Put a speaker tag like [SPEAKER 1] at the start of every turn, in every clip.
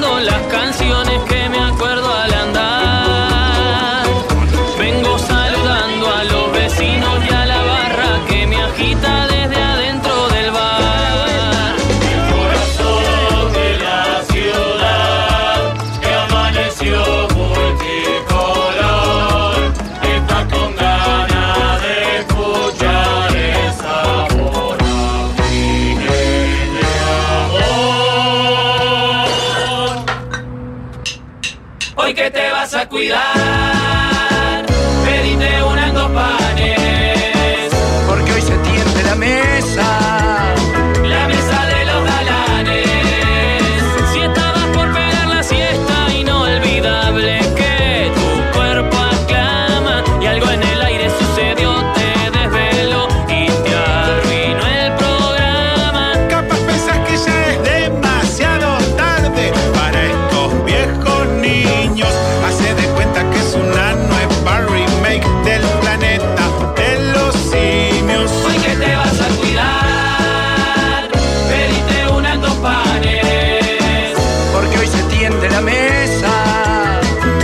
[SPEAKER 1] son las canciones que me acuerdo al andar. Vengo saludando a los vecinos y a la barra que me agita desde adentro del bar.
[SPEAKER 2] Corazón de la ciudad que amaneció multicolor, está con ganas de escuchar el sabor a mi de amor.
[SPEAKER 1] Hoy que te vas a cuidar, pedite una en dos panes.
[SPEAKER 3] Porque hoy se tiende la mesa.
[SPEAKER 1] La mesa de los galanes. Si estabas por pegar la siesta, inolvidable que tu cuerpo aclama. Y algo en el aire sucedió, te desveló y te arruinó el programa.
[SPEAKER 4] Capaz pensás que ya es demasiado tarde para estos viejos niños. Hace de cuenta que es una nueva remake del planeta de los simios.
[SPEAKER 1] Hoy que te vas a cuidar, pediste una en dos panes.
[SPEAKER 3] Porque hoy se tiende la mesa.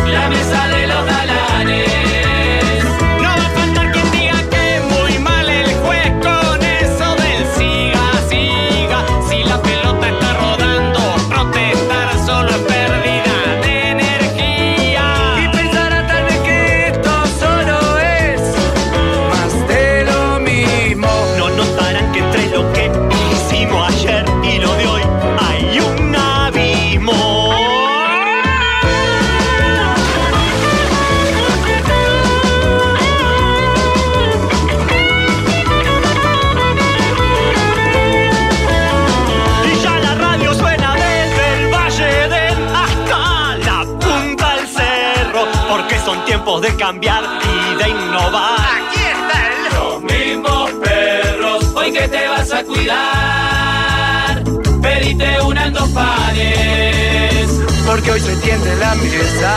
[SPEAKER 1] La mesa de los galanes.
[SPEAKER 5] No va a faltar quien diga que muy mal el juez con eso del siga, siga. Si la pelota está rodando, protestar solo es pérdida de energía.
[SPEAKER 3] Y pensará tal vez que esto solo es más de lo mismo.
[SPEAKER 5] No notarán que entre lo que hicimos ayer y lo de hoy hay un abismo. Y ya la radio suena desde el Valle del hasta la punta al cerro, porque son tiempos de cambiar y de innovar.
[SPEAKER 2] Los mismos perros
[SPEAKER 1] Hoy que te vas a cuidar, pediste una en dos panes.
[SPEAKER 3] Porque hoy se tiende la mesa.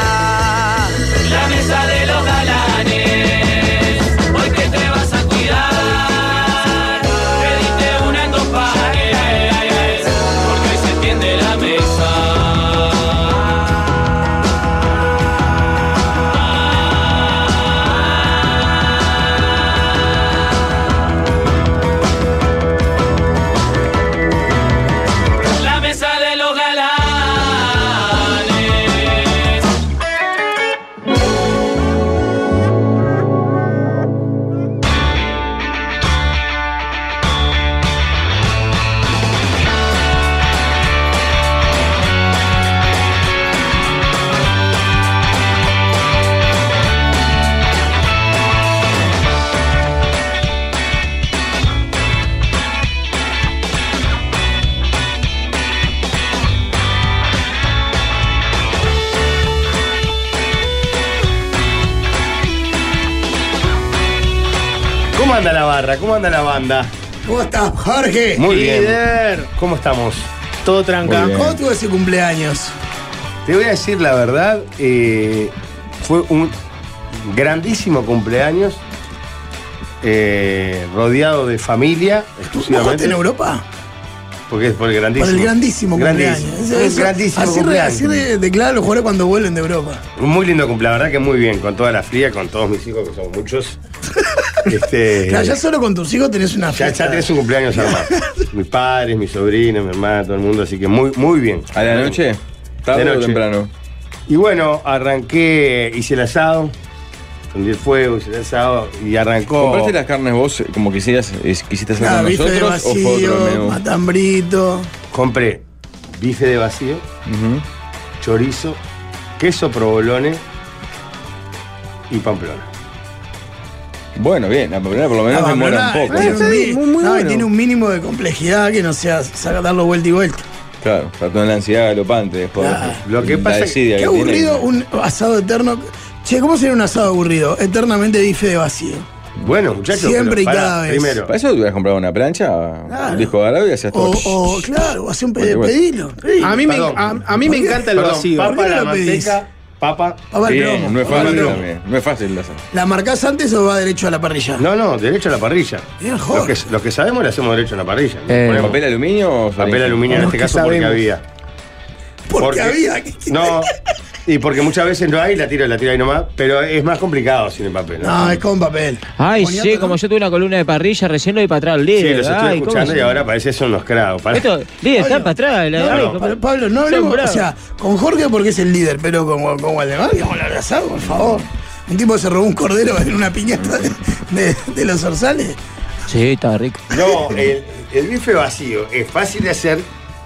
[SPEAKER 1] La mesa de los galanes. Hoy que te vas a cuidar, pediste una en dos panes. Porque hoy se tiende la mesa. La mesa de los galanes.
[SPEAKER 6] ¿Cómo anda la barra? ¿Cómo anda la banda?
[SPEAKER 7] ¿Cómo estás, Jorge?
[SPEAKER 6] Muy bien.
[SPEAKER 8] Líder.
[SPEAKER 6] ¿Cómo estamos?
[SPEAKER 8] Todo
[SPEAKER 6] Muy
[SPEAKER 8] tranca.
[SPEAKER 6] bien.
[SPEAKER 7] ¿Cómo tuvo ese cumpleaños?
[SPEAKER 6] Te voy a decir la verdad, eh, fue un grandísimo cumpleaños, eh, rodeado de familia,
[SPEAKER 7] ¿Estuviste
[SPEAKER 6] exclusivamente.
[SPEAKER 7] en Europa?
[SPEAKER 6] Porque es por el grandísimo.
[SPEAKER 7] Por el grandísimo cumpleaños.
[SPEAKER 6] Grandísimo.
[SPEAKER 7] Eso-
[SPEAKER 6] Un
[SPEAKER 7] eso-
[SPEAKER 6] grandísimo
[SPEAKER 7] así, re-
[SPEAKER 6] cumpleaños.
[SPEAKER 7] así re- declaran eh, los jugadores cuando vuelven de Europa.
[SPEAKER 6] Un Muy lindo cumpleaños, la verdad que muy bien, con toda la fría, con todos mis hijos, que son muchos. Este,
[SPEAKER 7] Claro, ya solo con tus hijos tenés una
[SPEAKER 6] ya,
[SPEAKER 7] fiesta.
[SPEAKER 6] ya tenés un cumpleaños armado. mis padres, mis sobrinos, mi hermana, todo el mundo, así que muy, muy bien.
[SPEAKER 9] ¿A la noche? ¿Tarde
[SPEAKER 6] De
[SPEAKER 9] o
[SPEAKER 6] noche.
[SPEAKER 9] temprano?
[SPEAKER 6] Y bueno, arranqué, hice el asado, prendí el fuego, hice el asado y arrancó.
[SPEAKER 9] ¿Compraste las carnes vos eh, como quisieras, eh, quisiste hacer
[SPEAKER 7] Nada,
[SPEAKER 9] con
[SPEAKER 7] Ah, bife de
[SPEAKER 9] nosotros o fue otro
[SPEAKER 7] vacío,
[SPEAKER 9] menú?
[SPEAKER 7] matambrito.
[SPEAKER 6] Ah, Compré bife de vacío,
[SPEAKER 9] Ujú.
[SPEAKER 6] chorizo, queso provolone y pamplona.
[SPEAKER 9] Bueno, bien, la primera por lo menos
[SPEAKER 7] Ah,
[SPEAKER 9] demora
[SPEAKER 7] Pamplona,
[SPEAKER 9] un poco.
[SPEAKER 7] tiene
[SPEAKER 6] Sí,
[SPEAKER 7] un mi-
[SPEAKER 6] sí, muy- muy
[SPEAKER 7] no, y
[SPEAKER 6] bueno.
[SPEAKER 7] tiene un mínimo de complejidad que no sea saca- darlo vuelta y vuelta.
[SPEAKER 9] Claro, está toda la ansiedad galopante después.
[SPEAKER 7] Claro.
[SPEAKER 6] Lo que
[SPEAKER 9] La
[SPEAKER 6] pasa-
[SPEAKER 9] desidia
[SPEAKER 7] Qué
[SPEAKER 9] que tiene.
[SPEAKER 7] aburrido un asado eterno. Che, ¿cómo sería un asado aburrido? Eternamente bife de vacío.
[SPEAKER 6] Bueno, muchachos,
[SPEAKER 7] Siempre
[SPEAKER 6] pero
[SPEAKER 7] y
[SPEAKER 6] pará,
[SPEAKER 7] cada vez.
[SPEAKER 6] Primero,
[SPEAKER 9] Para eso te hubieras comprado una plancha,
[SPEAKER 7] Claro.
[SPEAKER 9] un disco de arado y hacías
[SPEAKER 7] O,
[SPEAKER 9] todo.
[SPEAKER 7] o, claro, hacer un pedido.
[SPEAKER 9] Porque, bueno.
[SPEAKER 7] Pedilo. pedilo.
[SPEAKER 8] A mí me,
[SPEAKER 6] Perdón.
[SPEAKER 8] a, a mí me encanta el
[SPEAKER 6] perdón,
[SPEAKER 8] vacío.
[SPEAKER 7] ¿Por
[SPEAKER 6] papa,
[SPEAKER 7] qué no
[SPEAKER 6] la
[SPEAKER 7] lo pedís?
[SPEAKER 6] manteca, papa.
[SPEAKER 7] Papa al plomo.
[SPEAKER 9] Bien, no es fácil
[SPEAKER 6] Pablo.
[SPEAKER 9] también. No es fácil la hacer.
[SPEAKER 7] ¿La marcás antes o va derecho a la parrilla?
[SPEAKER 6] No, no, derecho a la parrilla.
[SPEAKER 7] Bien,
[SPEAKER 6] Los
[SPEAKER 7] Jorge.
[SPEAKER 6] que, los que sabemos le hacemos derecho a la parrilla.
[SPEAKER 8] Eh,
[SPEAKER 6] Ponemos
[SPEAKER 9] ¿Papel aluminio o
[SPEAKER 6] papel
[SPEAKER 9] faringe?
[SPEAKER 6] aluminio en
[SPEAKER 8] Los
[SPEAKER 6] este
[SPEAKER 8] que
[SPEAKER 6] caso porque
[SPEAKER 8] sabemos.
[SPEAKER 6] había.
[SPEAKER 7] Porque, había. que-
[SPEAKER 6] No, y porque muchas veces no hay, la tiro, la tiro ahí nomás, pero es más complicado sin el papel.
[SPEAKER 7] No, es con papel.
[SPEAKER 8] Ay,
[SPEAKER 7] Ponía
[SPEAKER 8] sí,
[SPEAKER 7] otro,
[SPEAKER 8] como
[SPEAKER 7] ¿no?
[SPEAKER 8] yo tuve una columna de parrilla, recién lo vi para atrás al
[SPEAKER 6] Sí,
[SPEAKER 8] líder.
[SPEAKER 6] los
[SPEAKER 8] Ay,
[SPEAKER 6] estoy
[SPEAKER 8] ¿cómo
[SPEAKER 6] escuchando
[SPEAKER 8] se-
[SPEAKER 6] y ahora parece que son unos cravos. Pará.
[SPEAKER 8] Esto, líder, está
[SPEAKER 7] Oye,
[SPEAKER 8] para atrás. la-
[SPEAKER 7] No,
[SPEAKER 8] ay,
[SPEAKER 7] no,
[SPEAKER 8] como-
[SPEAKER 7] Pa- Pablo, no hablemos,
[SPEAKER 8] Son
[SPEAKER 7] o sea, con Jorge porque es el líder, pero como, como Valdemar, digamos, lo abrazado, por favor. Un tipo que se robó un cordero en una piñata de, de- de los orzales.
[SPEAKER 8] Sí, está rico.
[SPEAKER 6] No,
[SPEAKER 10] eh,
[SPEAKER 6] el, el bife vacío es fácil de hacer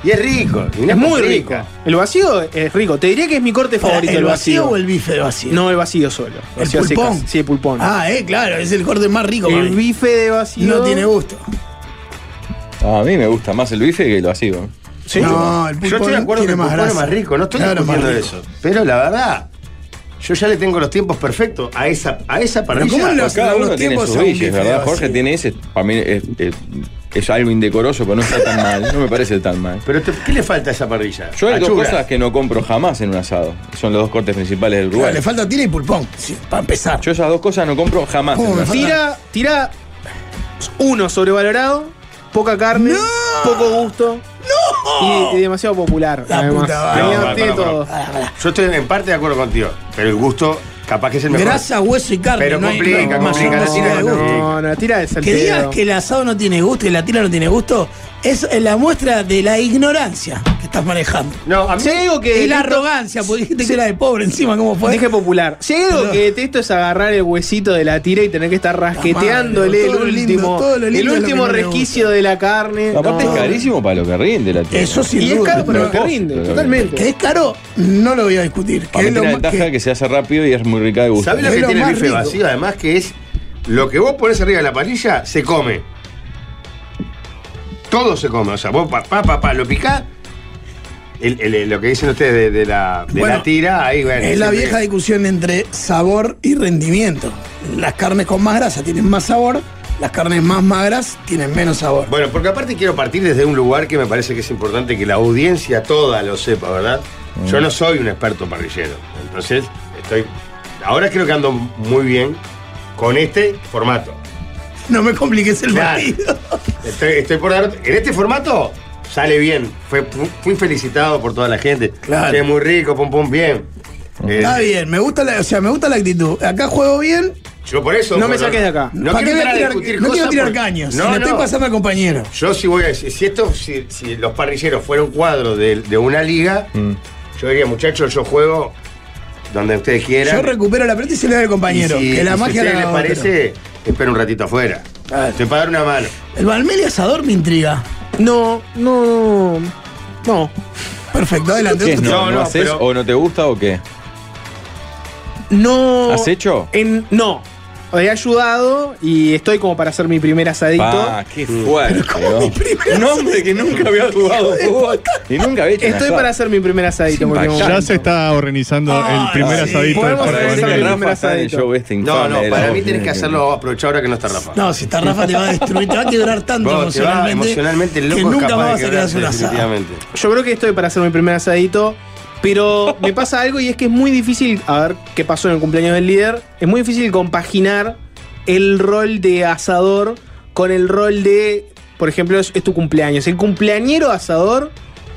[SPEAKER 6] y es rico. y una
[SPEAKER 10] Es muy rico.
[SPEAKER 6] paprika.
[SPEAKER 10] El vacío es rico. Te diría que es mi corte
[SPEAKER 7] Ah,
[SPEAKER 10] favorito
[SPEAKER 7] ¿El
[SPEAKER 10] el
[SPEAKER 7] vacío,
[SPEAKER 10] vacío.
[SPEAKER 7] o el bife vacío?
[SPEAKER 10] No, el vacío solo.
[SPEAKER 7] ¿El
[SPEAKER 10] Vacío a secas.
[SPEAKER 7] pulpón?
[SPEAKER 10] Sí, el pulpón.
[SPEAKER 7] Ah, eh, claro, es el corte más rico. para
[SPEAKER 10] el
[SPEAKER 7] mí.
[SPEAKER 10] bife de vacío.
[SPEAKER 7] No tiene gusto.
[SPEAKER 9] A mí me gusta más el bife que el vacío.
[SPEAKER 10] Sí.
[SPEAKER 7] No, el
[SPEAKER 6] Yo
[SPEAKER 7] pulpón
[SPEAKER 6] estoy de acuerdo que
[SPEAKER 7] tiene
[SPEAKER 6] el
[SPEAKER 7] más
[SPEAKER 6] pulpón
[SPEAKER 7] grasa.
[SPEAKER 6] es más rico, no estoy
[SPEAKER 7] Claro, más
[SPEAKER 6] discutiendo
[SPEAKER 7] rico.
[SPEAKER 6] eso. Pero la verdad, yo ya le tengo los tiempos perfectos a esa, a esa parrilla.
[SPEAKER 7] ¿cómo le
[SPEAKER 9] Pero
[SPEAKER 7] hacen
[SPEAKER 9] cada
[SPEAKER 7] algunos
[SPEAKER 9] uno tiene
[SPEAKER 7] tiempos
[SPEAKER 9] sus
[SPEAKER 7] a un
[SPEAKER 9] billes,
[SPEAKER 7] bife
[SPEAKER 9] ¿verdad?
[SPEAKER 7] vacío.
[SPEAKER 9] Jorge tiene ese. Para mí es, es- es algo indecoroso, pero no está tan mal. No me parece tan mal.
[SPEAKER 6] Pero te- ¿qué le falta a esa parrilla?
[SPEAKER 9] Yo hay dos
[SPEAKER 6] Achuras.
[SPEAKER 9] cosas que no compro jamás en un asado. Son los dos cortes principales del
[SPEAKER 7] Claro,
[SPEAKER 9] lugar.
[SPEAKER 7] le falta tira y pulpón, sí, para empezar.
[SPEAKER 9] Yo esas dos cosas no compro jamás.
[SPEAKER 7] ¿Cómo
[SPEAKER 9] en un
[SPEAKER 7] me
[SPEAKER 9] asado.
[SPEAKER 10] Tira, tira uno sobrevalorado, poca carne,
[SPEAKER 7] ¡No!
[SPEAKER 10] poco gusto. Y, y demasiado popular.
[SPEAKER 7] La
[SPEAKER 10] además.
[SPEAKER 7] puta
[SPEAKER 10] Tenía-
[SPEAKER 7] madre.
[SPEAKER 10] tiene
[SPEAKER 6] No, para,
[SPEAKER 10] todo.
[SPEAKER 7] Pará, pará.
[SPEAKER 6] Yo estoy en parte de acuerdo contigo, pero el gusto capaz que es el mejor.
[SPEAKER 7] Grasa, hueso y carne.
[SPEAKER 6] Pero
[SPEAKER 7] no hay-
[SPEAKER 6] complica,
[SPEAKER 7] no hay
[SPEAKER 6] complica,
[SPEAKER 7] mayor
[SPEAKER 6] la tira
[SPEAKER 7] necesidad de
[SPEAKER 6] no-
[SPEAKER 7] gusto.
[SPEAKER 10] No, no, tira de
[SPEAKER 7] Que digas
[SPEAKER 10] salteo.
[SPEAKER 7] que el asado no tiene gusto y la tira no tiene gusto es la muestra de la ignorancia que estás manejando.
[SPEAKER 6] No, a mí
[SPEAKER 10] Si hay algo que.
[SPEAKER 7] Y la
[SPEAKER 10] esto-
[SPEAKER 7] arrogancia, porque dijiste que era de pobre encima, ¿cómo fue?
[SPEAKER 10] Dije popular. Si hay algo
[SPEAKER 7] No.
[SPEAKER 10] que detesto es agarrar el huesito de la tira y tener que estar rasqueteándole
[SPEAKER 7] madre, todo lo
[SPEAKER 10] el
[SPEAKER 7] lindo,
[SPEAKER 10] último,
[SPEAKER 7] todo lo lindo es
[SPEAKER 10] el
[SPEAKER 7] lo
[SPEAKER 10] último
[SPEAKER 7] que no me gusta.
[SPEAKER 10] resquicio de la carne.
[SPEAKER 9] Aparte
[SPEAKER 10] No.
[SPEAKER 9] es carísimo para lo que rinde la tira.
[SPEAKER 7] Eso sin
[SPEAKER 10] Y es
[SPEAKER 7] duda.
[SPEAKER 10] caro para lo que
[SPEAKER 7] pero-
[SPEAKER 10] rinde,
[SPEAKER 9] Pero-
[SPEAKER 7] que
[SPEAKER 10] totalmente.
[SPEAKER 7] es caro, no lo voy a discutir.
[SPEAKER 9] Para
[SPEAKER 7] Que
[SPEAKER 9] mí
[SPEAKER 7] es
[SPEAKER 9] tiene
[SPEAKER 7] lo
[SPEAKER 9] la
[SPEAKER 7] más-
[SPEAKER 9] ventaja que... se hace rápido y es muy rica de gusto.
[SPEAKER 6] ¿Sabes lo
[SPEAKER 7] Es
[SPEAKER 6] que
[SPEAKER 7] lo
[SPEAKER 6] tiene el
[SPEAKER 7] más
[SPEAKER 6] bife
[SPEAKER 7] rico.
[SPEAKER 6] vacío? Además que es lo que vos pones arriba de la parrilla se come. Todo se come, o sea, vos pa, pa, pa, pa, lo picás. El- el- lo que dicen ustedes de, de la, de
[SPEAKER 7] Bueno,
[SPEAKER 6] la tira, ahí bueno.
[SPEAKER 7] es la
[SPEAKER 6] siempre-
[SPEAKER 7] vieja discusión entre sabor y rendimiento. Las carnes con más grasa tienen más sabor, las carnes más magras tienen menos sabor.
[SPEAKER 6] Bueno, porque aparte quiero partir desde un lugar que me parece que es importante que la audiencia toda lo sepa, ¿verdad?
[SPEAKER 9] Mm.
[SPEAKER 6] Yo no soy un experto parrillero. Entonces, estoy. Ahora creo que ando muy bien con este formato.
[SPEAKER 7] No me compliques el
[SPEAKER 6] Claro.
[SPEAKER 7] partido.
[SPEAKER 6] Estoy, estoy por dar. En este formato sale bien. Fue- fu- fui felicitado por toda la gente.
[SPEAKER 7] Claro.
[SPEAKER 6] Che, muy rico, pum pum, bien. Eh,
[SPEAKER 7] Está bien, me gusta la, o sea, me gusta la actitud. Acá juego bien,
[SPEAKER 6] yo por eso.
[SPEAKER 10] No me
[SPEAKER 6] bueno,
[SPEAKER 10] saques de acá.
[SPEAKER 6] No
[SPEAKER 7] ¿para qué
[SPEAKER 6] quiero
[SPEAKER 7] voy a
[SPEAKER 6] entrar a
[SPEAKER 7] tirar-
[SPEAKER 6] discutir
[SPEAKER 7] no quiero
[SPEAKER 6] cosas
[SPEAKER 7] tirar
[SPEAKER 6] porque-
[SPEAKER 7] caños.
[SPEAKER 6] No,
[SPEAKER 7] se le estoy
[SPEAKER 6] no.
[SPEAKER 7] pasando al compañero.
[SPEAKER 6] Yo sí voy a decir, si esto, si, si los parrilleros fueran un cuadro de, de una liga, yo diría, muchachos, yo juego donde ustedes quieran.
[SPEAKER 7] Yo recupero la pelota y se le doy al compañero.
[SPEAKER 6] Y si-
[SPEAKER 7] que
[SPEAKER 6] y
[SPEAKER 7] la magia
[SPEAKER 6] si
[SPEAKER 7] la
[SPEAKER 6] a ustedes
[SPEAKER 7] haga
[SPEAKER 6] les
[SPEAKER 7] otro.
[SPEAKER 6] parece, espero un ratito afuera.
[SPEAKER 7] Claro.
[SPEAKER 6] Te para dar una mano.
[SPEAKER 7] El Valmeli asador me intriga.
[SPEAKER 10] No, no, no. No.
[SPEAKER 7] Perfecto, adelante.
[SPEAKER 9] ¿Qué es? ¿No,
[SPEAKER 6] No,
[SPEAKER 9] no,
[SPEAKER 6] no,
[SPEAKER 9] haces
[SPEAKER 6] pero-
[SPEAKER 9] o no te gusta o qué?
[SPEAKER 10] No.
[SPEAKER 9] ¿Has hecho?
[SPEAKER 10] En, no. He ayudado y estoy como para hacer mi primer asadito.
[SPEAKER 9] Ah, qué fuerte. ¿no? Un hombre que nunca había jugado fútbol y nunca había hecho un
[SPEAKER 10] Estoy
[SPEAKER 9] asado.
[SPEAKER 10] para hacer mi primer asadito. en cualquier
[SPEAKER 9] impactante.
[SPEAKER 11] Ya
[SPEAKER 10] momento.
[SPEAKER 11] se está organizando
[SPEAKER 7] Ah,
[SPEAKER 11] el primer
[SPEAKER 7] sí.
[SPEAKER 11] asadito del
[SPEAKER 10] Podemos
[SPEAKER 11] Parque
[SPEAKER 10] hacer
[SPEAKER 11] Bolívar.
[SPEAKER 10] el primer
[SPEAKER 9] Rafa está en el
[SPEAKER 10] asadito.
[SPEAKER 9] show este
[SPEAKER 6] No,
[SPEAKER 9] infame
[SPEAKER 6] no,
[SPEAKER 9] de la
[SPEAKER 6] para mí
[SPEAKER 9] voz,
[SPEAKER 6] tenés que
[SPEAKER 9] mira,
[SPEAKER 6] hacerlo, aprovechar ahora que no está Rafa.
[SPEAKER 7] No, si está Rafa te va a destruir, te va a quebrar tanto
[SPEAKER 6] Vos te vas emocionalmente
[SPEAKER 7] emocionalmente,
[SPEAKER 6] el loco
[SPEAKER 7] que
[SPEAKER 6] es
[SPEAKER 7] nunca
[SPEAKER 6] capaz de
[SPEAKER 7] más vas a quedar
[SPEAKER 6] quebrarte,
[SPEAKER 7] sin asado.
[SPEAKER 6] definitivamente.
[SPEAKER 10] Yo creo que estoy para hacer mi primer asadito, pero me pasa algo y es que es muy difícil, a ver qué pasó en el cumpleaños del líder, es muy difícil compaginar el rol de asador con el rol de, por ejemplo, es, es tu cumpleaños. El cumpleañero asador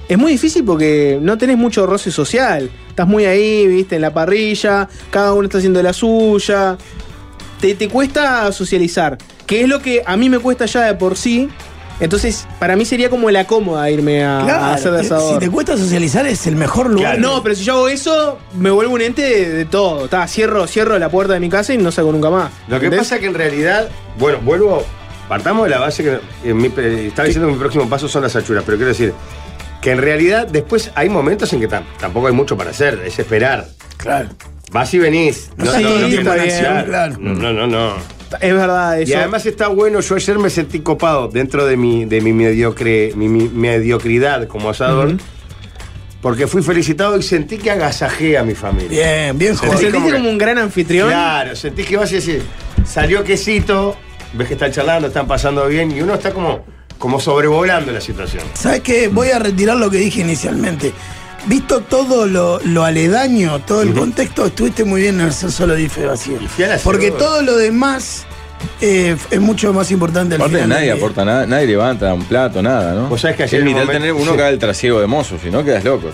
[SPEAKER 10] es muy difícil porque no tenés mucho roce social. Estás muy ahí, viste, en la parrilla, cada uno está haciendo la suya. Te, te cuesta socializar, que es lo que a mí me cuesta ya de por sí. Entonces, para mí sería como la cómoda irme a, a hacer
[SPEAKER 7] Claro,
[SPEAKER 10] de
[SPEAKER 7] eh,
[SPEAKER 10] asador.
[SPEAKER 7] si te cuesta socializar es el mejor lugar.
[SPEAKER 10] Claro, No, pero si yo hago eso, me vuelvo un ente de, de todo. Ta, cierro, cierro la puerta de mi casa y no salgo nunca más.
[SPEAKER 6] Lo que
[SPEAKER 10] ¿Entendés?
[SPEAKER 6] pasa que en realidad, bueno, vuelvo, partamos de la base que en mi- eh, estaba diciendo que mi próximo paso son las achuras, pero quiero decir que en realidad después hay momentos en que tam- tampoco hay mucho para hacer, es esperar.
[SPEAKER 7] Claro.
[SPEAKER 6] Vas y venís.
[SPEAKER 7] No sé,
[SPEAKER 10] no,
[SPEAKER 7] tiempo
[SPEAKER 10] no,
[SPEAKER 7] de
[SPEAKER 10] no,
[SPEAKER 7] acción,
[SPEAKER 10] no,
[SPEAKER 7] claro.
[SPEAKER 6] No, no, no, no.
[SPEAKER 10] es verdad eso.
[SPEAKER 6] Y además está bueno, yo ayer me sentí copado dentro de mi, de mi, mediocre, mi, mi mediocridad como asador, porque fui felicitado y sentí que agasajé a mi familia.
[SPEAKER 7] Bien, bien
[SPEAKER 10] ¿Te
[SPEAKER 6] Sí,
[SPEAKER 7] joven.
[SPEAKER 10] sentiste
[SPEAKER 6] como que-
[SPEAKER 10] como un gran anfitrión?
[SPEAKER 6] Claro, sentís que vas y decís, salió quesito, ves que están charlando, están pasando bien, y uno está como, como sobrevolando la situación.
[SPEAKER 7] ¿Sabes qué? Voy a retirar lo que dije inicialmente. Visto todo lo, lo aledaño, todo el contexto, estuviste muy bien en hacer solo bife vacío.
[SPEAKER 6] fui a la
[SPEAKER 7] Porque
[SPEAKER 6] segunda.
[SPEAKER 7] todo lo demás eh, es mucho más importante al
[SPEAKER 9] Aparte
[SPEAKER 7] final del
[SPEAKER 9] nadie
[SPEAKER 7] día.
[SPEAKER 9] aporta nada, nadie levanta un plato, nada, ¿no?
[SPEAKER 6] Vos sabés que ayer
[SPEAKER 9] Es
[SPEAKER 6] en un
[SPEAKER 9] literal
[SPEAKER 6] momento-
[SPEAKER 9] tener uno
[SPEAKER 6] sí.
[SPEAKER 9] que haga el trasiego de mozo, si no quedas loco.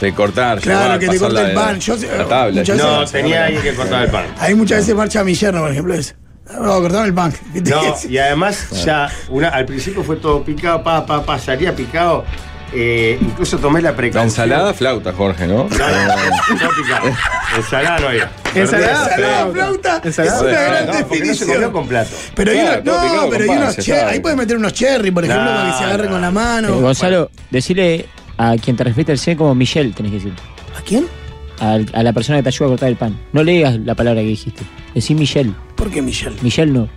[SPEAKER 9] de cortar.
[SPEAKER 7] Claro,
[SPEAKER 9] llevar,
[SPEAKER 7] que te
[SPEAKER 9] pasarla
[SPEAKER 7] corte el
[SPEAKER 9] de la-
[SPEAKER 7] pan. Yo sé-
[SPEAKER 9] la tabla.
[SPEAKER 7] muchas
[SPEAKER 9] llevar.
[SPEAKER 7] veces- No, tenía alguien que cortaba el
[SPEAKER 6] pan.
[SPEAKER 7] Ahí muchas veces marcha mi yerno, por ejemplo, es. No, cortame el pan.
[SPEAKER 6] No, y además ya una, al principio fue todo picado, pa, pa, pa, salía picado. Eh, incluso tomé la
[SPEAKER 9] La
[SPEAKER 6] precaución.
[SPEAKER 9] ensalada flauta, Jorge, ¿no?
[SPEAKER 6] No picado. Ensalada no era.
[SPEAKER 7] Ensalada,
[SPEAKER 6] Perdón.
[SPEAKER 7] flauta.
[SPEAKER 6] Ensalada.
[SPEAKER 7] Es una
[SPEAKER 6] No,
[SPEAKER 7] gran
[SPEAKER 6] no, porque no se
[SPEAKER 7] definición.
[SPEAKER 6] comió con plato.
[SPEAKER 7] Pero hay unos, no, pero hay unos che- ahí puedes meter unos cherry, por ejemplo,
[SPEAKER 8] No,
[SPEAKER 7] para que se agarren con la mano.
[SPEAKER 8] Eh, Gonzalo, decirle a quien te respeta el cine como Michelle, tenés que decir.
[SPEAKER 7] ¿A quién?
[SPEAKER 8] a la persona que te ayuda a cortar el pan. No le digas la palabra que dijiste. Decí Michelle.
[SPEAKER 7] ¿Por qué Michelle?
[SPEAKER 8] Michelle no.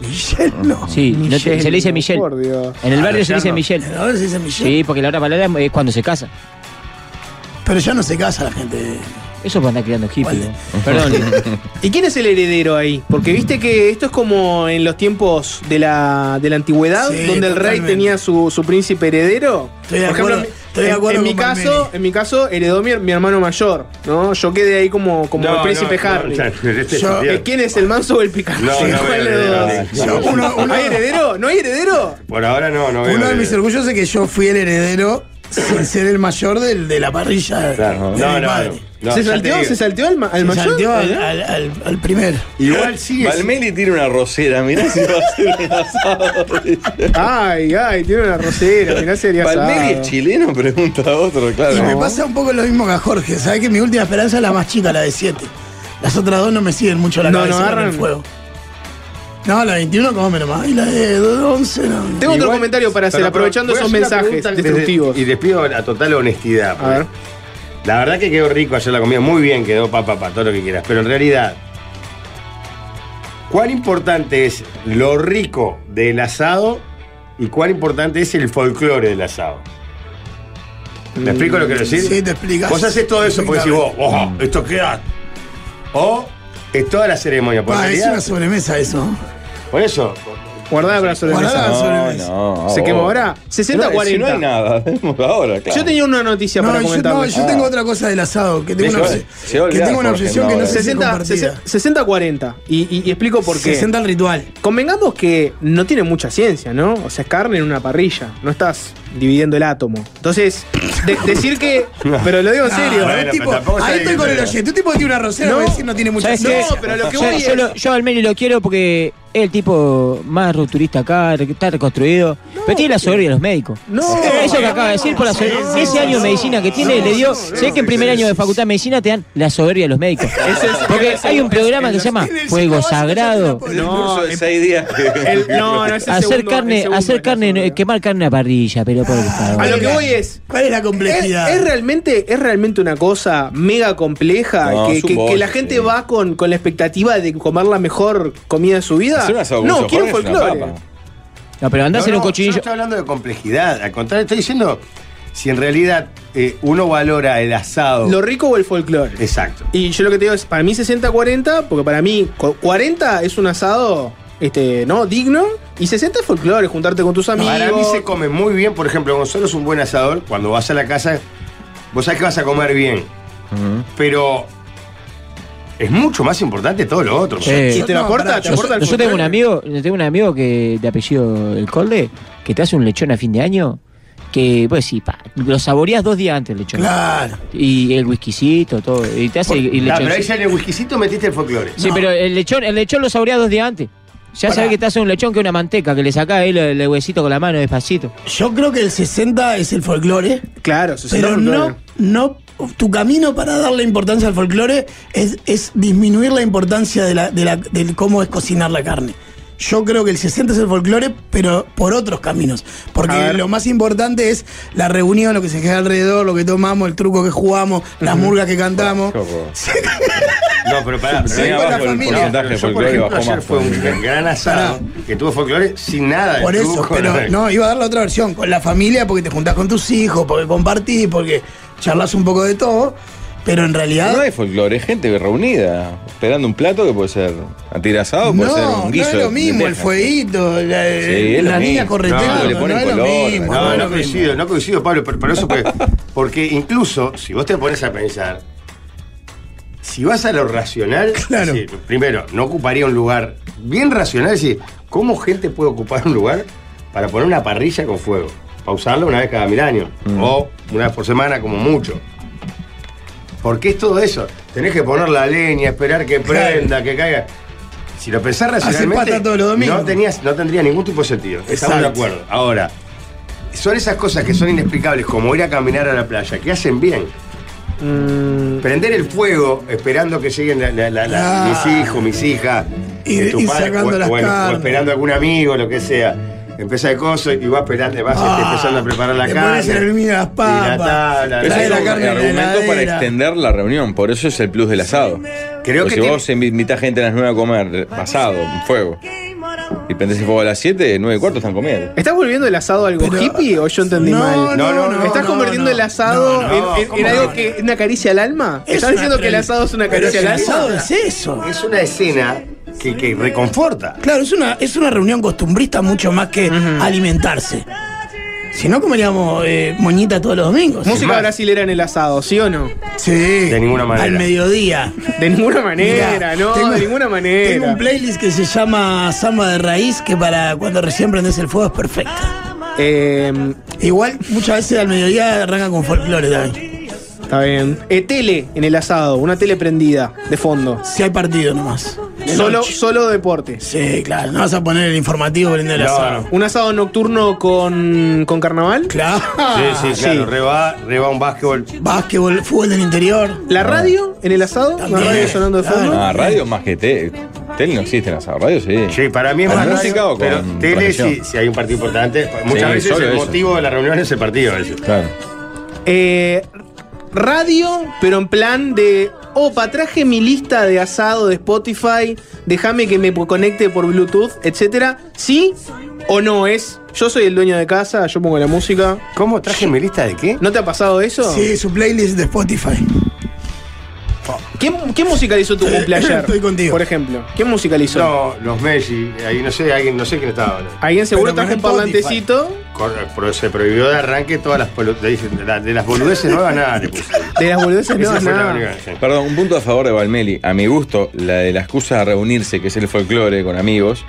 [SPEAKER 7] Michelle no.
[SPEAKER 8] Sí, no te- se le dice Michelle. En
[SPEAKER 6] Ah,
[SPEAKER 8] el barrio se le dice Michelle.
[SPEAKER 7] Ahora se dice Michelle.
[SPEAKER 8] Sí, porque la otra palabra es cuando se casa.
[SPEAKER 7] Pero ya no se casa la gente.
[SPEAKER 8] Eso para andar criando hippies. ¿no?
[SPEAKER 10] Perdón.
[SPEAKER 8] Perdón.
[SPEAKER 10] ¿Y quién es el heredero ahí? Porque viste que esto es como en los tiempos de la, de la antigüedad,
[SPEAKER 7] Sí,
[SPEAKER 10] donde el rey
[SPEAKER 7] totalmente.
[SPEAKER 10] tenía su, su príncipe heredero.
[SPEAKER 7] Estoy de acuerdo-
[SPEAKER 10] en-
[SPEAKER 7] estoy de
[SPEAKER 10] en-
[SPEAKER 7] acuerdo
[SPEAKER 10] en, mi
[SPEAKER 7] con
[SPEAKER 10] caso,
[SPEAKER 7] Palmieri.
[SPEAKER 10] en mi caso, heredó mi, mi hermano mayor, ¿no? Yo quedé ahí como, como
[SPEAKER 6] No,
[SPEAKER 10] el príncipe
[SPEAKER 6] no, no,
[SPEAKER 10] Harry.
[SPEAKER 6] claro, este es
[SPEAKER 10] Yo-
[SPEAKER 6] bien.
[SPEAKER 10] ¿Quién es el manso o el picante?
[SPEAKER 6] No, no, no,
[SPEAKER 10] ¿Cuál
[SPEAKER 6] no,
[SPEAKER 10] de
[SPEAKER 6] no,
[SPEAKER 10] los
[SPEAKER 6] no,
[SPEAKER 10] dos?
[SPEAKER 6] no, no.
[SPEAKER 7] Uno- uno-
[SPEAKER 10] ¿Hay heredero? ¿No hay heredero?
[SPEAKER 6] Por ahora no, no veo.
[SPEAKER 7] Uno de mis orgullos es que yo fui el heredero sin ser el mayor del, de la parrilla.
[SPEAKER 6] Claro.
[SPEAKER 7] de
[SPEAKER 6] No,
[SPEAKER 7] mi
[SPEAKER 6] no,
[SPEAKER 7] padre.
[SPEAKER 6] no. No,
[SPEAKER 10] ¿Se
[SPEAKER 6] ya te
[SPEAKER 10] salteó?
[SPEAKER 6] digo.
[SPEAKER 10] ¿Se salteó al, ma- al
[SPEAKER 7] Se
[SPEAKER 10] mayor?
[SPEAKER 7] salteó al, al, al, al primer.
[SPEAKER 6] Igual sigue.
[SPEAKER 9] Valmeli tiene una rosera, mirá si va a hacer un asado.
[SPEAKER 10] Ay, ay, tiene una rosera, mirá sería
[SPEAKER 9] ¿Palmeri
[SPEAKER 10] asado.
[SPEAKER 9] es chileno? Pregunta a otro, claro.
[SPEAKER 7] Y me pasa un poco lo mismo que a Jorge. Sabes que mi última esperanza es la más chica, la de 7. Las otras dos no me siguen mucho la
[SPEAKER 10] No,
[SPEAKER 7] cabeza
[SPEAKER 10] no
[SPEAKER 7] con el
[SPEAKER 10] agarran.
[SPEAKER 7] fuego. No, la 21 come nomás. Y la de 11 no.
[SPEAKER 10] Tengo otro
[SPEAKER 6] Igual-
[SPEAKER 10] comentario para hacer,
[SPEAKER 6] Pero,
[SPEAKER 10] aprovechando
[SPEAKER 6] pero,
[SPEAKER 10] esos
[SPEAKER 6] voy a hacer una
[SPEAKER 10] mensajes
[SPEAKER 6] pregunta
[SPEAKER 10] destructivos.
[SPEAKER 6] desde- Y despido a total honestidad.
[SPEAKER 10] A ver.
[SPEAKER 6] porque La verdad que quedó rico ayer la comida, muy bien quedó, papá, papá, todo lo que quieras. Pero en realidad, ¿cuán importante es lo rico del asado y cuán importante es el folclore del asado? ¿Me explico lo que quiero decir?
[SPEAKER 7] Sí, te explicas.
[SPEAKER 6] Vos haces todo eso porque decís vos, ojo, esto queda. O es toda la ceremonia. Por,
[SPEAKER 7] Pa, es
[SPEAKER 6] realidad,
[SPEAKER 7] una sobremesa eso.
[SPEAKER 6] por eso,
[SPEAKER 10] Guardada para sobre
[SPEAKER 7] Guardada
[SPEAKER 10] mesa.
[SPEAKER 9] No,
[SPEAKER 7] sobremesa.
[SPEAKER 9] no.
[SPEAKER 10] Se
[SPEAKER 9] oh.
[SPEAKER 10] quemó ahora. 60-40.
[SPEAKER 9] No, si no hay nada. Vemos ahora, claro.
[SPEAKER 10] Yo tenía una noticia
[SPEAKER 7] No,
[SPEAKER 10] para
[SPEAKER 7] yo, no,
[SPEAKER 10] comentarles.
[SPEAKER 7] yo tengo otra cosa del asado. Que tengo
[SPEAKER 9] Se
[SPEAKER 7] una,
[SPEAKER 9] va-
[SPEAKER 7] obse-
[SPEAKER 9] se va a
[SPEAKER 7] que,
[SPEAKER 9] olvidar,
[SPEAKER 7] tengo una
[SPEAKER 9] Jorge,
[SPEAKER 7] obsesión
[SPEAKER 9] no,
[SPEAKER 7] que no
[SPEAKER 9] ahora.
[SPEAKER 7] sé si
[SPEAKER 10] 60,
[SPEAKER 7] compartida.
[SPEAKER 10] 60 40 y, y- y explico por qué.
[SPEAKER 7] 60 al ritual.
[SPEAKER 10] Convengamos que no tiene mucha ciencia, ¿no? O sea, es carne en una parrilla. No estás dividiendo el átomo. Entonces, de- decir que. Pero lo digo en serio.
[SPEAKER 7] Ah,
[SPEAKER 6] bueno, pero
[SPEAKER 7] tipo,
[SPEAKER 6] tampoco
[SPEAKER 7] ahí
[SPEAKER 6] sabe
[SPEAKER 7] estoy
[SPEAKER 6] que-
[SPEAKER 7] con el oyente. Un tipo que tiene una rosera,
[SPEAKER 10] No,
[SPEAKER 7] voy a decir no tiene mucha
[SPEAKER 8] ¿sabes qué?
[SPEAKER 7] ciencia.
[SPEAKER 10] No, pero lo que
[SPEAKER 8] Yo,
[SPEAKER 10] voy
[SPEAKER 8] yo
[SPEAKER 10] es-
[SPEAKER 8] lo- yo al Meli lo quiero porque es el tipo más rupturista acá, que está reconstruido. pero tiene la soberbia de los médicos.
[SPEAKER 10] No.
[SPEAKER 8] Eso que acaba de decir, por la soberbia- ese año de medicina que tiene, le dio. sé que en primer año de facultad de medicina te dan la soberbia de los médicos.
[SPEAKER 10] es-
[SPEAKER 8] porque
[SPEAKER 10] eso-
[SPEAKER 8] hay un programa que se llama
[SPEAKER 7] En el
[SPEAKER 8] Fuego
[SPEAKER 7] psicoanálisis no
[SPEAKER 8] Sagrado.
[SPEAKER 7] podés-
[SPEAKER 9] El curso de
[SPEAKER 10] el-
[SPEAKER 9] seis días.
[SPEAKER 10] el- no, no, ese
[SPEAKER 8] Hacer
[SPEAKER 10] segundo- el
[SPEAKER 8] carne,
[SPEAKER 10] segundo
[SPEAKER 8] hacer
[SPEAKER 10] es la
[SPEAKER 8] carne,
[SPEAKER 10] soberbia.
[SPEAKER 8] quemar carne en la parrilla, pero por favor.
[SPEAKER 10] A lo que
[SPEAKER 7] Mira,
[SPEAKER 10] voy es.
[SPEAKER 7] ¿Cuál es la complejidad?
[SPEAKER 10] Es, es realmente, es realmente una cosa mega compleja
[SPEAKER 9] No,
[SPEAKER 10] que,
[SPEAKER 9] es un
[SPEAKER 10] que-
[SPEAKER 9] bote,
[SPEAKER 10] que la gente
[SPEAKER 9] sí.
[SPEAKER 10] va con, con la expectativa de comer la mejor comida de su vida.
[SPEAKER 9] Hacer un asado con
[SPEAKER 10] no,
[SPEAKER 9] Gusto
[SPEAKER 10] quiero
[SPEAKER 9] Jorge es una
[SPEAKER 10] folclore.
[SPEAKER 9] papa.
[SPEAKER 8] No, pero andás
[SPEAKER 6] No,
[SPEAKER 8] en un
[SPEAKER 6] no, Yo no
[SPEAKER 8] cochinillo.
[SPEAKER 6] estoy hablando de complejidad. Al contrario, estoy diciendo si en realidad eh, uno valora el asado.
[SPEAKER 10] Lo rico o el folclore.
[SPEAKER 6] Exacto.
[SPEAKER 10] Y yo lo que te digo es, para mí 60-40, porque para mí cu- 40 es un asado este, ¿no? digno y 60 es folclore, juntarte con tus amigos.
[SPEAKER 6] Para mí se come muy bien, por ejemplo, Gonzalo es un buen asador. Cuando vas a la casa, vos sabés que vas a comer bien. Pero es mucho más importante todo lo otro.
[SPEAKER 8] Sí.
[SPEAKER 10] ¿Y te
[SPEAKER 7] No,
[SPEAKER 10] lo aporta?
[SPEAKER 7] pará,
[SPEAKER 10] ¿Te
[SPEAKER 8] Yo,
[SPEAKER 10] aporta el
[SPEAKER 8] yo tengo un
[SPEAKER 10] folclore?
[SPEAKER 8] amigo, yo tengo un amigo que de apellido El Colde, que te hace un lechón a fin de año, que pues sí, pa, lo saboreás dos días antes el lechón.
[SPEAKER 7] Claro.
[SPEAKER 8] Y el whiskycito, todo. Y te hace y
[SPEAKER 6] Ah,
[SPEAKER 8] lechón.
[SPEAKER 6] pero ahí ya en el whiskycito metiste el folclore.
[SPEAKER 8] Sí,
[SPEAKER 7] No.
[SPEAKER 8] pero el lechón, el lechón lo saboreás dos días antes. Ya
[SPEAKER 7] Pará.
[SPEAKER 8] sabés que te hace un lechón que una manteca, que le sacás ahí el, el huesito con la mano despacito.
[SPEAKER 7] Yo creo que el 60 es el folclore,
[SPEAKER 10] Claro, 60
[SPEAKER 7] pero no,
[SPEAKER 10] folclore.
[SPEAKER 7] no. Tu camino para darle importancia al folclore es, es disminuir la importancia de, la, de, la- del cómo es cocinar la carne. Yo creo que el 60 es el folclore, pero por otros caminos.
[SPEAKER 10] A
[SPEAKER 7] Porque
[SPEAKER 10] ver.
[SPEAKER 7] lo más importante es la reunión, lo que se queda alrededor, lo que tomamos, el truco que jugamos, las murgas que cantamos.
[SPEAKER 6] No, pero pará.
[SPEAKER 9] Sí,
[SPEAKER 6] pero ahí
[SPEAKER 7] abajo
[SPEAKER 6] va
[SPEAKER 7] el familia.
[SPEAKER 9] porcentaje de
[SPEAKER 6] Yo, por
[SPEAKER 9] folclore
[SPEAKER 6] ejemplo,
[SPEAKER 9] bajó
[SPEAKER 6] ayer
[SPEAKER 9] más.
[SPEAKER 6] fue un gran asado que tuvo folclore sin nada de
[SPEAKER 7] Por eso,
[SPEAKER 6] truco,
[SPEAKER 7] pero
[SPEAKER 6] nada de-
[SPEAKER 7] no, iba a dar la otra versión, con la familia, porque te juntás con tus hijos, porque compartís, porque charlas un poco de todo, pero en realidad...
[SPEAKER 9] No es folclore, es gente reunida, esperando un plato que puede ser atirasado, puede ser un guiso.
[SPEAKER 7] no es lo
[SPEAKER 9] de-
[SPEAKER 7] mismo
[SPEAKER 9] de
[SPEAKER 7] el
[SPEAKER 9] teja.
[SPEAKER 7] fueguito, la, eh,
[SPEAKER 9] Sí, es lo
[SPEAKER 7] la niña
[SPEAKER 9] mismo.
[SPEAKER 7] correteando,
[SPEAKER 6] No,
[SPEAKER 7] no,
[SPEAKER 6] le
[SPEAKER 9] ponen
[SPEAKER 7] es lo
[SPEAKER 9] color,
[SPEAKER 7] mismo.
[SPEAKER 6] No,
[SPEAKER 7] no
[SPEAKER 6] no,
[SPEAKER 7] es lo mismo.
[SPEAKER 6] coincido, no coincido, Pablo, por, por eso porque, porque incluso si vos te pones a pensar, si vas a lo racional,
[SPEAKER 7] Claro.
[SPEAKER 6] sí, primero, no ocuparía un lugar bien racional, es decir, ¿cómo gente puede ocupar un lugar para poner
[SPEAKER 7] Mm.
[SPEAKER 6] una parrilla con fuego? Para usarlo una vez cada mil años, o una vez por semana como mucho. Porque es todo eso. Tenés que poner la leña, esperar que prenda, que caiga. Si lo pensás
[SPEAKER 7] Haces
[SPEAKER 6] racionalmente,
[SPEAKER 7] pata todos los domingos.
[SPEAKER 6] No, tenías, no tendría ningún tipo de sentido. Estamos
[SPEAKER 7] Exacto.
[SPEAKER 6] de acuerdo. Ahora, son esas cosas que son inexplicables, como ir a caminar a la playa, que hacen bien.
[SPEAKER 7] Mm.
[SPEAKER 6] Prender el fuego esperando que lleguen la- la- la- la-
[SPEAKER 7] Ah.
[SPEAKER 6] mis hijos, mis hijas,
[SPEAKER 7] Y-
[SPEAKER 6] eh, tu
[SPEAKER 7] y
[SPEAKER 6] padre,
[SPEAKER 7] sacando
[SPEAKER 6] o,
[SPEAKER 7] las
[SPEAKER 6] o el- o
[SPEAKER 7] carnes.
[SPEAKER 6] esperando a algún amigo, lo que sea. Empezás de coso y vas esperando, vas este,
[SPEAKER 7] Ah,
[SPEAKER 6] empezando a preparar la
[SPEAKER 7] te
[SPEAKER 6] carne.
[SPEAKER 7] pones a hervir las papas,
[SPEAKER 6] y la tabla,
[SPEAKER 7] trae
[SPEAKER 9] Ese es
[SPEAKER 7] la
[SPEAKER 9] un
[SPEAKER 7] carne de la
[SPEAKER 9] argumento para
[SPEAKER 7] heladera.
[SPEAKER 9] extender la reunión, por eso es el plus del asado.
[SPEAKER 6] Creo
[SPEAKER 9] Porque
[SPEAKER 6] que
[SPEAKER 9] si
[SPEAKER 6] tiene-
[SPEAKER 9] vos invitas gente a las 9 a comer asado, un fuego, y prendés el fuego a las 7, 9 y cuarto están comiendo.
[SPEAKER 10] ¿Estás volviendo el asado algo hippie o yo entendí mal?
[SPEAKER 6] no, no, no,
[SPEAKER 10] ¿Estás convirtiendo el asado
[SPEAKER 6] No, no,
[SPEAKER 10] en, en- en
[SPEAKER 6] ¿cómo
[SPEAKER 10] algo
[SPEAKER 6] no?
[SPEAKER 10] que una caricia al alma?
[SPEAKER 7] Es
[SPEAKER 10] ¿Estás
[SPEAKER 7] una
[SPEAKER 10] diciendo que el
[SPEAKER 7] tradición.
[SPEAKER 10] asado es una
[SPEAKER 7] Pero
[SPEAKER 10] caricia
[SPEAKER 7] el
[SPEAKER 10] al alma?
[SPEAKER 7] asado es eso.
[SPEAKER 6] Es una escena que, que reconforta.
[SPEAKER 7] Claro, es una, es una reunión costumbrista mucho más que alimentarse. Si no, comeríamos eh, moñita todos los domingos.
[SPEAKER 10] Música
[SPEAKER 6] más.
[SPEAKER 10] brasilera en el asado, ¿sí o no?
[SPEAKER 7] Sí.
[SPEAKER 6] De ninguna manera.
[SPEAKER 7] Al mediodía.
[SPEAKER 10] De ninguna manera,
[SPEAKER 7] Mirá,
[SPEAKER 10] no,
[SPEAKER 7] tengo-
[SPEAKER 10] de ninguna manera.
[SPEAKER 7] Tengo un playlist que se llama Samba de Raíz, que para cuando recién prendes el fuego es perfecta.
[SPEAKER 10] Eh,
[SPEAKER 7] Igual muchas veces al mediodía arranca con folclore también.
[SPEAKER 10] está bien. Eh, tele en el asado, una tele prendida, de fondo.
[SPEAKER 7] Si hay partido nomás. De
[SPEAKER 10] Solo,
[SPEAKER 7] noche.
[SPEAKER 10] solo deportes.
[SPEAKER 7] Sí, claro. No vas a poner el informativo brindando el
[SPEAKER 6] No,
[SPEAKER 7] asado.
[SPEAKER 6] no.
[SPEAKER 10] ¿Un asado nocturno con, con carnaval?
[SPEAKER 7] Claro.
[SPEAKER 6] sí, sí, claro. Reba, reba un básquetbol.
[SPEAKER 7] Básquetbol, fútbol del interior.
[SPEAKER 10] ¿La radio en el asado? ¿La
[SPEAKER 7] También.
[SPEAKER 10] radio sonando de
[SPEAKER 7] Claro.
[SPEAKER 10] fondo?
[SPEAKER 9] Ah, radio más que tele. Tele no existe en asado, radio sí.
[SPEAKER 6] Sí, para mí es
[SPEAKER 9] ¿Con
[SPEAKER 6] más
[SPEAKER 9] música
[SPEAKER 6] radio,
[SPEAKER 9] o con
[SPEAKER 6] Ah, pero tele
[SPEAKER 9] transmisión?
[SPEAKER 6] si, si hay un partido importante. pues, Muchas
[SPEAKER 9] Sí,
[SPEAKER 6] veces
[SPEAKER 9] solo
[SPEAKER 6] el
[SPEAKER 9] eso.
[SPEAKER 6] motivo de la reunión es el partido. a veces.
[SPEAKER 9] Claro.
[SPEAKER 10] Eh, radio, pero en plan de. Opa, traje mi lista de asado de Spotify. Déjame que me conecte por Bluetooth, etcétera. ¿Sí o no es? Yo soy el dueño de casa, yo pongo la música.
[SPEAKER 6] ¿Cómo traje mi lista de qué?
[SPEAKER 10] ¿No te ha pasado eso?
[SPEAKER 7] Sí, su playlist de Spotify.
[SPEAKER 10] ¿Qué, qué musicalizó tu cumpleaños?
[SPEAKER 7] Estoy contigo.
[SPEAKER 10] Por ejemplo, ¿qué musicalizó?
[SPEAKER 6] No, los Messi, ahí no sé, alguien, no sé quién estaba. ¿no?
[SPEAKER 10] Alguien seguro
[SPEAKER 7] Pero con
[SPEAKER 10] trajo un
[SPEAKER 7] Spotify.
[SPEAKER 10] parlantecito
[SPEAKER 6] Cor- pero se prohibió de arranque todas las polu- de, de la- de las boludeces nuevas, nada le puse.
[SPEAKER 10] de las boludeces.
[SPEAKER 6] Esa
[SPEAKER 10] No,
[SPEAKER 6] fue la
[SPEAKER 10] nada.
[SPEAKER 6] única, sí.
[SPEAKER 9] Perdón, un punto a favor de Valmeli. A mi gusto, la de la excusa de reunirse, que es el folclore con amigos,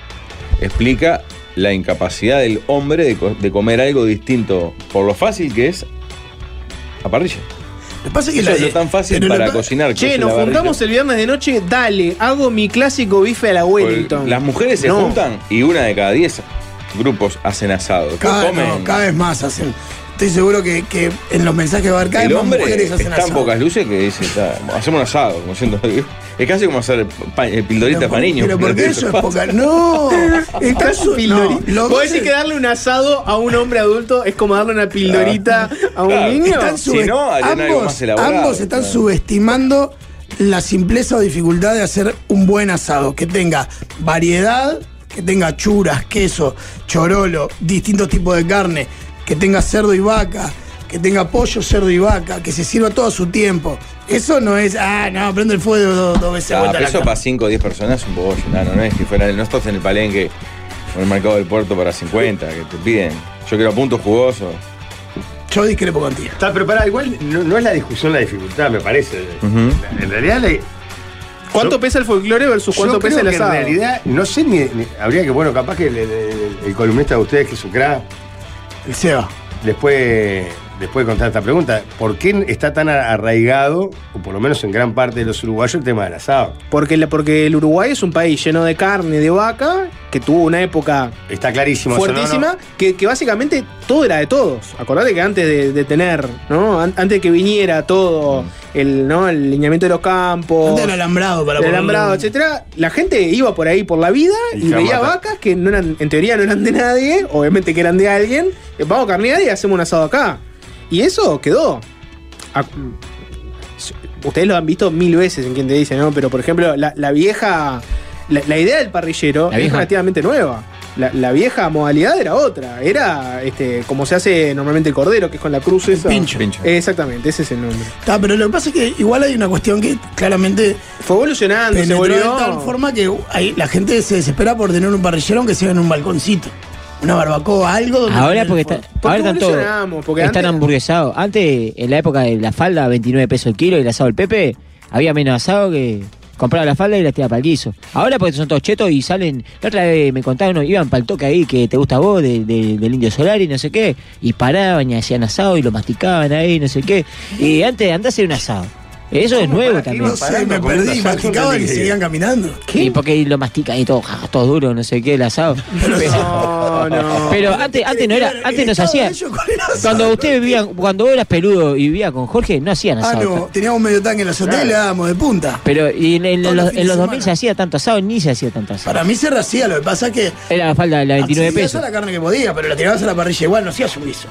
[SPEAKER 9] explica la incapacidad del hombre de, co- de comer algo distinto por lo fácil que es a parrilla.
[SPEAKER 7] Lo que pasa es que
[SPEAKER 9] Eso
[SPEAKER 7] la-
[SPEAKER 9] es lo tan fácil
[SPEAKER 7] pero lo
[SPEAKER 9] para
[SPEAKER 7] pa-
[SPEAKER 9] cocinar. que
[SPEAKER 10] Che,
[SPEAKER 9] es
[SPEAKER 10] nos
[SPEAKER 9] la parrilla.
[SPEAKER 10] juntamos el viernes de noche, dale, hago mi clásico bife a la Wellington.
[SPEAKER 9] Las mujeres se
[SPEAKER 10] No.
[SPEAKER 9] juntan y una de cada diez grupos hacen asado. Después
[SPEAKER 7] Cada,
[SPEAKER 9] comen.
[SPEAKER 7] no, cada vez más hacen. Estoy seguro que, que en los mensajes va a haber cada
[SPEAKER 9] el
[SPEAKER 7] vez más
[SPEAKER 9] hombre
[SPEAKER 7] mujeres hacen
[SPEAKER 9] está en
[SPEAKER 7] asado.
[SPEAKER 9] pocas luces que dice, está, hacemos un asado, como siendo- es casi como hacer pa- eh, pildoritas
[SPEAKER 7] Pero
[SPEAKER 9] para
[SPEAKER 7] por-
[SPEAKER 9] niños.
[SPEAKER 7] Pero porque eso es poca. No, el caso no, lo
[SPEAKER 10] ¿Vos
[SPEAKER 7] que
[SPEAKER 10] decís
[SPEAKER 7] se-
[SPEAKER 10] que darle un asado a un hombre adulto es como darle una pildorita a un
[SPEAKER 9] Claro.
[SPEAKER 10] niño?
[SPEAKER 7] están
[SPEAKER 9] Si
[SPEAKER 7] subest-
[SPEAKER 9] no, harían algo
[SPEAKER 7] ambos,
[SPEAKER 9] más elaborado,
[SPEAKER 7] ambos están
[SPEAKER 9] claro.
[SPEAKER 7] subestimando la simpleza o dificultad de hacer un buen asado, que tenga variedad, que tenga churas, queso, chorolo, distintos tipos de carne, que tenga cerdo y vaca, que tenga pollo, cerdo y vaca, que se sirva todo a su tiempo. Eso no es, ah, no, prende el fuego dos, dos veces.
[SPEAKER 9] Ah,
[SPEAKER 7] vuelta
[SPEAKER 9] pero
[SPEAKER 7] Pues la
[SPEAKER 9] eso
[SPEAKER 7] carne.
[SPEAKER 9] para 5 o 10 personas es un poco llenano, no es que fuera, no estás en el palenque o en el mercado del puerto para 50, que te piden. Yo quiero puntos jugosos.
[SPEAKER 7] Yo discrepo contigo.
[SPEAKER 6] Está preparada, igual no, no es la discusión la dificultad, me parece.
[SPEAKER 9] Mm.
[SPEAKER 6] En realidad la,
[SPEAKER 10] ¿Cuánto
[SPEAKER 6] Yo-
[SPEAKER 10] pesa el folclore versus cuánto
[SPEAKER 6] Yo
[SPEAKER 10] pesa
[SPEAKER 6] creo
[SPEAKER 10] el
[SPEAKER 6] que
[SPEAKER 10] asado?
[SPEAKER 6] En realidad, no sé ni, ni- Habría que, bueno, capaz que el, el- el- el columnista de ustedes, que es Ucra,
[SPEAKER 7] El Seba.
[SPEAKER 6] después, después de contar esta pregunta, ¿por qué está tan a- arraigado, o por lo menos en gran parte de los uruguayos, el tema del asado?
[SPEAKER 10] Porque, la- porque el Uruguay es un país lleno de carne, de vaca, que tuvo una época
[SPEAKER 6] Está clarísimo. eso, ¿no?
[SPEAKER 10] fuertísima, que, que básicamente todo era de todos. Acordate que antes de, de tener, ¿no? An- antes de que viniera todo, el, ¿no? el lineamiento de los campos.
[SPEAKER 7] Antes del alambrado para
[SPEAKER 10] el
[SPEAKER 7] ponerle
[SPEAKER 10] alambrado,
[SPEAKER 7] un-
[SPEAKER 10] etcétera, la gente iba por ahí por la vida
[SPEAKER 6] Y
[SPEAKER 10] y,
[SPEAKER 6] se
[SPEAKER 10] veía
[SPEAKER 6] mata.
[SPEAKER 10] vacas que no eran, en teoría no eran de nadie, obviamente que eran de alguien. eh, Vamos a carnear y hacemos un asado acá. Y eso quedó. A- mm, ustedes lo han visto mil veces en quien te dice, ¿no? Pero por ejemplo, la, la vieja. La, la idea del parrillero
[SPEAKER 8] ¿La
[SPEAKER 10] es
[SPEAKER 8] vieja?
[SPEAKER 10] relativamente nueva. La, la vieja modalidad era otra. Era este, como se hace normalmente el cordero, que es con la cruz esa.
[SPEAKER 7] pincho.
[SPEAKER 9] Pincho.
[SPEAKER 10] Eh, Exactamente, ese es el nombre.
[SPEAKER 7] Está, pero lo que pasa es que igual hay una cuestión que claramente
[SPEAKER 10] Fue evolucionando, se
[SPEAKER 7] penetró
[SPEAKER 10] volvió.
[SPEAKER 7] de tal forma que hay- la gente se desespera por tener un parrillero aunque sea en un balconcito. Una barbacoa, algo. donde
[SPEAKER 8] Ahora
[SPEAKER 7] poner
[SPEAKER 8] porque,
[SPEAKER 7] el fuego.
[SPEAKER 8] está, ahora están
[SPEAKER 10] evolucionamos?
[SPEAKER 8] todos.
[SPEAKER 10] Porque
[SPEAKER 8] están
[SPEAKER 10] antes-
[SPEAKER 8] hamburguesados. Antes, en la época de la falda, 29 pesos el kilo y el asado del Pepe, había menos asado que compraba la falda y la tiraba para el guiso. Ahora porque son todos chetos y salen. La otra vez me contaron, uno, iban para el toque ahí que te gusta a vos, de- de- del indio solar y no sé qué. Y paraban y hacían asado y lo masticaban ahí, no sé qué. Y antes andás a hacer un asado. Eso es nuevo
[SPEAKER 6] qué
[SPEAKER 8] también.
[SPEAKER 7] No
[SPEAKER 6] iban
[SPEAKER 7] sé,
[SPEAKER 6] parando
[SPEAKER 7] me
[SPEAKER 6] comiendo
[SPEAKER 7] perdí,
[SPEAKER 6] asado? No
[SPEAKER 7] masticaban y
[SPEAKER 6] entendí.
[SPEAKER 7] seguían caminando.
[SPEAKER 8] Y porque lo mastican y todo, ja, todo duro, no sé qué, el asado. Pero,
[SPEAKER 10] No, no.
[SPEAKER 8] pero antes, antes no era, antes nos hacía. Cuando usted vivía, cuando vos eras peludo y vivía con Jorge, no hacían
[SPEAKER 7] Ah,
[SPEAKER 8] asado.
[SPEAKER 7] no, teníamos medio tanque en la azotea y le dábamos de punta.
[SPEAKER 8] Pero y en, en
[SPEAKER 7] Todos los
[SPEAKER 8] los,
[SPEAKER 7] fines
[SPEAKER 8] en
[SPEAKER 7] de
[SPEAKER 8] los
[SPEAKER 7] semana.
[SPEAKER 8] 2000 se hacía tanto asado, ni se hacía tanto asado.
[SPEAKER 7] Para mí se racía, lo que pasa es que.
[SPEAKER 8] Era la falda de la 29
[SPEAKER 7] accedías
[SPEAKER 8] pesos.
[SPEAKER 7] a la carne que podía, pero la tirabas a la parrilla igual, no hacías un guiso.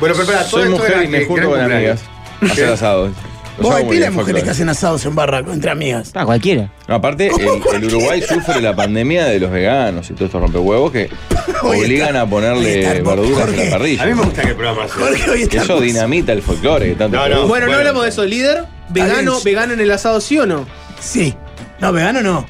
[SPEAKER 6] Bueno, pero para, todo
[SPEAKER 9] Soy
[SPEAKER 6] esto era
[SPEAKER 9] mujer y me
[SPEAKER 6] que
[SPEAKER 9] junto
[SPEAKER 6] gran
[SPEAKER 9] con
[SPEAKER 6] cumpleaños.
[SPEAKER 9] amigas. a Hacer asados. Los
[SPEAKER 7] Vos hay
[SPEAKER 9] hago muy
[SPEAKER 7] pila de
[SPEAKER 9] bien,
[SPEAKER 7] mujeres
[SPEAKER 9] folclore.
[SPEAKER 7] que hacen asados en barra entre amigas.
[SPEAKER 8] Ah, cualquiera.
[SPEAKER 9] No, aparte, el, el Uruguay sufre la pandemia de los veganos y todos estos rompehuevos que
[SPEAKER 7] Hoy
[SPEAKER 9] obligan
[SPEAKER 7] está-
[SPEAKER 9] a
[SPEAKER 7] hoy
[SPEAKER 9] ponerle
[SPEAKER 7] está el
[SPEAKER 9] verduras en
[SPEAKER 7] Jorge.
[SPEAKER 9] la
[SPEAKER 6] A mí
[SPEAKER 9] parrilla.
[SPEAKER 6] me gusta que el programa sea.
[SPEAKER 7] Jorge, hoy está.
[SPEAKER 9] Eso dinamita el folclore. que tanto
[SPEAKER 6] No, no.
[SPEAKER 9] produce.
[SPEAKER 10] Bueno, no
[SPEAKER 6] Bueno.
[SPEAKER 10] hablamos de eso, líder. Vegano,
[SPEAKER 7] sí.
[SPEAKER 10] vegano en el asado, ¿sí o no?
[SPEAKER 7] Sí. No, vegano no.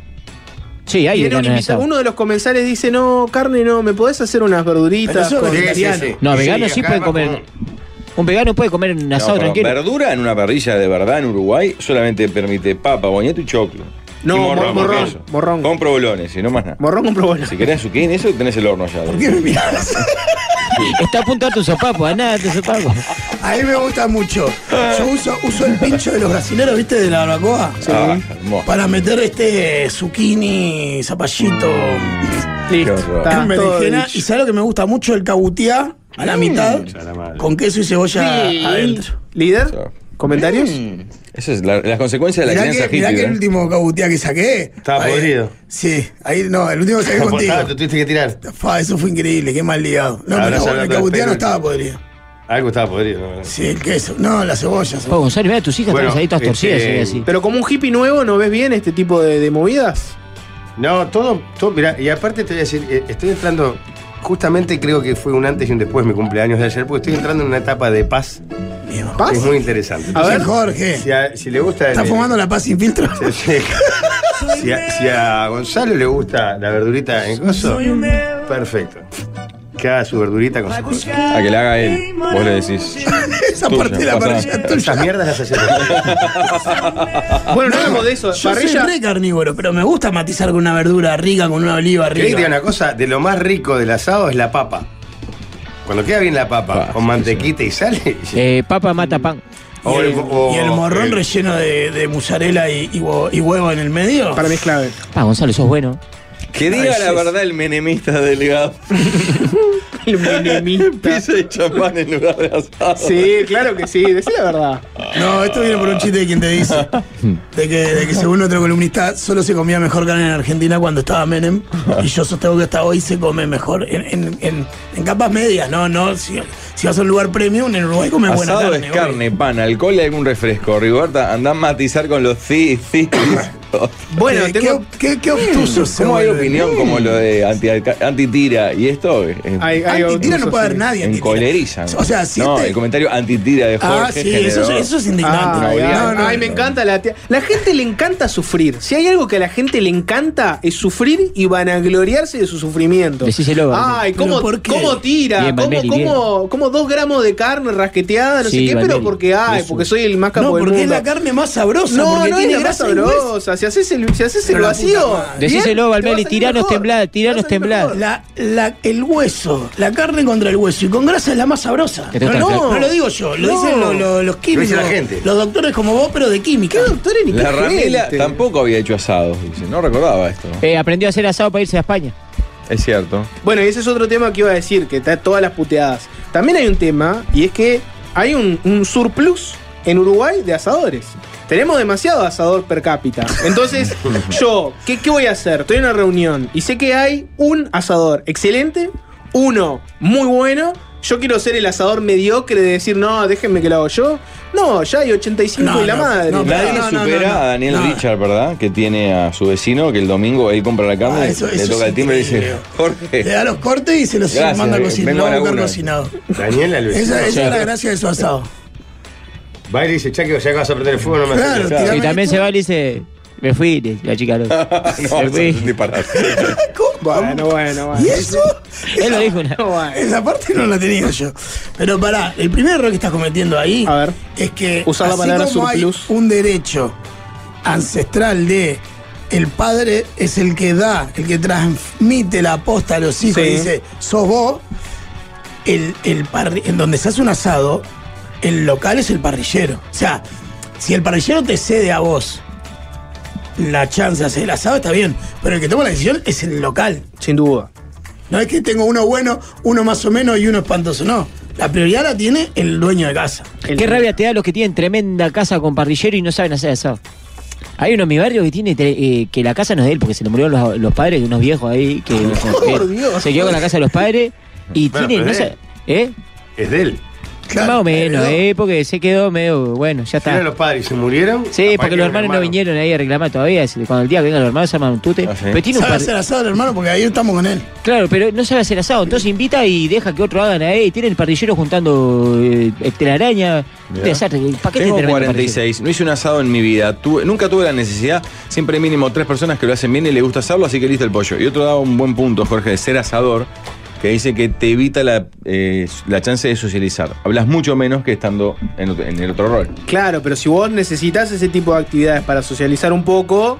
[SPEAKER 8] Sí, hay
[SPEAKER 10] Viene un
[SPEAKER 8] veganos en
[SPEAKER 10] invitado-
[SPEAKER 8] asado.
[SPEAKER 10] Uno de los comensales dice, no, carne no, ¿me podés hacer unas
[SPEAKER 7] Pero
[SPEAKER 10] verduritas?
[SPEAKER 7] eso es
[SPEAKER 10] con
[SPEAKER 6] Sí, sí,
[SPEAKER 10] vegetariano?"
[SPEAKER 6] sí.
[SPEAKER 8] No,
[SPEAKER 6] Y
[SPEAKER 8] veganos sí
[SPEAKER 6] acá
[SPEAKER 8] pueden
[SPEAKER 6] va
[SPEAKER 8] comer.
[SPEAKER 6] con-
[SPEAKER 8] Un vegano puede comer un
[SPEAKER 9] No,
[SPEAKER 8] asado
[SPEAKER 9] perdón,
[SPEAKER 8] tranquilo.
[SPEAKER 9] Verdura en una parrilla de verdad en Uruguay solamente permite papa, boñeto y choclo.
[SPEAKER 10] No,
[SPEAKER 9] Y
[SPEAKER 10] mor- morrón,
[SPEAKER 9] con queso.
[SPEAKER 10] morrón.
[SPEAKER 9] Con provolones y no más nada.
[SPEAKER 10] Morrón con provolone.
[SPEAKER 9] Si querés zucchini, eso tenés el horno ya.
[SPEAKER 7] ¿Por qué me mirás?
[SPEAKER 8] Está a punto de tu sopapo, a nada tu sopapo.
[SPEAKER 7] A mí me gusta mucho. Yo uso, uso el pincho de los brasileros, ¿viste? De la barbacoa.
[SPEAKER 9] Ah, hermoso.
[SPEAKER 7] Para meter este zucchini, zapallito,
[SPEAKER 10] Listo.
[SPEAKER 9] Qué horror.
[SPEAKER 10] está
[SPEAKER 7] en
[SPEAKER 10] todo
[SPEAKER 7] berenjena.
[SPEAKER 10] dicho.
[SPEAKER 7] Y sabes lo que me gusta mucho, el cabutiá a la mitad,
[SPEAKER 9] Mm.
[SPEAKER 7] con queso y cebolla adentro.
[SPEAKER 10] ¿Líder?
[SPEAKER 9] Chao.
[SPEAKER 10] ¿Comentarios?
[SPEAKER 9] Mm. Esa es la, las consecuencias de la
[SPEAKER 7] Mirá
[SPEAKER 9] crianza
[SPEAKER 7] que, mirá que
[SPEAKER 9] hippie.
[SPEAKER 7] el
[SPEAKER 9] ¿eh?
[SPEAKER 7] último cabutiá que saqué.
[SPEAKER 6] Estaba
[SPEAKER 7] ahí-
[SPEAKER 6] podrido.
[SPEAKER 7] Sí, ahí no, el último que saqué contigo.
[SPEAKER 6] Te tuviste que tirar.
[SPEAKER 7] Fa, eso fue increíble, qué mal ligado. No,
[SPEAKER 6] Ahora
[SPEAKER 7] pero
[SPEAKER 6] se
[SPEAKER 7] bueno,
[SPEAKER 6] habla
[SPEAKER 7] el
[SPEAKER 6] todo
[SPEAKER 7] cabutiá no
[SPEAKER 6] español.
[SPEAKER 7] estaba podrido.
[SPEAKER 6] Algo estaba podrido. la verdad.
[SPEAKER 7] Sí, el queso. No, la cebolla.
[SPEAKER 8] Oh, Gonzalo, mira, tus hijas
[SPEAKER 6] Bueno,
[SPEAKER 8] están ahí todas torcidas,
[SPEAKER 6] este,
[SPEAKER 8] se ve así.
[SPEAKER 10] Pero como un hippie nuevo, ¿no ves bien este tipo de, de movidas?
[SPEAKER 6] No, todo, todo, mirá, y aparte te voy a decir, eh, estoy entrando, justamente creo que fue un antes y un después mi cumpleaños de ayer, porque estoy entrando en una etapa de paz.
[SPEAKER 7] Bien.
[SPEAKER 10] ¿Paz?
[SPEAKER 6] Es muy interesante.
[SPEAKER 10] A ver.
[SPEAKER 7] Sí, Jorge.
[SPEAKER 6] Si, a- si le gusta...
[SPEAKER 7] ¿Está
[SPEAKER 6] el-
[SPEAKER 7] fumando la paz sin filtro?
[SPEAKER 6] Sí. Si a, si a Gonzalo le gusta la verdurita en coso, perfecto. Que haga su verdurita con su coso.
[SPEAKER 9] A que la haga él. Vos le decís.
[SPEAKER 7] Esa
[SPEAKER 9] Tuya,
[SPEAKER 7] parte de la
[SPEAKER 9] pasa.
[SPEAKER 7] parrilla es
[SPEAKER 6] Esas
[SPEAKER 7] tuya.
[SPEAKER 6] mierdas las hace él.
[SPEAKER 10] Bueno, no hablamos de eso.
[SPEAKER 7] Yo
[SPEAKER 10] Parrilla.
[SPEAKER 7] soy re carnívoro, pero me gusta matizar con una verdura rica, con una oliva
[SPEAKER 6] Que ahí te digo
[SPEAKER 7] rica.
[SPEAKER 6] una cosa, de lo más rico del asado es la papa. Cuando queda bien la papa,
[SPEAKER 9] Ah,
[SPEAKER 6] con
[SPEAKER 9] sí,
[SPEAKER 6] mantequita y sale.
[SPEAKER 8] Eh, papa mata pan.
[SPEAKER 7] Y el, y el morrón
[SPEAKER 6] el-
[SPEAKER 7] relleno de, de mozzarella y, y huevo, y huevo en el medio.
[SPEAKER 10] Para mí es clave.
[SPEAKER 8] Ah, Gonzalo, sos bueno.
[SPEAKER 9] Que diga la verdad el menemista delgado.
[SPEAKER 10] El menemista.
[SPEAKER 9] Pizza y champán en lugar de asado.
[SPEAKER 10] Sí, claro que sí, decí la verdad.
[SPEAKER 7] No, esto viene por un chiste de quien te dice. De que, de que según otro columnista, solo se comía mejor carne en Argentina cuando estaba Menem. Y yo sostengo que hasta hoy se come mejor en, en- en- en capas medias, ¿no? no si, si vas a un lugar premium, en Uruguay comes buena
[SPEAKER 9] Asado
[SPEAKER 7] carne.
[SPEAKER 9] es
[SPEAKER 7] obvio.
[SPEAKER 9] carne, pan, alcohol y algún refresco. Rigoberta, andá a matizar con los sí, sí.
[SPEAKER 10] Bueno,
[SPEAKER 7] Eh,
[SPEAKER 10] tengo.
[SPEAKER 7] qué, qué, qué obtuso se
[SPEAKER 9] ¿Cómo hay
[SPEAKER 7] vuelve.
[SPEAKER 9] opinión como lo de anti- antitira? y esto es
[SPEAKER 10] Hay, hay
[SPEAKER 7] Antitira no puede
[SPEAKER 10] otros, sí.
[SPEAKER 7] haber nadie.
[SPEAKER 9] en
[SPEAKER 7] antitira.
[SPEAKER 9] coleriza.
[SPEAKER 7] O sea, si
[SPEAKER 9] No,
[SPEAKER 7] este-
[SPEAKER 9] el comentario antitira de Jorge.
[SPEAKER 7] Ah, sí, eso, es-
[SPEAKER 9] generó-
[SPEAKER 7] eso es
[SPEAKER 10] Ah,
[SPEAKER 7] indignante.
[SPEAKER 10] ay,
[SPEAKER 9] no,
[SPEAKER 10] ay,
[SPEAKER 9] no, no,
[SPEAKER 10] ay, me
[SPEAKER 9] no.
[SPEAKER 10] encanta la tía. La gente le encanta sufrir. Si hay algo que a la gente le encanta es sufrir y vanagloriarse de su sufrimiento.
[SPEAKER 8] Decíselo,
[SPEAKER 10] Ay,
[SPEAKER 7] Pero
[SPEAKER 10] cómo,
[SPEAKER 7] ¿por qué?
[SPEAKER 10] cómo tira,
[SPEAKER 8] Bien,
[SPEAKER 10] cómo,
[SPEAKER 8] Valmeri,
[SPEAKER 10] cómo- cómo dos gramos de carne rasqueteada, no
[SPEAKER 8] Sí,
[SPEAKER 10] sé qué, pero
[SPEAKER 8] Valmeri.
[SPEAKER 10] porque ay,
[SPEAKER 8] Eso.
[SPEAKER 10] porque soy el más capo
[SPEAKER 7] No,
[SPEAKER 10] del
[SPEAKER 7] porque es
[SPEAKER 10] mundo.
[SPEAKER 7] la carne más sabrosa.
[SPEAKER 10] no,
[SPEAKER 7] porque
[SPEAKER 10] no es
[SPEAKER 7] tiene
[SPEAKER 10] la más
[SPEAKER 7] grasa y no es-
[SPEAKER 10] sabrosa. Si haces el, si haces
[SPEAKER 7] Pero
[SPEAKER 10] el
[SPEAKER 7] la
[SPEAKER 10] vacío.
[SPEAKER 7] puta madre.
[SPEAKER 10] bien,
[SPEAKER 8] Decíselo,
[SPEAKER 10] te va a
[SPEAKER 8] Valmeri,
[SPEAKER 10] salir
[SPEAKER 8] tiranos
[SPEAKER 10] mejor.
[SPEAKER 8] temblá, tiranos
[SPEAKER 10] Te va a salir
[SPEAKER 8] temblá.
[SPEAKER 10] mejor.
[SPEAKER 7] La, la- el hueso, la carne contra el hueso y con grasa es la más sabrosa.
[SPEAKER 8] Que te gusta
[SPEAKER 7] no,
[SPEAKER 8] el flaco.
[SPEAKER 7] no lo digo yo, lo
[SPEAKER 10] No.
[SPEAKER 7] dicen lo- lo- los químicos.
[SPEAKER 6] dice la gente.
[SPEAKER 7] Los doctores como vos, pero de química.
[SPEAKER 10] ¿Qué doctor ni qué
[SPEAKER 9] La Ramela
[SPEAKER 10] gente?
[SPEAKER 9] tampoco había hecho asados, dice. No recordaba esto.
[SPEAKER 8] Eh, aprendió a hacer asado para irse a España.
[SPEAKER 9] Es cierto.
[SPEAKER 10] Bueno, y ese es otro tema que iba a decir, que está todas las puteadas. También hay un tema, y es que hay un, un surplus en Uruguay de asadores. Tenemos demasiado asador per cápita. Entonces, yo, ¿qué, qué voy a hacer? Estoy en una reunión y sé que hay un asador excelente, uno muy bueno. Yo quiero ser el asador mediocre de decir, no, déjenme que lo hago yo. No, ya hay 85
[SPEAKER 7] No,
[SPEAKER 10] y la
[SPEAKER 7] no,
[SPEAKER 10] madre.
[SPEAKER 7] no,
[SPEAKER 9] Nadie
[SPEAKER 7] no, no,
[SPEAKER 9] supera
[SPEAKER 7] no, no.
[SPEAKER 9] a Daniel
[SPEAKER 7] No.
[SPEAKER 9] Richard, ¿verdad? Que tiene a su vecino que el domingo él compra la carne,
[SPEAKER 7] Ah, eso-
[SPEAKER 9] le
[SPEAKER 7] eso
[SPEAKER 9] toca
[SPEAKER 7] es
[SPEAKER 9] el timbre y dice,
[SPEAKER 7] increíble. Le
[SPEAKER 9] Jorge.
[SPEAKER 7] da los cortes y se los
[SPEAKER 9] Gracias,
[SPEAKER 7] manda a
[SPEAKER 9] eh,
[SPEAKER 7] cocinar.
[SPEAKER 9] vengo
[SPEAKER 7] lo va
[SPEAKER 9] a
[SPEAKER 7] a buscar
[SPEAKER 9] laburar.
[SPEAKER 7] cocinado.
[SPEAKER 6] Daniela Luis.
[SPEAKER 7] Esa, esa es la gracia de su asado.
[SPEAKER 6] Va y le dice, chaco, ya que vas a prender el fuego, no me
[SPEAKER 7] Claro,
[SPEAKER 6] haces-
[SPEAKER 7] tirame
[SPEAKER 8] Y también
[SPEAKER 7] esto.
[SPEAKER 8] se va y le dice, me fui, le- la chica lo.
[SPEAKER 9] No,
[SPEAKER 8] me
[SPEAKER 9] eso es un
[SPEAKER 8] fui.
[SPEAKER 9] disparate.
[SPEAKER 10] Bueno, bueno, bueno.
[SPEAKER 7] ¿Y eso?
[SPEAKER 8] Él lo dijo una.
[SPEAKER 10] Bueno.
[SPEAKER 7] Esa parte no la tenía yo. Pero pará, el primer error que estás cometiendo ahí
[SPEAKER 10] A ver.
[SPEAKER 7] es que
[SPEAKER 10] Usar la
[SPEAKER 7] así
[SPEAKER 10] palabra
[SPEAKER 7] como hay
[SPEAKER 10] surplus.
[SPEAKER 7] un derecho ancestral de el padre es el que da, el que transmite la aposta a los hijos
[SPEAKER 10] Sí.
[SPEAKER 7] y dice, sos vos, el, el parri- en donde se hace un asado, el local es el parrillero. O sea, si el parrillero te cede a vos la chance de hacer el asado, está bien. Pero el que toma la decisión es el local.
[SPEAKER 10] Sin duda.
[SPEAKER 7] No es que tengo uno bueno, uno más o menos y uno espantoso. No. La prioridad la tiene el dueño de casa.
[SPEAKER 8] Qué rabia te da los que tienen tremenda casa con parrillero y no saben hacer asado. Hay uno en mi barrio que tiene tre- eh, que la casa no es de él, porque se le murieron los, los padres de unos viejos ahí que
[SPEAKER 7] Por Dios.
[SPEAKER 8] se quedó con la casa de los padres y
[SPEAKER 6] Bueno,
[SPEAKER 8] tiene,
[SPEAKER 6] pero
[SPEAKER 8] no
[SPEAKER 6] es
[SPEAKER 8] sé, ¿eh?
[SPEAKER 6] Es de él.
[SPEAKER 7] Claro,
[SPEAKER 8] Más o menos,
[SPEAKER 7] pero-
[SPEAKER 8] eh, porque se quedó medio, bueno, ya
[SPEAKER 6] Eran
[SPEAKER 8] está.
[SPEAKER 6] los padres y se murieron.
[SPEAKER 8] Sí, porque los hermanos no vinieron ahí a reclamar todavía. si- Cuando el día que vengan los hermanos se arman un tute.
[SPEAKER 9] Ah, sí.
[SPEAKER 8] Pero tiene un
[SPEAKER 7] Sabe
[SPEAKER 8] par-
[SPEAKER 7] hacer asado el hermano porque ahí estamos con él.
[SPEAKER 8] Claro, pero no sabe hacer asado, entonces invita y deja que otro hagan ahí. Tiene el parrillero juntando eh, eh, telaraña.
[SPEAKER 9] Mirá.
[SPEAKER 8] Desastre, el paquete
[SPEAKER 9] Tengo
[SPEAKER 8] tremendo,
[SPEAKER 9] 46, no hice un asado en mi vida. Tuve- nunca tuve la necesidad, siempre mínimo tres personas que lo hacen bien y le gusta hacerlo, así que listo el pollo. Y otro daba un buen punto, Jorge, de ser asador, que dice que te evita la, eh, la chance de socializar. Hablas mucho menos que estando en, otro- en el otro rol.
[SPEAKER 10] Claro, pero si vos necesitas ese tipo de actividades para socializar un poco,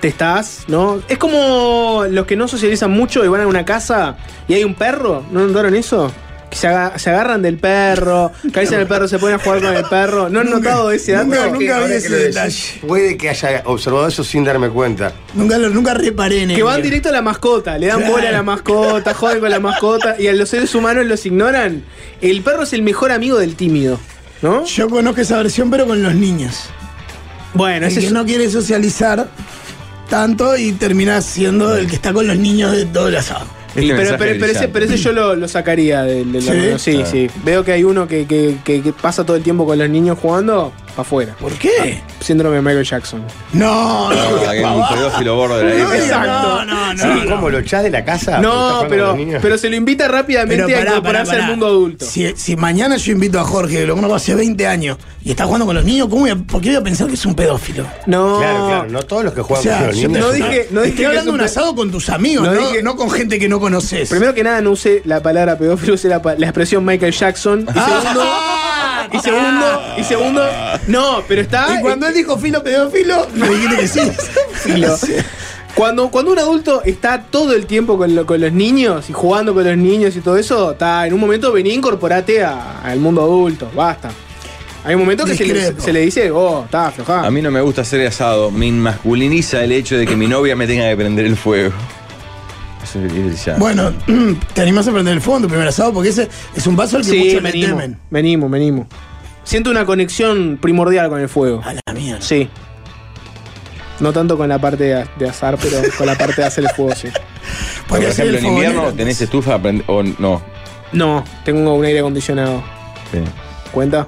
[SPEAKER 10] te estás, ¿no? Es como los que no socializan mucho y van a una casa y hay un perro, ¿no notaron eso? Que se, aga- se agarran del perro, caen en el perro, se ponen a jugar con el perro. ¿No han notado ese dato?
[SPEAKER 7] nunca, nunca vi
[SPEAKER 6] Ahora que
[SPEAKER 7] ese
[SPEAKER 6] lo
[SPEAKER 7] detalle.
[SPEAKER 6] decís, Puede que haya observado eso sin darme cuenta.
[SPEAKER 7] Nunca, lo- nunca reparé en
[SPEAKER 10] Que van
[SPEAKER 7] ello.
[SPEAKER 10] directo a la mascota, le dan
[SPEAKER 7] Claro.
[SPEAKER 10] bola a la mascota, joden con la mascota y a los seres humanos los ignoran. El perro es el mejor amigo del tímido, ¿no?
[SPEAKER 7] Yo conozco esa versión, pero con los niños.
[SPEAKER 10] Bueno,
[SPEAKER 7] El
[SPEAKER 10] ese
[SPEAKER 7] que
[SPEAKER 10] es
[SPEAKER 7] no quiere socializar tanto y termina siendo el que está con los niños de todo el asado.
[SPEAKER 9] Este
[SPEAKER 10] pero, pero-
[SPEAKER 9] mensaje
[SPEAKER 10] pero ese,
[SPEAKER 9] brillante.
[SPEAKER 10] pero ese yo lo, lo sacaría del, del
[SPEAKER 7] ¿Sí?
[SPEAKER 10] hermano. Sí,
[SPEAKER 9] Claro.
[SPEAKER 10] sí. Veo que hay uno que, que- que- que pasa todo el tiempo con los niños jugando para afuera. Ah,
[SPEAKER 7] ¿Por qué?
[SPEAKER 10] Síndrome de Michael Jackson.
[SPEAKER 7] No, no,
[SPEAKER 9] Ah, que es un pedófilo border ahí.
[SPEAKER 7] no, no,
[SPEAKER 10] Exacto.
[SPEAKER 7] no, no,
[SPEAKER 6] Sí,
[SPEAKER 7] no.
[SPEAKER 6] ¿Cómo lo echás de la casa?
[SPEAKER 10] No,
[SPEAKER 6] ¿Estás jugando
[SPEAKER 10] pero,
[SPEAKER 6] con los niños?
[SPEAKER 10] pero se lo invita rápidamente
[SPEAKER 7] Pero
[SPEAKER 10] a
[SPEAKER 7] pará, pará,
[SPEAKER 10] incorporarse
[SPEAKER 7] pará.
[SPEAKER 10] al mundo adulto.
[SPEAKER 7] Si, si mañana yo invito a Jorge, que lo conozco hace 20 años, y está jugando con los niños, ¿cómo voy a- ¿por qué voy a pensar que es un pedófilo?
[SPEAKER 10] No,
[SPEAKER 6] Claro, claro. No todos los que
[SPEAKER 7] O
[SPEAKER 6] juegan
[SPEAKER 7] sea,
[SPEAKER 6] con los
[SPEAKER 7] yo
[SPEAKER 6] niños.
[SPEAKER 10] no
[SPEAKER 6] son-
[SPEAKER 10] dije- no
[SPEAKER 7] estoy
[SPEAKER 10] que
[SPEAKER 7] hablando
[SPEAKER 10] es
[SPEAKER 7] de
[SPEAKER 10] un
[SPEAKER 7] un
[SPEAKER 10] pe-
[SPEAKER 7] asado con tus amigos,
[SPEAKER 10] No
[SPEAKER 7] no,
[SPEAKER 10] dije-
[SPEAKER 7] no con gente que no conoces.
[SPEAKER 10] primero que nada no usé la palabra pedófilo, usé la, pa- la expresión Michael Jackson. Y
[SPEAKER 7] Ah.
[SPEAKER 10] segundo, y segundo, y segundo, no, pero está...
[SPEAKER 7] y cuando él dijo filo pedófilo, me dijiste que sí.
[SPEAKER 10] Filo. Cuando, cuando un adulto está todo el tiempo con, lo- con los niños y jugando con los niños y todo eso, está en un momento vení, e incorporate a- al mundo adulto, basta. Hay un momento que se le,
[SPEAKER 7] Discrepo.
[SPEAKER 10] se le dice, oh, está aflojado.
[SPEAKER 9] A mí no me gusta hacer asado, me masculiniza el hecho de que mi novia me tenga que prender el fuego. Eso es brillante.
[SPEAKER 7] bueno, te animás a prender el fondo, primer asado, porque ese es un vaso al que
[SPEAKER 10] sí,
[SPEAKER 7] muchos le
[SPEAKER 10] venimos,
[SPEAKER 7] temen.
[SPEAKER 10] venimos, venimos. Siento una conexión primordial con el fuego.
[SPEAKER 7] A la mierda.
[SPEAKER 10] Sí. No tanto con la parte de, de azar, pero con la parte de hacer el fuego, sí.
[SPEAKER 9] Por
[SPEAKER 7] Podría ser
[SPEAKER 9] ejemplo, en
[SPEAKER 7] el fogonero,
[SPEAKER 9] invierno tenés estufa prend- o no.
[SPEAKER 10] No, tengo un aire acondicionado.
[SPEAKER 9] Sí.
[SPEAKER 10] ¿Cuenta?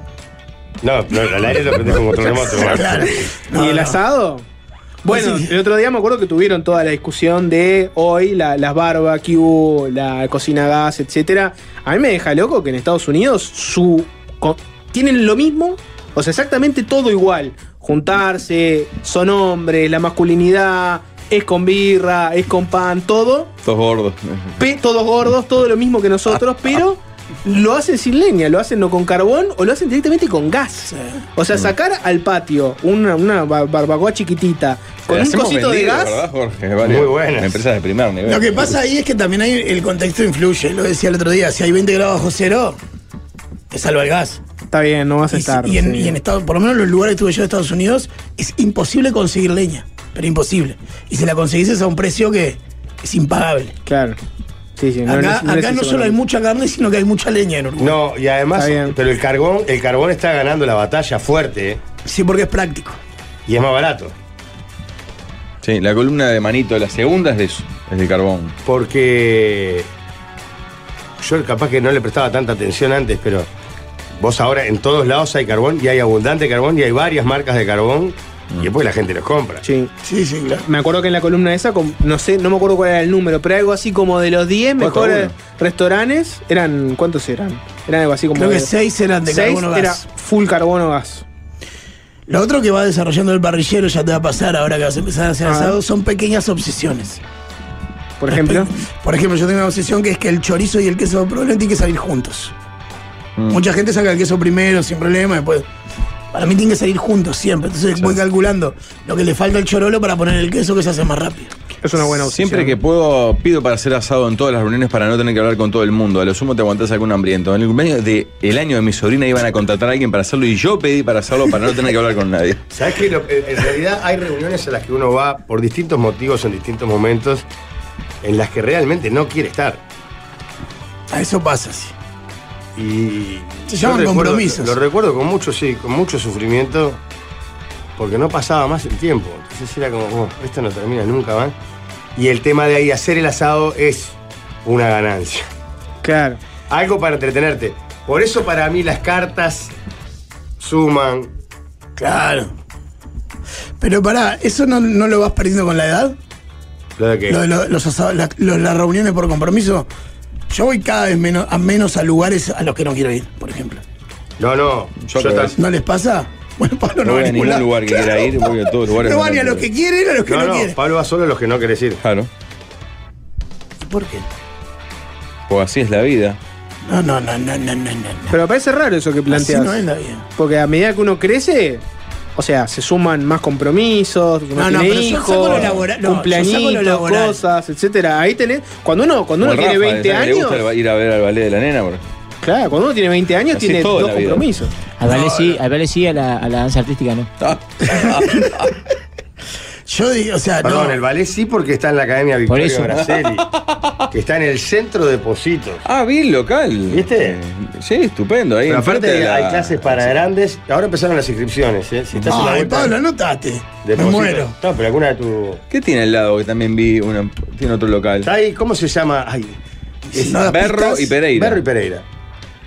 [SPEAKER 6] No, no, al aire lo prendés con control remoto.
[SPEAKER 7] Claro. No,
[SPEAKER 10] ¿Y el
[SPEAKER 7] no.
[SPEAKER 10] asado? Bueno,
[SPEAKER 7] Pues sí.
[SPEAKER 10] el otro día me acuerdo que tuvieron toda la discusión de hoy, la- las barbecue, la cocina a gas, etcétera. A mí me deja loco que en Estados Unidos su co- tienen lo mismo, o sea, exactamente todo igual. Juntarse, son hombres, la masculinidad, es con birra, es con pan, todo.
[SPEAKER 9] Estos gordos.
[SPEAKER 10] Pe- todos gordos, todo lo mismo que nosotros, pero lo hacen sin leña, lo hacen no con carbón o lo hacen directamente con gas. O
[SPEAKER 7] Mm.
[SPEAKER 10] sea, sacar al patio una, una ba- barbacoa chiquitita con
[SPEAKER 9] Te
[SPEAKER 10] un
[SPEAKER 9] hacemos
[SPEAKER 10] cosito de
[SPEAKER 9] vendido,
[SPEAKER 10] gas.
[SPEAKER 9] ¿verdad, Jorge? Vale.
[SPEAKER 6] Muy buenas.
[SPEAKER 9] Empresas de primer nivel.
[SPEAKER 7] Lo que pasa
[SPEAKER 9] eh.
[SPEAKER 7] ahí es que también hay, el contexto influye. Lo decía el otro día, si hay 20 grados bajo cero, te salva el gas.
[SPEAKER 10] Está bien, no vas a
[SPEAKER 7] Y, si-
[SPEAKER 10] estar.
[SPEAKER 7] y en,
[SPEAKER 10] sí.
[SPEAKER 7] y en Estados, por lo menos en los lugares que estuve yo de Estados Unidos, es imposible conseguir leña. Pero imposible. Y si la conseguís es a un precio que es impagable.
[SPEAKER 10] Claro. Sí, sí, no, no
[SPEAKER 7] Acá,
[SPEAKER 10] es- no es
[SPEAKER 7] acá no solo hay
[SPEAKER 10] económico.
[SPEAKER 7] mucha carne, sino que hay mucha leña en Uruguay.
[SPEAKER 6] No, y además,
[SPEAKER 10] Está bien.
[SPEAKER 6] pero el carbón, el carbón está ganando la batalla fuerte ¿eh?
[SPEAKER 7] Sí, porque es práctico.
[SPEAKER 6] y es más barato.
[SPEAKER 9] Sí, la columna de manito, la segunda es de eso, es de carbón.
[SPEAKER 6] Porque yo capaz que no le prestaba tanta atención antes, pero vos ahora en todos lados hay carbón y hay abundante carbón y hay varias marcas de carbón
[SPEAKER 9] Mm.
[SPEAKER 6] y después la gente los compra.
[SPEAKER 10] Sí.
[SPEAKER 7] Sí, sí, claro.
[SPEAKER 10] Me acuerdo que en la columna esa, com- no sé, no me acuerdo cuál era el número, pero algo así como de los 10
[SPEAKER 9] Cuatro,
[SPEAKER 10] mejores
[SPEAKER 9] uno.
[SPEAKER 10] restaurantes, eran, ¿cuántos eran? Eran algo así como...
[SPEAKER 7] Creo que
[SPEAKER 10] de-
[SPEAKER 7] seis eran de
[SPEAKER 10] seis
[SPEAKER 7] carbono
[SPEAKER 10] era
[SPEAKER 7] gas.
[SPEAKER 10] full carbono gas.
[SPEAKER 7] Lo otro que va desarrollando el parrillero, ya te va a pasar ahora que vas a empezar a hacer
[SPEAKER 10] Ah.
[SPEAKER 7] asado, son pequeñas obsesiones.
[SPEAKER 10] Por ejemplo.
[SPEAKER 7] Por ejemplo, yo tengo una obsesión que es que el chorizo y el queso probablemente tienen que salir juntos. Mucha gente saca el queso primero sin problema, después. Para mí tienen que salir juntos siempre. Entonces voy calculando lo que le falta al chorolo para poner el queso que se hace más rápido.
[SPEAKER 10] Es una buena opción.
[SPEAKER 9] Siempre que puedo, pido para ser asado en todas las reuniones para no tener que hablar con todo el mundo. A lo sumo te aguantás algún hambriento. En el cumpleaños del año de mi sobrina iban a contratar a alguien para hacerlo y yo pedí para hacerlo para no tener que hablar con nadie.
[SPEAKER 6] ¿Sabes que En realidad hay reuniones a las que uno va por distintos motivos, en distintos momentos, en las que realmente no quiere estar.
[SPEAKER 7] A eso pasa, sí.
[SPEAKER 6] Y
[SPEAKER 7] Se
[SPEAKER 6] yo
[SPEAKER 7] llaman
[SPEAKER 6] recuerdo-
[SPEAKER 7] compromisos.
[SPEAKER 6] Lo recuerdo con mucho, sí, con mucho sufrimiento, porque no pasaba más el tiempo. Entonces era como, "Oh, esto no termina nunca más. Y el tema de ahí hacer el asado es una ganancia.
[SPEAKER 10] Claro.
[SPEAKER 6] Algo para entretenerte. Por eso para mí las cartas suman.
[SPEAKER 7] Claro. Pero pará, ¿eso no, no lo vas perdiendo con la edad?
[SPEAKER 6] Lo de que
[SPEAKER 7] Lo de lo- los asados, la- lo- las reuniones por compromiso. Yo voy cada vez menos a, menos a lugares a los que no quiero ir, por ejemplo.
[SPEAKER 6] No, no.
[SPEAKER 9] Yo
[SPEAKER 6] Yo,
[SPEAKER 9] creo
[SPEAKER 6] tam-
[SPEAKER 9] que
[SPEAKER 7] ¿No les pasa? Bueno, Pablo no,
[SPEAKER 9] No
[SPEAKER 7] va
[SPEAKER 9] voy a ningún
[SPEAKER 7] lado.
[SPEAKER 9] lugar que quiera ir, voy a todos los lugares.
[SPEAKER 7] No
[SPEAKER 9] que
[SPEAKER 7] va ni a los que
[SPEAKER 9] quiero ir.
[SPEAKER 7] quieren ni a los que
[SPEAKER 6] No,
[SPEAKER 7] no,
[SPEAKER 6] no,
[SPEAKER 7] quieren.
[SPEAKER 6] Pablo va solo a los que no querés ir.
[SPEAKER 9] Claro.
[SPEAKER 7] ¿Por qué?
[SPEAKER 9] Pues así es la vida.
[SPEAKER 7] No, no, no, no, no, no, no.
[SPEAKER 10] Pero me parece raro eso que
[SPEAKER 7] Así
[SPEAKER 10] planteas.
[SPEAKER 7] no es la vida.
[SPEAKER 10] Porque a medida que uno crece, o sea, se suman más compromisos, uno
[SPEAKER 7] No, no,
[SPEAKER 10] tiene
[SPEAKER 7] pero yo
[SPEAKER 10] hijos,
[SPEAKER 7] saco lo laboral- no, yo saco lo
[SPEAKER 10] cumpleañitos,
[SPEAKER 7] laboral.
[SPEAKER 10] cosas, etcétera. Ahí tenés, cuando uno, cuando uno
[SPEAKER 9] Como
[SPEAKER 10] tiene
[SPEAKER 9] Rafa,
[SPEAKER 10] 20
[SPEAKER 9] ¿sabes que Le
[SPEAKER 10] años,
[SPEAKER 9] gusta ir a ver al ballet de la nena. Porque...
[SPEAKER 10] claro, cuando uno tiene 20 años
[SPEAKER 9] Así
[SPEAKER 10] tiene
[SPEAKER 9] es todo en
[SPEAKER 10] dos
[SPEAKER 9] la vida.
[SPEAKER 10] compromisos.
[SPEAKER 8] Al ballet sí, al ballet sí, a la, a la danza artística no.
[SPEAKER 9] Ah,
[SPEAKER 8] Eh,
[SPEAKER 7] Yo digo, o sea,
[SPEAKER 6] Perdón,
[SPEAKER 7] no.
[SPEAKER 6] el ballet sí porque está en la Academia
[SPEAKER 8] Por
[SPEAKER 6] Victoria
[SPEAKER 8] eso.
[SPEAKER 6] Braceli, que está en el centro de Positos.
[SPEAKER 9] Ah, bien local.
[SPEAKER 6] ¿Viste?
[SPEAKER 9] Eh, Sí, estupendo. Ahí
[SPEAKER 6] Pero
[SPEAKER 9] enfrente
[SPEAKER 6] aparte
[SPEAKER 9] de la-
[SPEAKER 6] hay clases para grandes. Ahora empezaron las inscripciones, ¿eh? Si estás en la
[SPEAKER 7] Ay,
[SPEAKER 6] vuelta
[SPEAKER 7] Pablo, anotate.
[SPEAKER 6] de
[SPEAKER 7] Me
[SPEAKER 6] Positos-
[SPEAKER 7] muero.
[SPEAKER 6] No, pero alguna de tu.
[SPEAKER 9] ¿Qué tiene al lado que también vi? Una... Tiene otro local.
[SPEAKER 6] Está ahí, ¿cómo se llama? Ay,
[SPEAKER 7] Si no das
[SPEAKER 9] Berro
[SPEAKER 7] pistas-
[SPEAKER 9] y Pereira.
[SPEAKER 6] Perro y Pereira.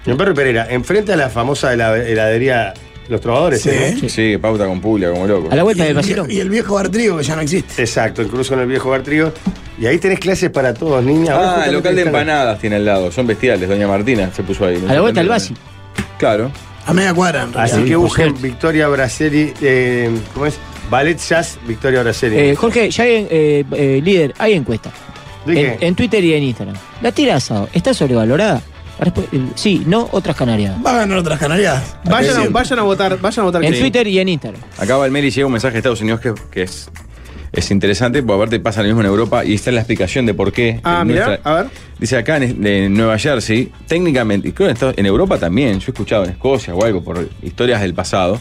[SPEAKER 6] En Perro y Pereira, enfrente a la famosa hela- heladería Los Trovadores.
[SPEAKER 7] Sí.
[SPEAKER 6] ¿eh?
[SPEAKER 9] Sí, pauta con Puglia, como loco.
[SPEAKER 8] A la
[SPEAKER 7] Y
[SPEAKER 8] vuelta del
[SPEAKER 7] el,
[SPEAKER 8] pasero.
[SPEAKER 7] viejo, y el viejo Bartrigo, que ya no existe.
[SPEAKER 6] Exacto, el cruce con el viejo Bartrigo. Y ahí tenés clases para todos, niña. Ahora
[SPEAKER 9] Ah,
[SPEAKER 6] justamente
[SPEAKER 9] el local de
[SPEAKER 6] están-
[SPEAKER 9] empanadas tiene al lado. Son bestiales. Doña Martina se puso ahí.
[SPEAKER 8] A la vuelta del Basi.
[SPEAKER 9] Claro.
[SPEAKER 7] A media cuadra, en realidad.
[SPEAKER 6] Así que busquen Victoria Braceli, eh, ¿cómo es? Ballet Jazz Victoria Braceli.
[SPEAKER 8] Eh, Jorge, ya hay, eh, eh, líder, hay encuesta.
[SPEAKER 6] ¿De qué?
[SPEAKER 8] En, en Twitter y en Instagram. ¿La tira asado está sobrevalorada? La respu- eh, Sí, no otras canarias.
[SPEAKER 7] Va a ganar otras canarias.
[SPEAKER 10] Vayan a,
[SPEAKER 9] Atención.
[SPEAKER 10] vayan a votar, vayan a votar.
[SPEAKER 8] En
[SPEAKER 10] que-
[SPEAKER 8] Twitter y en Instagram.
[SPEAKER 9] Acá va el mail y llega un mensaje de Estados Unidos que, que es, es interesante, porque aparte pasa lo mismo en Europa y está la explicación de por qué.
[SPEAKER 10] Ah,
[SPEAKER 9] En
[SPEAKER 10] mirá,
[SPEAKER 9] nuestra-
[SPEAKER 10] a ver.
[SPEAKER 9] Dice acá en, en Nueva Jersey, técnicamente, y creo en, Estados- en Europa también, yo he escuchado en Escocia o algo por historias del pasado,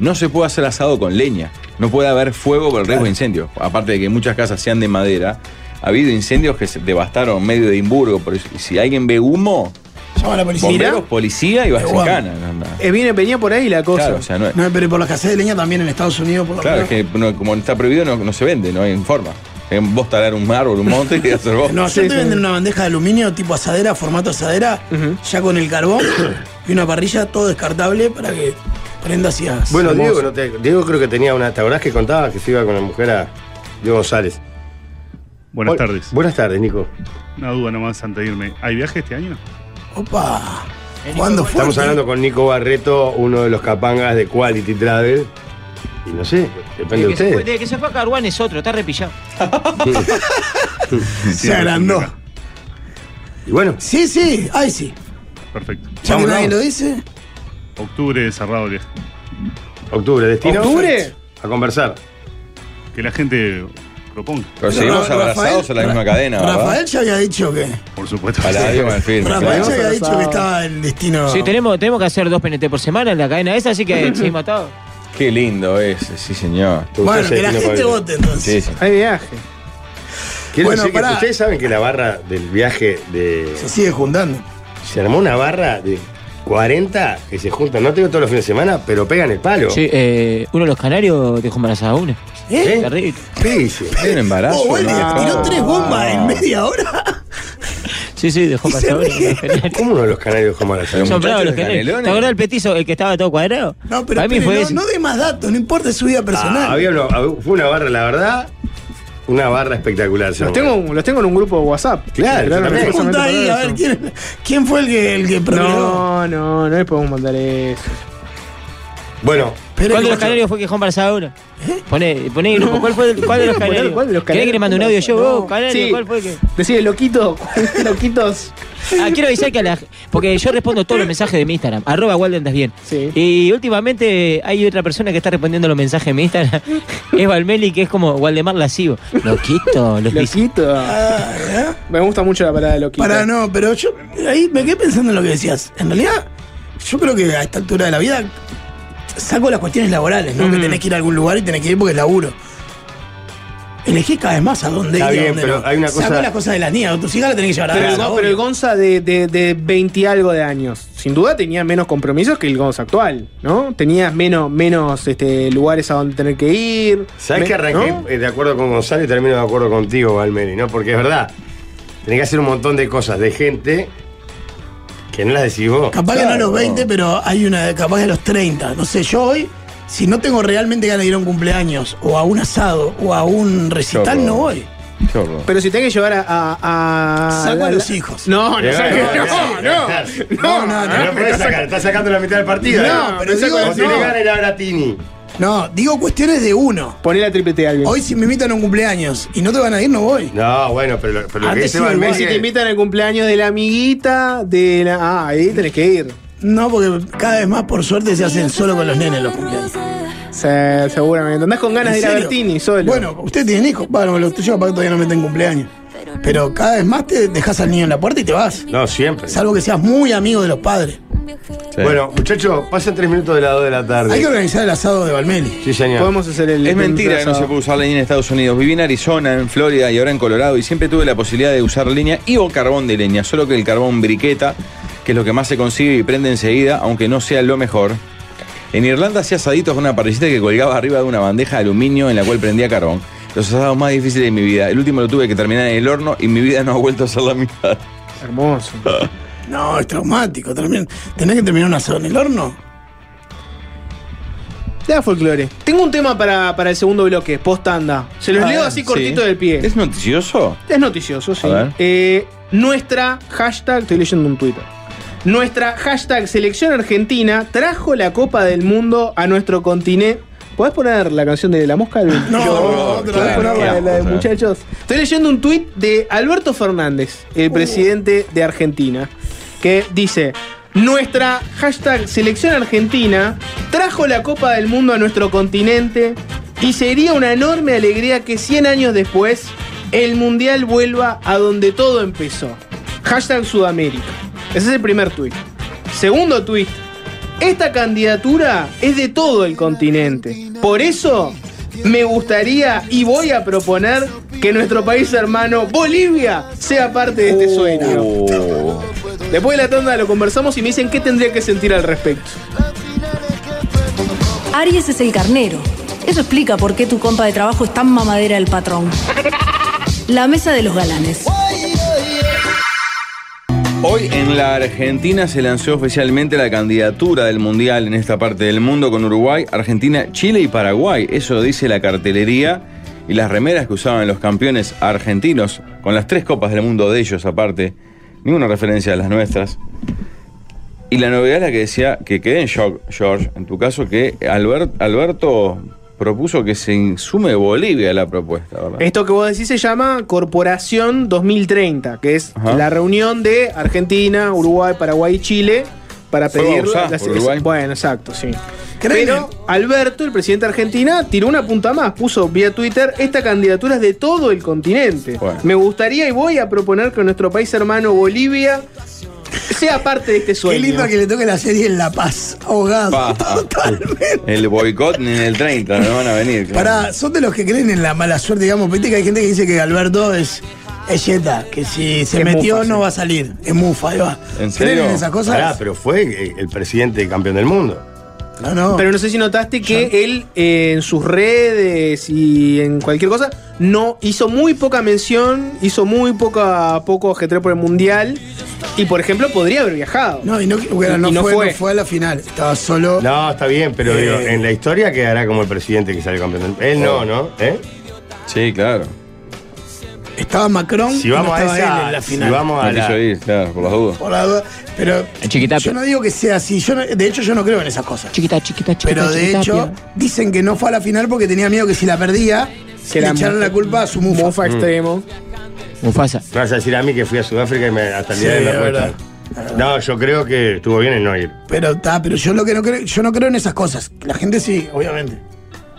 [SPEAKER 9] no se puede hacer asado con leña, no puede haber fuego por el riesgo de incendio. Aparte de que muchas casas sean de madera, ha habido incendios que se devastaron medio de Edimburgo, por eso- y si alguien ve humo,
[SPEAKER 7] Llama a la policía.
[SPEAKER 9] bomberos, policía y vas
[SPEAKER 7] Qué guapo.
[SPEAKER 10] Eh, viene Peña por ahí la cosa.
[SPEAKER 9] Claro, o sea, no es-
[SPEAKER 7] No, pero por la escasez de leña también en Estados Unidos. Por lo
[SPEAKER 9] Claro, es
[SPEAKER 7] menos,
[SPEAKER 9] que no- como está prohibido no, no se vende, no hay forma. Eh, Vos talar un árbol, un monte y hacer vos.
[SPEAKER 7] No,
[SPEAKER 10] Sí,
[SPEAKER 7] yo te
[SPEAKER 10] sí.
[SPEAKER 7] venden una bandeja de aluminio tipo asadera, formato asadera, ya con el carbón y una parrilla, todo descartable para que prendas y hagas.
[SPEAKER 6] Bueno,
[SPEAKER 7] Hermoso.
[SPEAKER 6] Diego, no te- Diego creo que tenía una. ¿Te acordás que contaba que se iba con la mujer a Diego González?
[SPEAKER 11] Buenas
[SPEAKER 6] Hola-
[SPEAKER 11] tardes.
[SPEAKER 6] Buenas tardes, Nico.
[SPEAKER 11] Una duda nomás antes de irme. ¿Hay viaje este año?
[SPEAKER 7] Opa, ¿cuándo fue?
[SPEAKER 6] Estamos hablando con Nico Barreto, uno de los capangas de Quality Travel. Y no sé, depende de
[SPEAKER 8] Desde que, se fue,
[SPEAKER 6] ustedes.
[SPEAKER 8] desde que se fue a Caruán es otro, está repillado.
[SPEAKER 7] Se agrandó.
[SPEAKER 6] Y bueno,
[SPEAKER 7] Sí, sí, ay sí.
[SPEAKER 11] Perfecto.
[SPEAKER 7] Ya que
[SPEAKER 6] Vamos,
[SPEAKER 7] nadie
[SPEAKER 6] vamos.
[SPEAKER 7] lo dice.
[SPEAKER 9] Ah.
[SPEAKER 11] Octubre cerrado el viaje.
[SPEAKER 6] octubre, destino.
[SPEAKER 10] ¿Octubre?
[SPEAKER 6] A conversar.
[SPEAKER 11] Que la gente proponga,
[SPEAKER 9] Pero seguimos
[SPEAKER 7] Ra-
[SPEAKER 9] abrazados
[SPEAKER 7] Rafael-
[SPEAKER 9] a la misma
[SPEAKER 7] Ra-
[SPEAKER 9] cadena, ¿verdad?
[SPEAKER 7] Rafael ya había dicho que.
[SPEAKER 11] por supuesto.
[SPEAKER 9] A la Diego Malfil,
[SPEAKER 7] Rafael
[SPEAKER 9] claro.
[SPEAKER 7] ya había
[SPEAKER 10] Abrazados.
[SPEAKER 7] dicho que estaba el destino.
[SPEAKER 8] Sí, tenemos, tenemos que hacer dos PNT por semana en la cadena esa, así que sí, matado.
[SPEAKER 9] Qué lindo es, sí señor.
[SPEAKER 6] ¿Te gustó
[SPEAKER 7] Bueno,
[SPEAKER 6] ese
[SPEAKER 7] que la
[SPEAKER 6] destino,
[SPEAKER 7] gente
[SPEAKER 6] Pablo?
[SPEAKER 7] vote entonces.
[SPEAKER 9] Sí, sí.
[SPEAKER 10] Hay viaje.
[SPEAKER 6] Quiero
[SPEAKER 7] Bueno,
[SPEAKER 6] decir que
[SPEAKER 7] pará.
[SPEAKER 6] ustedes saben que la barra del viaje de.
[SPEAKER 7] Se sigue juntando.
[SPEAKER 6] Se armó una barra de 40 que se juntan. No tengo todos los fines de semana, pero pegan el palo.
[SPEAKER 8] Sí, eh, uno de los canarios dejó embarazada a una.
[SPEAKER 6] ¿Eh?
[SPEAKER 8] Terrible.
[SPEAKER 6] ¿Qué dice?
[SPEAKER 9] Hay un embarazo.
[SPEAKER 7] Oh, bueno,
[SPEAKER 9] ¿no?
[SPEAKER 7] tiró tres bombas
[SPEAKER 8] Ah.
[SPEAKER 7] en media hora.
[SPEAKER 8] Sí, sí, dejó
[SPEAKER 7] Y se
[SPEAKER 8] embarazada a una.
[SPEAKER 7] ríe.
[SPEAKER 8] uno de los canarios.
[SPEAKER 6] ¿Cómo uno de los canarios como la
[SPEAKER 9] Pero
[SPEAKER 8] Son
[SPEAKER 9] muchachos
[SPEAKER 8] bravos los
[SPEAKER 9] de
[SPEAKER 8] canarios.
[SPEAKER 9] Canelones.
[SPEAKER 8] ¿Te acordás del petizo, el que estaba todo cuadrado?
[SPEAKER 7] No, pero,
[SPEAKER 8] Para mí
[SPEAKER 7] espere,
[SPEAKER 8] fue
[SPEAKER 7] no,
[SPEAKER 8] ese.
[SPEAKER 7] no dé más datos, no importa su vida personal.
[SPEAKER 6] Ah, había uno- hab- fue una barra, la verdad, una barra espectacular. se
[SPEAKER 10] Los
[SPEAKER 6] llamó.
[SPEAKER 10] tengo, los tengo en un grupo de WhatsApp.
[SPEAKER 6] Claro,
[SPEAKER 10] Claro,
[SPEAKER 6] también.
[SPEAKER 10] justamente
[SPEAKER 7] Junta ahí,
[SPEAKER 10] para
[SPEAKER 7] a ver
[SPEAKER 10] eso.
[SPEAKER 7] quién, quién fue el que, el que procreó.
[SPEAKER 10] No, no, no le podemos mandar eso.
[SPEAKER 6] Bueno,
[SPEAKER 7] Pero ¿Eh?
[SPEAKER 8] ¿Cuál de los
[SPEAKER 7] escucha,
[SPEAKER 8] canarios fue que dejó embarazada a una? Poné, poné el grupo. ¿Cuál, fue, el- cuál de los
[SPEAKER 10] Poner,
[SPEAKER 8] canarios?
[SPEAKER 10] ¿Cuál de los
[SPEAKER 8] ¿Querés que le mande un audio yo? Vos, canario, ¿cuál fue que...?
[SPEAKER 10] Decide, loquitos, loquitos.
[SPEAKER 8] Ah, quiero avisar que a la. Porque yo respondo todos los mensajes de mi Instagram. Arroba Walden estás bien.
[SPEAKER 10] Sí.
[SPEAKER 8] Y últimamente hay otra persona que está respondiendo los mensajes de mi Instagram. Es Valmeli, que es como Waldemar Lascivo. Loquito, los dis-
[SPEAKER 10] Loquito. Me gusta mucho la palabra loquito.
[SPEAKER 7] Para no, pero yo ahí me quedé pensando en lo que decías. En realidad, yo creo que a esta altura de la vida saco las cuestiones laborales, ¿no? Que tenés que ir a algún lugar y tenés que ir porque es laburo. Elegí cada vez más a dónde
[SPEAKER 6] Está
[SPEAKER 7] ir. a
[SPEAKER 6] bien,
[SPEAKER 7] dónde
[SPEAKER 6] pero
[SPEAKER 7] no.
[SPEAKER 6] hay una
[SPEAKER 7] Sacó
[SPEAKER 6] cosa-
[SPEAKER 7] las cosas de las niñas, tus hijas las tenés que llevar a
[SPEAKER 10] Pero, el,
[SPEAKER 7] casa,
[SPEAKER 10] Go-
[SPEAKER 7] obvio.
[SPEAKER 10] pero el Gonza de, de, de 20 y algo de años, sin duda tenía menos compromisos que el Gonza actual, ¿no? Tenías menos, menos este, lugares a donde tener que ir.
[SPEAKER 6] ¿Sabes
[SPEAKER 10] me-
[SPEAKER 6] que arranqué
[SPEAKER 10] ¿no?
[SPEAKER 6] eh, de acuerdo con Gonzalo y termino de acuerdo contigo, Valmeri, ¿no? Porque es verdad, tenés que hacer un montón de cosas de gente que no las decís vos.
[SPEAKER 7] Capaz que no a los 20, pero hay una, capaz que a los 30. No sé, yo hoy, si no tengo realmente ganas de ir a un cumpleaños, o a un asado, o a un recital,
[SPEAKER 9] Choco.
[SPEAKER 7] no voy.
[SPEAKER 9] Chorro.
[SPEAKER 10] Pero si tenés que llevar a. a, a-
[SPEAKER 7] Saco a
[SPEAKER 10] la-
[SPEAKER 7] los hijos.
[SPEAKER 10] No, no,
[SPEAKER 6] Eh,
[SPEAKER 10] saco-
[SPEAKER 6] eh,
[SPEAKER 10] no,
[SPEAKER 6] eh,
[SPEAKER 10] no.
[SPEAKER 6] eh,
[SPEAKER 10] no,
[SPEAKER 6] No,
[SPEAKER 10] no, no.
[SPEAKER 6] lo podés sacar, estás sacando la mitad del partido.
[SPEAKER 10] No,
[SPEAKER 6] ¿eh?
[SPEAKER 7] pero
[SPEAKER 6] Vos
[SPEAKER 7] digo-
[SPEAKER 6] tenés
[SPEAKER 7] no.
[SPEAKER 6] ganas de ir a Bratini.
[SPEAKER 7] No, digo cuestiones de uno.
[SPEAKER 10] Poné la triple T a alguien.
[SPEAKER 7] Hoy si me invitan a un cumpleaños y no te van a ir, no voy.
[SPEAKER 6] No, bueno, pero, lo- pero lo que
[SPEAKER 7] Antes
[SPEAKER 6] dice
[SPEAKER 7] iba
[SPEAKER 6] Valmeri.
[SPEAKER 7] igual,
[SPEAKER 10] Y si
[SPEAKER 6] es-
[SPEAKER 10] te invitan al cumpleaños de la amiguita, de la. Ah, ahí tenés que ir.
[SPEAKER 7] No, porque cada vez más, por suerte, se hacen solo con los nenes los cumpleaños.
[SPEAKER 10] Se- seguramente. Andás con ganas de
[SPEAKER 7] ¿En
[SPEAKER 10] ir a
[SPEAKER 7] serio?
[SPEAKER 10] Bertini solo.
[SPEAKER 7] Bueno, usted tiene hijos. Bueno, los tuyos capaz que todavía no meten cumpleaños. Pero cada vez más te dejas al niño en la puerta y te vas.
[SPEAKER 6] No, siempre.
[SPEAKER 7] Salvo que seas muy amigo de los padres.
[SPEAKER 9] Sí.
[SPEAKER 6] Bueno, muchachos, pasan tres minutos de las dos de la tarde.
[SPEAKER 7] Hay que organizar el asado de Valmeli.
[SPEAKER 6] Sí, señor.
[SPEAKER 10] podemos hacer el.
[SPEAKER 9] Es mentira que no se
[SPEAKER 10] asado.
[SPEAKER 9] puede usar leña en Estados Unidos. Viví en Arizona, en Florida y ahora en Colorado y siempre tuve la posibilidad de usar leña y o carbón de leña, solo que el carbón briqueta, que es lo que más se consigue y prende enseguida, aunque no sea lo mejor. En Irlanda hacía asaditos con una parrillita que colgaba arriba de una bandeja de aluminio en la cual prendía carbón. Los asados más difíciles de mi vida. El último lo tuve que terminar en el horno y mi vida no ha vuelto a ser la mitad.
[SPEAKER 10] Hermoso.
[SPEAKER 7] No, es traumático. También. Tenés que terminar un asado en el horno.
[SPEAKER 10] Te da folclore. Tengo un tema para, para el segundo bloque, post-tanda. Se los
[SPEAKER 9] Ah,
[SPEAKER 10] leo así cortito
[SPEAKER 9] sí.
[SPEAKER 10] del pie.
[SPEAKER 9] ¿Es noticioso?
[SPEAKER 10] Es noticioso, sí.
[SPEAKER 9] A ver.
[SPEAKER 10] Eh, nuestra hashtag, estoy leyendo un Twitter. Nuestra hashtag selección argentina trajo la Copa del Mundo a nuestro continente. ¿Podés poner la canción de La Mosca? del-
[SPEAKER 7] No,
[SPEAKER 9] otra
[SPEAKER 10] ¿podés
[SPEAKER 9] vez.
[SPEAKER 10] poner la, de- la de
[SPEAKER 9] Otra vez.
[SPEAKER 10] muchachos? Estoy leyendo un tuit de Alberto Fernández, el presidente de Argentina, que dice: Nuestra hashtag selección argentina trajo la Copa del Mundo a nuestro continente y sería una enorme alegría que 100 años después el Mundial vuelva a donde todo empezó. Hashtag Sudamérica. Ese es el primer tuit. Segundo tuit. Esta candidatura es de todo el continente. Por eso me gustaría y voy a proponer que nuestro país hermano Bolivia sea parte de este sueño.
[SPEAKER 9] Oh.
[SPEAKER 10] Después de la tanda lo conversamos y me dicen qué tendría que sentir al respecto.
[SPEAKER 12] Aries es el carnero. Eso explica por qué tu compa de trabajo es tan mamadera del patrón. La mesa de los galanes.
[SPEAKER 9] Hoy en la Argentina se lanzó oficialmente la candidatura del Mundial en esta parte del mundo con Uruguay, Argentina, Chile y Paraguay. Eso dice la cartelería y las remeras que usaban los campeones argentinos, con las tres copas del mundo de ellos aparte. Ninguna referencia a las nuestras. Y la novedad es la que decía que quedé en shock, George, en tu caso, que Albert- Alberto propuso que se insume Bolivia a la propuesta, ¿verdad?
[SPEAKER 10] Esto que vos decís se llama Corporación 2030, que es
[SPEAKER 9] Ajá.
[SPEAKER 10] la reunión de Argentina, Uruguay, Paraguay y Chile para
[SPEAKER 9] Fue
[SPEAKER 10] pedir
[SPEAKER 9] Bauzá, por Uruguay.
[SPEAKER 10] Bueno, exacto, sí.
[SPEAKER 7] ¿Creen?
[SPEAKER 10] Pero Alberto, el presidente de Argentina, tiró una punta más, puso vía Twitter, esta candidatura es de todo el continente.
[SPEAKER 9] Bueno.
[SPEAKER 10] Me gustaría y voy a proponer que nuestro país hermano Bolivia sea parte de este
[SPEAKER 7] Qué
[SPEAKER 10] sueño.
[SPEAKER 7] lindo que le toque la serie en La Paz. Ahogado.
[SPEAKER 9] Pa.
[SPEAKER 7] Totalmente.
[SPEAKER 9] El boicot ni en el 30, no van a venir. claro.
[SPEAKER 7] Pará, son de los que creen en la mala suerte, digamos. Viste que hay gente que dice que Alberto es, es yeta, que si se
[SPEAKER 10] Es
[SPEAKER 7] metió
[SPEAKER 10] mufa,
[SPEAKER 7] no
[SPEAKER 10] sí.
[SPEAKER 7] va a salir. Es mufa, ahí va.
[SPEAKER 9] ¿En serio?
[SPEAKER 7] ¿Creen en esas cosas?
[SPEAKER 6] Pará, pero fue eh, el presidente campeón del mundo.
[SPEAKER 7] No, no.
[SPEAKER 10] Pero no sé si notaste que él eh, en sus redes y en cualquier cosa no hizo muy poca mención, hizo muy poca poco ajetreo por el mundial y por ejemplo podría haber viajado.
[SPEAKER 7] no, y no, bueno, no
[SPEAKER 10] Y no
[SPEAKER 7] fue,
[SPEAKER 10] fue.
[SPEAKER 7] no fue a la final. Estaba solo.
[SPEAKER 6] No, está bien, pero
[SPEAKER 7] Eh.
[SPEAKER 6] digo, en la historia quedará como el presidente que sale campeón del mundo. Él
[SPEAKER 7] Oh.
[SPEAKER 6] no, ¿no? ¿Eh?
[SPEAKER 9] Sí, claro.
[SPEAKER 7] Estaba Macron.
[SPEAKER 6] Si
[SPEAKER 7] y no
[SPEAKER 6] vamos a
[SPEAKER 7] estaba
[SPEAKER 6] esa.
[SPEAKER 7] él en la final.
[SPEAKER 6] Si vamos a
[SPEAKER 9] No quiso
[SPEAKER 6] la.
[SPEAKER 9] ir, claro, por las dudas.
[SPEAKER 7] Por la duda. Pero
[SPEAKER 8] Chiquitapia.
[SPEAKER 7] yo no digo que sea así. Yo no- de hecho, yo no creo en esas cosas.
[SPEAKER 8] Chiquita, chiquita, chiquita.
[SPEAKER 7] Pero de
[SPEAKER 8] chiquita,
[SPEAKER 7] hecho,
[SPEAKER 8] pia.
[SPEAKER 7] dicen que no fue a la final porque tenía miedo que si la perdía,
[SPEAKER 10] Que
[SPEAKER 7] le
[SPEAKER 10] la
[SPEAKER 7] echaran
[SPEAKER 10] mufa-
[SPEAKER 7] la culpa a su mufa. Mm.
[SPEAKER 10] Mofa extremo.
[SPEAKER 8] Mufasa.
[SPEAKER 6] Me vas a decir a mí que fui a Sudáfrica y me, hasta el día
[SPEAKER 7] Sí,
[SPEAKER 6] de la
[SPEAKER 7] es
[SPEAKER 6] muestra. No, yo creo que estuvo bien en no ir.
[SPEAKER 7] Pero está, pero yo lo que no creo, yo no creo en esas cosas. La gente sí, obviamente.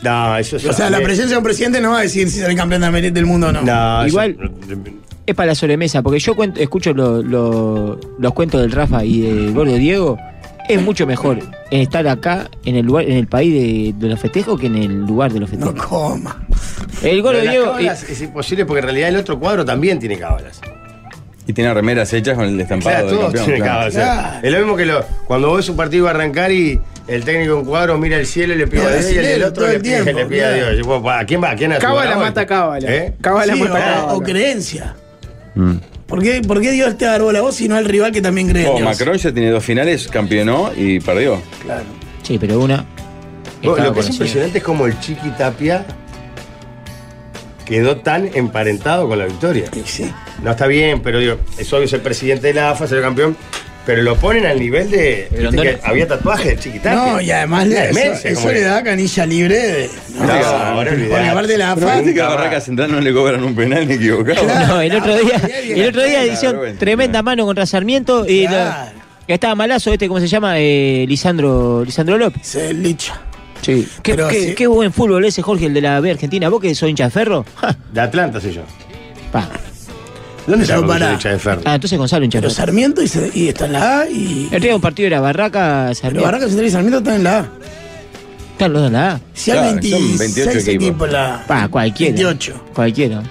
[SPEAKER 6] No, eso
[SPEAKER 7] O sea, la presencia de un presidente no va a decir si sale campeón de Ameri- del mundo o no.
[SPEAKER 6] No,
[SPEAKER 8] Igual es para la sobremesa, porque yo cuento- escucho lo- lo- los cuentos del Rafa y del Gordo Diego. Es mucho mejor en estar acá, en el lugar, en el país de, de los festejos, que en el lugar de los festejos.
[SPEAKER 7] No coma.
[SPEAKER 8] El Gordo
[SPEAKER 6] Pero las
[SPEAKER 8] Diego.
[SPEAKER 6] cábalas es imposible porque en realidad el otro cuadro también tiene cábalas.
[SPEAKER 9] Y tiene remeras hechas con el estampado
[SPEAKER 6] Claro,
[SPEAKER 9] del
[SPEAKER 6] todo
[SPEAKER 9] campeón.
[SPEAKER 6] tiene
[SPEAKER 9] claro.
[SPEAKER 6] cábalas. o sea,
[SPEAKER 7] Claro.
[SPEAKER 6] Es lo mismo que lo- cuando ves un partido arrancar y el técnico en cuadro mira el cielo y le pide
[SPEAKER 7] No,
[SPEAKER 6] a Dios y el,
[SPEAKER 7] brasileño,
[SPEAKER 6] otro
[SPEAKER 7] todo
[SPEAKER 6] le
[SPEAKER 7] el
[SPEAKER 6] pide,
[SPEAKER 7] tiempo,
[SPEAKER 6] le pide a
[SPEAKER 7] claro.
[SPEAKER 6] Dios. Y vos, ¿A quién va? ¿A quién
[SPEAKER 10] Cábala
[SPEAKER 6] ayudará hoy?
[SPEAKER 10] mata cábala.
[SPEAKER 6] ¿Eh?
[SPEAKER 10] Cábala
[SPEAKER 7] Sí,
[SPEAKER 10] mata cábala.
[SPEAKER 7] o, o creencia.
[SPEAKER 9] Mm.
[SPEAKER 7] ¿Por qué, por qué Dios te agarró la voz y no al rival que también cree en
[SPEAKER 9] Oh,
[SPEAKER 7] Dios?
[SPEAKER 9] Macron ya tiene dos finales, campeonó y perdió.
[SPEAKER 8] Sí, pero una.
[SPEAKER 6] Vos, lo
[SPEAKER 8] estaba
[SPEAKER 6] que es
[SPEAKER 8] conocida.
[SPEAKER 6] impresionante es como el Chiqui Tapia quedó tan emparentado con la victoria.
[SPEAKER 7] Y sí.
[SPEAKER 6] No está bien, pero digo, es obvio ser presidente de la AFA, ser campeón. Pero lo ponen al nivel de.
[SPEAKER 8] Pero
[SPEAKER 6] viste
[SPEAKER 8] Antonio-
[SPEAKER 6] que había tatuajes de Chiqui Tapia.
[SPEAKER 7] No, y además le-
[SPEAKER 6] Una
[SPEAKER 7] eso,
[SPEAKER 6] demencia,
[SPEAKER 7] eso
[SPEAKER 6] como
[SPEAKER 7] le
[SPEAKER 6] que-
[SPEAKER 7] da canilla libre de.
[SPEAKER 6] No, ahora olvidate.
[SPEAKER 7] Porque aparte la
[SPEAKER 9] Pero
[SPEAKER 7] AFA-
[SPEAKER 9] viste que a
[SPEAKER 6] nunca
[SPEAKER 9] Barraca
[SPEAKER 6] más.
[SPEAKER 9] Central no le cobran un penal ni equivocado.
[SPEAKER 7] Claro.
[SPEAKER 8] No, el otro día, el otro día
[SPEAKER 9] Claro,
[SPEAKER 8] hicieron
[SPEAKER 9] bueno.
[SPEAKER 8] tremenda mano contra Sarmiento y lo-
[SPEAKER 7] Claro.
[SPEAKER 8] estaba malazo este, ¿cómo se llama? Eh, Lisandro, Lisandro López.
[SPEAKER 7] Se licha.
[SPEAKER 8] Sí. Qué,
[SPEAKER 7] Pero
[SPEAKER 8] qué-
[SPEAKER 7] sí.
[SPEAKER 8] qué buen fútbol ese, Jorge, el de la B Argentina. ¿Vos que sos hincha de ferro? Ja,
[SPEAKER 6] De Atlanta, soy yo.
[SPEAKER 8] pa.
[SPEAKER 6] ¿Dónde está
[SPEAKER 7] Pero pará.
[SPEAKER 6] la de Ferro?
[SPEAKER 8] Ah, entonces Gonzalo hincha de
[SPEAKER 7] Pero
[SPEAKER 8] ferro.
[SPEAKER 7] Sarmiento y, se- y está en la A y.
[SPEAKER 8] El otro día un partido era Barraca,
[SPEAKER 7] Pero
[SPEAKER 8] Sarmiento.
[SPEAKER 7] Barraca Central y Sarmiento están en la A.
[SPEAKER 8] Están los dos en la A.
[SPEAKER 7] Si hay
[SPEAKER 9] Claro, son
[SPEAKER 7] 26
[SPEAKER 9] 28
[SPEAKER 7] equipos.
[SPEAKER 9] equipos.
[SPEAKER 7] en la A.
[SPEAKER 8] Pa, cualquiera.
[SPEAKER 7] 28.
[SPEAKER 8] Cualquiera.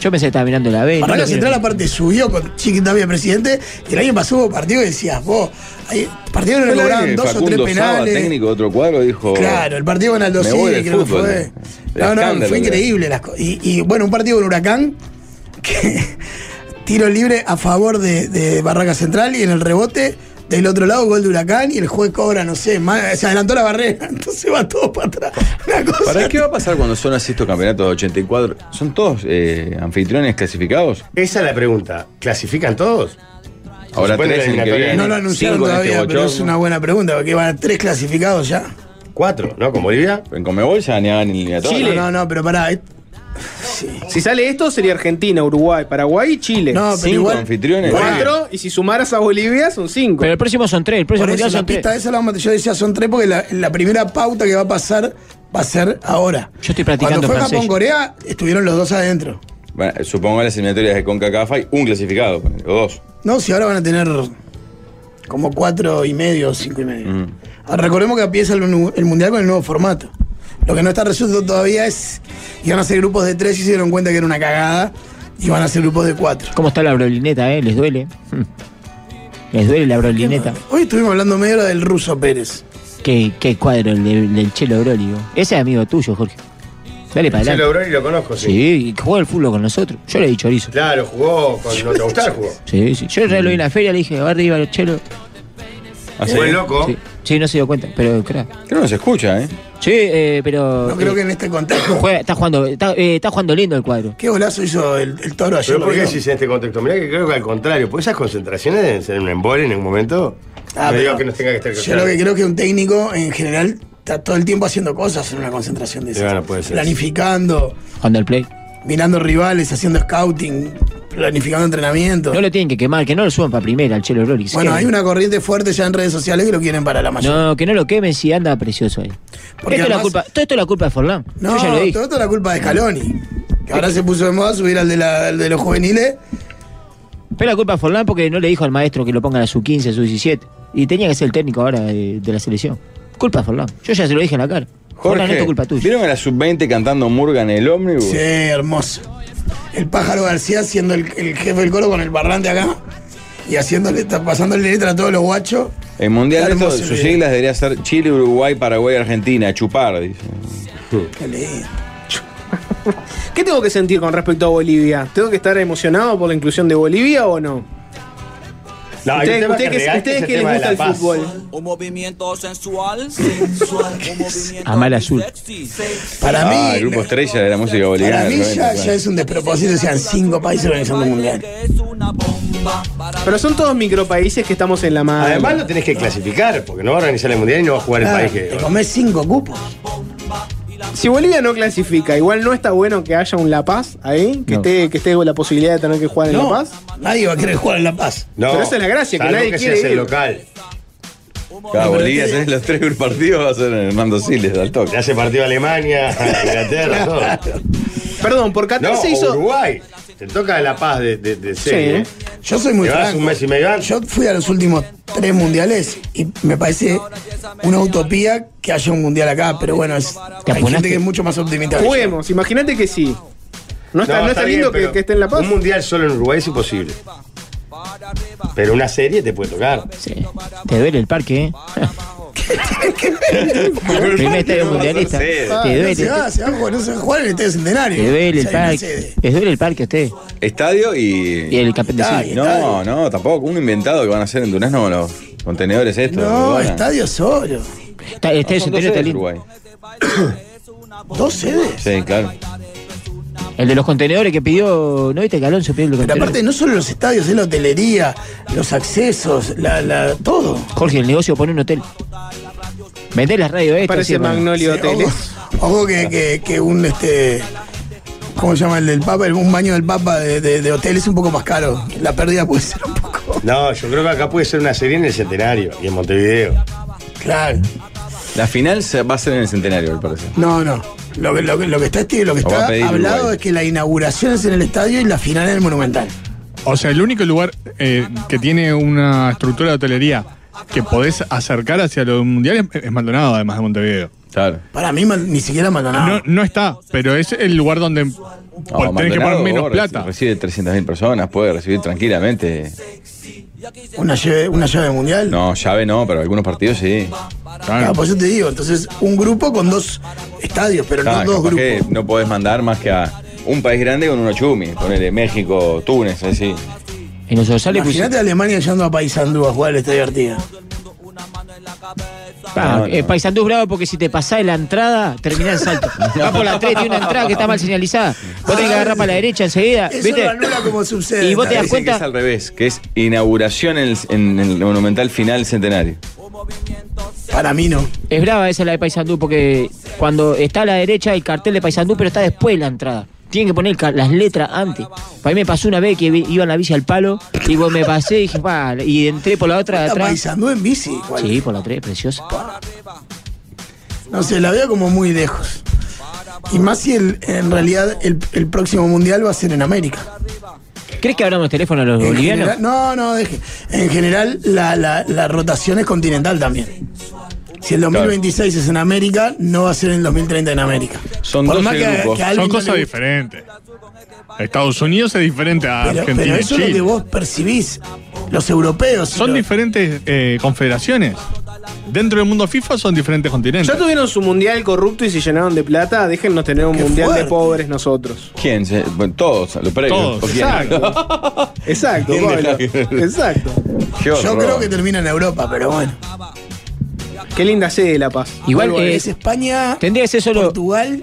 [SPEAKER 8] Yo pensé que estaba mirando la B. no
[SPEAKER 7] Barraca
[SPEAKER 8] lo quiero.
[SPEAKER 7] Central aparte subió con Chiqui Tapia presidente y el año pasado hubo partido que decías, vos, ahí, partido que
[SPEAKER 9] Fue
[SPEAKER 7] le
[SPEAKER 9] la
[SPEAKER 7] cobraban
[SPEAKER 9] que
[SPEAKER 7] dos o tres
[SPEAKER 9] Facundo Saba,
[SPEAKER 7] penales.
[SPEAKER 9] técnico de otro cuadro, dijo.
[SPEAKER 7] Claro, el partido con Aldo
[SPEAKER 9] Me voy
[SPEAKER 7] Civi,
[SPEAKER 9] del
[SPEAKER 7] creo que
[SPEAKER 9] fútbol.
[SPEAKER 7] fue.
[SPEAKER 9] El
[SPEAKER 7] No, no,
[SPEAKER 9] escándalo
[SPEAKER 7] fue
[SPEAKER 9] que era.
[SPEAKER 7] increíble. Las co- y, y, bueno, un partido con Huracán que tiro libre a favor de, de Barraca Central y en el rebote del otro lado gol de Huracán y el juez cobra, no sé, más- se adelantó la barrera, entonces va todo para atrás. Una cosa.
[SPEAKER 9] ¿Para qué va a pasar cuando son así estos campeonatos de 84? ¿Son todos eh, anfitriones clasificados?
[SPEAKER 6] Esa es la pregunta. ¿Clasifican todos? supone
[SPEAKER 9] Ahora tres
[SPEAKER 6] la
[SPEAKER 9] en el que
[SPEAKER 6] eliminatoria.
[SPEAKER 9] viene.
[SPEAKER 7] No lo anunciaron
[SPEAKER 9] cinco en este
[SPEAKER 7] todavía, pero
[SPEAKER 9] bochorno.
[SPEAKER 7] es una buena pregunta, porque van tres clasificados ya.
[SPEAKER 6] Cuatro, ¿no? Con Bolivia.
[SPEAKER 9] En Comebol ya ni hagan eliminatoria.
[SPEAKER 10] Chile.
[SPEAKER 7] No, no, no, pero pará. eh.
[SPEAKER 10] Si sale esto, sería Argentina, Uruguay, Paraguay y Chile.
[SPEAKER 7] No, pero
[SPEAKER 9] Cinco
[SPEAKER 7] igual.
[SPEAKER 9] anfitriones.
[SPEAKER 10] Cuatro, y si sumaras a Bolivia, son cinco.
[SPEAKER 8] Pero el próximo son tres, el próximo
[SPEAKER 7] Por eso
[SPEAKER 8] mundial
[SPEAKER 7] la
[SPEAKER 8] son tres.
[SPEAKER 7] pista esa la vamos a- Yo decía son tres porque la, la primera pauta que va a pasar va a ser ahora.
[SPEAKER 8] Yo estoy practicando
[SPEAKER 7] Cuando fue
[SPEAKER 8] francés.
[SPEAKER 7] Japón-Corea, estuvieron los dos adentro.
[SPEAKER 9] Bueno, supongo las eliminatorias de CONCACAF hay un clasificado, ponele, o dos.
[SPEAKER 7] No, si ahora van a tener como cuatro y medio o cinco y medio.
[SPEAKER 9] Mm.
[SPEAKER 7] Ah, Recordemos que empieza el, nu- el mundial con el nuevo formato. Lo que no está resuelto todavía es. Iban a ser grupos de tres y se dieron cuenta que era una cagada. Y van a ser grupos de cuatro.
[SPEAKER 8] ¿Cómo está la brolineta, eh? Les duele. Hmm. Les duele la brolineta.
[SPEAKER 7] Hoy estuvimos hablando media hora del ruso Pérez.
[SPEAKER 8] Qué, qué cuadro el del, del Chelo Broli. vos. Ese es amigo tuyo, Jorge. Dale para
[SPEAKER 6] Se
[SPEAKER 8] adelante.
[SPEAKER 6] logró y lo conozco, sí.
[SPEAKER 8] Sí, y juega el fútbol con nosotros. Yo le he dicho chorizo.
[SPEAKER 6] Claro, jugó con. No te gustaba, jugó.
[SPEAKER 8] Sí, sí. Yo lo vi en la feria, le dije, a ver, iba el Chelo.
[SPEAKER 9] Así.
[SPEAKER 6] Fue loco.
[SPEAKER 8] Sí. Sí, no se dio cuenta, pero crack.
[SPEAKER 9] Creo que no se escucha, ¿eh?
[SPEAKER 8] Sí, eh, pero.
[SPEAKER 7] No creo
[SPEAKER 8] eh,
[SPEAKER 7] que en este contexto.
[SPEAKER 8] juega- está, jugando, está, eh, está jugando lindo el cuadro.
[SPEAKER 7] ¿Qué golazo hizo el, el toro ayer?
[SPEAKER 6] Pero
[SPEAKER 7] ¿Lo
[SPEAKER 6] ¿por qué
[SPEAKER 7] vieron?
[SPEAKER 6] decís en este contexto? Mirá que creo que al contrario, pues esas concentraciones deben ser un embole en un momento.
[SPEAKER 7] Ah,
[SPEAKER 6] no
[SPEAKER 7] pero
[SPEAKER 6] digo que nos tenga que estar
[SPEAKER 7] Yo lo que creo que un técnico en general está todo el tiempo haciendo cosas en una concentración de
[SPEAKER 6] Sí,
[SPEAKER 7] esas.
[SPEAKER 6] bueno, puede ser.
[SPEAKER 7] Planificando,
[SPEAKER 8] Jugando al play.
[SPEAKER 7] mirando rivales, haciendo scouting, planificando entrenamiento.
[SPEAKER 8] No lo tienen que quemar, que no lo suban para primera al Chelo Broli. que se
[SPEAKER 7] bueno,
[SPEAKER 8] quede.
[SPEAKER 7] hay una corriente fuerte ya en redes sociales que lo quieren para la mayoría.
[SPEAKER 8] No, que no lo quemen si anda precioso ahí.
[SPEAKER 7] Porque
[SPEAKER 8] esto es la
[SPEAKER 7] además-
[SPEAKER 8] culpa, todo esto es la culpa de Forlán.
[SPEAKER 7] No,
[SPEAKER 8] Yo ya lo dije.
[SPEAKER 7] todo esto es la culpa de Scaloni. Que ahora se puso de moda subir al de, la- al de los juveniles.
[SPEAKER 8] Pero la culpa de Forlán porque no le dijo al maestro que lo pongan a su 15, a su 17. Y tenía que ser el técnico ahora de, de la selección. Culpa de Forlán. Yo ya se lo dije en la cara. Forlán, esto
[SPEAKER 9] Jorge,
[SPEAKER 8] es culpa tuya.
[SPEAKER 9] ¿vieron a la sub-20 cantando Murga en el ómnibus?
[SPEAKER 7] Sí, hermoso. El pájaro García siendo el, el jefe del coro con el barrante acá y haciéndole, pasándole letra a todos los guachos.
[SPEAKER 9] El mundial,
[SPEAKER 7] Está
[SPEAKER 9] esto,
[SPEAKER 7] hermoso el
[SPEAKER 9] sus
[SPEAKER 7] video.
[SPEAKER 9] siglas debería ser Chile, Uruguay, Paraguay, Argentina, chupar, dice.
[SPEAKER 7] Qué lindo.
[SPEAKER 10] ¿Qué tengo que sentir con respecto a Bolivia? ¿Tengo que estar emocionado por la inclusión de Bolivia o no?
[SPEAKER 6] No, Ah, hay un tema
[SPEAKER 10] ustedes ustedes
[SPEAKER 6] que
[SPEAKER 10] que,
[SPEAKER 6] real,
[SPEAKER 10] ustedes
[SPEAKER 6] es el
[SPEAKER 10] que les
[SPEAKER 6] tema de
[SPEAKER 10] gusta
[SPEAKER 6] la
[SPEAKER 10] el
[SPEAKER 6] paz.
[SPEAKER 10] fútbol.
[SPEAKER 2] Un movimiento sensual, sensual, un movimiento
[SPEAKER 8] Amal azul.
[SPEAKER 2] sexy, sexy.
[SPEAKER 7] Para mí.
[SPEAKER 9] Ah, el grupo estrella de la música boliviana.
[SPEAKER 7] Para mí
[SPEAKER 9] realmente,
[SPEAKER 7] ya,
[SPEAKER 9] bueno.
[SPEAKER 7] ya es un despropósito que sean cinco países organizando un mundial.
[SPEAKER 2] Es una bomba para
[SPEAKER 10] Pero son todos micropaíses que estamos en la mano.
[SPEAKER 6] Además
[SPEAKER 10] Ah.
[SPEAKER 6] lo tenés que clasificar, porque no va a organizar el mundial y no va a jugar el
[SPEAKER 7] Claro,
[SPEAKER 6] país
[SPEAKER 7] te
[SPEAKER 6] que.
[SPEAKER 7] comés cinco cupos.
[SPEAKER 10] Si Bolivia no clasifica, igual no está bueno que haya un La Paz ahí, que
[SPEAKER 9] No.
[SPEAKER 10] esté que esté la posibilidad de tener que jugar en
[SPEAKER 7] No,
[SPEAKER 10] La Paz.
[SPEAKER 7] Nadie va a querer jugar en La Paz.
[SPEAKER 10] Pero esa es la gracia, que
[SPEAKER 6] salvo
[SPEAKER 10] nadie
[SPEAKER 6] seas
[SPEAKER 10] quiere
[SPEAKER 6] el
[SPEAKER 10] ir.
[SPEAKER 6] local.
[SPEAKER 9] Cada Bolivia tenés los tres partidos, va a ser Hernando Siles al toque.
[SPEAKER 6] Le hace partido a Alemania, a Inglaterra, todo.
[SPEAKER 10] Perdón, por Qatar
[SPEAKER 6] No,
[SPEAKER 10] se
[SPEAKER 6] o
[SPEAKER 10] hizo.
[SPEAKER 6] Uruguay. Te toca la paz de, de, de serie. ¿eh?
[SPEAKER 10] Sí.
[SPEAKER 7] Yo soy muy
[SPEAKER 6] Te vas
[SPEAKER 7] franco.
[SPEAKER 6] un mes y medio antes.
[SPEAKER 7] Yo fui a los últimos tres mundiales y me parece una utopía que haya un mundial acá, pero bueno, es,
[SPEAKER 8] ¿Te
[SPEAKER 7] hay gente
[SPEAKER 8] apunaste?
[SPEAKER 7] que es mucho más optimista. que yo.
[SPEAKER 10] Juguemos, imagínate que sí. No está, no está
[SPEAKER 6] bien,
[SPEAKER 10] lindo que-
[SPEAKER 6] pero
[SPEAKER 10] que, esté en La Paz.
[SPEAKER 6] Un mundial solo en Uruguay es imposible. Pero una serie te puede tocar.
[SPEAKER 8] Sí. Te duele el parque, ¿eh? Primer estadio mundialista. Te
[SPEAKER 7] No
[SPEAKER 9] Ah,
[SPEAKER 7] se
[SPEAKER 8] duele.
[SPEAKER 7] va, se va a jugar, no se va a jugar en el Estadio Centenario.
[SPEAKER 8] Te duele el
[SPEAKER 7] O sea, hay una
[SPEAKER 8] parque.
[SPEAKER 7] sede.
[SPEAKER 8] Les duele el parque a ustedes.
[SPEAKER 9] Estadio
[SPEAKER 8] Y
[SPEAKER 9] y.
[SPEAKER 8] el campeón de
[SPEAKER 7] Ay,
[SPEAKER 8] siglo.
[SPEAKER 9] No, no, tampoco. Un inventado que van a hacer en Durazno con los contenedores estos.
[SPEAKER 7] No,
[SPEAKER 9] Urbana.
[SPEAKER 7] estadio solo.
[SPEAKER 8] Está- Este es
[SPEAKER 9] Son
[SPEAKER 8] el
[SPEAKER 9] dos
[SPEAKER 8] centenario está
[SPEAKER 9] sedes,
[SPEAKER 8] lindo.
[SPEAKER 9] Uruguay.
[SPEAKER 7] Dos sedes.
[SPEAKER 9] Sí, claro.
[SPEAKER 8] El de los contenedores que pidió. ¿No viste que Alonso pidió el de los
[SPEAKER 7] Pero aparte,
[SPEAKER 8] contenedores?
[SPEAKER 7] no solo los estadios, es la hotelería, los accesos, la, la, todo.
[SPEAKER 8] Jorge, el negocio pone un hotel. Vendés las radios estas.
[SPEAKER 10] Parece
[SPEAKER 8] sí, bueno.
[SPEAKER 10] Magnolio ¿eh? Hoteles.
[SPEAKER 7] Ojo, ojo que, que- que un este. ¿Cómo se llama el del Papa? El- Un baño del Papa de, de- de hotel es un poco más caro. La pérdida puede ser un poco.
[SPEAKER 6] No, yo creo que acá puede ser una serie en el centenario y en Montevideo.
[SPEAKER 7] Claro.
[SPEAKER 9] La final se va a ser en el centenario, al parecer.
[SPEAKER 7] No, no. Lo que, lo que- lo que está, este- lo que
[SPEAKER 9] Lo va
[SPEAKER 7] está
[SPEAKER 9] a pedir
[SPEAKER 7] hablado
[SPEAKER 9] Uruguay.
[SPEAKER 7] es que la inauguración es en el estadio y la final en el Monumental.
[SPEAKER 11] O sea, el único lugar eh, que tiene una estructura de hotelería que podés acercar hacia los mundiales es Maldonado, además de Montevideo.
[SPEAKER 9] Claro.
[SPEAKER 7] Para mí, mal- ni siquiera Maldonado.
[SPEAKER 11] No, no está, pero es el lugar donde pues,
[SPEAKER 9] No,
[SPEAKER 11] tenés que
[SPEAKER 9] Maldonado,
[SPEAKER 11] poner menos
[SPEAKER 9] vos
[SPEAKER 11] plata.
[SPEAKER 9] reci- Recibe 300.000 personas, puede recibir tranquilamente.
[SPEAKER 7] Una, llave, una llave mundial.
[SPEAKER 9] No, llave no, pero algunos partidos sí.
[SPEAKER 7] Claro,
[SPEAKER 11] Claro.
[SPEAKER 7] por eso pues te digo. Entonces, un grupo con dos estadios, pero
[SPEAKER 9] Ah,
[SPEAKER 7] no dos
[SPEAKER 9] capaz
[SPEAKER 7] grupos.
[SPEAKER 9] que no podés mandar más que a un país grande con uno chumi. Ponele México, Túnez, así.
[SPEAKER 8] En los dorsales
[SPEAKER 7] Imagínate a Alemania yendo a Paysandú a jugar al Estadio Artigas.
[SPEAKER 8] Ah,
[SPEAKER 9] No, no.
[SPEAKER 8] eh, Paisandú es bravo porque si te pasás de la entrada, terminás en salto. Va por la 3, tiene una entrada que está mal señalizada. Vos tenés que agarrar para la derecha enseguida.
[SPEAKER 7] Eso
[SPEAKER 8] Ah, ¿Viste?
[SPEAKER 7] lo anula como subsede.
[SPEAKER 8] Y vos te das
[SPEAKER 9] Parece
[SPEAKER 8] cuenta-
[SPEAKER 9] que es al revés, que es inauguración en el, en el monumental final centenario.
[SPEAKER 7] Para mí no.
[SPEAKER 8] Es brava esa la de Paisandú porque cuando está a la derecha el cartel de Paisandú, pero está después de la entrada. Tienen que poner el ca- las letras antes. Para mí me pasó una vez que vi- iba en la villa al palo y vos me pasé y dije, "Pa", y entré por la otra de
[SPEAKER 7] Está
[SPEAKER 8] atrás.
[SPEAKER 7] Paysandú en bici. ¿cuál?
[SPEAKER 8] Sí, por la 3, preciosa.
[SPEAKER 7] No sé, la veo como muy lejos. Y más si el- en realidad el, el próximo mundial va a ser en América.
[SPEAKER 8] ¿Crees que abramos teléfono a los
[SPEAKER 7] En
[SPEAKER 8] bolivianos?
[SPEAKER 7] general- no, no, deje. En general, la, la- la rotación es continental también. Si el 2026 es en América, no va a ser en el 2030 en América.
[SPEAKER 9] Son
[SPEAKER 7] Por
[SPEAKER 9] 12
[SPEAKER 7] más que-
[SPEAKER 9] grupos.
[SPEAKER 7] que a
[SPEAKER 11] Son
[SPEAKER 7] Alvin no
[SPEAKER 11] cosas
[SPEAKER 7] le-
[SPEAKER 11] diferentes. Estados Unidos es diferente a
[SPEAKER 7] Pero,
[SPEAKER 11] Argentina.
[SPEAKER 7] pero
[SPEAKER 11] y
[SPEAKER 7] eso es lo
[SPEAKER 11] Chile.
[SPEAKER 7] que vos percibís. Los europeos. y
[SPEAKER 11] Son
[SPEAKER 7] los-
[SPEAKER 11] diferentes eh, confederaciones. Dentro del mundo FIFA son diferentes continentes.
[SPEAKER 10] Ya tuvieron su mundial corrupto y se llenaron de plata. Déjennos tener un
[SPEAKER 7] Qué
[SPEAKER 10] mundial
[SPEAKER 7] fuerte.
[SPEAKER 10] de pobres nosotros.
[SPEAKER 9] ¿Quién? Se- bueno, todos, los previos.
[SPEAKER 11] Todos,
[SPEAKER 9] ¿O quién?
[SPEAKER 11] exacto.
[SPEAKER 10] Exacto,
[SPEAKER 9] ¿Quién
[SPEAKER 10] Pablo.
[SPEAKER 9] deja que-
[SPEAKER 10] Exacto.
[SPEAKER 9] Qué
[SPEAKER 7] Yo
[SPEAKER 9] horror.
[SPEAKER 7] creo que termina en Europa, pero bueno.
[SPEAKER 10] Qué linda sede La Paz.
[SPEAKER 8] Ah, Igual
[SPEAKER 7] Vuelvo,
[SPEAKER 8] eh,
[SPEAKER 7] es España,
[SPEAKER 8] tendría que ser solo
[SPEAKER 7] Portugal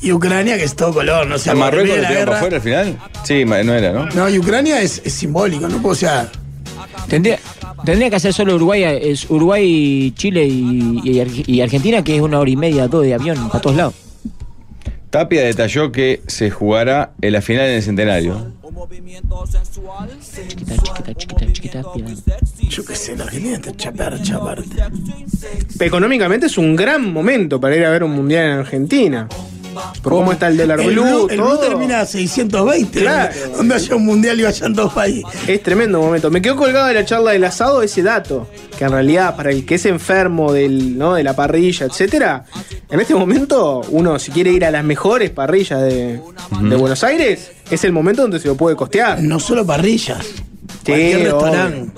[SPEAKER 7] y Ucrania, que es todo color. No
[SPEAKER 10] Ah,
[SPEAKER 7] sé,
[SPEAKER 9] ¿A Marruecos
[SPEAKER 7] termina
[SPEAKER 9] lo
[SPEAKER 7] la
[SPEAKER 9] tiraron para
[SPEAKER 7] guerra.
[SPEAKER 9] afuera al final? Sí, ma- no era, ¿no?
[SPEAKER 7] No, y Ucrania es, es simbólico, ¿no? O sea,
[SPEAKER 8] Tendría, tendría que hacer solo Uruguay, eh, es Uruguay, Chile y, y Arge- y Argentina, que es una hora y media, dos de avión, para todos lados.
[SPEAKER 7] Ah,
[SPEAKER 9] Tapia detalló que se jugará en la final en el centenario.
[SPEAKER 8] Chiquita, chiquita, chiquita, chiquita. piedra.
[SPEAKER 7] yo qué sé, la Argentina está chapar, chaparte.
[SPEAKER 10] Económicamente es un gran momento para ir a ver un mundial en Argentina. Por cómo está el dólar
[SPEAKER 7] El
[SPEAKER 10] blue,
[SPEAKER 7] blue, el blue
[SPEAKER 10] todo.
[SPEAKER 7] termina a 620,
[SPEAKER 10] Claro.
[SPEAKER 7] donde haya un mundial y vayan dos países.
[SPEAKER 10] Es tremendo momento. Me quedó colgado de la charla del asado ese dato. Que en realidad, para el que es enfermo del, ¿no? de la parrilla, etcétera, en este momento, uno si quiere ir a las mejores parrillas de, de Buenos Aires, es el momento donde se lo puede costear.
[SPEAKER 7] No solo parrillas, cualquier
[SPEAKER 10] obvio.
[SPEAKER 7] restaurante.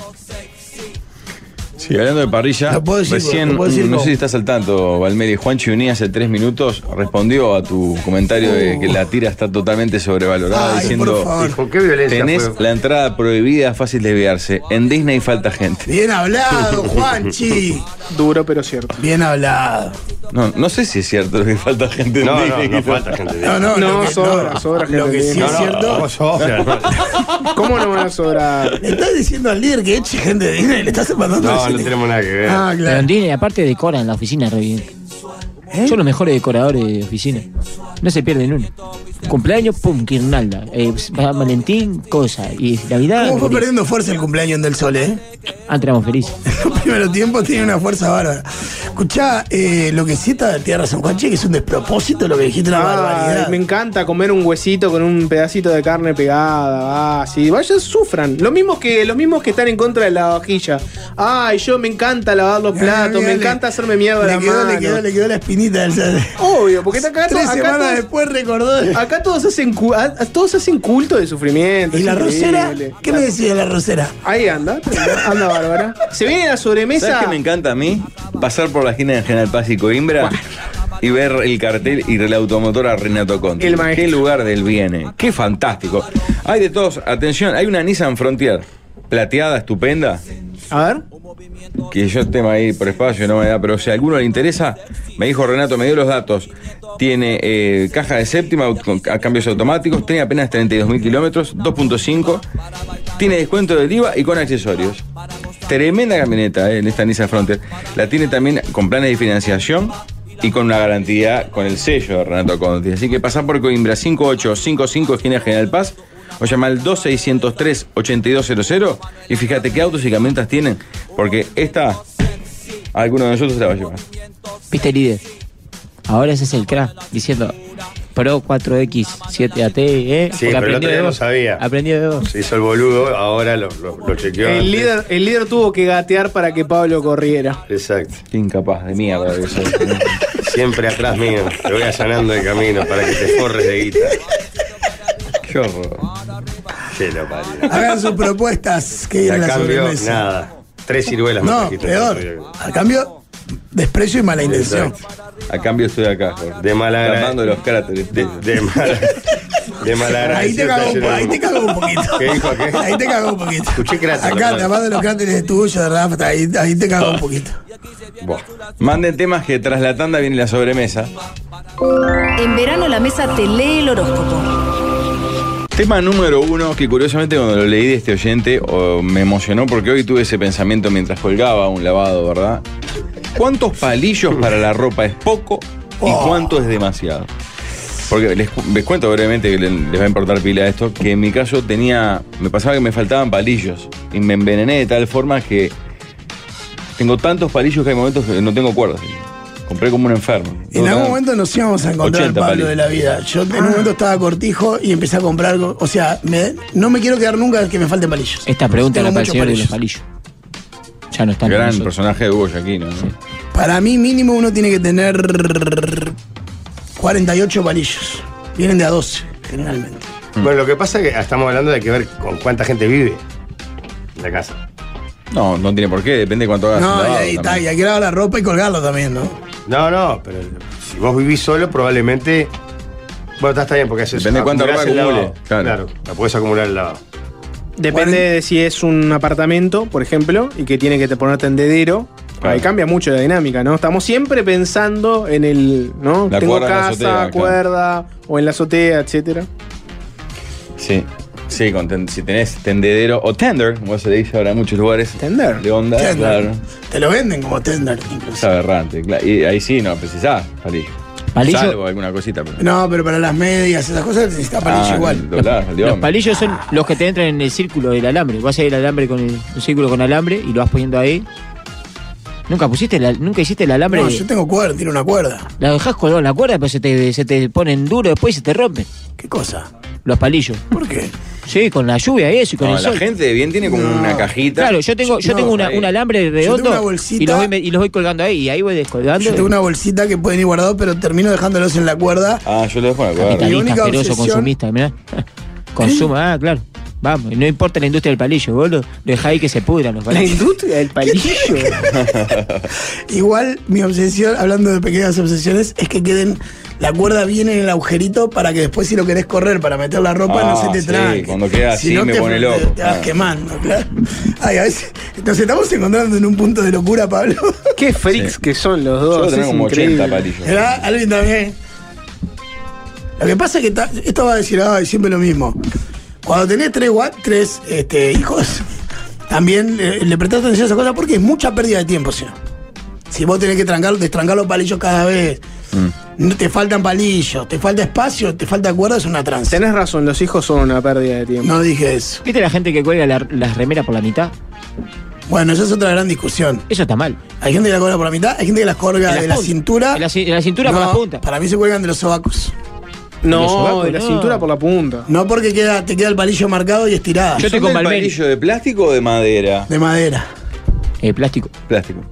[SPEAKER 9] Sí, hablando de parrilla,
[SPEAKER 7] Lo puedo decir,
[SPEAKER 9] recién, mm,
[SPEAKER 7] lo puedo decir
[SPEAKER 9] no
[SPEAKER 7] como-
[SPEAKER 9] sé si estás al tanto, Valmeri, Juan Chiuní hace tres minutos respondió a tu comentario de que la tira está totalmente sobrevalorada,
[SPEAKER 7] Uh. Ay, por
[SPEAKER 9] diciendo,
[SPEAKER 7] favor.
[SPEAKER 6] Dijo, Ah, qué violencia
[SPEAKER 9] tenés
[SPEAKER 6] fue.
[SPEAKER 9] la entrada prohibida, fácil desviarse, en Disney falta gente.
[SPEAKER 7] Bien hablado, Juanchi.
[SPEAKER 10] Duro, pero cierto.
[SPEAKER 7] Bien hablado.
[SPEAKER 9] No, no sé si es cierto lo que falta gente en
[SPEAKER 6] No, no,
[SPEAKER 9] Disney.
[SPEAKER 6] no falta gente.
[SPEAKER 7] No, no,
[SPEAKER 10] No,
[SPEAKER 7] lo que-
[SPEAKER 10] sobra,
[SPEAKER 7] no,
[SPEAKER 10] sobra,
[SPEAKER 7] Lo que
[SPEAKER 10] gente.
[SPEAKER 7] sí
[SPEAKER 10] No,
[SPEAKER 7] es
[SPEAKER 10] no,
[SPEAKER 7] cierto.
[SPEAKER 6] O sea, no,
[SPEAKER 10] ¿Cómo no van a sobrar?
[SPEAKER 7] Le estás diciendo al líder que eche gente de Disney, le estás mandando
[SPEAKER 6] no, no
[SPEAKER 7] decirle-
[SPEAKER 6] tenemos nada que ver.
[SPEAKER 7] Ah,
[SPEAKER 8] Pero en
[SPEAKER 7] claro.
[SPEAKER 8] Disney, aparte, decoran la oficina re bien.
[SPEAKER 7] ¿Eh?
[SPEAKER 8] Son los mejores decoradores de oficina. No se pierden uno. Cumpleaños, pum, Kirnalda. Eh, San Valentín, cosa. Y Navidad.
[SPEAKER 7] ¿Cómo fue
[SPEAKER 8] gris.
[SPEAKER 7] perdiendo fuerza el cumpleaños en del Sol, eh?
[SPEAKER 8] Ah, entramos felices.
[SPEAKER 7] Los primeros tiempos tiene una fuerza bárbara. Escuchá, eh, lo que sí está, tiene razón, Juanche, que es un despropósito lo que dijiste, una
[SPEAKER 10] Ah,
[SPEAKER 7] barbaridad.
[SPEAKER 10] Me encanta comer un huesito con un pedacito de carne pegada. Ah, sí. Vayan, sufran. Lo mismo que los mismos que están en contra de la vajilla. Ay, yo me encanta lavar los platos, me
[SPEAKER 7] Dale.
[SPEAKER 10] encanta hacerme mierda
[SPEAKER 7] Le
[SPEAKER 10] la
[SPEAKER 7] quedó,
[SPEAKER 10] mano.
[SPEAKER 7] le quedó, le quedó la espinita del Sol.
[SPEAKER 10] Obvio, porque acá,
[SPEAKER 7] Tres
[SPEAKER 10] acá
[SPEAKER 7] semanas
[SPEAKER 10] todos-
[SPEAKER 7] después recordó.
[SPEAKER 10] acá todos hacen cu- a- a- todos hacen culto de sufrimiento.
[SPEAKER 7] ¿Y
[SPEAKER 10] es
[SPEAKER 7] la
[SPEAKER 10] increíble.
[SPEAKER 7] rosera? ¿Qué me decía de la rosera?
[SPEAKER 10] Ahí anda, anda Bárbara. Se viene la sobremesa.
[SPEAKER 9] ¿Sabes qué me encanta a mí? Pasar por la esquina de General Paz y Coimbra y ver el cartel y la automotora Renato Conti.
[SPEAKER 10] El maestro. Ah.
[SPEAKER 9] ¿Qué lugar del viene? ¡Qué fantástico! Hay de todos. Atención, hay una Nissan Frontier. Plateada, estupenda.
[SPEAKER 10] A ver.
[SPEAKER 9] Que yo esté ahí por espacio, no me da. Pero si a alguno le interesa, me dijo Renato, me dio los datos. Tiene eh, caja de séptima aut- con ca- cambios automáticos. Tiene apenas 32.000 kilómetros, 2.5. Tiene descuento del IVA y con accesorios. Tremenda camioneta eh, en esta Nissan Frontier. La tiene también con planes de financiación y con una garantía con el sello de Renato Conti. Así que pasá por Coimbra 5855 esquina General Paz o llama al 2603-8200 y fíjate qué autos y camionetas tienen porque esta alguno de nosotros se la va a llevar.
[SPEAKER 8] Viste líder. Ahora ese es el crack diciendo Pro 4X 7AT, ¿eh?
[SPEAKER 6] Sí,
[SPEAKER 8] Porque
[SPEAKER 6] pero el
[SPEAKER 8] aprendió
[SPEAKER 6] otro
[SPEAKER 8] de
[SPEAKER 6] día no
[SPEAKER 8] vos.
[SPEAKER 6] sabía.
[SPEAKER 8] Aprendió de vos.
[SPEAKER 6] Se hizo el boludo, ahora lo, lo, lo chequeó.
[SPEAKER 10] El
[SPEAKER 6] antes.
[SPEAKER 10] líder, el líder tuvo que gatear para que Pablo corriera.
[SPEAKER 6] Exacto.
[SPEAKER 9] Qué incapaz de mierda que ¿eh? soy.
[SPEAKER 6] Siempre atrás mío. Te voy allanando el camino para que te forres de guita.
[SPEAKER 9] Qué horror.
[SPEAKER 6] Que lo parió.
[SPEAKER 7] Hagan sus propuestas que
[SPEAKER 6] Y
[SPEAKER 7] viene
[SPEAKER 6] a
[SPEAKER 7] la
[SPEAKER 6] cambio,
[SPEAKER 7] sobremesa.
[SPEAKER 6] nada. Tres ciruelas me
[SPEAKER 7] No,
[SPEAKER 6] trajiste.
[SPEAKER 7] peor. A cambio, desprecio y mala intención.
[SPEAKER 9] A cambio estoy acá, Jorge.
[SPEAKER 6] De mala gra-
[SPEAKER 9] Tapando los cráteres.
[SPEAKER 6] De, de mala. De mala
[SPEAKER 7] Ahí te
[SPEAKER 6] agradecido
[SPEAKER 7] cagó, un
[SPEAKER 6] ayer
[SPEAKER 7] po- ahí
[SPEAKER 6] el-
[SPEAKER 7] te cagó un poquito.
[SPEAKER 6] ¿Qué dijo qué?
[SPEAKER 7] Ahí te cagó un poquito.
[SPEAKER 6] Escuché cráter, la
[SPEAKER 7] Acá,
[SPEAKER 6] verdad.
[SPEAKER 7] además de los cráteres tuyos, de Rafa, ahí, ahí te cagó un poquito.
[SPEAKER 9] Buah. Manden temas que tras la tanda viene la sobremesa.
[SPEAKER 12] En verano la mesa te lee el horóscopo.
[SPEAKER 9] Tema número uno, que curiosamente cuando lo leí de este oyente oh, me emocionó porque hoy tuve ese pensamiento mientras colgaba un lavado, ¿verdad? ¿Cuántos palillos para la ropa es poco y
[SPEAKER 7] Oh.
[SPEAKER 9] cuánto es demasiado? Porque les, cu- les cuento brevemente que le- les va a importar pila esto, que en mi caso tenía, me pasaba que me faltaban palillos y me envenené de tal forma que tengo tantos palillos que hay momentos que no tengo cuerdas. Compré como un enfermo.
[SPEAKER 7] En algún momento nos íbamos a encontrar
[SPEAKER 9] 80
[SPEAKER 7] Pablo
[SPEAKER 9] palillos.
[SPEAKER 7] de la vida. Yo en un momento estaba cortijo y empecé a comprar. co- O sea, me- no me quiero quedar nunca que me falten palillos.
[SPEAKER 8] Esta pregunta
[SPEAKER 7] Tengo
[SPEAKER 8] era para el
[SPEAKER 7] muchos
[SPEAKER 8] señor de los
[SPEAKER 7] palillos.
[SPEAKER 8] palillos. Ya no están con
[SPEAKER 9] Gran
[SPEAKER 8] nosotros.
[SPEAKER 9] personaje de Hugo Yaquino, ¿no?
[SPEAKER 7] Para mí, mínimo uno tiene que tener 48 palillos. Vienen de a 12, generalmente.
[SPEAKER 6] Mm. Bueno, lo que pasa es que estamos hablando de que ver con cuánta gente vive en la casa.
[SPEAKER 9] No, no tiene por qué, depende de cuánto
[SPEAKER 6] Ah,
[SPEAKER 9] hagas. un
[SPEAKER 7] No, y
[SPEAKER 9] lavado
[SPEAKER 7] ahí está,
[SPEAKER 9] también.
[SPEAKER 7] y hay que lavar la ropa y colgarlo también, ¿no?
[SPEAKER 6] No, no, pero si vos vivís solo, probablemente. Bueno, está, está bien porque haces
[SPEAKER 9] Depende de cuánta
[SPEAKER 6] acumulás
[SPEAKER 9] ropa
[SPEAKER 6] el
[SPEAKER 9] acumule,
[SPEAKER 6] lavado. Claro.
[SPEAKER 9] claro.
[SPEAKER 6] la podés acumular el lavado.
[SPEAKER 10] Depende
[SPEAKER 7] Cuaren-
[SPEAKER 10] de si es un apartamento, por ejemplo, y que tiene que te ponerte tendedero.
[SPEAKER 9] Claro.
[SPEAKER 10] Ahí cambia mucho la dinámica, ¿no? Estamos siempre pensando en el, ¿no?
[SPEAKER 9] La
[SPEAKER 10] Tengo
[SPEAKER 9] cuerda en la
[SPEAKER 10] casa,
[SPEAKER 9] azotea, claro.
[SPEAKER 10] cuerda, o en la azotea, etcétera.
[SPEAKER 9] Sí. Sí, con ten- si tenés tendedero o tender, como se le dice ahora en muchos lugares.
[SPEAKER 10] Tender.
[SPEAKER 9] De onda,
[SPEAKER 7] Tender.
[SPEAKER 9] claro.
[SPEAKER 7] Te lo venden como tender,
[SPEAKER 9] Es
[SPEAKER 7] incluso.
[SPEAKER 9] aberrante. cla- Y ahí sí, no precisás palillo.
[SPEAKER 8] Palillo-
[SPEAKER 9] Salvo alguna cosita, pero.
[SPEAKER 7] No, pero para las medias, esas cosas necesita palillo
[SPEAKER 9] Ah,
[SPEAKER 7] igual.
[SPEAKER 9] doblás, el de
[SPEAKER 8] Los
[SPEAKER 9] hombre.
[SPEAKER 8] palillos son los que te entran en el círculo del alambre. Vas a ir al alambre con el, un círculo con alambre y lo vas poniendo ahí. Nunca pusiste la- nunca hiciste el alambre.
[SPEAKER 7] No, yo tengo cuerda, tiene una cuerda.
[SPEAKER 8] La dejás colgado en la cuerda, pero se te, se te ponen duro después y se te rompen.
[SPEAKER 7] ¿Qué cosa?
[SPEAKER 8] Los palillos.
[SPEAKER 7] ¿Por qué?
[SPEAKER 8] Sí, con la lluvia y eso, y con
[SPEAKER 9] No,
[SPEAKER 8] el
[SPEAKER 9] la
[SPEAKER 8] sol.
[SPEAKER 9] gente de bien tiene como
[SPEAKER 7] No.
[SPEAKER 9] una cajita.
[SPEAKER 8] Claro, yo tengo, yo
[SPEAKER 7] No,
[SPEAKER 8] tengo una,
[SPEAKER 9] ahí.
[SPEAKER 8] un alambre redondo
[SPEAKER 7] tengo una bolsita.
[SPEAKER 8] y, los voy, me- y los voy colgando ahí, y ahí voy descolgando.
[SPEAKER 7] Yo tengo una bolsita que pueden ir guardados, pero termino dejándolos en la cuerda.
[SPEAKER 9] Ah, yo lo dejo en la cuerda.
[SPEAKER 7] Mi
[SPEAKER 8] Capitalista,
[SPEAKER 7] única
[SPEAKER 8] asqueroso,
[SPEAKER 7] obsesión-
[SPEAKER 8] consumista, mirá. Consuma, ah, claro. Vamos, y no importa la industria del palillo, vos lo dejá ahí que se pudran los
[SPEAKER 10] La
[SPEAKER 8] palillos.
[SPEAKER 10] industria del palillo.
[SPEAKER 7] Igual mi obsesión, hablando de pequeñas obsesiones, es que queden la cuerda bien en el agujerito para que después si lo querés correr para meter la ropa
[SPEAKER 9] Ah,
[SPEAKER 7] no se te
[SPEAKER 9] sí,
[SPEAKER 7] trae.
[SPEAKER 9] cuando queda así me pone loco.
[SPEAKER 7] Te vas
[SPEAKER 9] Ah.
[SPEAKER 7] quemando, claro. Ay, a veces nos estamos encontrando en un punto de locura, Pablo.
[SPEAKER 10] Qué freaks que son los
[SPEAKER 9] Yo
[SPEAKER 10] dos.
[SPEAKER 9] tengo
[SPEAKER 10] es
[SPEAKER 9] como
[SPEAKER 10] increíble.
[SPEAKER 9] 80 palillos.
[SPEAKER 7] ¿Verdad? Alvin también. Lo que pasa es que ta- esto va a decir, ay, siempre lo mismo. Cuando tenés tres, gua- tres este, hijos, también eh, le, prestás atención a esa cosa porque es mucha pérdida de tiempo, señor. Si vos tenés que trancar, destrancar los palillos cada vez,
[SPEAKER 10] Mm.
[SPEAKER 7] No te faltan palillos, te falta espacio, te falta cuerda, es una tranza.
[SPEAKER 10] Tenés razón, los hijos son una pérdida de tiempo.
[SPEAKER 7] No dije eso.
[SPEAKER 8] ¿Viste la gente que cuelga la- las remeras por la mitad?
[SPEAKER 7] Bueno, eso es otra gran discusión.
[SPEAKER 8] Eso está mal.
[SPEAKER 7] Hay gente que la cuelga por la mitad, hay gente que las cuelga
[SPEAKER 8] En las
[SPEAKER 7] de la
[SPEAKER 8] pun-
[SPEAKER 7] cintura.
[SPEAKER 8] en la ci- en la cintura por
[SPEAKER 7] No,
[SPEAKER 8] las puntas.
[SPEAKER 7] Para mí se cuelgan de los sobacos.
[SPEAKER 10] No,
[SPEAKER 8] Los sobacos,
[SPEAKER 10] de la
[SPEAKER 8] no.
[SPEAKER 10] cintura por la punta.
[SPEAKER 7] No porque queda, te queda el palillo marcado y estirada.
[SPEAKER 8] Yo
[SPEAKER 9] ¿Son
[SPEAKER 8] tengo
[SPEAKER 9] del
[SPEAKER 8] Balmeri.
[SPEAKER 9] palillo de plástico o de madera?
[SPEAKER 7] De madera.
[SPEAKER 8] Eh, plástico.
[SPEAKER 9] Plástico.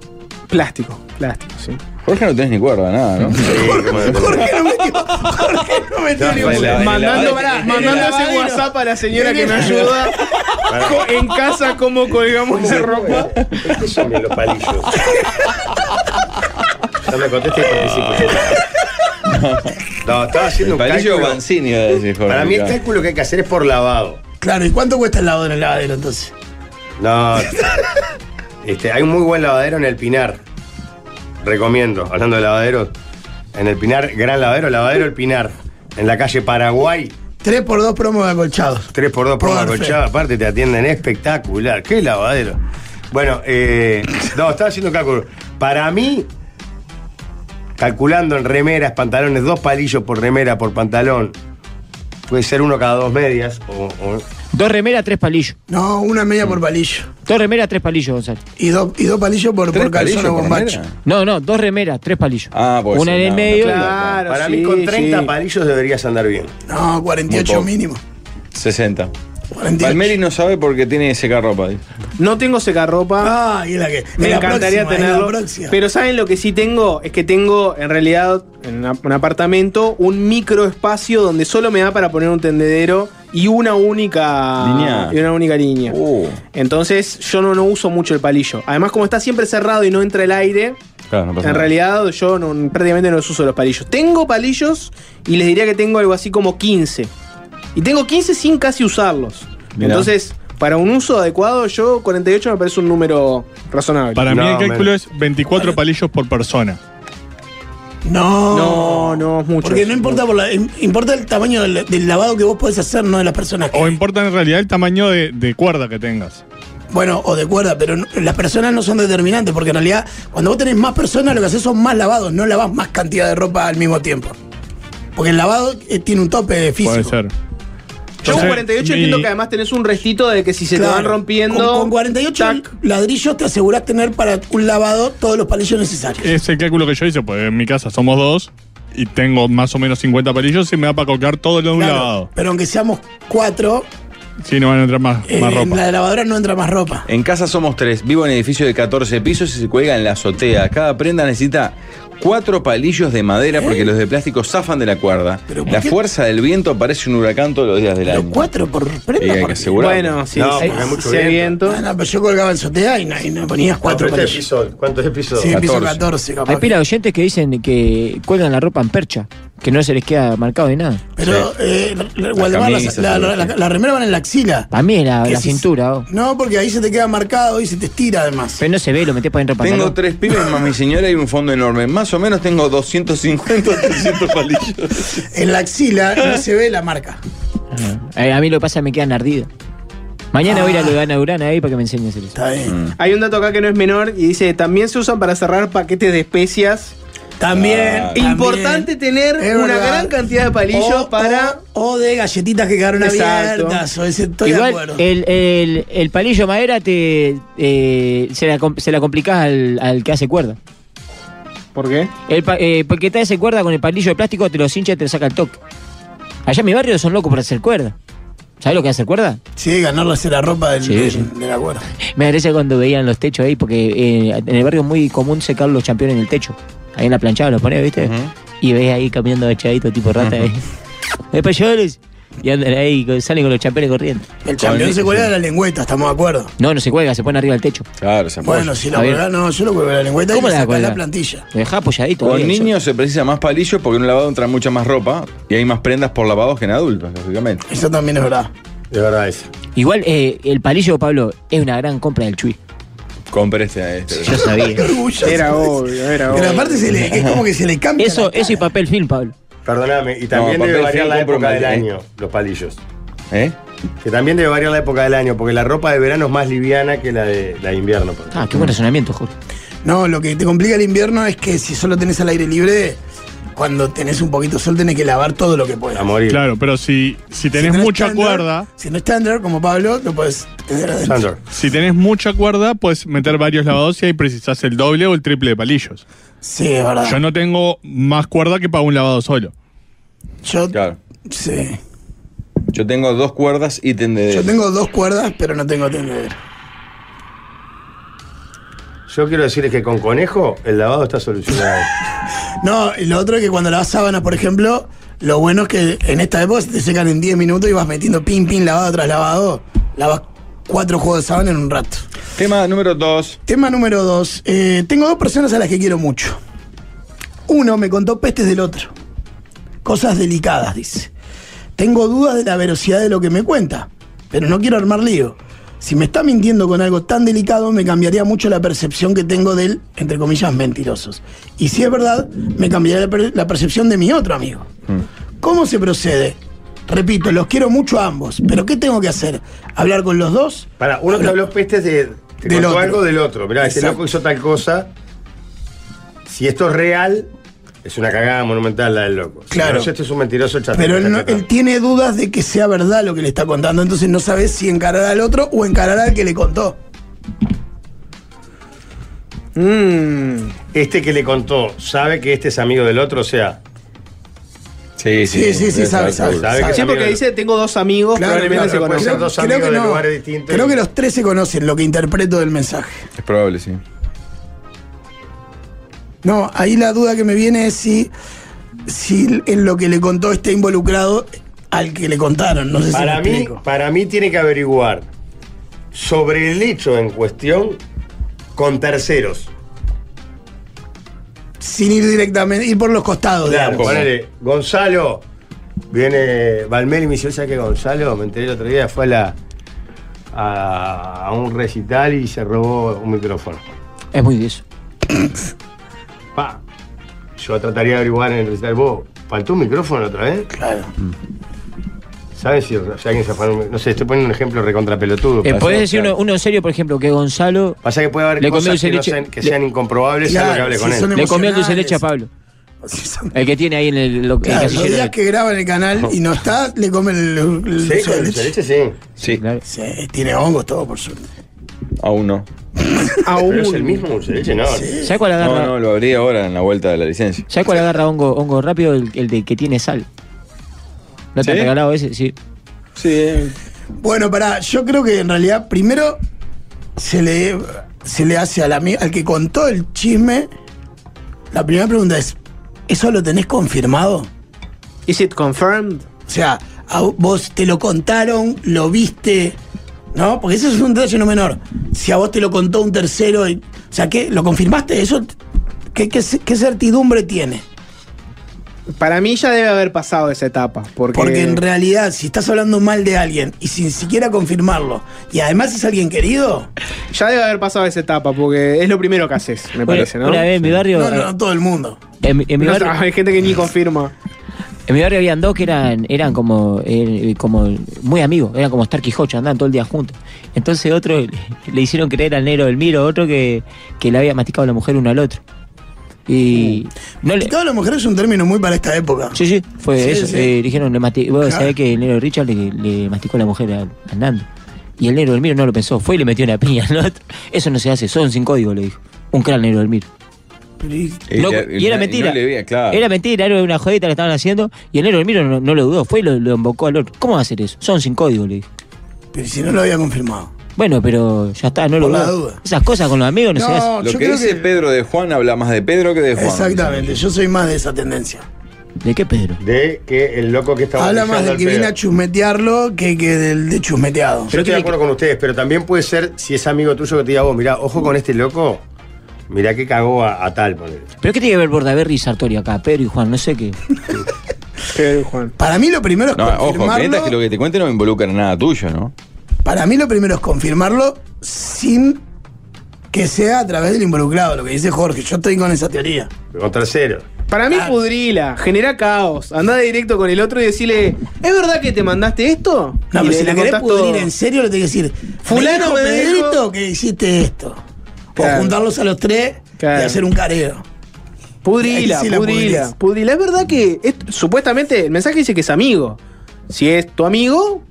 [SPEAKER 10] Plástico, plástico, sí.
[SPEAKER 9] Jorge no tenés ni cuerda, nada, ¿no?
[SPEAKER 7] Jorge no metió, Jorge no metió ni un-
[SPEAKER 9] la-
[SPEAKER 10] Mandando,
[SPEAKER 9] la-
[SPEAKER 10] pará,
[SPEAKER 9] el
[SPEAKER 10] mandando ese
[SPEAKER 7] lavadero.
[SPEAKER 10] WhatsApp a la señora que me
[SPEAKER 7] Tenés-
[SPEAKER 10] ayuda co- en casa cómo colgamos la ropa.
[SPEAKER 6] ¿Qué son los palillos? No me contestes y participo. No, estaba haciendo
[SPEAKER 9] El
[SPEAKER 6] un
[SPEAKER 9] palillo
[SPEAKER 6] cálculo.
[SPEAKER 9] Banzini, va a decir Jorge.
[SPEAKER 6] Para mí este el
[SPEAKER 9] acá.
[SPEAKER 6] cálculo que hay que hacer es por lavado.
[SPEAKER 7] Claro, ¿y cuánto cuesta el lavado en el lavadero entonces?
[SPEAKER 6] No.
[SPEAKER 8] Ah.
[SPEAKER 6] Este, hay un muy buen lavadero en el Pinar. Recomiendo, hablando de lavaderos. En el Pinar, gran lavadero, lavadero El Pinar. En la calle Paraguay,
[SPEAKER 7] 3 por 2 promos de acolchados.
[SPEAKER 6] 3x2 promo
[SPEAKER 7] Perfecto.
[SPEAKER 6] colchada, aparte te atienden espectacular. ¡Qué lavadero! Bueno, eh, no, estaba haciendo cálculo. Para mí, calculando en remeras, pantalones, dos palillos por remera, por pantalón, puede ser uno cada dos medias. O, o-
[SPEAKER 8] Dos remeras, tres palillos.
[SPEAKER 7] No, una media por palillo.
[SPEAKER 8] Dos remeras, tres palillos, Gonzalo.
[SPEAKER 7] Y dos y dos palillos por,
[SPEAKER 9] ¿Tres
[SPEAKER 7] por calzón
[SPEAKER 9] palillos
[SPEAKER 7] o
[SPEAKER 9] por
[SPEAKER 7] bombacho.
[SPEAKER 9] remera?
[SPEAKER 8] No, no, dos remeras, tres palillos.
[SPEAKER 9] Ah, pues
[SPEAKER 8] Una
[SPEAKER 9] sí,
[SPEAKER 8] en el
[SPEAKER 9] no,
[SPEAKER 8] medio. y-
[SPEAKER 10] Claro,
[SPEAKER 6] para
[SPEAKER 10] sí,
[SPEAKER 6] mí, con 30
[SPEAKER 10] sí.
[SPEAKER 6] palillos deberías andar bien.
[SPEAKER 7] No,
[SPEAKER 9] Muy
[SPEAKER 7] 48
[SPEAKER 9] poco.
[SPEAKER 7] mínimo.
[SPEAKER 9] 60.
[SPEAKER 7] 48.
[SPEAKER 9] Palmeri no sabe porque tiene seca ropa. dice.
[SPEAKER 10] No tengo secarropa.
[SPEAKER 7] Ah, y la que.
[SPEAKER 10] Me
[SPEAKER 7] en la próxima,
[SPEAKER 10] encantaría
[SPEAKER 7] en la
[SPEAKER 10] tenerlo.
[SPEAKER 7] próxima.
[SPEAKER 10] Pero ¿saben lo que sí tengo? Es que tengo, en realidad, en una- un apartamento, un microespacio donde solo me da para poner un tendedero y una única
[SPEAKER 9] Línea.
[SPEAKER 10] Y una única línea.
[SPEAKER 9] Uh,
[SPEAKER 10] Entonces yo no, no uso mucho el palillo. Además, como está siempre cerrado y no entra el aire,
[SPEAKER 9] claro, no pasa
[SPEAKER 10] en
[SPEAKER 9] nada.
[SPEAKER 10] realidad yo no- prácticamente no los uso los palillos. Tengo palillos y les diría que tengo algo así como 15. Y tengo 15 sin casi usarlos.
[SPEAKER 9] Mirá.
[SPEAKER 10] Entonces, para un uso adecuado, yo 48 me parece un número razonable.
[SPEAKER 11] Para mí
[SPEAKER 6] No,
[SPEAKER 11] el cálculo
[SPEAKER 6] men.
[SPEAKER 11] es 24 palillos por persona.
[SPEAKER 7] No.
[SPEAKER 10] No, no, es mucho.
[SPEAKER 7] Porque no importa por la, im- importa el tamaño del, del lavado que vos podés hacer, no de las personas. que-
[SPEAKER 11] O importa en realidad el tamaño de, de cuerda que tengas.
[SPEAKER 7] bueno, o de cuerda, pero no- las personas no son determinantes, porque en realidad, cuando vos tenés más personas, lo que haces son más lavados, no lavás más cantidad de ropa al mismo tiempo. Porque el lavado eh, tiene un tope físico.
[SPEAKER 11] Puede ser.
[SPEAKER 10] Yo con
[SPEAKER 11] Entonces,
[SPEAKER 10] 48
[SPEAKER 11] mi-
[SPEAKER 10] entiendo que además tenés un restito de que si se
[SPEAKER 7] Claro.
[SPEAKER 10] te van rompiendo.
[SPEAKER 7] Con, con 48
[SPEAKER 10] tac.
[SPEAKER 7] ladrillos te asegurás tener para un lavado todos los palillos necesarios.
[SPEAKER 11] Es el cálculo que yo hice, pues en mi casa somos dos y tengo más o menos 50 palillos y me da para colgar todo lo de un
[SPEAKER 7] Claro,
[SPEAKER 11] lavado.
[SPEAKER 7] Pero aunque seamos cuatro,
[SPEAKER 11] Sí, no van a entrar más,
[SPEAKER 7] eh,
[SPEAKER 11] más
[SPEAKER 7] en
[SPEAKER 11] ropa.
[SPEAKER 7] la lavadora no entra más ropa.
[SPEAKER 9] En casa somos tres, vivo en edificio de 14 pisos y se cuelga en la azotea. Cada prenda necesita cuatro palillos de madera porque los de plástico zafan de la cuerda.
[SPEAKER 7] ¿Eh? ¿Pero por
[SPEAKER 9] La
[SPEAKER 7] qué?
[SPEAKER 9] fuerza del viento parece un huracán todos los días del
[SPEAKER 7] Pero
[SPEAKER 9] año.
[SPEAKER 7] cuatro por prenda.
[SPEAKER 9] Y hay
[SPEAKER 7] por-
[SPEAKER 9] que asegurar.
[SPEAKER 10] Bueno, sí,
[SPEAKER 6] No,
[SPEAKER 10] sí,
[SPEAKER 6] porque hay mucho
[SPEAKER 10] sí, hay
[SPEAKER 6] viento.
[SPEAKER 10] viento.
[SPEAKER 7] Ah, no, pero yo colgaba en sotea y no, y no ponías cuatro
[SPEAKER 6] ¿Cuántos
[SPEAKER 7] palillos.
[SPEAKER 6] episodios? ¿Cuántos episodios?
[SPEAKER 7] Sí, piso
[SPEAKER 9] 14.
[SPEAKER 7] 14, capaz.
[SPEAKER 8] Hay pila de oyentes que dicen que cuelgan la ropa en percha, que no se les queda marcado de nada.
[SPEAKER 7] Pero, eh, Waldemar, las-
[SPEAKER 9] camisas,
[SPEAKER 7] la,
[SPEAKER 9] seguro,
[SPEAKER 7] la, la,
[SPEAKER 9] sí.
[SPEAKER 7] la remera van en la axila.
[SPEAKER 8] Para mí es la,
[SPEAKER 7] ¿Qué
[SPEAKER 8] la
[SPEAKER 7] es eso?
[SPEAKER 8] cintura. oh.
[SPEAKER 7] No, porque ahí se te queda marcado y se te estira además.
[SPEAKER 8] Pero no se ve, lo metés para dentro del
[SPEAKER 9] Tengo
[SPEAKER 8] pantalón.
[SPEAKER 9] tres pibes más mi señora y un fondo enorme. Más o menos tengo 250 o 300 palillos.
[SPEAKER 7] En la axila no se ve la marca.
[SPEAKER 8] Eh, a mí lo que pasa es que me quedan ardidas. Mañana voy a ir a
[SPEAKER 7] Ah.
[SPEAKER 8] lo de Ana Durán ahí para que me enseñe a hacer eso.
[SPEAKER 7] Está bien.
[SPEAKER 9] Mm.
[SPEAKER 10] Hay un dato acá que no es menor y dice: también se usan para cerrar paquetes de especias.
[SPEAKER 7] También.
[SPEAKER 9] Ah.
[SPEAKER 7] también.
[SPEAKER 10] Importante tener
[SPEAKER 7] Es
[SPEAKER 10] una
[SPEAKER 7] verdad.
[SPEAKER 10] gran cantidad de palillos
[SPEAKER 7] O-
[SPEAKER 10] para.
[SPEAKER 7] O, o de galletitas que quedaron
[SPEAKER 10] Exacto.
[SPEAKER 7] abiertas. O ese, estoy de
[SPEAKER 8] Igual eh,
[SPEAKER 7] acuerdo.
[SPEAKER 8] el, el- el palillo madera te eh, se, la, com- se la complicás al, al que hace cuerda.
[SPEAKER 10] ¿Por qué?
[SPEAKER 8] El, pa- eh, porque te hace cuerda con el palillo de plástico, te lo hincha y te lo saca el toque. Allá en mi barrio son locos por hacer cuerda. ¿Sabes lo que es hacer cuerda?
[SPEAKER 7] Sí, ganarlo hacer la ropa del,
[SPEAKER 8] Sí,
[SPEAKER 7] del-
[SPEAKER 8] sí.
[SPEAKER 7] de la cuerda.
[SPEAKER 8] Me agradece cuando veían los techos ahí, porque eh, en el barrio es muy común secar los campeones en el techo. Ahí en la planchada los pones, ¿viste? Y ves ahí caminando agachadito, tipo rata. ahí. Hay payadores. Y andan ahí, con- salen con los campeones corriendo.
[SPEAKER 7] El campeón se cuelga de la lengüeta, estamos de acuerdo.
[SPEAKER 8] No, no se cuelga, se pone arriba del techo.
[SPEAKER 9] Claro, se apoya.
[SPEAKER 7] Bueno, si la
[SPEAKER 8] A ver.
[SPEAKER 7] colgás, no, yo lo cuelgo de la lengüeta y
[SPEAKER 8] ¿Cómo
[SPEAKER 7] le
[SPEAKER 8] la
[SPEAKER 7] sacás
[SPEAKER 8] colgás?
[SPEAKER 7] la plantilla.
[SPEAKER 8] Lo dejás apoyadito.
[SPEAKER 9] Con
[SPEAKER 8] ahí,
[SPEAKER 9] niños se precisa más palillos porque en un lavado entra mucha más ropa y hay más prendas por lavados que en adultos, lógicamente.
[SPEAKER 7] Eso también es verdad.
[SPEAKER 6] De verdad es.
[SPEAKER 8] yo- Igual eh, el palillo, Pablo, es una gran compra del Chuy.
[SPEAKER 9] Compré este a este.
[SPEAKER 8] Yo sabía.
[SPEAKER 7] Orgulloso.
[SPEAKER 10] Era obvio, era
[SPEAKER 7] Pero
[SPEAKER 10] obvio.
[SPEAKER 7] aparte se le, es como que se le cambia.
[SPEAKER 8] Eso,
[SPEAKER 7] la cara.
[SPEAKER 8] eso y papel film, Pablo.
[SPEAKER 6] Perdóname, y también
[SPEAKER 9] No,
[SPEAKER 6] debe
[SPEAKER 9] papel
[SPEAKER 6] variar
[SPEAKER 9] film
[SPEAKER 6] la
[SPEAKER 9] compro
[SPEAKER 6] época
[SPEAKER 9] mal,
[SPEAKER 6] del
[SPEAKER 9] ¿eh?
[SPEAKER 6] año, los palillos.
[SPEAKER 9] ¿Eh?
[SPEAKER 6] Que también debe variar la época del año, porque la ropa de verano es más liviana que la de, la de invierno. por ejemplo.
[SPEAKER 8] Ah, qué buen razonamiento, Jorge.
[SPEAKER 7] No, lo que te complica el invierno es que si solo tenés al aire libre, cuando tenés un poquito de sol tenés que lavar todo lo que puedas.
[SPEAKER 11] Claro, pero si, si tenés
[SPEAKER 7] no es
[SPEAKER 11] mucha
[SPEAKER 7] estándar-
[SPEAKER 11] cuerda.
[SPEAKER 7] Si no es estándar, como Pablo, lo puedes tener adentro.
[SPEAKER 11] Si tenés mucha cuerda, puedes meter varios lavados y ahí precisás el doble o el triple de palillos.
[SPEAKER 7] Sí, es verdad.
[SPEAKER 11] Yo no tengo más cuerda que para un lavado solo.
[SPEAKER 7] Yo,
[SPEAKER 9] Claro.
[SPEAKER 7] sí.
[SPEAKER 9] Yo tengo dos cuerdas y
[SPEAKER 7] Yo
[SPEAKER 9] tendedero.
[SPEAKER 7] tengo dos cuerdas, pero no tengo tendedero.
[SPEAKER 6] Yo quiero decirles que con conejo el lavado está solucionado.
[SPEAKER 7] No, y lo otro es que cuando lavas sábanas, por ejemplo, lo bueno es que en esta época se te secan en 10 minutos y vas metiendo pin, pin, lavado tras lavado. Lavas cuatro juegos de sábana en un rato.
[SPEAKER 9] Tema número dos.
[SPEAKER 7] Tema número dos. Eh, tengo dos personas a las que quiero mucho. Uno me contó pestes del otro. Cosas delicadas, dice. Tengo dudas de la veracidad de lo que me cuenta, pero no quiero armar lío. Si me está mintiendo con algo tan delicado, me cambiaría mucho la percepción que tengo de él, entre comillas, mentirosos. Y si es verdad, me cambiaría la, per- la percepción de mi otro amigo.
[SPEAKER 9] Mm.
[SPEAKER 7] ¿Cómo se procede? Repito, los quiero mucho a ambos, pero ¿qué tengo que hacer? ¿Hablar con los dos?
[SPEAKER 6] Para, uno te habló pestes de. Te
[SPEAKER 7] Del
[SPEAKER 6] contó
[SPEAKER 7] otro.
[SPEAKER 6] algo del otro. Mirá, este
[SPEAKER 7] Exacto.
[SPEAKER 6] loco hizo tal cosa. Si esto es real, es una cagada monumental la del loco. Si
[SPEAKER 7] Claro.
[SPEAKER 6] no, si esto es un mentiroso chat.
[SPEAKER 7] Pero él, no- él tiene dudas de que sea verdad lo que le está contando, entonces no sabes si encarar al otro o encarar al que le contó.
[SPEAKER 6] Este que le contó, ¿sabe que este es amigo del otro? O sea.
[SPEAKER 9] Sí,
[SPEAKER 10] sí, sí, sí, sabe, sabe,
[SPEAKER 6] que es
[SPEAKER 10] Sí,
[SPEAKER 6] amigo
[SPEAKER 10] porque
[SPEAKER 6] del-
[SPEAKER 10] dice, tengo dos amigos,
[SPEAKER 7] Claro,
[SPEAKER 10] probablemente
[SPEAKER 7] claro,
[SPEAKER 10] se
[SPEAKER 6] puede ser
[SPEAKER 10] conocen.
[SPEAKER 6] dos
[SPEAKER 7] Creo
[SPEAKER 6] amigos
[SPEAKER 7] que,
[SPEAKER 6] de
[SPEAKER 7] no.
[SPEAKER 6] lugares distintos.
[SPEAKER 7] Creo que los tres se conocen, lo que interpreto del mensaje.
[SPEAKER 9] Es probable, sí.
[SPEAKER 7] No, ahí la duda que me viene es si, si en lo que le contó está involucrado al que le contaron. No sé si
[SPEAKER 6] para
[SPEAKER 7] me
[SPEAKER 6] mí,
[SPEAKER 7] explico.
[SPEAKER 6] para mí tiene que averiguar sobre el hecho en cuestión con terceros.
[SPEAKER 7] Sin ir directamente, ir por los costados.
[SPEAKER 6] Claro,
[SPEAKER 7] digamos.
[SPEAKER 6] ponele, Gonzalo. Viene Valmeri y me dice, ¿sabes que Gonzalo? Me enteré el otro día, fue a, la, a, a un recital y se robó un micrófono.
[SPEAKER 8] Es muy de eso.
[SPEAKER 6] Pa, yo trataría de averiguar en el recital, vos, ¿faltó un micrófono otra vez?
[SPEAKER 7] Claro.
[SPEAKER 6] ¿Sabes si, si alguien se afanó un mi- No sé, estoy poniendo un ejemplo recontra pelotudo.
[SPEAKER 8] Eh, podés decir uno, uno serio, por ejemplo, que Gonzalo
[SPEAKER 6] Pasa que puede haber
[SPEAKER 8] Le comió el
[SPEAKER 6] cosas que, no
[SPEAKER 8] ceviche-
[SPEAKER 6] sean, que
[SPEAKER 8] le-
[SPEAKER 6] sean incomprobables a lo que hable
[SPEAKER 7] Claro, si
[SPEAKER 6] con
[SPEAKER 7] son
[SPEAKER 6] él.
[SPEAKER 8] le comió el dulce de leche a
[SPEAKER 7] Emocionales.
[SPEAKER 8] Pablo.
[SPEAKER 7] Sí, son-
[SPEAKER 8] El que tiene ahí en el, lo- en
[SPEAKER 7] claro,
[SPEAKER 8] la
[SPEAKER 7] los
[SPEAKER 8] sillera.
[SPEAKER 7] días que graban el canal y no está, le comen el, el
[SPEAKER 6] Sí, con
[SPEAKER 7] dulce de
[SPEAKER 6] el dulce de
[SPEAKER 7] leche.
[SPEAKER 6] leche sí.
[SPEAKER 9] Sí,
[SPEAKER 8] Claro.
[SPEAKER 7] Sí, tiene hongos todo, por suerte.
[SPEAKER 9] aún no.
[SPEAKER 10] Aún.
[SPEAKER 6] Pero es el mismo dulce de leche, no.
[SPEAKER 8] ¿Sabes cuál agarra?
[SPEAKER 9] No, no, lo abrí ahora en la vuelta de la licencia.
[SPEAKER 8] ¿Sabes cuál agarra hongo, hongo rápido? El, el de que tiene sal. ¿No te han
[SPEAKER 9] ¿Sí?
[SPEAKER 8] regalado ese? Sí.
[SPEAKER 9] Sí,
[SPEAKER 7] Bueno, pará, yo creo que en realidad primero se le, se le hace al, ami- al que contó el chisme. La primera pregunta es: ¿eso lo tenés confirmado?
[SPEAKER 10] ¿Is it confirmed?
[SPEAKER 7] O sea, a vos te lo contaron, lo viste, ¿no? Porque ese es un detalle no menor. Si a vos te lo contó un tercero, y- o sea, ¿qué? ¿Lo confirmaste? ¿Eso? ¿Qué, qué, qué certidumbre tiene?
[SPEAKER 10] Para mí ya debe haber pasado Eh, esa etapa. Porque,
[SPEAKER 7] Porque en realidad, si estás hablando mal de alguien y sin siquiera confirmarlo, y además es alguien querido,
[SPEAKER 10] ya debe haber pasado esa etapa, porque es lo primero que haces, me
[SPEAKER 8] Una,
[SPEAKER 10] parece, ¿no?
[SPEAKER 8] una vez en mi barrio.
[SPEAKER 7] no, no, no todo el mundo.
[SPEAKER 8] En, mi- en mi
[SPEAKER 10] No,
[SPEAKER 8] barrio
[SPEAKER 10] hay gente que ni confirma.
[SPEAKER 8] en mi barrio habían dos que eran, eran como, eh, como muy amigos, eran como Stark y Hocho, andaban todo el día juntos. Entonces otro le, le hicieron creer al negro del miro, otro que, que le había masticado la mujer uno al otro. Y no le,
[SPEAKER 7] Picado a la mujer es un término muy para esta época.
[SPEAKER 8] Sí, sí, fue
[SPEAKER 7] Sí,
[SPEAKER 8] eso.
[SPEAKER 7] sí.
[SPEAKER 8] eh, dijeron, le masti- vos
[SPEAKER 7] Claro.
[SPEAKER 8] sabés que el negro Richard le, le masticó la mujer a, a Nando. Y el negro del Miro no lo pensó, fue y le metió una piña al otro. Eso no se hace, son sin código, le dijo. Un crack negro del Miro.
[SPEAKER 7] Pero y-
[SPEAKER 8] Loco,
[SPEAKER 9] le-
[SPEAKER 8] y era
[SPEAKER 9] no
[SPEAKER 8] mentira.
[SPEAKER 9] le veía,
[SPEAKER 1] Eh,
[SPEAKER 9] claro.
[SPEAKER 8] Era mentira, era una jodita que le estaban haciendo. Y el negro del Miro no, no lo dudó, fue y lo, lo embocó al otro. ¿Cómo va a hacer eso? Son sin código, le dijo.
[SPEAKER 7] pero si no lo había confirmado.
[SPEAKER 8] Bueno, pero ya está, no lo
[SPEAKER 7] Por la
[SPEAKER 8] dudó.
[SPEAKER 7] duda.
[SPEAKER 8] Esas cosas con los amigos no, se hacen.
[SPEAKER 9] Lo que dice Pedro de Juan habla más de Pedro que de Juan.
[SPEAKER 7] Exactamente, yo soy más de esa tendencia.
[SPEAKER 8] ¿De qué Pedro?
[SPEAKER 6] De que el loco que estaba
[SPEAKER 7] Habla más del que viene a chusmetearlo que, que del de chusmeteado.
[SPEAKER 6] Yo estoy de acuerdo con ustedes, pero también puede ser si es amigo tuyo que te diga vos, mirá, ojo con este loco, mirá que cagó a, a tal, ponele.
[SPEAKER 8] ¿Pero qué tiene que ver Bordaberry y Sartori acá? Pedro y Juan, no sé qué.
[SPEAKER 10] Pero, Juan.
[SPEAKER 7] Para mí lo primero es
[SPEAKER 9] No, ojo, que
[SPEAKER 7] confirmarlo.
[SPEAKER 9] neta que lo que te cuente no involucra nada tuyo, ¿no?
[SPEAKER 7] Para mí lo primero es confirmarlo sin que sea a través del involucrado, lo que dice Jorge. Yo estoy con esa teoría.
[SPEAKER 6] Con tercero.
[SPEAKER 10] Para mí, pudrila, genera caos. Andá directo con el otro y decirle, ¿es verdad que te mandaste
[SPEAKER 7] No,
[SPEAKER 10] esto? Y
[SPEAKER 7] pero
[SPEAKER 10] le-
[SPEAKER 7] si
[SPEAKER 10] le
[SPEAKER 7] la querés
[SPEAKER 10] contás
[SPEAKER 7] pudrir
[SPEAKER 10] todo.
[SPEAKER 7] en serio, le tenés que decir, fulano
[SPEAKER 10] Fulano
[SPEAKER 7] me
[SPEAKER 10] me dijo-
[SPEAKER 7] Pedrito que hiciste esto. O
[SPEAKER 10] Claro.
[SPEAKER 7] juntarlos a los tres
[SPEAKER 10] Claro.
[SPEAKER 7] y hacer un careo.
[SPEAKER 10] Pudrila,
[SPEAKER 7] Ahí sí la
[SPEAKER 10] pudrila,
[SPEAKER 7] pudrís.
[SPEAKER 10] pudrila. Es verdad que es- supuestamente el mensaje dice que es amigo. Si es tu amigo,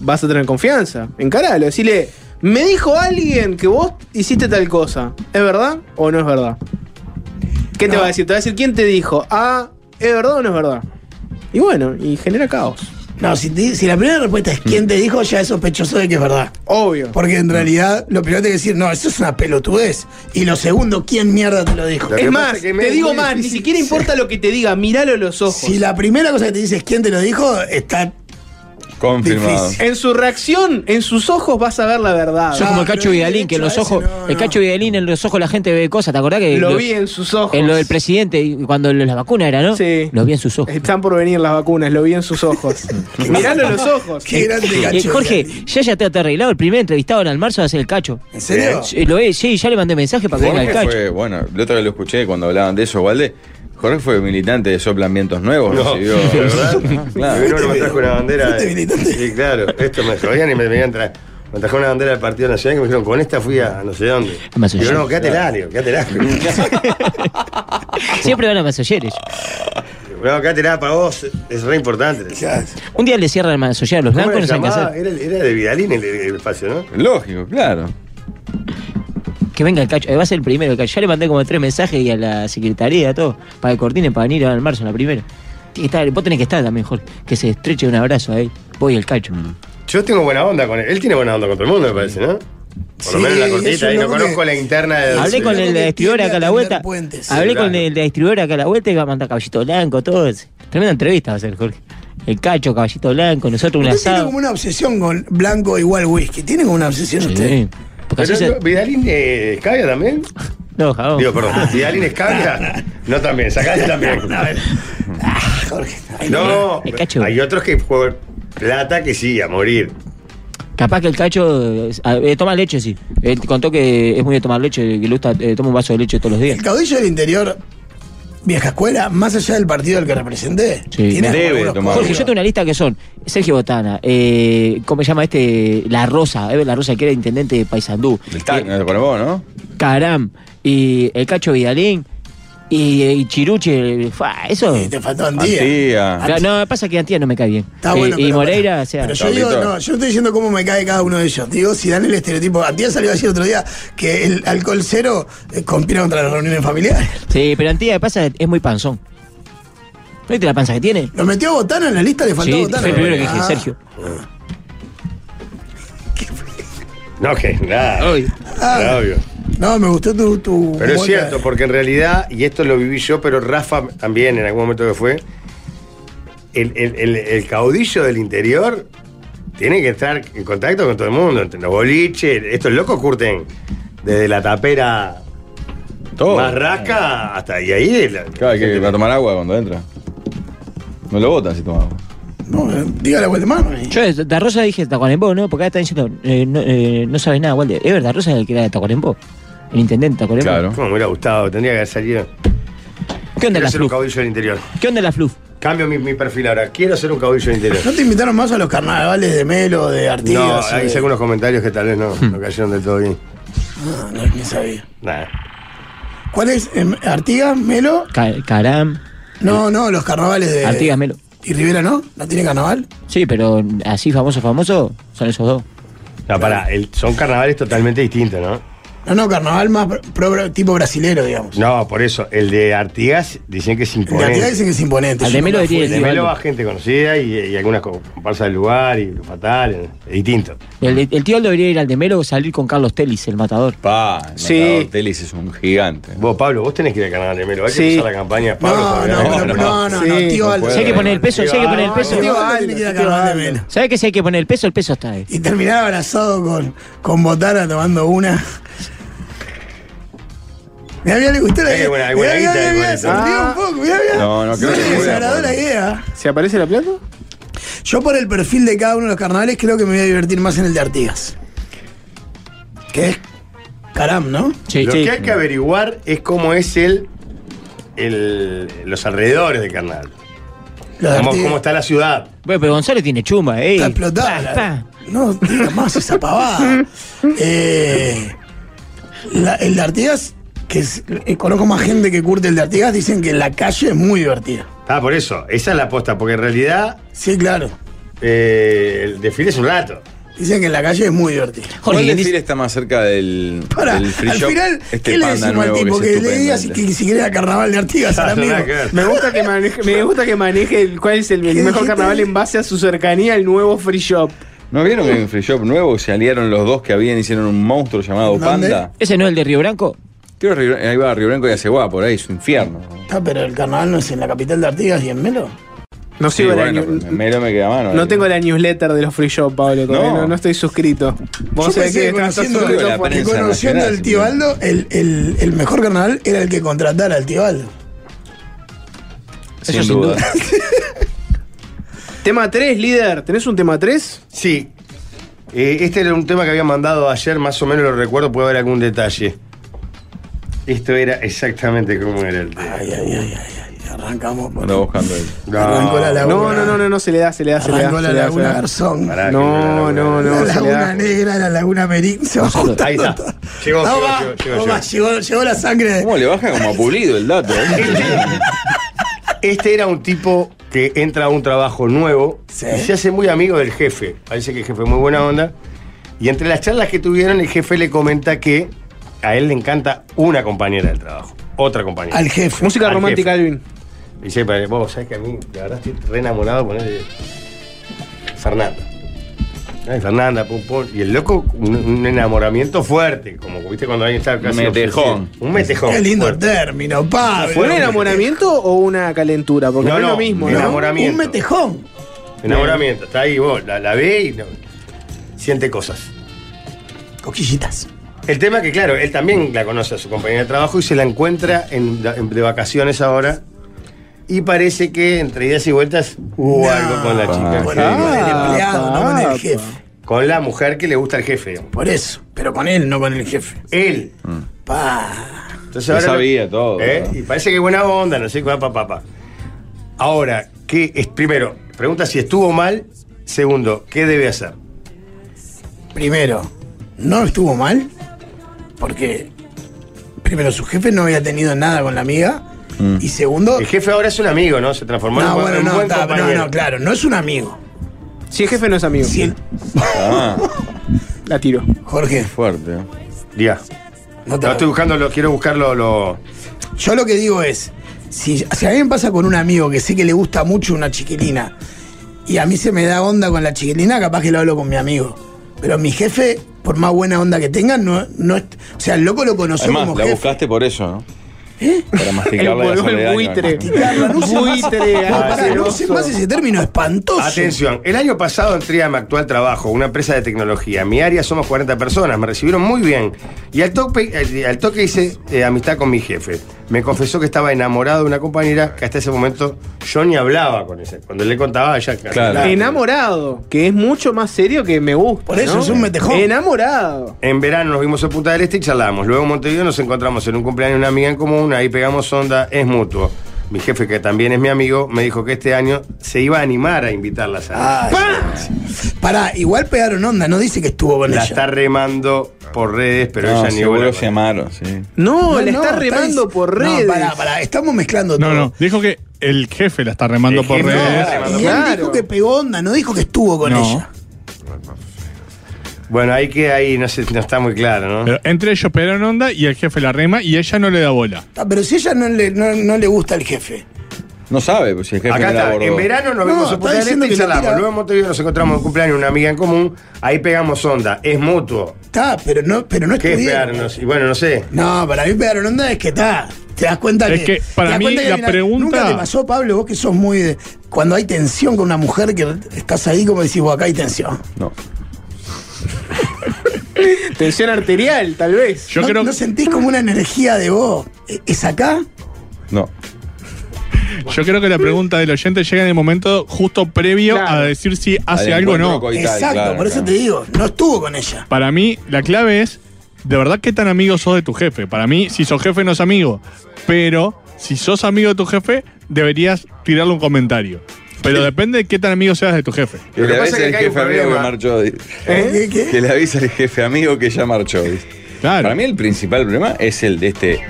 [SPEAKER 10] vas a tener confianza. Encaralo, decirle, me dijo alguien que vos hiciste tal cosa. ¿Es verdad o no es verdad? ¿Qué te va a decir? Te va a decir quién te dijo. Ah, ¿es verdad o no es verdad? Y bueno, y genera caos.
[SPEAKER 7] No, si, te- si la primera respuesta es quién te dijo, ya es sospechoso de que es verdad.
[SPEAKER 10] Mm. Obvio. Mm.
[SPEAKER 7] Porque en realidad lo primero que decir, no, eso es una pelotudez. Y lo segundo, ¿quién mierda te lo dijo?
[SPEAKER 6] Lo que
[SPEAKER 10] Es
[SPEAKER 6] pasa
[SPEAKER 10] más,
[SPEAKER 6] es que me-
[SPEAKER 10] te digo
[SPEAKER 6] muy
[SPEAKER 10] más, ni
[SPEAKER 6] difícil.
[SPEAKER 10] siquiera importa lo que te diga, miralo a los ojos.
[SPEAKER 7] Si la primera cosa que te dice es quién te lo dijo, está.
[SPEAKER 9] Confirmado.
[SPEAKER 10] En su reacción, en sus ojos vas a ver la verdad.
[SPEAKER 8] Sos
[SPEAKER 7] Ah,
[SPEAKER 8] como el
[SPEAKER 7] pero
[SPEAKER 8] Cacho
[SPEAKER 7] el
[SPEAKER 8] Vidalín, que en los
[SPEAKER 7] derecho a ese
[SPEAKER 8] ojos.
[SPEAKER 7] no,
[SPEAKER 8] El
[SPEAKER 7] no.
[SPEAKER 8] Cacho Vidalín, en los ojos la gente ve cosas, ¿te acordás que.?
[SPEAKER 10] Lo vi en sus ojos.
[SPEAKER 8] En lo del presidente, y cuando lo- la vacuna era, ¿no?
[SPEAKER 10] Sí.
[SPEAKER 8] Lo vi en sus ojos.
[SPEAKER 10] Están por venir las vacunas, lo vi en sus ojos. Miralo en los ojos.
[SPEAKER 7] Qué grande
[SPEAKER 8] Eh,
[SPEAKER 7] cacho.
[SPEAKER 8] Jorge,
[SPEAKER 7] Vidal.
[SPEAKER 8] ya ya te ha arreglado. El primer entrevistado en Almarzo va a ser el Cacho. Eh,
[SPEAKER 7] ¿En serio?
[SPEAKER 8] Sí, lo es, sí, ya le mandé mensaje para que venga el
[SPEAKER 9] Jorge
[SPEAKER 8] Cacho.
[SPEAKER 9] fue, bueno, la otra vez lo escuché cuando hablaban de eso, Valde. Jorge fue militante de soplamientos nuevos,
[SPEAKER 6] No,
[SPEAKER 9] recibió,
[SPEAKER 6] de verdad.
[SPEAKER 9] Ajá,
[SPEAKER 6] Claro,
[SPEAKER 9] claro.
[SPEAKER 6] uno que me trajo una bandera.
[SPEAKER 7] Fuiste militante.
[SPEAKER 6] Sí, claro. Esto me jodían y me venían tra- Me trajo una bandera del Partido Nacional que me dijeron, con esta fui a no sé dónde.
[SPEAKER 8] Me asustó.
[SPEAKER 6] Digo, no, quédate Leo, quédate
[SPEAKER 8] Siempre van a Mazoyeres.
[SPEAKER 6] No, quédate para vos, es re importante.
[SPEAKER 7] Ya.
[SPEAKER 8] Un día le cierran Mazoyer a los
[SPEAKER 6] ¿Cómo
[SPEAKER 8] blancos,
[SPEAKER 6] era
[SPEAKER 8] no saben qué
[SPEAKER 6] llamada?
[SPEAKER 8] hacer.
[SPEAKER 6] Era, era de Vidalín el, el espacio, ¿no?
[SPEAKER 9] Lógico, claro.
[SPEAKER 8] Que venga el Cacho. eh, va a ser el primero. El cacho. Ya le mandé como tres mensajes y a la secretaría, todo. Para que coordinen, para venir al marzo, en la primera. Tiene que estar- vos tenés que estar también, Jorge. Que se estreche un abrazo ahí. Voy el Cacho.
[SPEAKER 6] Mm. Yo tengo buena onda con él. Él tiene buena onda con todo el mundo, me parece, ¿no? Por lo
[SPEAKER 7] Sí,
[SPEAKER 6] menos la
[SPEAKER 7] es un
[SPEAKER 6] cortita, y no
[SPEAKER 7] loco
[SPEAKER 6] conozco
[SPEAKER 7] que-
[SPEAKER 6] la interna de.
[SPEAKER 8] Hablé
[SPEAKER 6] de-
[SPEAKER 8] con
[SPEAKER 7] Yo creo
[SPEAKER 8] el
[SPEAKER 7] que
[SPEAKER 8] distribuidor
[SPEAKER 7] tiende
[SPEAKER 8] acá a la
[SPEAKER 7] a
[SPEAKER 8] vuelta.
[SPEAKER 7] tender puentes.
[SPEAKER 8] Hablé con
[SPEAKER 6] Claro.
[SPEAKER 8] el distribuidor acá a la vuelta y va a mandar caballito blanco, todo. Tremenda entrevista va a ser, Jorge. El Cacho, caballito blanco, nosotros un
[SPEAKER 7] Usted tiene
[SPEAKER 8] asado.
[SPEAKER 7] como una obsesión con blanco igual whisky. Tiene como una obsesión usted.
[SPEAKER 8] Sí. Porque así
[SPEAKER 6] Pero,
[SPEAKER 8] se- Oh.
[SPEAKER 6] no, ¿Vidalín eh, es cabia también?
[SPEAKER 8] No, jabón.
[SPEAKER 6] Digo, perdón. ¿Vidalín es cabia? No también, sacate también.
[SPEAKER 7] Jorge. Ay,
[SPEAKER 6] No,
[SPEAKER 8] El cacho.
[SPEAKER 6] hay otros que juegan plata que sí, a morir.
[SPEAKER 8] Capaz que el cacho eh, eh, toma leche, sí. Él contó que es muy de tomar leche, que le gusta, eh, toma un vaso de leche todos los días.
[SPEAKER 7] El caudillo del interior, vieja escuela, más allá del partido al que representé,
[SPEAKER 8] Sí.
[SPEAKER 9] Debe
[SPEAKER 7] algunos
[SPEAKER 9] tomar.
[SPEAKER 8] Jorge,
[SPEAKER 7] códigos.
[SPEAKER 8] yo tengo una lista que son Sergio Botana, eh, ¿cómo se llama este? La Rosa, Ever La Rosa, que era intendente de Paysandú.
[SPEAKER 9] El TAC,
[SPEAKER 8] Eh,
[SPEAKER 9] ¿no? Para vos, ¿no?
[SPEAKER 8] Caram, y el Cacho Vidalín, y, y Chiruche, eh, fua, eso.
[SPEAKER 7] Sí, te faltó Antía.
[SPEAKER 9] Antía.
[SPEAKER 8] Claro, no, pasa que Antía no me cae bien.
[SPEAKER 7] Está
[SPEAKER 8] Eh,
[SPEAKER 7] bueno,
[SPEAKER 8] y
[SPEAKER 7] pero-
[SPEAKER 8] Moreira, o sea.
[SPEAKER 7] Pero yo digo,
[SPEAKER 9] Pablito.
[SPEAKER 7] no, yo no estoy diciendo cómo me cae cada uno de ellos. Digo, si dan el estereotipo. Antía salió a decir otro día que el alcohol cero eh, conspira contra las reuniones familiares.
[SPEAKER 8] Sí, pero Antía, pasa, es muy panzón. ¿No viste la panza que tiene?
[SPEAKER 7] ¿Lo metió a Botana en la lista? ¿Le faltó
[SPEAKER 8] Sí,
[SPEAKER 7] Botana?
[SPEAKER 8] fue el primero que dije,
[SPEAKER 7] Ah,
[SPEAKER 8] Sergio.
[SPEAKER 6] No, que nada.
[SPEAKER 8] Obvio.
[SPEAKER 6] nada, obvio.
[SPEAKER 7] No, me gustó tu. tu
[SPEAKER 6] Pero es
[SPEAKER 7] humor.
[SPEAKER 6] cierto, porque en realidad, y esto lo viví yo, pero Rafa también en algún momento que fue, el, el- el- el caudillo del interior tiene que estar en contacto con todo el mundo, entre los boliches, estos locos curten desde la tapera
[SPEAKER 9] Todo.
[SPEAKER 6] más rasca hasta y ahí. la-
[SPEAKER 9] Claro, hay Ah, que va a tomar agua cuando entra. No lo botan si toma agua.
[SPEAKER 7] No, eh, diga la vuelta mano. eh.
[SPEAKER 8] Yo de Tacuarembó, Dije Tacuarembó, ¿no? Porque acá están diciendo, eh, no, eh, no sabes nada, Walde. Es verdad, Rosa es el que era de Tacuarembó. El intendente de Tacuarembó.
[SPEAKER 9] Claro.
[SPEAKER 6] Cómo me hubiera gustado, tendría que haber salido.
[SPEAKER 8] ¿Qué onda
[SPEAKER 6] Quiero
[SPEAKER 8] la
[SPEAKER 6] ser un
[SPEAKER 8] fluff?
[SPEAKER 6] caudillo del interior.
[SPEAKER 8] ¿Qué onda la fluff?
[SPEAKER 6] Cambio mi, mi perfil ahora. Quiero ser un caudillo del interior.
[SPEAKER 7] ¿No te invitaron más a los carnavales de Melo, de
[SPEAKER 6] No,
[SPEAKER 7] Artigas?
[SPEAKER 6] hay
[SPEAKER 7] eh?
[SPEAKER 6] algunos comentarios que tal vez no, no cayeron del todo bien.
[SPEAKER 7] Ah, no, ni sabía.
[SPEAKER 6] Nada.
[SPEAKER 7] ¿Cuál es? Em, ¿Artigas, Melo?
[SPEAKER 8] Ca- Caram,
[SPEAKER 7] No, no, los carnavales de.
[SPEAKER 8] Artigas Melo.
[SPEAKER 7] ¿Y Rivera no? ¿No tiene carnaval?
[SPEAKER 8] Sí, pero así famoso, famoso, son esos dos.
[SPEAKER 6] No, pará, el- son carnavales totalmente distintos, ¿no?
[SPEAKER 7] No, no, carnaval más pro- pro- tipo brasilero, digamos.
[SPEAKER 6] No, por eso, el de Artigas dicen que es
[SPEAKER 7] En realidad
[SPEAKER 6] imponente.
[SPEAKER 7] dicen que es imponente.
[SPEAKER 8] Al
[SPEAKER 7] yo
[SPEAKER 8] de Melo
[SPEAKER 7] nunca
[SPEAKER 8] diría-
[SPEAKER 6] El
[SPEAKER 7] fui.
[SPEAKER 6] de Melo va gente conocida y, y algunas co- comparsas del lugar y fatal, es distinto.
[SPEAKER 8] El, el tío Aldo debería ir al de Melo o salir con Carlos Telis, el matador.
[SPEAKER 9] Pa, el
[SPEAKER 10] Sí.
[SPEAKER 9] matador Telis es un gigante.
[SPEAKER 6] Vos, Pablo, vos tenés que ir al canal de Melo, hay que
[SPEAKER 10] Sí.
[SPEAKER 6] empezar la campaña, Pablo.
[SPEAKER 7] No,
[SPEAKER 6] para
[SPEAKER 7] no,
[SPEAKER 6] ganar.
[SPEAKER 7] no, no, no, no,
[SPEAKER 10] Sí,
[SPEAKER 7] tío
[SPEAKER 9] no
[SPEAKER 7] Aldo.
[SPEAKER 9] puede.
[SPEAKER 8] Si hay que poner el peso, si hay que poner el peso.
[SPEAKER 7] Tío
[SPEAKER 10] Aldo,
[SPEAKER 7] Aldo tiene que ir al
[SPEAKER 10] tío
[SPEAKER 7] carnaval de
[SPEAKER 10] Aldo.
[SPEAKER 7] Melo.
[SPEAKER 8] ¿Sabes que si hay que poner el peso? El peso está ahí.
[SPEAKER 7] Y terminar abrazado con, con Botana tomando una. Mirá, mirá, le gustó la
[SPEAKER 6] Hay
[SPEAKER 7] idea.
[SPEAKER 6] alguna-
[SPEAKER 7] Mirá,
[SPEAKER 6] alguna
[SPEAKER 7] mirá,
[SPEAKER 6] guita,
[SPEAKER 7] mirá,
[SPEAKER 6] alguna
[SPEAKER 7] mirá, se rió un poco, mirá, mirá.
[SPEAKER 9] Ah. No, no, creo
[SPEAKER 7] Sí,
[SPEAKER 9] que no voy a
[SPEAKER 7] se agradó la
[SPEAKER 9] poner.
[SPEAKER 7] idea.
[SPEAKER 10] Ah, ¿Se aparece la plata?
[SPEAKER 7] Yo por el perfil de cada uno de los carnavales creo que me voy a divertir más en el de Artigas. Que es caram, ¿no?
[SPEAKER 8] Sí,
[SPEAKER 6] Lo
[SPEAKER 8] sí.
[SPEAKER 6] que hay que averiguar es cómo es el, el- los alrededores del carnal.
[SPEAKER 7] Los de
[SPEAKER 6] Cómo,
[SPEAKER 7] Artigas.
[SPEAKER 6] cómo está la ciudad.
[SPEAKER 8] Bueno, pero González tiene chumba, ¿eh?
[SPEAKER 7] Está explotada. la-
[SPEAKER 8] Pa,
[SPEAKER 7] No, diga más esa pavada. Eh, la- el de Artigas que es- eh, conozco más gente que curte el de Artigas, dicen que la calle es muy divertida.
[SPEAKER 6] Ah, por eso. Esa es la aposta, porque en realidad. eh,
[SPEAKER 7] Sí, claro.
[SPEAKER 6] el desfile es un rato.
[SPEAKER 7] Dicen que en la calle es muy divertida.
[SPEAKER 9] ¿Cuál desfile está más cerca del,
[SPEAKER 7] Pará,
[SPEAKER 9] del free
[SPEAKER 7] al
[SPEAKER 9] shop?
[SPEAKER 7] final,
[SPEAKER 9] Este
[SPEAKER 7] ¿qué le
[SPEAKER 9] panda
[SPEAKER 7] decimos al
[SPEAKER 9] nuevo que
[SPEAKER 7] tipo?
[SPEAKER 9] es
[SPEAKER 7] Que, le
[SPEAKER 9] estupendo.
[SPEAKER 7] diga si, que, si quiere ir a carnaval de Artigas al amigo.
[SPEAKER 10] Me gusta que maneje, me gusta que maneje el- cuál es el mejor carnaval en base a su cercanía al nuevo free shop.
[SPEAKER 9] ¿No vieron que en el free shop nuevo se aliaron los dos que habían hicieron un monstruo llamado
[SPEAKER 7] ¿Dónde?
[SPEAKER 9] Panda?
[SPEAKER 8] ¿Ese no es el de Río Branco?
[SPEAKER 9] Creo que Río- ahí va Río Branco y Aceguá, por ahí, es un infierno.
[SPEAKER 7] Ah, pero el carnaval no es en la capital de Artigas y en Melo.
[SPEAKER 10] No
[SPEAKER 9] sí,
[SPEAKER 10] sigo la
[SPEAKER 9] bueno,
[SPEAKER 10] new-
[SPEAKER 9] pero me, me- me queda a mano.
[SPEAKER 10] No tengo la newsletter de los free shop, Pablo. todavía
[SPEAKER 9] No.
[SPEAKER 10] No, no estoy suscrito.
[SPEAKER 7] Yo
[SPEAKER 10] Vos sabés
[SPEAKER 7] pensé
[SPEAKER 10] que
[SPEAKER 7] que
[SPEAKER 10] estás
[SPEAKER 7] conociendo,
[SPEAKER 10] suscrito
[SPEAKER 9] la
[SPEAKER 10] por-
[SPEAKER 7] que
[SPEAKER 9] prensa
[SPEAKER 7] conociendo
[SPEAKER 9] nacional,
[SPEAKER 7] al tío Aldo, el, el- el mejor carnaval era el que contratara al tío Aldo.
[SPEAKER 9] Sin duda.
[SPEAKER 10] Tema 3, líder. ¿Tenés un tema 3?
[SPEAKER 6] Sí. Eh, este era un tema que había mandado ayer, más o menos lo recuerdo, puede haber algún detalle. Esto era exactamente como era el tema.
[SPEAKER 7] Ay, ay, ay, ay, ay, Arrancamos por
[SPEAKER 9] Anda buscando ahí.
[SPEAKER 7] Arrancó la laguna.
[SPEAKER 10] No, no, no, no, no, se le da, se le da, se le da.
[SPEAKER 7] Arrancó la
[SPEAKER 10] se le da, se le
[SPEAKER 7] laguna
[SPEAKER 10] da.
[SPEAKER 7] Garzón.
[SPEAKER 6] Pará, que
[SPEAKER 10] No, no, no,
[SPEAKER 7] La
[SPEAKER 10] se le
[SPEAKER 7] laguna
[SPEAKER 10] da.
[SPEAKER 7] negra, la laguna merín. Se va juntando
[SPEAKER 6] Ahí está.
[SPEAKER 7] todo.
[SPEAKER 6] Llegó,
[SPEAKER 7] No,
[SPEAKER 6] llegó, llegó,
[SPEAKER 7] va,
[SPEAKER 6] llegó,
[SPEAKER 7] no, va, llegó, llegó la sangre. de-
[SPEAKER 9] ¿Cómo le baja como a pulido el dato? eh?
[SPEAKER 6] Este era un tipo que entra a un trabajo nuevo
[SPEAKER 7] Sí.
[SPEAKER 6] y se hace muy amigo del jefe. Parece que el jefe es muy buena onda. Y entre las charlas que tuvieron, el jefe le comenta que a él le encanta una compañera del trabajo. Otra compañera.
[SPEAKER 7] Al jefe.
[SPEAKER 10] Música
[SPEAKER 6] Al
[SPEAKER 10] romántica, Alvin.
[SPEAKER 6] Y dice, "Pero vos sabés que a mí, la verdad, estoy re enamorado con él. Fernanda. Ay, Fernanda, pum, pum. Y el loco, un, un enamoramiento fuerte. Como viste cuando alguien está casi.
[SPEAKER 9] Metejón.
[SPEAKER 6] obsesivo. Un metejón.
[SPEAKER 7] Qué lindo
[SPEAKER 6] fuerte.
[SPEAKER 7] término, Pablo.
[SPEAKER 10] ¿Fue un enamoramiento o una calentura? Porque
[SPEAKER 6] No,
[SPEAKER 10] no, es
[SPEAKER 6] no,
[SPEAKER 10] lo mismo, ¿no?
[SPEAKER 6] enamora- enamoramiento.
[SPEAKER 7] Un metejón.
[SPEAKER 6] Enamoramiento. Está ahí vos, la, la ve y no- siente cosas.
[SPEAKER 7] Coquillitas.
[SPEAKER 6] El tema es que, claro, él también la conoce a su compañera de trabajo y se la encuentra en- en- de vacaciones ahora. Y parece que entre idas y vueltas hubo
[SPEAKER 7] No.
[SPEAKER 6] algo con la
[SPEAKER 9] Ah,
[SPEAKER 6] chica.
[SPEAKER 7] Con el, con el
[SPEAKER 10] Ah,
[SPEAKER 7] empleado, no con
[SPEAKER 10] papá.
[SPEAKER 7] el
[SPEAKER 6] ah,
[SPEAKER 7] jefe.
[SPEAKER 6] Con la mujer que le gusta al jefe. digamos.
[SPEAKER 7] Por eso. Pero con él, no con el jefe.
[SPEAKER 6] Él.
[SPEAKER 7] Pa.
[SPEAKER 6] Entonces
[SPEAKER 9] Yo
[SPEAKER 6] ahora-
[SPEAKER 9] sabía todo.
[SPEAKER 6] ¿Eh?
[SPEAKER 9] ¿no?
[SPEAKER 6] Y parece que buena onda, no sé qué, papá, papá. Ahora, ¿qué es? Primero, pregunta si estuvo mal. Segundo, ¿qué debe hacer?
[SPEAKER 7] Primero, no estuvo mal. Porque, primero, su jefe no había tenido nada con la amiga.
[SPEAKER 9] Mm.
[SPEAKER 7] Y segundo.
[SPEAKER 6] El jefe ahora es un amigo, ¿no? Se transformó en
[SPEAKER 7] No,
[SPEAKER 6] un,
[SPEAKER 7] bueno,
[SPEAKER 6] en un
[SPEAKER 7] no,
[SPEAKER 6] buen
[SPEAKER 7] está, no,
[SPEAKER 6] compañero.
[SPEAKER 7] no, claro, no es un amigo.
[SPEAKER 10] Si el jefe no es amigo,
[SPEAKER 7] Si el-
[SPEAKER 9] Ah,
[SPEAKER 10] la tiro.
[SPEAKER 7] Jorge,
[SPEAKER 9] fuerte. ¿eh?
[SPEAKER 6] Ya.
[SPEAKER 7] no te
[SPEAKER 6] No, estoy buscando, lo- quiero buscarlo. Lo...
[SPEAKER 7] Yo lo que digo es, si, si a mí me pasa con un amigo que sé que le gusta mucho una chiquilina y a mí se me da onda con la chiquilina, capaz que lo hablo con mi amigo. Pero mi jefe, por más buena onda que tenga, no, no es- O sea, el loco lo conoció
[SPEAKER 9] Además,
[SPEAKER 7] como
[SPEAKER 9] la
[SPEAKER 7] jefe.
[SPEAKER 9] buscaste por eso, ¿no?
[SPEAKER 7] ¿Eh?
[SPEAKER 9] Para
[SPEAKER 10] El
[SPEAKER 9] masticarla y
[SPEAKER 10] volvió
[SPEAKER 9] hacerle
[SPEAKER 10] el
[SPEAKER 9] daño.
[SPEAKER 10] buitre.
[SPEAKER 7] Claro, no usa más-
[SPEAKER 10] Buitre,
[SPEAKER 7] Ah, No, pará, no uses
[SPEAKER 10] asqueroso.
[SPEAKER 7] más ese término espantoso.
[SPEAKER 6] Atención, el año pasado entré a mi actual trabajo, una empresa de tecnología. En mi área somos 40 personas, me recibieron muy bien. Y al tope- al- al toque, hice eh, amistad con mi jefe. Me confesó que estaba enamorado de una compañera que hasta ese momento yo ni hablaba con ella. Cuando le contaba, ella.
[SPEAKER 9] Claro.
[SPEAKER 10] Enamorado, que es mucho más serio que me gusta.
[SPEAKER 7] Por eso
[SPEAKER 10] ¿no?
[SPEAKER 7] es un metejón.
[SPEAKER 10] Enamorado.
[SPEAKER 6] En verano nos vimos en Punta del Este y charlamos. Luego en Montevideo nos encontramos en un cumpleaños de una amiga en común, ahí pegamos onda, es mutuo. Mi jefe, que también es mi amigo, me dijo que este año se iba a animar a invitarla a salir.
[SPEAKER 7] Ay, pará, igual pegaron onda, no dice que estuvo con
[SPEAKER 6] La
[SPEAKER 7] ella.
[SPEAKER 6] está remando por redes, pero
[SPEAKER 9] No,
[SPEAKER 6] ella ni
[SPEAKER 9] seguro
[SPEAKER 6] bola.
[SPEAKER 9] se llamaron, sí.
[SPEAKER 10] No,
[SPEAKER 7] No,
[SPEAKER 10] la
[SPEAKER 7] no,
[SPEAKER 10] está remando
[SPEAKER 7] dic-
[SPEAKER 10] por
[SPEAKER 7] No,
[SPEAKER 10] redes.
[SPEAKER 7] pará, pará, estamos mezclando
[SPEAKER 11] No,
[SPEAKER 7] todo.
[SPEAKER 11] no. Dijo que el jefe la está remando
[SPEAKER 6] El
[SPEAKER 11] por
[SPEAKER 6] jefe la
[SPEAKER 11] redes.
[SPEAKER 6] está remando.
[SPEAKER 7] Y él
[SPEAKER 10] Claro.
[SPEAKER 7] dijo que pegó onda, no dijo que estuvo con
[SPEAKER 11] No.
[SPEAKER 7] ella.
[SPEAKER 6] Bueno, ahí que ahí no, sé, no está muy claro, ¿no?
[SPEAKER 11] Pero entre ellos pegaron onda y el jefe la rema y ella no le da bola.
[SPEAKER 7] Ah, Pero si ella no le, no, no le gusta al jefe.
[SPEAKER 9] No sabe, pues si el jefe
[SPEAKER 6] Acá
[SPEAKER 9] no la
[SPEAKER 6] está,
[SPEAKER 9] abordó.
[SPEAKER 6] en verano nos vimos
[SPEAKER 7] No,
[SPEAKER 6] en Punta
[SPEAKER 7] está
[SPEAKER 6] del
[SPEAKER 7] diciendo
[SPEAKER 6] Este y
[SPEAKER 7] que la
[SPEAKER 6] charlamos.
[SPEAKER 7] tira.
[SPEAKER 6] Luego en Montevideo nos encontramos en un cumpleaños de una amiga en común, ahí pegamos onda, es mutuo.
[SPEAKER 7] Está, pero no, pero no
[SPEAKER 6] ¿Qué es
[SPEAKER 7] estuvieron.
[SPEAKER 6] pegarnos? Y bueno, no sé.
[SPEAKER 7] No, para mí pegaron onda es que está. Te das cuenta
[SPEAKER 11] Es
[SPEAKER 7] que.
[SPEAKER 11] que para
[SPEAKER 7] te das
[SPEAKER 11] mí
[SPEAKER 7] cuenta que
[SPEAKER 11] la
[SPEAKER 7] hay una-
[SPEAKER 11] pregunta-
[SPEAKER 7] Nunca te pasó, Pablo, vos que sos muy. de- cuando hay tensión con una mujer que estás ahí, como decís, vos acá hay tensión.
[SPEAKER 9] No.
[SPEAKER 10] Tensión arterial, tal vez.
[SPEAKER 11] Yo
[SPEAKER 7] ¿No,
[SPEAKER 11] creo
[SPEAKER 7] no sentís como una energía de vos? ¿E- ¿Es acá?
[SPEAKER 9] No.
[SPEAKER 11] Yo creo que la pregunta del oyente llega en el momento justo previo
[SPEAKER 10] Claro.
[SPEAKER 11] a decir si hace
[SPEAKER 9] Al
[SPEAKER 11] algo o no.
[SPEAKER 9] encuentro coital,
[SPEAKER 7] Exacto,
[SPEAKER 9] claro,
[SPEAKER 7] por eso
[SPEAKER 9] claro.
[SPEAKER 7] te digo, no estuvo con ella.
[SPEAKER 11] Para mí, la clave es, de verdad, qué tan amigo sos de tu jefe. Para mí, si sos jefe, no es amigo. Pero, si sos amigo de tu jefe, deberías tirarle un comentario. Pero depende de qué tan amigo seas de tu jefe.
[SPEAKER 9] Que
[SPEAKER 6] Lo
[SPEAKER 9] le
[SPEAKER 6] que pasa es
[SPEAKER 9] avisa
[SPEAKER 6] que
[SPEAKER 9] el
[SPEAKER 6] acá hay un
[SPEAKER 9] jefe amigo que
[SPEAKER 6] problema.
[SPEAKER 9] marchó. dice.
[SPEAKER 7] ¿Eh? ¿Qué- qué?
[SPEAKER 9] Que le avisa el jefe amigo que ya marchó. dice. Para mí el principal problema es el de este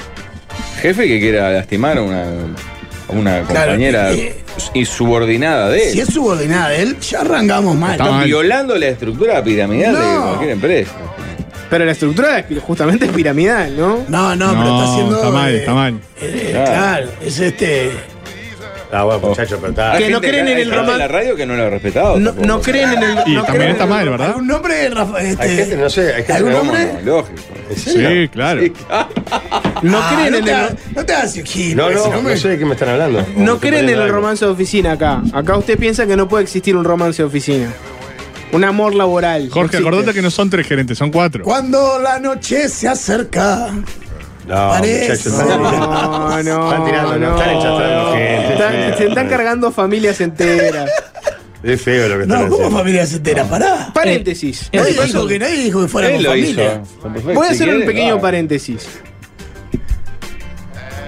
[SPEAKER 9] jefe que quiera lastimar a una, a una
[SPEAKER 7] Claro,
[SPEAKER 9] compañera
[SPEAKER 7] eh,
[SPEAKER 9] y subordinada de él.
[SPEAKER 7] Si es subordinada de él, ya arrancamos mal.
[SPEAKER 9] Están violando la estructura piramidal de
[SPEAKER 7] No.
[SPEAKER 9] cualquier empresa.
[SPEAKER 10] Pero la estructura es justamente es piramidal, ¿no?
[SPEAKER 7] No, no, pero está haciendo. eh,
[SPEAKER 11] mal.
[SPEAKER 7] eh, claro, es este.
[SPEAKER 6] Ah, bueno,
[SPEAKER 11] Oh.
[SPEAKER 6] muchachos, pero está.
[SPEAKER 9] Hay
[SPEAKER 10] Que no
[SPEAKER 9] gente
[SPEAKER 10] creen
[SPEAKER 9] acá-
[SPEAKER 10] en
[SPEAKER 9] hay
[SPEAKER 10] el
[SPEAKER 9] gente de
[SPEAKER 10] roman-
[SPEAKER 9] la radio que no lo ha respetado.
[SPEAKER 10] No,
[SPEAKER 9] tampoco.
[SPEAKER 10] no creen en el.
[SPEAKER 11] Y
[SPEAKER 10] no
[SPEAKER 11] también
[SPEAKER 10] creen-
[SPEAKER 11] está mal, ¿verdad?
[SPEAKER 7] Un nombre, Rafa,
[SPEAKER 6] Hay gente,
[SPEAKER 7] este.
[SPEAKER 6] no sé, hay gente.
[SPEAKER 7] ¿Algún
[SPEAKER 6] que-
[SPEAKER 9] ¿Cómo
[SPEAKER 7] hombre?
[SPEAKER 9] no? Lógico.
[SPEAKER 6] ¿En serio?
[SPEAKER 11] Sí, claro.
[SPEAKER 10] No
[SPEAKER 7] Ah,
[SPEAKER 10] creen
[SPEAKER 7] no
[SPEAKER 10] en
[SPEAKER 7] te
[SPEAKER 10] el.
[SPEAKER 7] ha- No te hagas hiojito,
[SPEAKER 6] No,
[SPEAKER 7] ese
[SPEAKER 6] no,
[SPEAKER 7] nombre.
[SPEAKER 6] no sé de qué me están hablando.
[SPEAKER 10] No creen en el
[SPEAKER 6] romance
[SPEAKER 10] romance de oficina acá. Acá usted piensa que no puede existir un romance de oficina. Un amor laboral.
[SPEAKER 11] Jorge,
[SPEAKER 10] no existe.
[SPEAKER 11] acordate que no son tres gerentes, son cuatro.
[SPEAKER 7] Cuando la noche se acerca.
[SPEAKER 6] No,
[SPEAKER 7] Parece.
[SPEAKER 6] muchachos, están tirando.
[SPEAKER 10] No, no.
[SPEAKER 6] Están tirando, no, están enchastrando gente,
[SPEAKER 10] Están-
[SPEAKER 6] sí.
[SPEAKER 10] se están cargando familias enteras.
[SPEAKER 6] Es feo lo que están
[SPEAKER 7] No, ¿cómo
[SPEAKER 6] haciendo.
[SPEAKER 7] familia se entera? Pará.
[SPEAKER 10] Paréntesis.
[SPEAKER 7] Nadie
[SPEAKER 8] Él
[SPEAKER 7] dijo que nadie dijo que fuera
[SPEAKER 9] Él
[SPEAKER 7] con
[SPEAKER 9] lo
[SPEAKER 7] familia.
[SPEAKER 9] hizo. Perfecto.
[SPEAKER 10] Voy a
[SPEAKER 9] Si
[SPEAKER 10] hacer un
[SPEAKER 9] quieren,
[SPEAKER 10] pequeño
[SPEAKER 9] va.
[SPEAKER 10] paréntesis.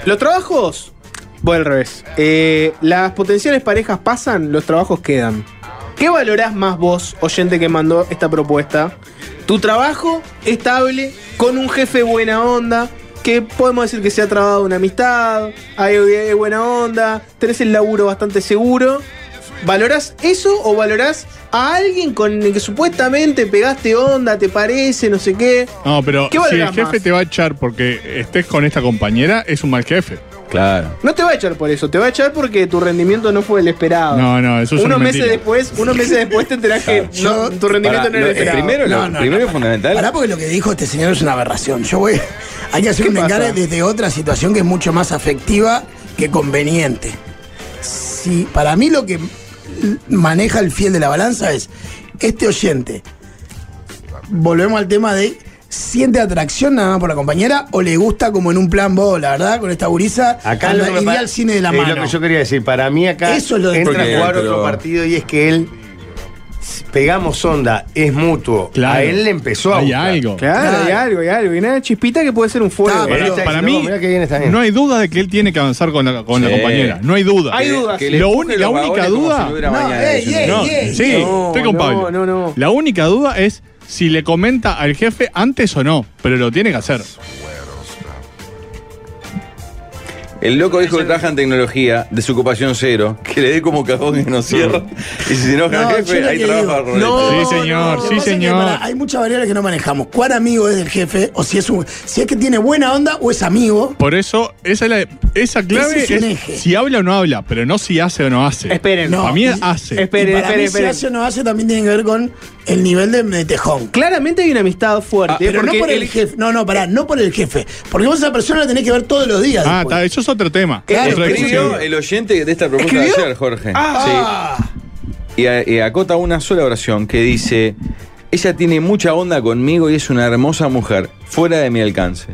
[SPEAKER 10] Los trabajos. Voy al revés. Eh, las potenciales parejas pasan, los trabajos quedan. ¿Qué valorás más vos, oyente que mandó esta propuesta? Tu trabajo estable, con un jefe buena onda, que podemos decir que se ha trabado una amistad, hay hay buena onda, tenés el laburo bastante seguro. ¿Valorás eso o valorás a alguien con el que supuestamente pegaste onda, te parece, no sé qué?
[SPEAKER 11] No, pero
[SPEAKER 10] ¿Qué
[SPEAKER 11] si el
[SPEAKER 10] valorás
[SPEAKER 11] jefe
[SPEAKER 10] más?
[SPEAKER 11] te va a echar porque estés con esta compañera, es un mal jefe.
[SPEAKER 9] Claro.
[SPEAKER 10] No te va a echar por eso, te va a echar porque tu rendimiento no fue el esperado.
[SPEAKER 11] No, no, eso es una
[SPEAKER 10] unos meses
[SPEAKER 11] mentira.
[SPEAKER 10] después, unos meses después te enterás que no, tu rendimiento no era
[SPEAKER 9] Pará, lo-
[SPEAKER 10] el
[SPEAKER 9] el
[SPEAKER 10] esperado.
[SPEAKER 9] primero, lo-
[SPEAKER 7] No, no,
[SPEAKER 9] primero
[SPEAKER 7] no.
[SPEAKER 9] es fundamental.
[SPEAKER 7] Pará porque lo que dijo este señor es una aberración. Yo voy. Hay que hacer
[SPEAKER 10] ¿Qué
[SPEAKER 7] un
[SPEAKER 10] pasa?
[SPEAKER 7] encargo desde otra situación que es mucho más afectiva que conveniente. Si para mí lo que l- maneja el fiel de la balanza es este oyente. Volvemos al tema de siente atracción nada más por la compañera o le gusta como en un plan vos, la verdad, con esta gurisa.
[SPEAKER 6] Acá lo
[SPEAKER 7] anda-
[SPEAKER 6] que me
[SPEAKER 7] Ah, iría
[SPEAKER 6] pare-
[SPEAKER 7] al cine de la
[SPEAKER 6] es
[SPEAKER 7] mano.
[SPEAKER 6] lo que yo quería decir. Para mí acá
[SPEAKER 7] Eso es lo de-
[SPEAKER 6] entra a
[SPEAKER 9] Porque-
[SPEAKER 6] jugar
[SPEAKER 9] pero-
[SPEAKER 6] otro partido y es que él s- pegamos onda, es mutuo.
[SPEAKER 11] Claro.
[SPEAKER 6] A él le empezó a
[SPEAKER 11] Hay
[SPEAKER 6] gustar.
[SPEAKER 11] algo.
[SPEAKER 10] Claro,
[SPEAKER 7] Claro. Ah,
[SPEAKER 10] hay algo, hay algo. Y una chispita que puede ser un fuego.
[SPEAKER 7] Está,
[SPEAKER 6] Él
[SPEAKER 7] pero-
[SPEAKER 6] está
[SPEAKER 11] Para mí,
[SPEAKER 6] diciendo, "Oh, mirá qué bien está bien".
[SPEAKER 11] No hay duda de que él tiene que avanzar con la, con la
[SPEAKER 9] Sí.
[SPEAKER 11] compañera. No hay duda.
[SPEAKER 10] Hay dudas. eh,
[SPEAKER 9] Que le
[SPEAKER 11] Lo
[SPEAKER 9] empuje
[SPEAKER 11] uni- la
[SPEAKER 9] los
[SPEAKER 11] única
[SPEAKER 9] vagones como
[SPEAKER 11] duda-
[SPEAKER 9] si no hubiera
[SPEAKER 7] No,
[SPEAKER 9] mañana.
[SPEAKER 7] ey,
[SPEAKER 9] Eso
[SPEAKER 7] ey,
[SPEAKER 11] No,
[SPEAKER 9] sí.
[SPEAKER 7] ey.
[SPEAKER 11] sí,
[SPEAKER 10] No,
[SPEAKER 11] estoy con
[SPEAKER 10] no,
[SPEAKER 11] Pablo.
[SPEAKER 10] no, no.
[SPEAKER 11] La única duda es si le comenta al jefe antes o no, pero lo tiene que hacer.
[SPEAKER 9] El loco dijo que trabaja en tecnología, de su ocupación cero, que le dé como cajón que no cierra. Y si se enoja
[SPEAKER 7] No, yo
[SPEAKER 9] el jefe,
[SPEAKER 7] lo
[SPEAKER 9] hay
[SPEAKER 7] que
[SPEAKER 9] trabajo
[SPEAKER 7] digo-
[SPEAKER 9] para
[SPEAKER 10] No,
[SPEAKER 9] reventar.
[SPEAKER 11] Sí, señor,
[SPEAKER 7] Lo
[SPEAKER 11] sí,
[SPEAKER 7] que pasa es que,
[SPEAKER 11] señor.
[SPEAKER 7] pará, hay muchas variables que no manejamos. ¿Cuán amigo es del jefe? O si es un, si es que tiene buena onda o es amigo.
[SPEAKER 11] Por eso, esa, es la- esa clave
[SPEAKER 7] Ese es un
[SPEAKER 11] es
[SPEAKER 7] eje.
[SPEAKER 11] si habla o no habla, pero no si hace o no hace.
[SPEAKER 10] Esperen.
[SPEAKER 7] No.
[SPEAKER 11] A mí
[SPEAKER 7] y-
[SPEAKER 11] hace.
[SPEAKER 10] Esperen,
[SPEAKER 7] y para
[SPEAKER 10] esperen,
[SPEAKER 7] mí,
[SPEAKER 10] esperen.
[SPEAKER 7] si hace o no hace también tiene que ver con el nivel de, de tejón.
[SPEAKER 10] Claramente hay una amistad fuerte.
[SPEAKER 9] Ah, pero
[SPEAKER 7] Pero no
[SPEAKER 10] porque
[SPEAKER 7] por el,
[SPEAKER 10] el-
[SPEAKER 7] jefe. No, no, pará, no por el jefe. Porque vos a esa persona la tenés que ver todos los días.
[SPEAKER 11] Ah,
[SPEAKER 7] después.
[SPEAKER 11] está, eso es otro tema.
[SPEAKER 7] Claro,
[SPEAKER 11] Otra
[SPEAKER 9] Escribió
[SPEAKER 11] discusión.
[SPEAKER 9] el oyente de esta propuesta de
[SPEAKER 10] ¿Escribió?
[SPEAKER 9] ayer, Jorge.
[SPEAKER 7] Ah,
[SPEAKER 9] Sí. Y, a- y acota una sola oración que dice: Ella tiene mucha onda conmigo y es una hermosa mujer, fuera de mi alcance.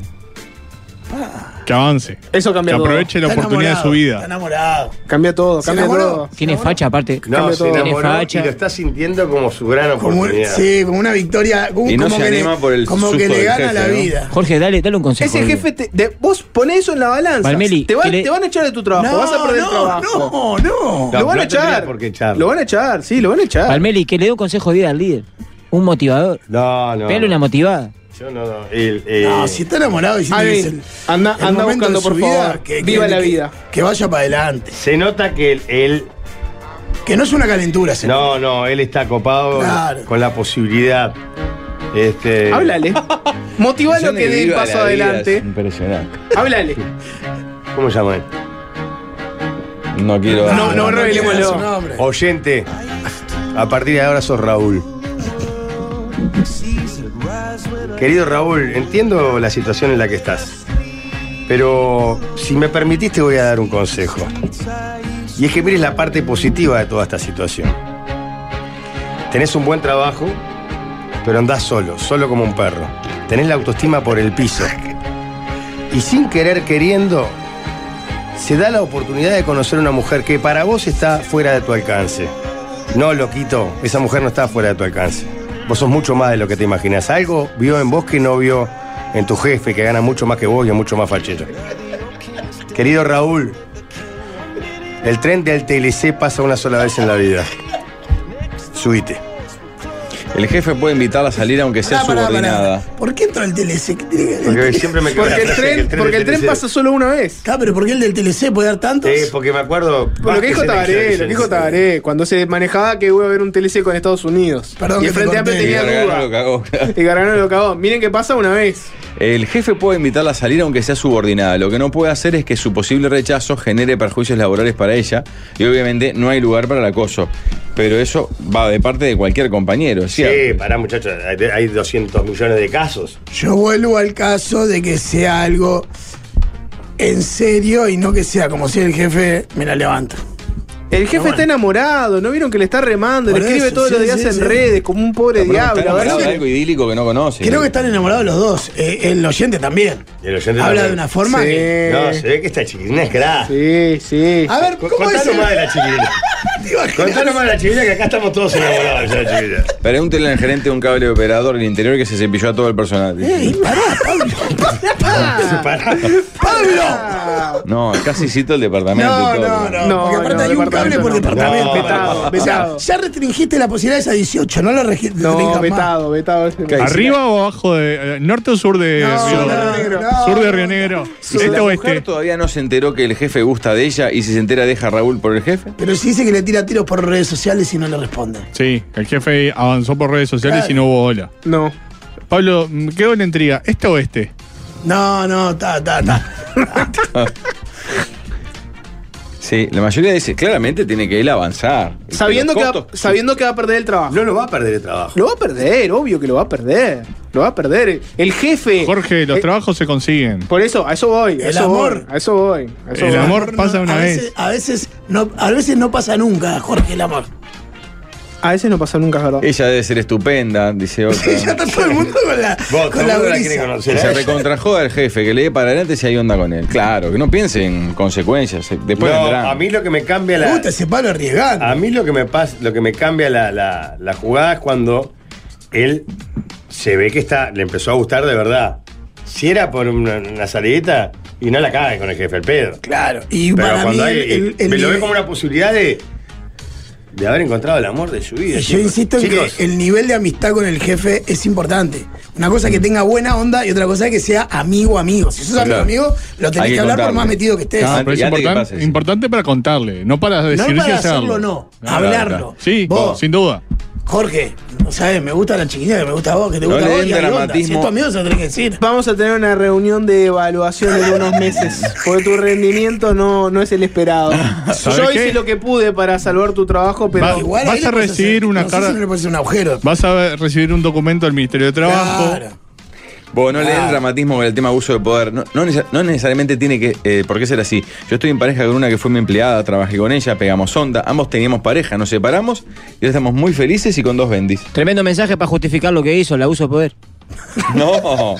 [SPEAKER 11] Que avance.
[SPEAKER 10] Eso
[SPEAKER 11] Que
[SPEAKER 10] cambia todo.
[SPEAKER 11] aproveche la
[SPEAKER 7] está
[SPEAKER 11] oportunidad de
[SPEAKER 7] enamorado,
[SPEAKER 11] su
[SPEAKER 7] Está
[SPEAKER 11] vida.
[SPEAKER 7] enamorado.
[SPEAKER 10] Cambia todo,
[SPEAKER 7] ¿Se
[SPEAKER 10] cambia
[SPEAKER 7] enamoró?
[SPEAKER 10] todo.
[SPEAKER 8] Tiene facha aparte.
[SPEAKER 6] No,
[SPEAKER 10] Cambia
[SPEAKER 6] se
[SPEAKER 10] todo.
[SPEAKER 6] enamoró y
[SPEAKER 8] facha.
[SPEAKER 6] lo está sintiendo como su gran
[SPEAKER 7] Como, un-
[SPEAKER 6] oportunidad.
[SPEAKER 7] sí, como una victoria. como-
[SPEAKER 9] Y no
[SPEAKER 7] como
[SPEAKER 9] se
[SPEAKER 7] que le-
[SPEAKER 9] anima por el
[SPEAKER 7] Como
[SPEAKER 9] susto
[SPEAKER 7] que le
[SPEAKER 9] del
[SPEAKER 7] gana
[SPEAKER 9] jefe,
[SPEAKER 7] la
[SPEAKER 9] ¿no?
[SPEAKER 7] vida.
[SPEAKER 8] Jorge, dale, dale un consejo.
[SPEAKER 10] Ese
[SPEAKER 8] boludo.
[SPEAKER 10] jefe, te, de- vos ponés eso en la balanza.
[SPEAKER 8] Valmeli,
[SPEAKER 10] te, va-
[SPEAKER 8] que le-
[SPEAKER 10] te van a echar de tu trabajo,
[SPEAKER 7] No,
[SPEAKER 10] vas a perder
[SPEAKER 7] no,
[SPEAKER 10] trabajo.
[SPEAKER 7] no, no.
[SPEAKER 10] Lo van
[SPEAKER 6] No
[SPEAKER 10] a
[SPEAKER 6] tendría
[SPEAKER 10] echar.
[SPEAKER 6] por qué echarlo.
[SPEAKER 10] Lo van a echar, sí, lo van a echar.
[SPEAKER 8] Palmeli, que le dé un consejo de vida al líder. Un motivador.
[SPEAKER 6] No, no.
[SPEAKER 8] Pele una motivada.
[SPEAKER 6] Yo no, no. El, eh,
[SPEAKER 7] No, si está enamorado y si
[SPEAKER 10] Alvin,
[SPEAKER 7] tenés el-
[SPEAKER 10] anda-
[SPEAKER 7] el
[SPEAKER 10] anda
[SPEAKER 7] momento
[SPEAKER 10] buscando,
[SPEAKER 7] de su
[SPEAKER 10] por
[SPEAKER 7] vida,
[SPEAKER 10] favor. Viva la vida.
[SPEAKER 7] Que vaya para adelante.
[SPEAKER 6] Se nota que él, él-
[SPEAKER 7] Que no es una calentura, señor.
[SPEAKER 6] No, no, él está copado
[SPEAKER 7] Claro.
[SPEAKER 6] con la posibilidad. Este,
[SPEAKER 10] Háblale. Motivalo que dé el
[SPEAKER 9] Viva
[SPEAKER 10] paso
[SPEAKER 9] la vida,
[SPEAKER 10] adelante.
[SPEAKER 9] es impresionante.
[SPEAKER 10] Háblale.
[SPEAKER 6] ¿Cómo se llama él?
[SPEAKER 9] No quiero.
[SPEAKER 10] No, no,
[SPEAKER 7] quiero
[SPEAKER 10] revelémoslo.
[SPEAKER 7] dar su nombre.
[SPEAKER 6] Oyente, a partir de ahora sos Raúl. Querido Raúl, entiendo la situación en la que estás, pero si me permitís te voy a dar un consejo. Y es que mires la parte positiva de toda esta situación. Tenés un buen trabajo, pero andás solo, solo como un perro. Tenés la autoestima por el piso. Y sin querer queriendo, se da la oportunidad de conocer una mujer que para vos está fuera de tu alcance. No, loquito, esa mujer no está fuera de tu alcance. Vos sos mucho más de lo que te imaginas. Algo vio en vos que no vio en tu jefe, que gana mucho más que vos y es mucho más fachero. Querido Raúl, el tren del TLC pasa una sola vez en la vida. Subite.
[SPEAKER 9] El jefe puede invitarla a salir aunque sea
[SPEAKER 7] Pará, pará,
[SPEAKER 9] subordinada.
[SPEAKER 7] ¿Por qué entró el TLC? ¿Qué tiene que ver?
[SPEAKER 6] Porque siempre me
[SPEAKER 10] Porque el tren, porque el tren pasa solo una vez.
[SPEAKER 7] Claro, pero ¿por qué el del TLC puede dar tantos?
[SPEAKER 6] Sí, porque me acuerdo.
[SPEAKER 10] Por lo
[SPEAKER 6] Vázquez
[SPEAKER 10] que dijo
[SPEAKER 6] en
[SPEAKER 10] Tabaré,
[SPEAKER 6] Acción
[SPEAKER 10] lo que dijo
[SPEAKER 6] Vicente.
[SPEAKER 10] Tabaré, cuando se manejaba que iba a haber un TLC con Estados Unidos.
[SPEAKER 7] Perdón
[SPEAKER 10] y
[SPEAKER 7] que
[SPEAKER 10] el
[SPEAKER 7] te
[SPEAKER 10] Frente
[SPEAKER 7] corté.
[SPEAKER 10] Amplio
[SPEAKER 9] Y
[SPEAKER 10] tenía
[SPEAKER 9] Gargano lo
[SPEAKER 10] duda.
[SPEAKER 9] cagó.
[SPEAKER 10] Y Gargano lo cagó. Miren qué pasa una vez.
[SPEAKER 9] El jefe puede invitarla a salir aunque sea subordinada. Lo que no puede hacer es que su posible rechazo genere perjuicios laborales para ella y obviamente no hay lugar para el acoso. Pero eso va de parte de cualquier compañero. ¿sí?
[SPEAKER 6] Sí, pará, muchachos, hay- hay 200 millones de casos.
[SPEAKER 7] Yo vuelvo al caso de que sea algo en serio y no que sea como si el jefe me la levanto.
[SPEAKER 10] El jefe está enamorado, ¿no vieron que le está remando? Le
[SPEAKER 7] Por
[SPEAKER 10] escribe
[SPEAKER 7] eso,
[SPEAKER 10] todos los
[SPEAKER 7] sí,
[SPEAKER 10] días
[SPEAKER 7] sí,
[SPEAKER 10] en
[SPEAKER 7] sí.
[SPEAKER 10] redes como un pobre
[SPEAKER 9] Pero está
[SPEAKER 10] diablo.
[SPEAKER 9] enamorado
[SPEAKER 10] ¿verdad?
[SPEAKER 9] de algo idílico que no conoce.
[SPEAKER 7] Creo que están enamorados los dos. Eh, el oyente también.
[SPEAKER 6] El oyente
[SPEAKER 7] Habla
[SPEAKER 6] también.
[SPEAKER 7] de una forma
[SPEAKER 10] Sí.
[SPEAKER 7] que.
[SPEAKER 6] No, se ve que esta chiquilina es crack.
[SPEAKER 10] Sí, sí.
[SPEAKER 7] A ver,
[SPEAKER 6] Co-
[SPEAKER 7] ¿cómo es?
[SPEAKER 6] Contanos
[SPEAKER 7] el-
[SPEAKER 6] más de la chiquilina.
[SPEAKER 7] ¿Te imaginas?
[SPEAKER 6] Contanos más de la chiquilina que acá estamos todos enamorados de la chiquilina.
[SPEAKER 9] Pregúntenle al gerente de un cable operador del interior que se cepilló a todo el personal.
[SPEAKER 7] Ey,
[SPEAKER 1] Eh,
[SPEAKER 7] pará, Pablo.
[SPEAKER 6] Pará.
[SPEAKER 7] ¡Pablo!
[SPEAKER 9] No, casi cito el departamento. y
[SPEAKER 10] No, no,
[SPEAKER 9] todo.
[SPEAKER 10] no.
[SPEAKER 7] No, porque aparte
[SPEAKER 10] no,
[SPEAKER 7] hay un cable
[SPEAKER 10] departamento
[SPEAKER 7] por
[SPEAKER 10] no.
[SPEAKER 7] departamento.
[SPEAKER 6] No,
[SPEAKER 10] vetado,
[SPEAKER 7] O sea,
[SPEAKER 10] vetado.
[SPEAKER 7] ya restringiste la posibilidad de esa 18, no la restringiste
[SPEAKER 10] No, vetado, vetado.
[SPEAKER 11] ¿Arriba o abajo de. eh, norte o sur de
[SPEAKER 10] No,
[SPEAKER 11] Río
[SPEAKER 10] no,
[SPEAKER 11] Negro?
[SPEAKER 10] no.
[SPEAKER 11] sur de Río Negro.
[SPEAKER 9] Si
[SPEAKER 11] este
[SPEAKER 9] la
[SPEAKER 11] o
[SPEAKER 9] mujer
[SPEAKER 11] este.
[SPEAKER 9] todavía no se enteró que el jefe gusta de ella y si se entera deja a Raúl por el jefe.
[SPEAKER 7] Pero si dice que le tira tiros por redes sociales y no le responde.
[SPEAKER 11] Sí, el jefe avanzó por redes sociales
[SPEAKER 7] Claro.
[SPEAKER 11] y no hubo ola.
[SPEAKER 10] No.
[SPEAKER 11] Pablo, me quedo en la intriga. ¿Este o este?
[SPEAKER 7] No, no, ta, ta, ta.
[SPEAKER 9] Sí, la mayoría dice, claramente tiene que él avanzar.
[SPEAKER 10] Sabiendo que,
[SPEAKER 9] Los
[SPEAKER 10] va,
[SPEAKER 9] costos-
[SPEAKER 10] sabiendo que va a perder el trabajo.
[SPEAKER 6] No lo va a perder el trabajo.
[SPEAKER 10] Lo va a perder, obvio que lo va a perder. Lo va a perder. El jefe.
[SPEAKER 11] Jorge, los
[SPEAKER 10] eh,
[SPEAKER 11] trabajos se consiguen.
[SPEAKER 10] Por eso, a eso voy. A
[SPEAKER 7] El
[SPEAKER 10] eso
[SPEAKER 7] amor.
[SPEAKER 10] voy, a eso voy. a eso
[SPEAKER 11] El
[SPEAKER 10] voy.
[SPEAKER 11] amor pasa una
[SPEAKER 7] a
[SPEAKER 11] vez.
[SPEAKER 7] Veces, a, veces no, a veces no pasa nunca, Jorge, el amor.
[SPEAKER 10] A veces no pasa nunca, es ¿verdad?
[SPEAKER 9] Ella debe ser estupenda, dice otra.
[SPEAKER 7] ya está todo el mundo con la,
[SPEAKER 6] Vos, todo
[SPEAKER 7] con
[SPEAKER 6] el
[SPEAKER 7] la
[SPEAKER 6] mundo la
[SPEAKER 7] brisa.
[SPEAKER 6] quiere
[SPEAKER 9] Que
[SPEAKER 6] conocer.
[SPEAKER 9] se
[SPEAKER 6] ¿eh?
[SPEAKER 9] recontrajoda el jefe, que le dé para adelante si hay onda con él. Claro, que no piense en consecuencias. eh, Después
[SPEAKER 6] No,
[SPEAKER 9] vendrán.
[SPEAKER 6] a mí lo que me cambia
[SPEAKER 7] Me
[SPEAKER 6] la.
[SPEAKER 7] gusta ese palo arriesgando.
[SPEAKER 6] A mí lo que me pasa, lo que me cambia la, la- la jugada es cuando él se ve que está, le empezó a gustar de verdad. Si era por una, una salidita y no la cae con el jefe el pedo.
[SPEAKER 7] Claro. Y
[SPEAKER 6] Pero
[SPEAKER 7] para mí
[SPEAKER 6] cuando hay,
[SPEAKER 7] el- el- el
[SPEAKER 6] me lo ve
[SPEAKER 7] nivel-
[SPEAKER 6] como una posibilidad de, de haber encontrado el amor de su vida.
[SPEAKER 7] Yo
[SPEAKER 6] chicos.
[SPEAKER 7] insisto en que
[SPEAKER 6] Chicos,
[SPEAKER 7] el nivel de amistad con el jefe es importante. Una cosa es que tenga buena onda y otra cosa es que sea amigo amigo. Si sos amigo
[SPEAKER 9] Mm. Claro.
[SPEAKER 7] amigo, lo tenés
[SPEAKER 9] Hay
[SPEAKER 7] que,
[SPEAKER 9] que
[SPEAKER 7] hablar por
[SPEAKER 9] contarle.
[SPEAKER 7] más metido que estés.
[SPEAKER 9] Ah,
[SPEAKER 11] Pero es
[SPEAKER 9] Y antes que
[SPEAKER 11] importan-
[SPEAKER 9] pase, sí.
[SPEAKER 11] importante para contarle, no para decir
[SPEAKER 7] para
[SPEAKER 11] si
[SPEAKER 7] hacerlo, no. Hablarlo.
[SPEAKER 11] Sí,
[SPEAKER 7] Vos.
[SPEAKER 11] sin duda.
[SPEAKER 7] Jorge, no sabes, me gusta la chiquilla que me gusta a vos, que te
[SPEAKER 9] No
[SPEAKER 7] gusta a
[SPEAKER 9] le
[SPEAKER 7] vos.
[SPEAKER 9] den
[SPEAKER 7] y hay onda.
[SPEAKER 9] dramatismo.
[SPEAKER 7] Si es tu amigo, se lo tenés que decir.
[SPEAKER 10] Vamos a tener una reunión de evaluación en unos meses, porque tu rendimiento no, no es el esperado.
[SPEAKER 11] ¿sabes
[SPEAKER 10] Yo
[SPEAKER 11] qué?
[SPEAKER 10] hice lo que pude para salvar tu trabajo, pero
[SPEAKER 11] Va-
[SPEAKER 7] Igual
[SPEAKER 11] Vas
[SPEAKER 7] ahí le
[SPEAKER 11] a
[SPEAKER 7] puedes
[SPEAKER 11] recibir
[SPEAKER 7] hacer-
[SPEAKER 11] una
[SPEAKER 7] no
[SPEAKER 11] cara-
[SPEAKER 7] Sé si le puedes hacer un agujero.
[SPEAKER 11] Vas a recibir un documento del Ministerio de Trabajo.
[SPEAKER 7] Claro.
[SPEAKER 9] Bueno, no le den dramatismo con el tema abuso de poder. No, no neces- no necesariamente tiene que. eh, ¿Por qué ser así? Yo estoy en pareja con una que fue mi empleada, trabajé con ella, pegamos onda, ambos teníamos pareja, nos separamos y ahora estamos muy felices y con dos bendis.
[SPEAKER 8] Tremendo mensaje para justificar lo que hizo, el abuso de poder.
[SPEAKER 9] No.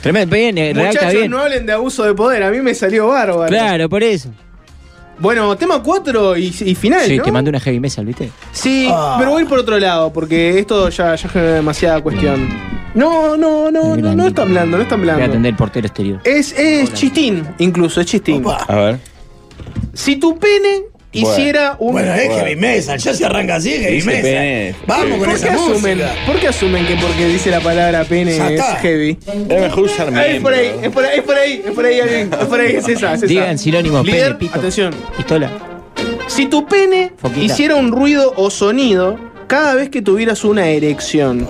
[SPEAKER 8] Tremendo, bien, eh, redacta
[SPEAKER 10] muchachos,
[SPEAKER 8] bien.
[SPEAKER 10] no hablen de abuso de poder, a mí me salió bárbaro.
[SPEAKER 8] Claro, por eso.
[SPEAKER 10] Bueno, tema 4 y, y final.
[SPEAKER 8] Sí,
[SPEAKER 10] ¿no?
[SPEAKER 8] te mandé una heavy mesa, ¿viste?
[SPEAKER 10] Sí,
[SPEAKER 7] Ah.
[SPEAKER 10] pero voy por otro lado, porque esto ya, ya genera demasiada cuestión. No, no, no, no, no es tan blando, no es tan
[SPEAKER 8] Voy a
[SPEAKER 10] blando.
[SPEAKER 8] atender el portero exterior.
[SPEAKER 10] Es, es chistín, incluso, es chistín.
[SPEAKER 7] Opa.
[SPEAKER 9] A ver.
[SPEAKER 10] Si tu pene
[SPEAKER 9] Bueno.
[SPEAKER 10] hiciera un.
[SPEAKER 7] Bueno, es
[SPEAKER 9] Bueno.
[SPEAKER 7] Heavy Mesa, ya se arranca así, Heavy
[SPEAKER 9] Dice
[SPEAKER 7] Mesa.
[SPEAKER 9] pene.
[SPEAKER 7] Vamos
[SPEAKER 9] Sí.
[SPEAKER 7] con
[SPEAKER 10] ¿Por qué,
[SPEAKER 7] esa
[SPEAKER 10] asumen,
[SPEAKER 7] música.
[SPEAKER 10] por qué asumen que porque dice la palabra pene
[SPEAKER 7] Ya
[SPEAKER 10] es
[SPEAKER 7] está.
[SPEAKER 10] heavy?
[SPEAKER 9] Era mejor usar
[SPEAKER 10] Ah, es, por ahí,
[SPEAKER 9] miembro.
[SPEAKER 10] es por ahí, es por ahí, es por ahí, alguien, es Ah, por ahí, es esa, es esa.
[SPEAKER 8] Digan sinónimos, pene,
[SPEAKER 10] Líder,
[SPEAKER 8] pito.
[SPEAKER 10] atención.
[SPEAKER 8] Pistola.
[SPEAKER 10] Si tu pene
[SPEAKER 8] Foquita.
[SPEAKER 10] hiciera un ruido o sonido cada vez que tuvieras una erección,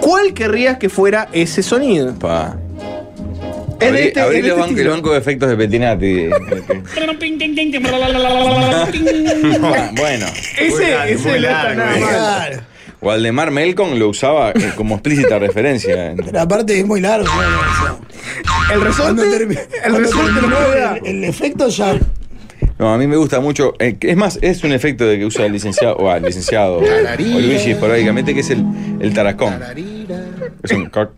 [SPEAKER 10] ¿cuál querrías que fuera ese sonido?
[SPEAKER 9] Pa.
[SPEAKER 10] Es de
[SPEAKER 9] Abrí-
[SPEAKER 10] este-
[SPEAKER 9] abrí
[SPEAKER 10] es de
[SPEAKER 9] el,
[SPEAKER 10] este
[SPEAKER 9] banco, el
[SPEAKER 10] estilo.
[SPEAKER 9] banco de efectos de Petinati. bueno,
[SPEAKER 10] Ese,
[SPEAKER 6] largo,
[SPEAKER 10] ese
[SPEAKER 6] muy
[SPEAKER 10] no está
[SPEAKER 6] largo,
[SPEAKER 10] nada
[SPEAKER 6] eh.
[SPEAKER 10] mal.
[SPEAKER 7] Claro.
[SPEAKER 9] Waldemar Melcon lo usaba eh, como explícita referencia.
[SPEAKER 7] Pero aparte es muy largo. ¿no? O sea,
[SPEAKER 10] El
[SPEAKER 7] cuando
[SPEAKER 10] resorte,
[SPEAKER 7] termi-
[SPEAKER 10] el
[SPEAKER 7] cuando
[SPEAKER 10] resorte no
[SPEAKER 7] terminó
[SPEAKER 10] juega.
[SPEAKER 7] el, el efecto ya.
[SPEAKER 9] No, a mí me gusta mucho. eh, es más, es un efecto de que usa el licenciado, o al licenciado, o Luigi esporádicamente, que es el, el tarascón. Es un coc.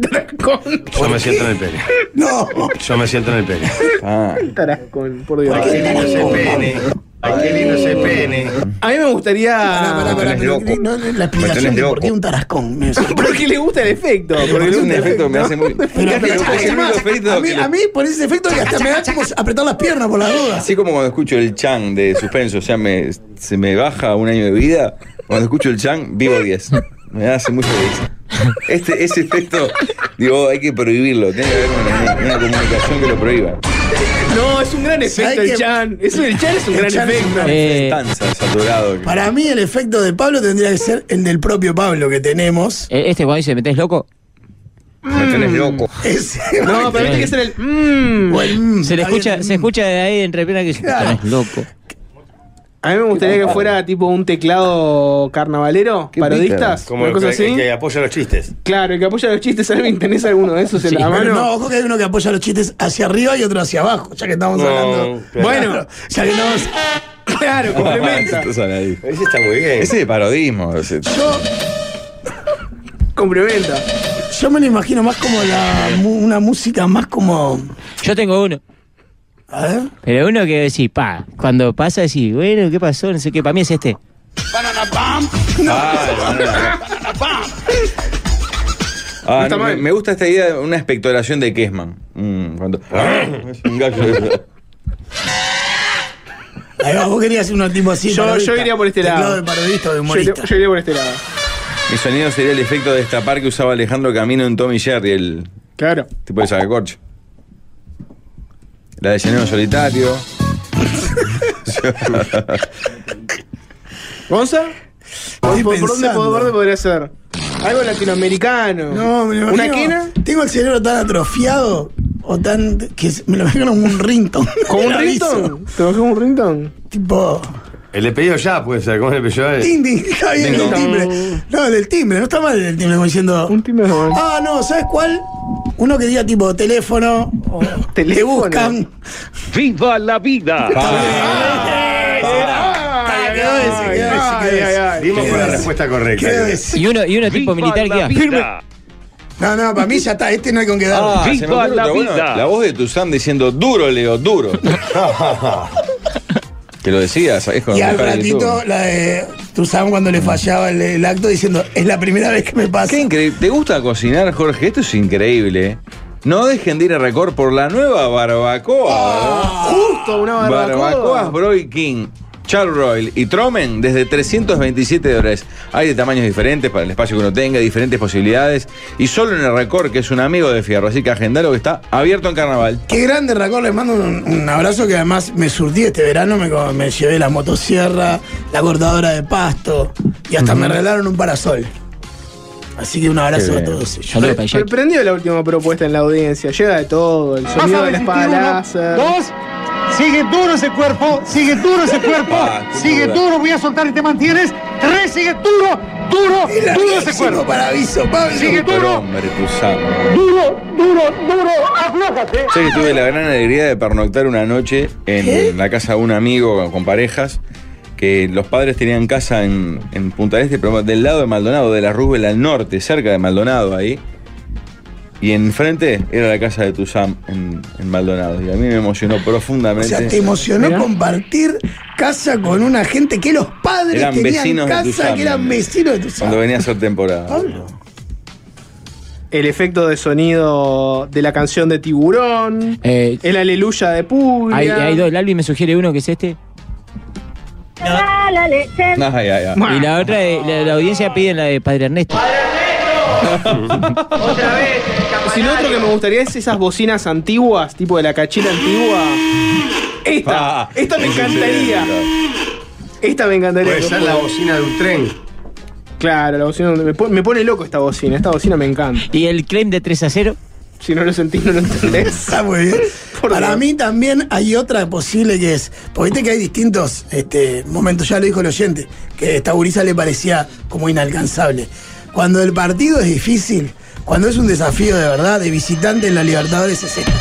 [SPEAKER 10] Tarascón,
[SPEAKER 6] yo me siento en el pene.
[SPEAKER 7] No.
[SPEAKER 6] Yo me siento en el pene.
[SPEAKER 9] Ah,
[SPEAKER 10] tarascón, por Dios.
[SPEAKER 6] Ay, qué lindo ese pene. Ay, qué lindo ese pene.
[SPEAKER 10] A mí me gustaría.
[SPEAKER 7] Pará, pará, pará,
[SPEAKER 9] tenés
[SPEAKER 7] pero
[SPEAKER 9] loco.
[SPEAKER 7] no, no, la
[SPEAKER 9] tenés
[SPEAKER 7] explicación de por
[SPEAKER 9] loco.
[SPEAKER 7] qué un tarascón. me-
[SPEAKER 10] Porque le gusta el efecto. Porque le
[SPEAKER 9] es un
[SPEAKER 10] gusta el
[SPEAKER 9] efecto que me hace muy.
[SPEAKER 7] Pero
[SPEAKER 9] Me
[SPEAKER 7] apretá,
[SPEAKER 9] gusta ese
[SPEAKER 7] además,
[SPEAKER 9] ruido efecto
[SPEAKER 7] a, mí,
[SPEAKER 9] que lo-
[SPEAKER 7] a mí por ese efecto que hasta me da como apretar las piernas por la duda.
[SPEAKER 9] Así como cuando escucho el chan de suspenso, o sea, me, se me baja un año de vida. Cuando escucho el chan, vivo 10. Me hace mucha risa. Este, ese texto, digo, oh, hay que prohibirlo. Tiene que haber una, una comunicación que lo prohíba.
[SPEAKER 10] No, es un gran efecto el Chan. Es un- el Chan es un gran efecto.
[SPEAKER 8] Eh,
[SPEAKER 9] Tan saturado. que-
[SPEAKER 7] Para mí el efecto de Pablo tendría que ser el del propio Pablo que tenemos.
[SPEAKER 8] eh, este cuando dice, ¿metés loco?
[SPEAKER 6] Me tenés loco.
[SPEAKER 7] Ese-
[SPEAKER 10] No, pero tiene que ser el. mm.
[SPEAKER 7] Bueno,
[SPEAKER 8] Se le
[SPEAKER 7] está bien.
[SPEAKER 8] escucha, se escucha de ahí entre piernas que dice,
[SPEAKER 7] Claro.
[SPEAKER 8] "Tenés loco.
[SPEAKER 10] A mí me gustaría que fuera tipo un teclado carnavalero,
[SPEAKER 9] Qué
[SPEAKER 10] parodistas,
[SPEAKER 6] Como
[SPEAKER 10] una
[SPEAKER 6] el,
[SPEAKER 10] cosa
[SPEAKER 6] que-
[SPEAKER 10] así.
[SPEAKER 6] el que apoya los chistes.
[SPEAKER 10] Claro, el que apoya los chistes, ¿alguien tenés alguno de esos en
[SPEAKER 8] Sí,
[SPEAKER 10] la
[SPEAKER 8] pero
[SPEAKER 10] mano?
[SPEAKER 7] Pero no, ojo que hay uno que apoya los chistes hacia arriba y otro hacia abajo, ya que estamos
[SPEAKER 10] Oh,
[SPEAKER 6] No,
[SPEAKER 7] hablando.
[SPEAKER 6] claro.
[SPEAKER 7] Bueno, ya que estamos.
[SPEAKER 10] Claro, complementa.
[SPEAKER 9] Esto suena ahí.
[SPEAKER 6] Ese está muy bien.
[SPEAKER 9] Ese es parodismo. ese.
[SPEAKER 7] Yo,
[SPEAKER 10] complementa.
[SPEAKER 7] yo me lo imagino más como la, mu- una música más como.
[SPEAKER 8] Yo tengo uno.
[SPEAKER 7] A ver.
[SPEAKER 8] Pero uno que decís, pa, cuando pasa decís, bueno, ¿qué pasó? No sé qué, para mí es este.
[SPEAKER 9] Ah, no, no, no. Ah,
[SPEAKER 10] está
[SPEAKER 9] no, me,
[SPEAKER 10] mal.
[SPEAKER 9] me gusta esta idea de una expectoración de Kessman. Mm, cuando- es un gallo.
[SPEAKER 7] Ahí va, vos querías uno tipo así.
[SPEAKER 10] Yo- yo iría por este
[SPEAKER 7] Teclado
[SPEAKER 10] lado.
[SPEAKER 7] de parodista o de
[SPEAKER 10] Yo,
[SPEAKER 7] humorista.
[SPEAKER 10] yo iría por este lado.
[SPEAKER 9] Mi sonido sería el efecto de destapar que usaba Alejandro Camino en Tommy Jerry, el
[SPEAKER 10] Claro.
[SPEAKER 9] tipo de sacacorcho. La de Llenero Solitario.
[SPEAKER 10] ¿Gonza? ¿Por, por dónde,
[SPEAKER 7] pensando.
[SPEAKER 10] por dónde podría ser? Algo latinoamericano.
[SPEAKER 7] No, me lo
[SPEAKER 10] ¿Una
[SPEAKER 7] imagino-
[SPEAKER 10] quena?
[SPEAKER 7] Tengo el cerebro tan atrofiado o tan. que se- me lo imagino como un rington.
[SPEAKER 10] ¿Con un
[SPEAKER 7] El aviso.
[SPEAKER 10] rington? ¿Te bajé un rington?
[SPEAKER 7] Tipo.
[SPEAKER 6] El de pedido ya puede ser. ¿Cómo es el de pedido ya?
[SPEAKER 7] Ding, ding, está bien, el
[SPEAKER 9] Ding-dong.
[SPEAKER 7] timbre. No, el del timbre, no está mal el del timbre, como diciendo.
[SPEAKER 10] Un timbre normal.
[SPEAKER 7] Ah, no, ¿sabes cuál? Uno que diga tipo teléfono o te
[SPEAKER 10] Teléfono.
[SPEAKER 7] buscan.
[SPEAKER 5] ¡Viva la vida!
[SPEAKER 7] Ah, quedó ese, quedó ese,
[SPEAKER 10] ay,
[SPEAKER 7] quedó
[SPEAKER 10] ay,
[SPEAKER 7] ese.
[SPEAKER 10] ay.
[SPEAKER 6] Dimos con la
[SPEAKER 7] Quedó ese,
[SPEAKER 6] respuesta correcta.
[SPEAKER 7] quedó ese.
[SPEAKER 8] Y uno, y uno tipo militar que diga,
[SPEAKER 5] vida!
[SPEAKER 7] No, no, para mí ya está, este no hay con qué
[SPEAKER 9] Ah,
[SPEAKER 7] dar.
[SPEAKER 9] se me
[SPEAKER 5] Viva
[SPEAKER 9] ocurre
[SPEAKER 5] la
[SPEAKER 9] otra, bueno,
[SPEAKER 5] vida.
[SPEAKER 9] la voz de Tuzán diciendo duro, Leo, duro. que lo decías, es con
[SPEAKER 7] Y al
[SPEAKER 9] buscar en
[SPEAKER 7] ratito,
[SPEAKER 9] YouTube.
[SPEAKER 7] la de Tuzán cuando le fallaba el, el acto diciendo, es la primera vez que me pasa.
[SPEAKER 9] Qué increíble. ¿Te gusta cocinar, Jorge? Esto es increíble. ¿eh? No dejen de ir a Record por la nueva barbacoa.
[SPEAKER 10] Justo una Ah, barbacoa.
[SPEAKER 9] Barbacoas Broy King, Charles Royal y Tromen desde 327 dólares. Hay de tamaños diferentes para el espacio que uno tenga, diferentes posibilidades. Y solo en el Record, que es un amigo de Fierro. Así que agendalo que está abierto en carnaval.
[SPEAKER 7] Qué grande, Racor, les mando un, un abrazo que además me surtí este verano, me, co- me llevé la motosierra, la cortadora de pasto y hasta me regalaron un parasol. Así que un abrazo
[SPEAKER 9] Qué
[SPEAKER 7] a
[SPEAKER 9] bien.
[SPEAKER 7] todos ellos.
[SPEAKER 8] saludos para Jack.
[SPEAKER 10] Sorprendió la última propuesta en la audiencia. Llega de todo. El sonido de la espada láser.
[SPEAKER 13] dos. Sigue duro ese cuerpo, sigue duro ese cuerpo,
[SPEAKER 9] Ah, qué
[SPEAKER 13] sigue
[SPEAKER 9] dura.
[SPEAKER 13] duro, voy a soltar y te mantienes. Tres, sigue duro, duro,
[SPEAKER 7] El
[SPEAKER 13] duro ese
[SPEAKER 7] larguísimo
[SPEAKER 13] cuerpo.
[SPEAKER 7] para aviso, Pablo.
[SPEAKER 13] Sigue
[SPEAKER 9] Por
[SPEAKER 13] duro,
[SPEAKER 9] hombre, Tuzán.
[SPEAKER 13] duro, duro, duro, aflójate.
[SPEAKER 9] Sé que tuve la gran alegría de pernoctar una noche en la casa de un amigo con parejas, que los padres tenían casa en, en Punta del Este, pero del lado de Maldonado, de la Rubel al norte, cerca de Maldonado ahí. Y enfrente era la casa de Tuzán en, en Maldonado. Y a mí me emocionó
[SPEAKER 7] O
[SPEAKER 9] profundamente.
[SPEAKER 7] sea, te emocionó
[SPEAKER 10] Mirá.
[SPEAKER 7] compartir casa con una gente que los padres
[SPEAKER 9] Eran
[SPEAKER 7] tenían
[SPEAKER 9] vecinos de
[SPEAKER 7] casa,
[SPEAKER 9] Tuzán,
[SPEAKER 7] que eran
[SPEAKER 9] hombre.
[SPEAKER 7] vecinos de tu
[SPEAKER 9] cuando venía a hacer temporada.
[SPEAKER 7] Pablo.
[SPEAKER 10] El efecto de sonido de la canción de Tiburón.
[SPEAKER 8] Eh,
[SPEAKER 10] El aleluya de Puglia.
[SPEAKER 8] hay, hay dos, el Albi me sugiere uno que es este.
[SPEAKER 9] Ay, ay, ay.
[SPEAKER 8] Y la otra, eh, la, la audiencia pide la de Padre Ernesto.
[SPEAKER 10] Si no, otro que me gustaría es esas bocinas antiguas, tipo de la cachila antigua. Esta,
[SPEAKER 9] Ah,
[SPEAKER 10] esta me
[SPEAKER 9] ese es el-
[SPEAKER 10] encantaría. Esta me encantaría.
[SPEAKER 6] Puede ser la bocina de un tren.
[SPEAKER 10] Claro, la bocina. Me pone, me pone loco esta bocina. Esta bocina me encanta.
[SPEAKER 8] Y el claim de 3 a 0.
[SPEAKER 10] Si no lo sentís, no lo entendés.
[SPEAKER 7] Está muy bien.
[SPEAKER 10] Por
[SPEAKER 7] Para
[SPEAKER 10] Dios.
[SPEAKER 7] mí también hay otra posible que es, porque viste que hay distintos este, momentos, ya lo dijo el oyente, que a esta gurisa le parecía como inalcanzable. Cuando el partido es difícil, cuando es un desafío de verdad, de visitante en la Libertadores es esto.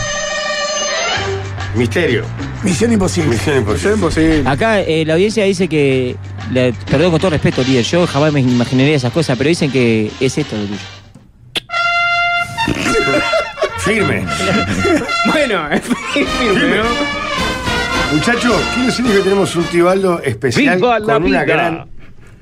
[SPEAKER 6] Misterio.
[SPEAKER 7] Misión imposible.
[SPEAKER 6] Misión
[SPEAKER 10] Eso
[SPEAKER 6] imposible.
[SPEAKER 10] es imposible.
[SPEAKER 8] Acá eh, la audiencia dice que. la- perdón con todo respeto, líder. Yo jamás me imaginaría esas cosas, pero dicen que es esto lo tuyo.
[SPEAKER 6] Firme.
[SPEAKER 10] Bueno, es firme, ¿no?
[SPEAKER 6] Muchachos, quiero decirles que tenemos un Tibaldo especial
[SPEAKER 5] ¡Viva
[SPEAKER 6] con
[SPEAKER 5] la
[SPEAKER 6] una
[SPEAKER 5] vida!
[SPEAKER 6] gran,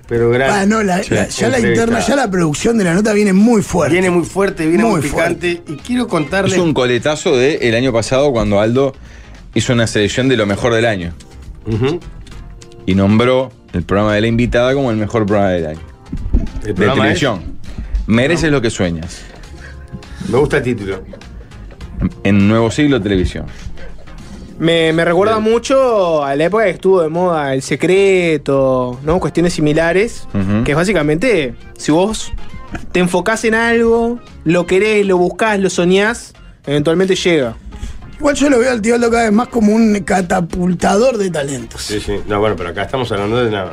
[SPEAKER 6] pero gran.
[SPEAKER 7] Ah, no, la-
[SPEAKER 6] Sí,
[SPEAKER 7] la- ya la
[SPEAKER 6] entrevista.
[SPEAKER 7] interna, ya la producción de la nota viene muy fuerte.
[SPEAKER 6] Viene muy fuerte, viene muy,
[SPEAKER 7] Muy
[SPEAKER 6] picante. Y quiero contarles.
[SPEAKER 9] Es un coletazo del año pasado cuando Aldo hizo una selección de lo mejor del año.
[SPEAKER 6] Ujú.
[SPEAKER 9] y nombró el programa de la invitada como el mejor programa del año. de
[SPEAKER 6] programa
[SPEAKER 9] televisión. Mereces lo que sueñas.
[SPEAKER 6] Me gusta el título.
[SPEAKER 9] En Nuevo Siglo Televisión.
[SPEAKER 10] Me, me recuerda mucho a la época que estuvo de moda El Secreto, ¿no? Cuestiones similares.
[SPEAKER 9] Ujú.
[SPEAKER 10] Que es básicamente, si vos te enfocás en algo, lo querés, lo buscás, lo soñás, eventualmente llega.
[SPEAKER 7] Igual yo lo veo al tío cada vez más como un catapultador de talento.
[SPEAKER 6] Sí, sí. No, bueno, pero acá estamos hablando de una.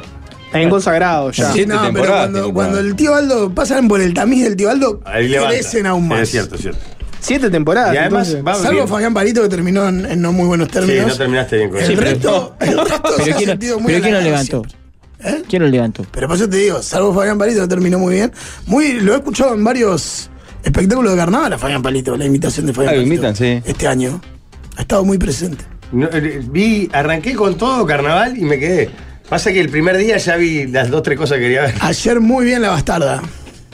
[SPEAKER 10] También consagrado ya.
[SPEAKER 7] Sí, no, pero cuando, cuando el tío Aldo pasan por el tamiz del tío Aldo,
[SPEAKER 6] Ahí levanta.
[SPEAKER 7] crecen aún más.
[SPEAKER 6] Es cierto, es cierto.
[SPEAKER 10] Siete temporadas.
[SPEAKER 6] Y además
[SPEAKER 7] entonces.
[SPEAKER 6] va
[SPEAKER 7] salvo
[SPEAKER 6] bien.
[SPEAKER 7] Fabián Parito que terminó en, en no muy buenos
[SPEAKER 6] Sí,
[SPEAKER 7] términos.
[SPEAKER 6] no terminaste bien con
[SPEAKER 7] el,
[SPEAKER 6] eso.
[SPEAKER 7] resto, el resto se
[SPEAKER 8] Pero
[SPEAKER 7] ha
[SPEAKER 8] ¿quién, lo-
[SPEAKER 7] sentido muy
[SPEAKER 8] pero ¿quién lo
[SPEAKER 7] halagado
[SPEAKER 8] levantó? ¿Quién lo levantó?
[SPEAKER 7] Pero por eso te digo, salvo Fabián Palito, que terminó muy bien. Muy, lo he escuchado en varios espectáculos de carnaval a Fabián Palito, la imitación de Fabián
[SPEAKER 9] Ah, lo
[SPEAKER 7] Palito
[SPEAKER 9] imitan, sí.
[SPEAKER 7] este año. Ha estado muy presente.
[SPEAKER 6] No, eh, vi, arranqué con todo carnaval y me quedé. Pasa que el primer día ya vi las dos, tres cosas que quería ver.
[SPEAKER 7] Ayer muy bien la bastarda.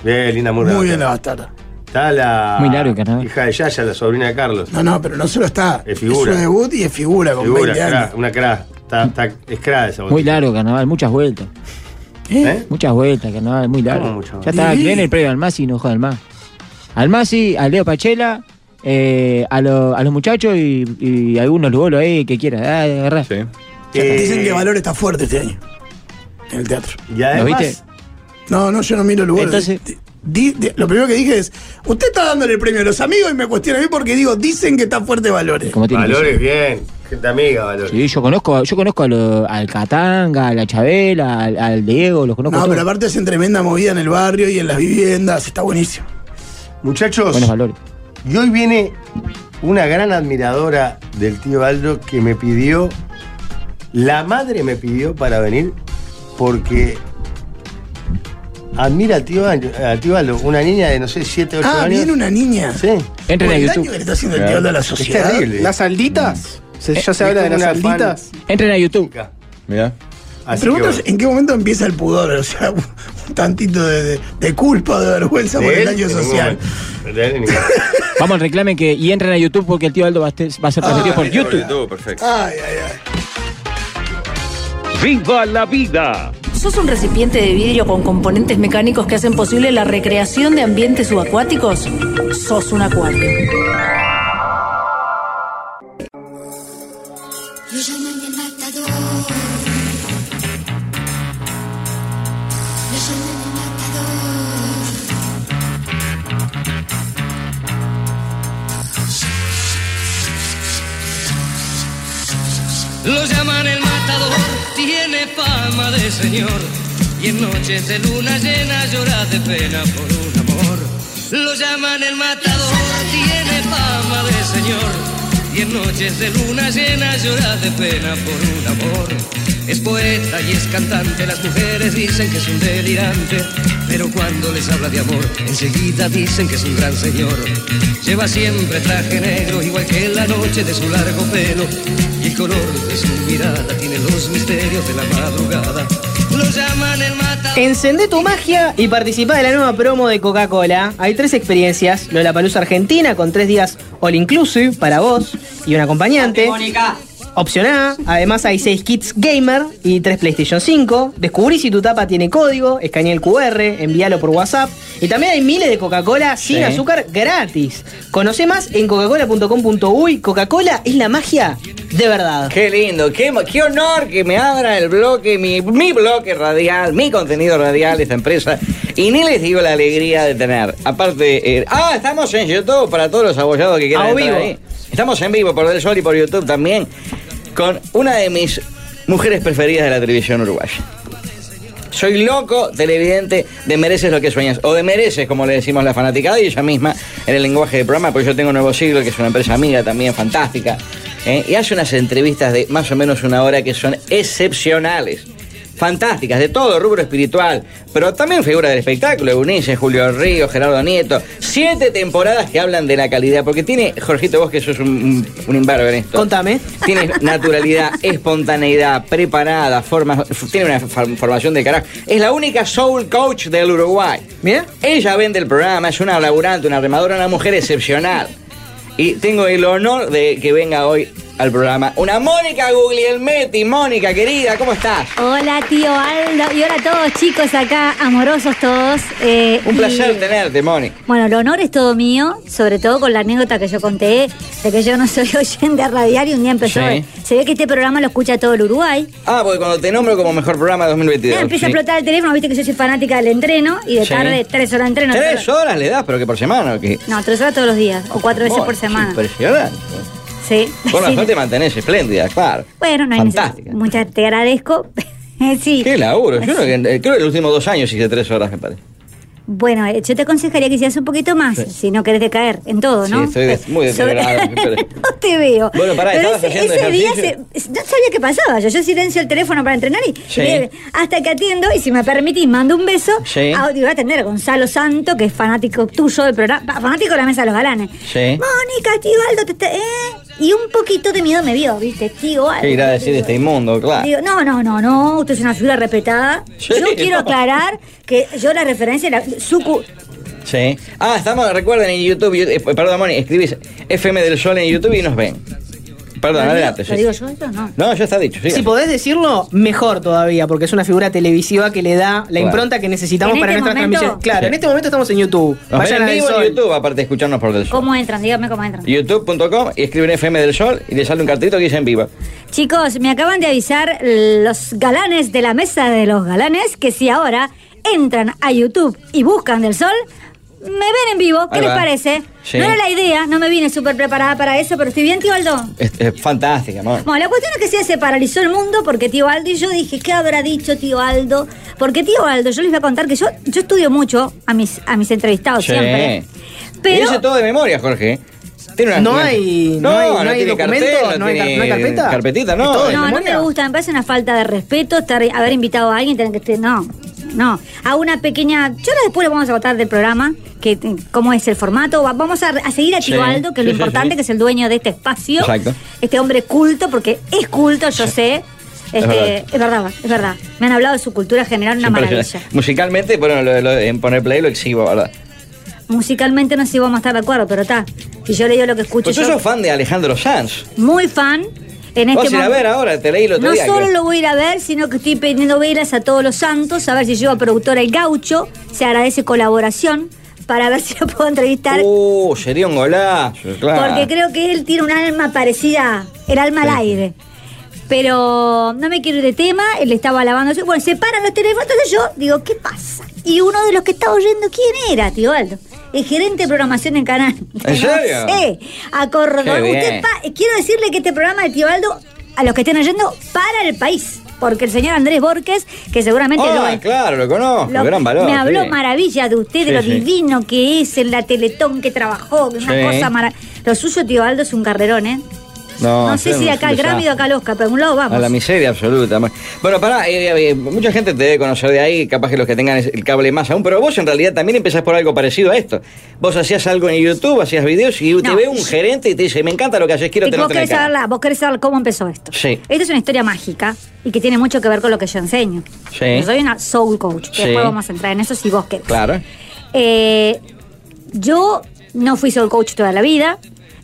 [SPEAKER 6] Bien, linda murga.
[SPEAKER 7] Muy bien la bastarda.
[SPEAKER 6] Está la
[SPEAKER 8] Muy largo el carnaval.
[SPEAKER 6] hija de Yaya, la sobrina de Carlos.
[SPEAKER 7] No, no, pero no solo está.
[SPEAKER 6] Es figura.
[SPEAKER 7] su debut y es figura con
[SPEAKER 6] Figura,
[SPEAKER 7] 20
[SPEAKER 6] cra,
[SPEAKER 7] años.
[SPEAKER 6] una cra. Está, está- es cra esa
[SPEAKER 8] Muy
[SPEAKER 6] botella.
[SPEAKER 8] largo carnaval, muchas vueltas.
[SPEAKER 6] ¿Eh?
[SPEAKER 8] Muchas vueltas, carnaval, muy largo.
[SPEAKER 6] ¿Cómo muchas
[SPEAKER 8] ya
[SPEAKER 6] vueltas?
[SPEAKER 8] está,
[SPEAKER 7] Sí.
[SPEAKER 8] que viene el premio Almasi y no joda al más. Almasi, a Leo Pachela, eh, a, lo- a los muchachos y, y algunos lugolos ahí que quieran. Ah, agarrá.
[SPEAKER 9] Sí.
[SPEAKER 6] Eh,
[SPEAKER 7] Dicen que Valor está fuerte este año en el teatro.
[SPEAKER 6] Y además,
[SPEAKER 8] ¿Lo viste?
[SPEAKER 7] No, no, yo no miro lugares.
[SPEAKER 8] Entonces-
[SPEAKER 7] Di- di- lo primero que dije es, usted está dándole el premio a los amigos y me cuestiona a mí porque digo, dicen que está fuerte valores.
[SPEAKER 8] Como tiene que ser.
[SPEAKER 6] Valores bien. Gente amiga, Valores.
[SPEAKER 8] Sí, yo conozco, yo conozco a lo- al Catanga, a la Chabela, al, al Diego, los conozco.
[SPEAKER 7] No,
[SPEAKER 8] todos.
[SPEAKER 7] pero aparte hacen tremenda movida en el barrio y en las viviendas, está buenísimo.
[SPEAKER 6] Muchachos,
[SPEAKER 8] Buenos valores.
[SPEAKER 6] y hoy viene una gran admiradora del tío Aldo que me pidió, la madre me pidió para venir porque admira al tío, Aldo- al tío Aldo, una niña de no sé, 7, 8
[SPEAKER 7] Ah,
[SPEAKER 6] años.
[SPEAKER 7] viene una niña.
[SPEAKER 6] Sí.
[SPEAKER 8] Entren
[SPEAKER 7] Por
[SPEAKER 8] a
[SPEAKER 7] el
[SPEAKER 8] YouTube.
[SPEAKER 7] daño que le está haciendo el
[SPEAKER 9] Claro.
[SPEAKER 7] tío Aldo a la
[SPEAKER 6] Es
[SPEAKER 7] sociedad.
[SPEAKER 6] terrible. Mm.
[SPEAKER 10] ¿Las salditas? Se- ¿Ya se
[SPEAKER 6] Es
[SPEAKER 10] habla de
[SPEAKER 6] como
[SPEAKER 10] las
[SPEAKER 6] una
[SPEAKER 10] salditas?
[SPEAKER 8] Entren a YouTube.
[SPEAKER 9] Mirá.
[SPEAKER 7] Me
[SPEAKER 6] Así que
[SPEAKER 7] pregunto
[SPEAKER 6] bueno.
[SPEAKER 7] en qué momento empieza el pudor, o sea, un tantito de, de- de culpa, de vergüenza por
[SPEAKER 6] De
[SPEAKER 7] el
[SPEAKER 6] él,
[SPEAKER 7] daño
[SPEAKER 6] en ningún
[SPEAKER 7] social.
[SPEAKER 6] momento. De él, en ningún momento.
[SPEAKER 8] Vamos al reclame que, y entren a YouTube porque el tío Aldo va a, este- va a
[SPEAKER 6] Ah,
[SPEAKER 8] ser
[SPEAKER 7] Ah,
[SPEAKER 8] transmitido por YouTube.
[SPEAKER 9] perfecto.
[SPEAKER 7] Ay, ay, ay.
[SPEAKER 5] ¡Viva la vida!
[SPEAKER 12] ¿Sos un recipiente de vidrio con componentes mecánicos que hacen posible la recreación de ambientes subacuáticos? Sos un acuario.
[SPEAKER 14] Lo llaman el matador. Lo llaman el matador.
[SPEAKER 1] Lo llaman el matador, tiene fama de señor. Y en noches de luna llena llora de pena por un amor. Lo llaman el matador, tiene fama de señor. Y en noches de luna llena llora de pena por un amor. Es poeta y es cantante, las mujeres dicen que es un delirante. Pero cuando les habla de amor, enseguida dicen que es un gran señor. Lleva siempre traje negro, igual que en la noche de su largo pelo. Y el color de su mirada tiene los misterios de la madrugada. Lo llaman el matador.
[SPEAKER 15] Encendé tu magia y participa de la nueva promo de Coca-Cola. Hay tres experiencias: Lollapalooza Argentina con tres días all inclusive para vos y un acompañante. Opción A, además hay 6 kits gamer y 3 PlayStation 5. Descubrí si tu tapa tiene código, escanea el QR, envíalo por WhatsApp. Y también hay miles de Coca-Cola sin
[SPEAKER 8] Sí.
[SPEAKER 15] azúcar gratis. Conoce más en coca-cola.com.uy. Coca-Cola es la magia de verdad.
[SPEAKER 16] Qué lindo, qué, mo- qué honor que me abra el bloque, mi, mi bloque radial, mi contenido radial, esta empresa. Y ni les digo la alegría de tener. Aparte, eh, ah, estamos en YouTube para todos los abollados que quieran
[SPEAKER 15] A
[SPEAKER 16] entrar
[SPEAKER 15] vivo.
[SPEAKER 16] ahí. Estamos en vivo por Del Sol y por YouTube también, con una de mis mujeres preferidas de la televisión uruguaya. Soy loco televidente de Mereces lo que sueñas, o de Mereces, como le decimos la fanaticada y ella misma en el lenguaje del programa, porque yo tengo Nuevo Siglo, que es una empresa amiga también fantástica, ¿eh? y hace unas entrevistas de más o menos una hora que son excepcionales. Fantásticas, de todo rubro espiritual, pero también figura del espectáculo, Eunice, Julio Río, Gerardo Nieto, siete temporadas que hablan de la calidad, porque tiene, Jorgito, vos que sos un, un, un imbargo en esto.
[SPEAKER 15] Contame.
[SPEAKER 16] Tienes naturalidad, espontaneidad, preparada, forma, tiene una fa- formación de carajo. Es la única soul coach del Uruguay.
[SPEAKER 15] Mira.
[SPEAKER 16] Ella vende el programa, es una laburante, una remadora, una mujer excepcional. Y tengo el honor de que venga hoy al programa una Mónica Guglielmetti. Mónica, querida, ¿cómo estás?
[SPEAKER 17] Hola tío Aldo y hola a todos chicos acá, amorosos todos. eh,
[SPEAKER 16] Un
[SPEAKER 17] y-
[SPEAKER 16] placer tenerte, Mónica.
[SPEAKER 17] Bueno, el honor es todo mío, sobre todo con la anécdota que yo conté de que yo no soy oyente radial y un día empezó.
[SPEAKER 16] Sí.
[SPEAKER 17] Se ve que este programa lo escucha todo el Uruguay.
[SPEAKER 16] Ah, porque cuando te nombro como mejor programa de 2022.
[SPEAKER 17] Ah, empieza a
[SPEAKER 16] sí.
[SPEAKER 17] explotar el teléfono, viste que yo soy fanática del entreno y de
[SPEAKER 16] Sí.
[SPEAKER 17] tarde tres horas de entreno.
[SPEAKER 16] Tres horas le das, pero que por semana. ¿o qué?
[SPEAKER 17] No, tres horas todos los días, o cuatro veces
[SPEAKER 16] Bueno,
[SPEAKER 17] por
[SPEAKER 16] es
[SPEAKER 17] semana.
[SPEAKER 16] Impresionante.
[SPEAKER 17] Sí.
[SPEAKER 16] Por
[SPEAKER 17] Ah. Sí.
[SPEAKER 16] razón te mantenés espléndida, claro.
[SPEAKER 17] Bueno, no hay
[SPEAKER 16] Fantástica.
[SPEAKER 17] necesidad. Muchas te agradezco. sí.
[SPEAKER 16] Qué laburo. Yo creo que, eh, creo que los últimos dos años hice tres horas, me parece.
[SPEAKER 17] Bueno, eh, yo te aconsejaría que hicieras un poquito más,
[SPEAKER 16] Sí.
[SPEAKER 17] si no querés decaer en todo,
[SPEAKER 16] Sí,
[SPEAKER 17] ¿no?
[SPEAKER 16] estoy des- muy
[SPEAKER 17] Sobre-
[SPEAKER 16] deteriorado. pero-
[SPEAKER 17] No te veo.
[SPEAKER 16] Bueno, pará,
[SPEAKER 17] Pero
[SPEAKER 16] ¿estabas
[SPEAKER 17] ese,
[SPEAKER 16] haciendo
[SPEAKER 17] ese día
[SPEAKER 16] ejercicio?
[SPEAKER 17] se- no sabía qué pasaba. Yo, yo silencio el teléfono para entrenar y
[SPEAKER 16] Sí.
[SPEAKER 17] eh, hasta que atiendo y si me permitís mando un beso.
[SPEAKER 16] Sí.
[SPEAKER 17] A, digo, voy a atender a Gonzalo Santo, que es fanático tuyo del programa, pa- fanático de la mesa de los galanes.
[SPEAKER 16] Sí.
[SPEAKER 17] Mónica, tío Aldo, te, te- eh, y un poquito de miedo me vio, viste, tío Aldo.
[SPEAKER 16] ¿Qué irá a decir este inmundo? Claro.
[SPEAKER 17] Digo, no, no, no, no, usted es una figura respetada.
[SPEAKER 16] Sí,
[SPEAKER 17] yo quiero
[SPEAKER 16] no.
[SPEAKER 17] aclarar que yo la referencia era su cu-
[SPEAKER 16] Sí. Ah, estamos, recuerden en YouTube, yo- eh, perdón, Moni, escribís FM del Sol en YouTube y nos ven.
[SPEAKER 15] ¿Lo
[SPEAKER 16] Perdón,
[SPEAKER 15] digo-
[SPEAKER 16] adelante.
[SPEAKER 15] lo
[SPEAKER 16] sí.
[SPEAKER 15] digo
[SPEAKER 17] yo esto? No.
[SPEAKER 16] No, ya está dicho. siga.
[SPEAKER 15] Si podés decirlo, mejor todavía, porque es una figura televisiva que le da la
[SPEAKER 16] Claro.
[SPEAKER 15] impronta que necesitamos
[SPEAKER 17] En
[SPEAKER 15] para
[SPEAKER 17] este
[SPEAKER 15] nuestras
[SPEAKER 17] momento-
[SPEAKER 15] transmisiones. Claro,
[SPEAKER 16] Sí.
[SPEAKER 15] en este momento estamos en YouTube.
[SPEAKER 16] Nos
[SPEAKER 15] Vayan
[SPEAKER 16] ven
[SPEAKER 15] a
[SPEAKER 16] en vivo en YouTube, aparte de escucharnos por Del Sol.
[SPEAKER 17] ¿Cómo entran? Dígame cómo entran.
[SPEAKER 16] YouTube.com y escriben FM del Sol y le sale un cartelito que dice en vivo.
[SPEAKER 17] Chicos, me acaban de avisar los galanes de la mesa de los galanes que si ahora entran a YouTube y buscan del sol, me ven en vivo. ¿Qué
[SPEAKER 16] Ahí
[SPEAKER 17] les
[SPEAKER 16] va.
[SPEAKER 17] parece?
[SPEAKER 16] Sí.
[SPEAKER 17] No era la idea, no me vine súper preparada para eso, pero estoy bien, tío Aldo.
[SPEAKER 16] Es, es fantástica, amor.
[SPEAKER 17] Bueno, la cuestión es que sí, se paralizó el mundo porque tío Aldo y yo dije, ¿qué habrá dicho tío Aldo? Porque tío Aldo, yo les voy a contar que yo, yo estudio mucho a mis, a mis entrevistados
[SPEAKER 16] Sí.
[SPEAKER 17] siempre.
[SPEAKER 16] Y
[SPEAKER 17] Pero
[SPEAKER 16] dice todo de memoria, Jorge. Tiene una,
[SPEAKER 15] No
[SPEAKER 16] una-
[SPEAKER 15] hay- no hay- no hay
[SPEAKER 16] tiene
[SPEAKER 15] documento,
[SPEAKER 16] cartel,
[SPEAKER 15] no hay car-
[SPEAKER 16] tiene
[SPEAKER 15] no hay carpeta.
[SPEAKER 16] Carpetita,
[SPEAKER 15] Es
[SPEAKER 16] no.
[SPEAKER 15] todo de
[SPEAKER 17] No, no me gusta, me parece una falta de respeto estar, haber invitado a alguien, tener que estar- no, no. A una pequeña, yo ahora después lo vamos a contar del programa, que cómo es el formato, Va- vamos a, a seguir a
[SPEAKER 16] Sí,
[SPEAKER 17] Chivaldo, que es lo
[SPEAKER 16] sí, sí,
[SPEAKER 17] importante,
[SPEAKER 16] sí.
[SPEAKER 17] que es el dueño de este espacio,
[SPEAKER 16] Exacto.
[SPEAKER 17] este hombre culto, porque es culto, yo sé. Este,
[SPEAKER 16] verdad.
[SPEAKER 17] es verdad, es verdad. Me han hablado de su cultura general, una maravilla.
[SPEAKER 16] Musicalmente, bueno, lo- lo- en poner play lo exhibo, ¿verdad?
[SPEAKER 17] Musicalmente no sé si vamos a estar de acuerdo, pero está. Y yo le digo lo que escucho.
[SPEAKER 16] Pues tú
[SPEAKER 17] yo.
[SPEAKER 16] sos fan de Alejandro Sanz.
[SPEAKER 17] Muy fan. En este
[SPEAKER 16] Vas a ir a
[SPEAKER 17] momento.
[SPEAKER 16] ver ahora, te leí el otro
[SPEAKER 17] No
[SPEAKER 16] día.
[SPEAKER 17] solo
[SPEAKER 16] que-
[SPEAKER 17] lo voy a ir a ver, sino que estoy pidiendo velas a todos los santos, a ver si llevo a productora El Gaucho, se agradece colaboración, para ver si lo puedo entrevistar,
[SPEAKER 16] Uh, sería un golazo, claro.
[SPEAKER 17] porque creo que él tiene un alma parecida, el alma al aire. Pero no me quiero ir de tema, él estaba lavando. Bueno, se paran los teléfonos, entonces yo digo, ¿qué pasa? Y uno de los que estaba oyendo, ¿quién era, tío Aldo? El gerente de programación en Canal.
[SPEAKER 16] ¿En serio?
[SPEAKER 17] Sí, acordó.
[SPEAKER 16] Qué bien.
[SPEAKER 17] Usted pa- quiero decirle que este programa de Tío Aldo, a los que estén oyendo, para el país. Porque el señor Andrés Borges, que seguramente
[SPEAKER 16] Ah,
[SPEAKER 17] lo,
[SPEAKER 16] claro, lo conozco,
[SPEAKER 17] lo-
[SPEAKER 16] gran valor.
[SPEAKER 17] me habló
[SPEAKER 16] sí.
[SPEAKER 17] maravilla de usted, de
[SPEAKER 16] Sí,
[SPEAKER 17] lo
[SPEAKER 16] sí.
[SPEAKER 17] divino que es en la Teletón que trabajó, que es una
[SPEAKER 16] Sí.
[SPEAKER 17] cosa maravillosa. Lo suyo, Tío Aldo, es un carrerón, ¿eh?
[SPEAKER 16] No,
[SPEAKER 17] no sé
[SPEAKER 16] sí,
[SPEAKER 17] si de
[SPEAKER 16] un
[SPEAKER 17] acá al Grammy o
[SPEAKER 16] desastre.
[SPEAKER 17] de acá al Oscar, pero a un lado vamos.
[SPEAKER 16] A la miseria absoluta. Bueno, pará, eh, eh, mucha gente te debe conocer de ahí, capaz que los que tengan es- el cable más aún, pero vos en realidad también empezás por algo parecido a esto. Vos hacías algo en YouTube, hacías videos y te
[SPEAKER 17] No.
[SPEAKER 16] ve un gerente y te dice, me encanta lo que haces, quiero
[SPEAKER 17] Y vos
[SPEAKER 16] tenerte en el
[SPEAKER 17] querés,
[SPEAKER 16] canal.
[SPEAKER 17] saberla, vos querés saber cómo empezó esto.
[SPEAKER 16] Sí,
[SPEAKER 17] Esta es una historia mágica y que tiene mucho que ver con lo que yo enseño.
[SPEAKER 16] sí,
[SPEAKER 17] Yo soy una soul coach, que
[SPEAKER 16] Sí.
[SPEAKER 17] después vamos a entrar en eso si vos querés.
[SPEAKER 16] claro.
[SPEAKER 17] Eh, yo no fui soul coach toda la vida.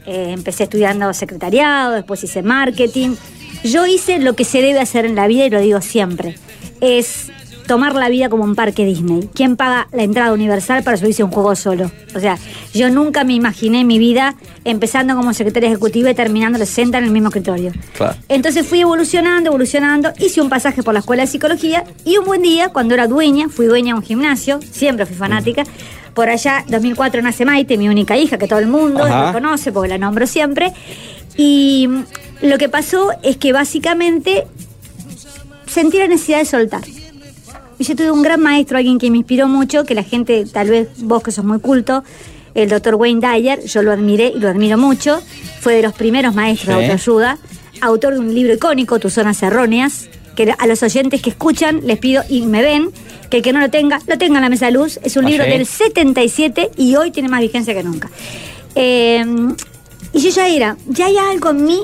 [SPEAKER 17] Eh, empecé estudiando secretariado, después hice marketing. Yo hice lo que se debe hacer en la vida y lo digo siempre. Es tomar la vida como un parque Disney. ¿Quién paga la entrada universal para subirse a un juego solo? O sea, yo nunca me imaginé mi vida empezando como secretaria ejecutiva y terminando los 60 en el mismo escritorio.
[SPEAKER 16] Claro.
[SPEAKER 17] Entonces fui evolucionando, evolucionando, hice un pasaje por la escuela de psicología y un buen día, cuando era dueña, fui dueña de un gimnasio, siempre fui fanática. Por allá, 2004 nace Maite, mi única hija, que todo el mundo
[SPEAKER 18] Ajá.
[SPEAKER 17] la conoce porque la nombro siempre. Y mm, lo que pasó es que básicamente sentí la necesidad de soltar. Y yo tuve un gran maestro, alguien que me inspiró mucho, que la gente, tal vez vos que sos muy culto, el doctor Wayne Dyer, yo lo admiré y lo admiro mucho. Fue de los primeros maestros
[SPEAKER 18] Sí.
[SPEAKER 17] de autoayuda, autor de un libro icónico, Tus Zonas Erróneas, que a los oyentes que escuchan les pido y me ven que el que no lo tenga, lo tenga en la mesa de luz. Es un
[SPEAKER 18] Ah,
[SPEAKER 17] libro
[SPEAKER 18] sí.
[SPEAKER 17] del 77 y hoy tiene más vigencia que nunca. Eh, y yo ya era, ya hay algo en mí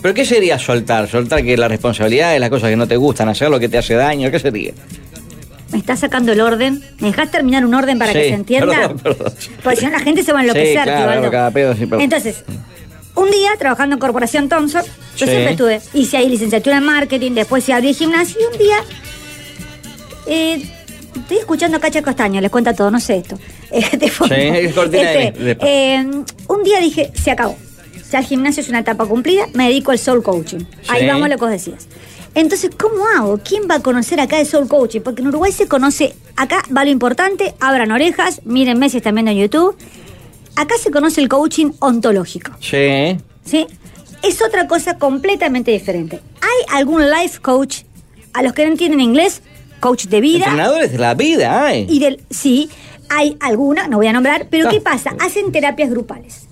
[SPEAKER 16] ¿Pero qué sería soltar? ¿Soltar que las responsabilidades, las cosas que no te gustan, hacer lo que te hace daño? ¿Qué sería?
[SPEAKER 17] me está sacando el orden. ¿Me dejás terminar un orden para
[SPEAKER 16] Sí,
[SPEAKER 17] que se entienda?
[SPEAKER 16] Perdón, perdón.
[SPEAKER 17] Porque si no la Pues gente se va a enloquecer,
[SPEAKER 16] sí, claro,
[SPEAKER 17] Tibaldo.
[SPEAKER 16] cada pedo, sí, perdón.
[SPEAKER 17] Entonces, un día trabajando en Corporación Thompson, yo
[SPEAKER 16] Sí.
[SPEAKER 17] siempre estuve, hice ahí licenciatura en marketing, después abrí gimnasia y un día eh, estoy escuchando a Cacha Costaño, les cuenta todo, no sé esto. Eh, de fondo.
[SPEAKER 16] Sí, es cortina de-
[SPEAKER 17] Este,
[SPEAKER 16] de-
[SPEAKER 17] eh, un día dije, se acabó. Ya el gimnasio es una etapa cumplida, me dedico al soul coaching. Ahí
[SPEAKER 16] Sí.
[SPEAKER 17] vamos lo que vos decías. Entonces, ¿cómo hago? ¿Quién va a conocer acá de soul coaching? Porque en Uruguay se conoce, acá va lo importante, abran orejas, mírenme si están viendo en YouTube. Acá se conoce el coaching ontológico.
[SPEAKER 16] Sí.
[SPEAKER 17] ¿sí? Es otra cosa completamente diferente. ¿Hay algún life coach? A los que no entienden inglés, coach de vida.
[SPEAKER 16] Entrenadores de la vida hay.
[SPEAKER 17] Y del, sí, hay alguna, no voy a nombrar, pero
[SPEAKER 16] Ah.
[SPEAKER 17] ¿qué pasa? Hacen terapias grupales.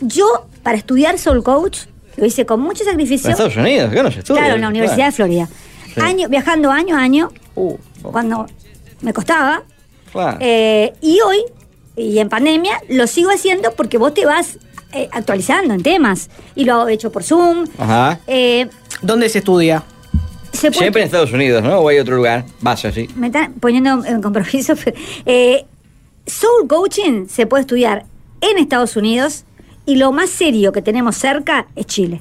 [SPEAKER 17] Yo, para estudiar Soul Coach, lo hice con mucho sacrificio.
[SPEAKER 16] En Estados Unidos, que no se estudia.
[SPEAKER 17] Claro, en la Universidad de Florida.
[SPEAKER 16] Sí.
[SPEAKER 17] Año, viajando año a año, uh, cuando me costaba,
[SPEAKER 16] Claro.
[SPEAKER 17] eh, y hoy, y en pandemia, lo sigo haciendo porque vos te vas eh, actualizando en temas. Y lo he hecho por Zoom.
[SPEAKER 16] Ajá.
[SPEAKER 17] Eh,
[SPEAKER 15] ¿Dónde se estudia?
[SPEAKER 17] se puede-
[SPEAKER 16] Siempre en Estados Unidos, ¿no? O hay otro lugar. Vas así.
[SPEAKER 17] Me están poniendo en compromiso. pero, eh, soul coaching se puede estudiar en Estados Unidos y lo más serio que tenemos cerca es Chile.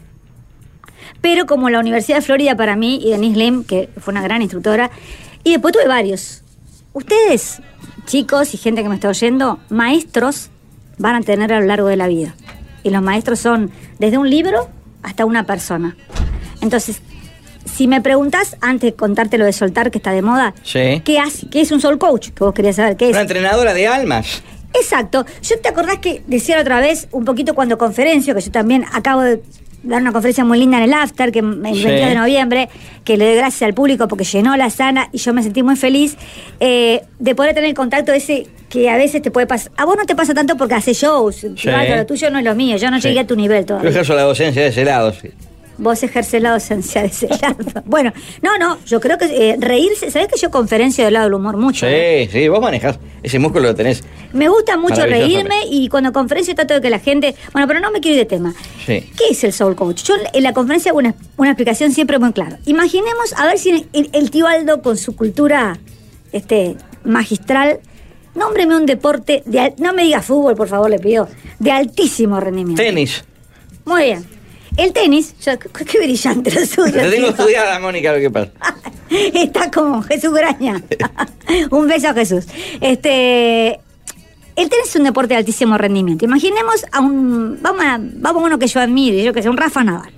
[SPEAKER 17] Pero como la Universidad de Florida para mí y Denise Lim, que fue una gran instructora, y después tuve varios. Ustedes, chicos y gente que me está oyendo, maestros van a tener a lo largo de la vida. Y los maestros son desde un libro hasta una persona. Entonces, si me preguntás, antes de contarte lo de soltar que está de moda,
[SPEAKER 16] Sí.
[SPEAKER 17] ¿qué, hace, ¿qué es un soul coach? Que vos querías saber qué es.
[SPEAKER 16] Una entrenadora de almas.
[SPEAKER 17] Exacto. Yo te acordás que decía la otra vez, un poquito cuando conferencio, que yo también acabo de dar una conferencia muy linda en el After, que m- el
[SPEAKER 16] Sí.
[SPEAKER 17] 22 de noviembre, que le doy gracias al público porque llenó la sana y yo me sentí muy feliz eh, de poder tener el contacto ese que a veces te puede pasar. A vos no te pasa tanto porque haces shows. Ricardo, lo tuyo no es lo mío. Yo no
[SPEAKER 16] Sí.
[SPEAKER 17] llegué a tu nivel
[SPEAKER 16] Yo
[SPEAKER 17] todavía.
[SPEAKER 16] ejerzo la docencia de ese lado. sí.
[SPEAKER 17] Ah. Vos ejerces la docencia de ese lado. bueno, no, no. Yo creo que eh, reírse. ¿Sabés que yo conferencio del lado del humor mucho?
[SPEAKER 16] Sí, sí, vos manejás. Ese músculo lo tenés.
[SPEAKER 17] Me gusta mucho
[SPEAKER 16] Maravillosamente.
[SPEAKER 17] reírme y cuando conferencio trato de que la gente. Bueno, pero no me quiero ir de tema.
[SPEAKER 16] Sí.
[SPEAKER 17] ¿Qué es el soul coach? Yo en la conferencia hago una, una explicación siempre muy clara. Imaginemos a ver si el, el tío Aldo con su cultura este, magistral. Nómbreme un deporte de al- no me diga fútbol, por favor, le pido, de altísimo rendimiento.
[SPEAKER 16] Tenis.
[SPEAKER 17] Muy bien. El tenis, yo- qué qué brillante lo suyo.
[SPEAKER 16] Te tengo
[SPEAKER 17] tío.
[SPEAKER 16] estudiada, Mónica, lo que pasa.
[SPEAKER 17] Está como Jesús Graña. un beso a Jesús. Este, el tenis es un deporte de altísimo rendimiento. Imaginemos a un. Vamos a, vamos a uno que yo admire, yo que sé, un Rafa Nadal.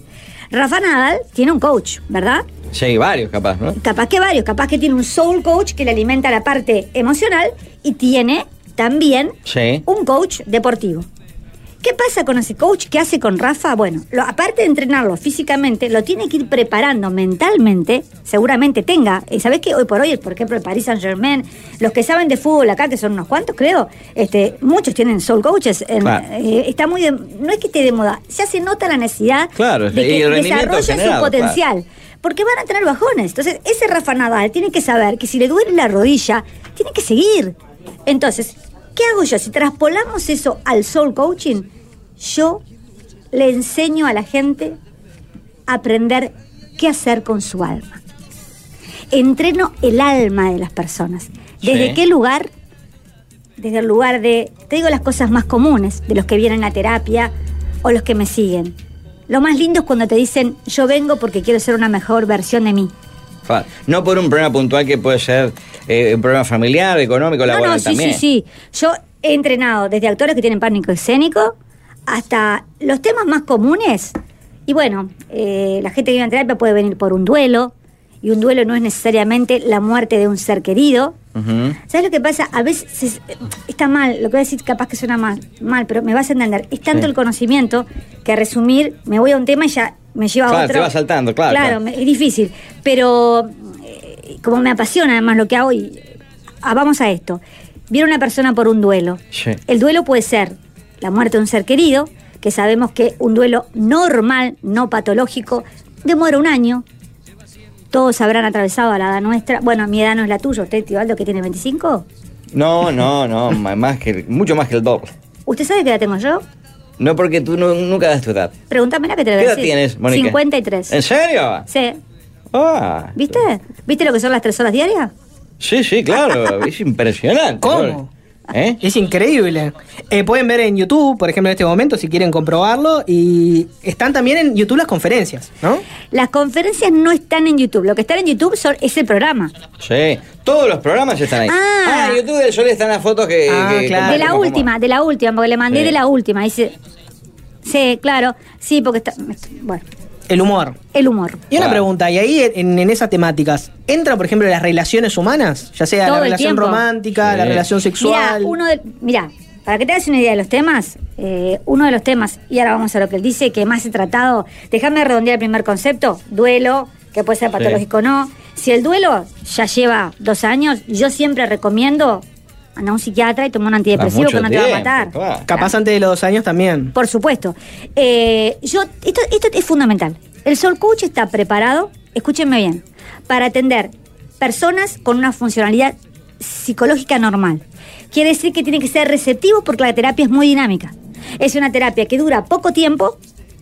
[SPEAKER 17] Rafa Nadal tiene un coach, ¿verdad?
[SPEAKER 16] Sí, varios capaz, ¿no?
[SPEAKER 17] Capaz que varios, capaz que tiene un soul coach que le alimenta la parte emocional y tiene también
[SPEAKER 16] Sí.
[SPEAKER 17] un coach deportivo. ¿Qué pasa con ese coach? ¿Qué hace con Rafa? Bueno, lo- aparte de entrenarlo físicamente, lo tiene que ir preparando mentalmente. Seguramente tenga. eh, ¿Sabés que hoy por hoy, por ejemplo, el Paris Saint Germain, los que saben de fútbol acá, que son unos cuantos, creo, este, muchos tienen soul coaches. en-
[SPEAKER 16] Claro.
[SPEAKER 17] eh, está muy de- no es que esté de moda, ya se nota la necesidad de
[SPEAKER 16] Claro, y
[SPEAKER 17] que
[SPEAKER 16] el rendimiento
[SPEAKER 17] desarrollen su
[SPEAKER 16] generado,
[SPEAKER 17] potencial. Porque van a tener bajones. Entonces, ese Rafa Nadal tiene que saber que si le duele la rodilla, tiene que seguir. Entonces, ¿qué hago yo? Si traspolamos eso al soul coaching, yo le enseño a la gente a aprender qué hacer con su alma. Entreno el alma de las personas. ¿Desde
[SPEAKER 18] Sí.
[SPEAKER 17] qué lugar? Desde el lugar de, te digo las cosas más comunes, de los que vienen a terapia o los que me siguen. Lo más lindo es cuando te dicen, yo vengo porque quiero ser una mejor versión de mí.
[SPEAKER 16] Fa- No por un problema puntual que puede ser eh, un problema familiar, económico,
[SPEAKER 17] No,
[SPEAKER 16] laboral
[SPEAKER 17] no, sí,
[SPEAKER 16] también.
[SPEAKER 17] sí, sí. Yo he entrenado desde actores que tienen pánico escénico hasta los temas más comunes. Y bueno, eh, la gente que vive en terapia puede venir por un duelo. Y un duelo no es necesariamente la muerte de un ser querido.
[SPEAKER 18] Ujú.
[SPEAKER 17] ¿Sabes lo que pasa? A veces es- está mal, lo que voy a decir capaz que suena mal, mal pero me vas a entender. Es tanto
[SPEAKER 16] Sí.
[SPEAKER 17] el conocimiento que a resumir me voy a un tema y ya me lleva a
[SPEAKER 16] Claro,
[SPEAKER 17] otro.
[SPEAKER 16] te va saltando, claro,
[SPEAKER 17] Claro,
[SPEAKER 16] claro.
[SPEAKER 17] me- es difícil. Pero eh, como me apasiona además lo que hago, y, ah, vamos a esto. Viene una persona por un duelo.
[SPEAKER 16] Sí.
[SPEAKER 17] El duelo puede ser la muerte de un ser querido, que sabemos que un duelo normal, no patológico, demora un año. Todos habrán atravesado a la edad nuestra. Bueno, mi edad no es la tuya. Usted, tío Aldo, que tiene 25.
[SPEAKER 16] No, no, no, ma- más que, mucho más que el doble.
[SPEAKER 17] ¿Usted sabe que la tengo yo?
[SPEAKER 16] No porque tú nu- nunca das tu edad.
[SPEAKER 17] Pregúntame la que te la voy
[SPEAKER 16] ¿Qué
[SPEAKER 17] a
[SPEAKER 16] edad
[SPEAKER 17] decir.
[SPEAKER 16] tienes, Mónica?
[SPEAKER 17] 53.
[SPEAKER 16] ¿En serio?
[SPEAKER 17] Sí.
[SPEAKER 16] Ah,
[SPEAKER 17] ¿Viste? ¿Viste lo que son las tres horas diarias?
[SPEAKER 16] sí, sí, claro, es impresionante. ¿Cómo?
[SPEAKER 15] Es increíble. Eh, pueden ver en YouTube, por ejemplo, en este momento, si quieren comprobarlo. Y están también en YouTube las conferencias, ¿no?
[SPEAKER 17] Las conferencias no están en YouTube. Lo que están en YouTube son, es el programa.
[SPEAKER 16] Sí, todos los programas están ahí.
[SPEAKER 17] Ah.
[SPEAKER 16] en YouTube del Sol están las fotos que.
[SPEAKER 15] Ah,
[SPEAKER 16] que
[SPEAKER 17] De
[SPEAKER 16] comparten
[SPEAKER 17] la
[SPEAKER 16] con
[SPEAKER 17] última, de la última, porque le mandé
[SPEAKER 16] Sí.
[SPEAKER 17] de la última. Dice. Sí, claro. Sí, porque está. Bueno,
[SPEAKER 15] El humor.
[SPEAKER 17] el humor.
[SPEAKER 15] Y una pregunta, y ahí en, en esas temáticas, ¿entra, por ejemplo, las relaciones humanas? Ya sea
[SPEAKER 17] Todo
[SPEAKER 15] la
[SPEAKER 17] el
[SPEAKER 15] relación
[SPEAKER 17] tiempo.
[SPEAKER 15] romántica, la relación sexual.
[SPEAKER 17] Mirá, uno de- mirá, para que te hagas una idea de los temas, eh, uno de los temas, y ahora vamos a lo que él dice, que más he tratado, déjame redondear el primer concepto, duelo, que puede ser
[SPEAKER 12] Sí.
[SPEAKER 17] patológico o no. Si el duelo ya lleva dos años, yo siempre recomiendo andar a un psiquiatra y tomar un
[SPEAKER 16] Ah,
[SPEAKER 17] antidepresivo que no te va a matar.
[SPEAKER 15] Capaz antes de los dos años también.
[SPEAKER 17] Por supuesto. Eh, yo, esto, esto es fundamental. El Soul Coach está preparado, escúchenme bien, para atender personas con una funcionalidad psicológica normal. Quiere decir que tienen que ser receptivos porque la terapia es muy dinámica. Es una terapia que dura poco tiempo,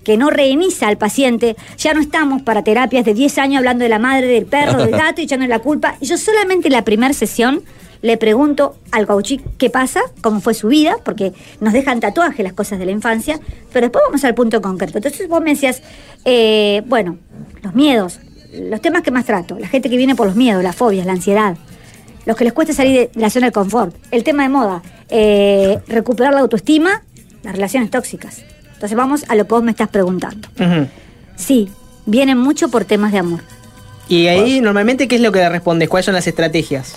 [SPEAKER 17] que no reinicia al paciente. Ya no estamos para terapias de 10 años hablando de la madre, del perro, del gato y echándole la culpa. Yo solamente en la primera sesión le pregunto al coach qué pasa, cómo fue su vida, porque nos dejan tatuajes las cosas de la infancia, pero después vamos al punto concreto. Entonces vos me decías, eh, bueno, los miedos, los temas que más trato, la gente que viene por los miedos, las fobias, la ansiedad, los que les cuesta salir de, de la zona de confort, el tema de moda, eh, recuperar la autoestima, las relaciones tóxicas. Entonces vamos a lo que vos me estás preguntando.
[SPEAKER 15] Ujú.
[SPEAKER 17] Sí, vienen mucho por temas de amor.
[SPEAKER 15] Y ahí normalmente, ¿qué es lo que le respondes? ¿Cuáles son las estrategias?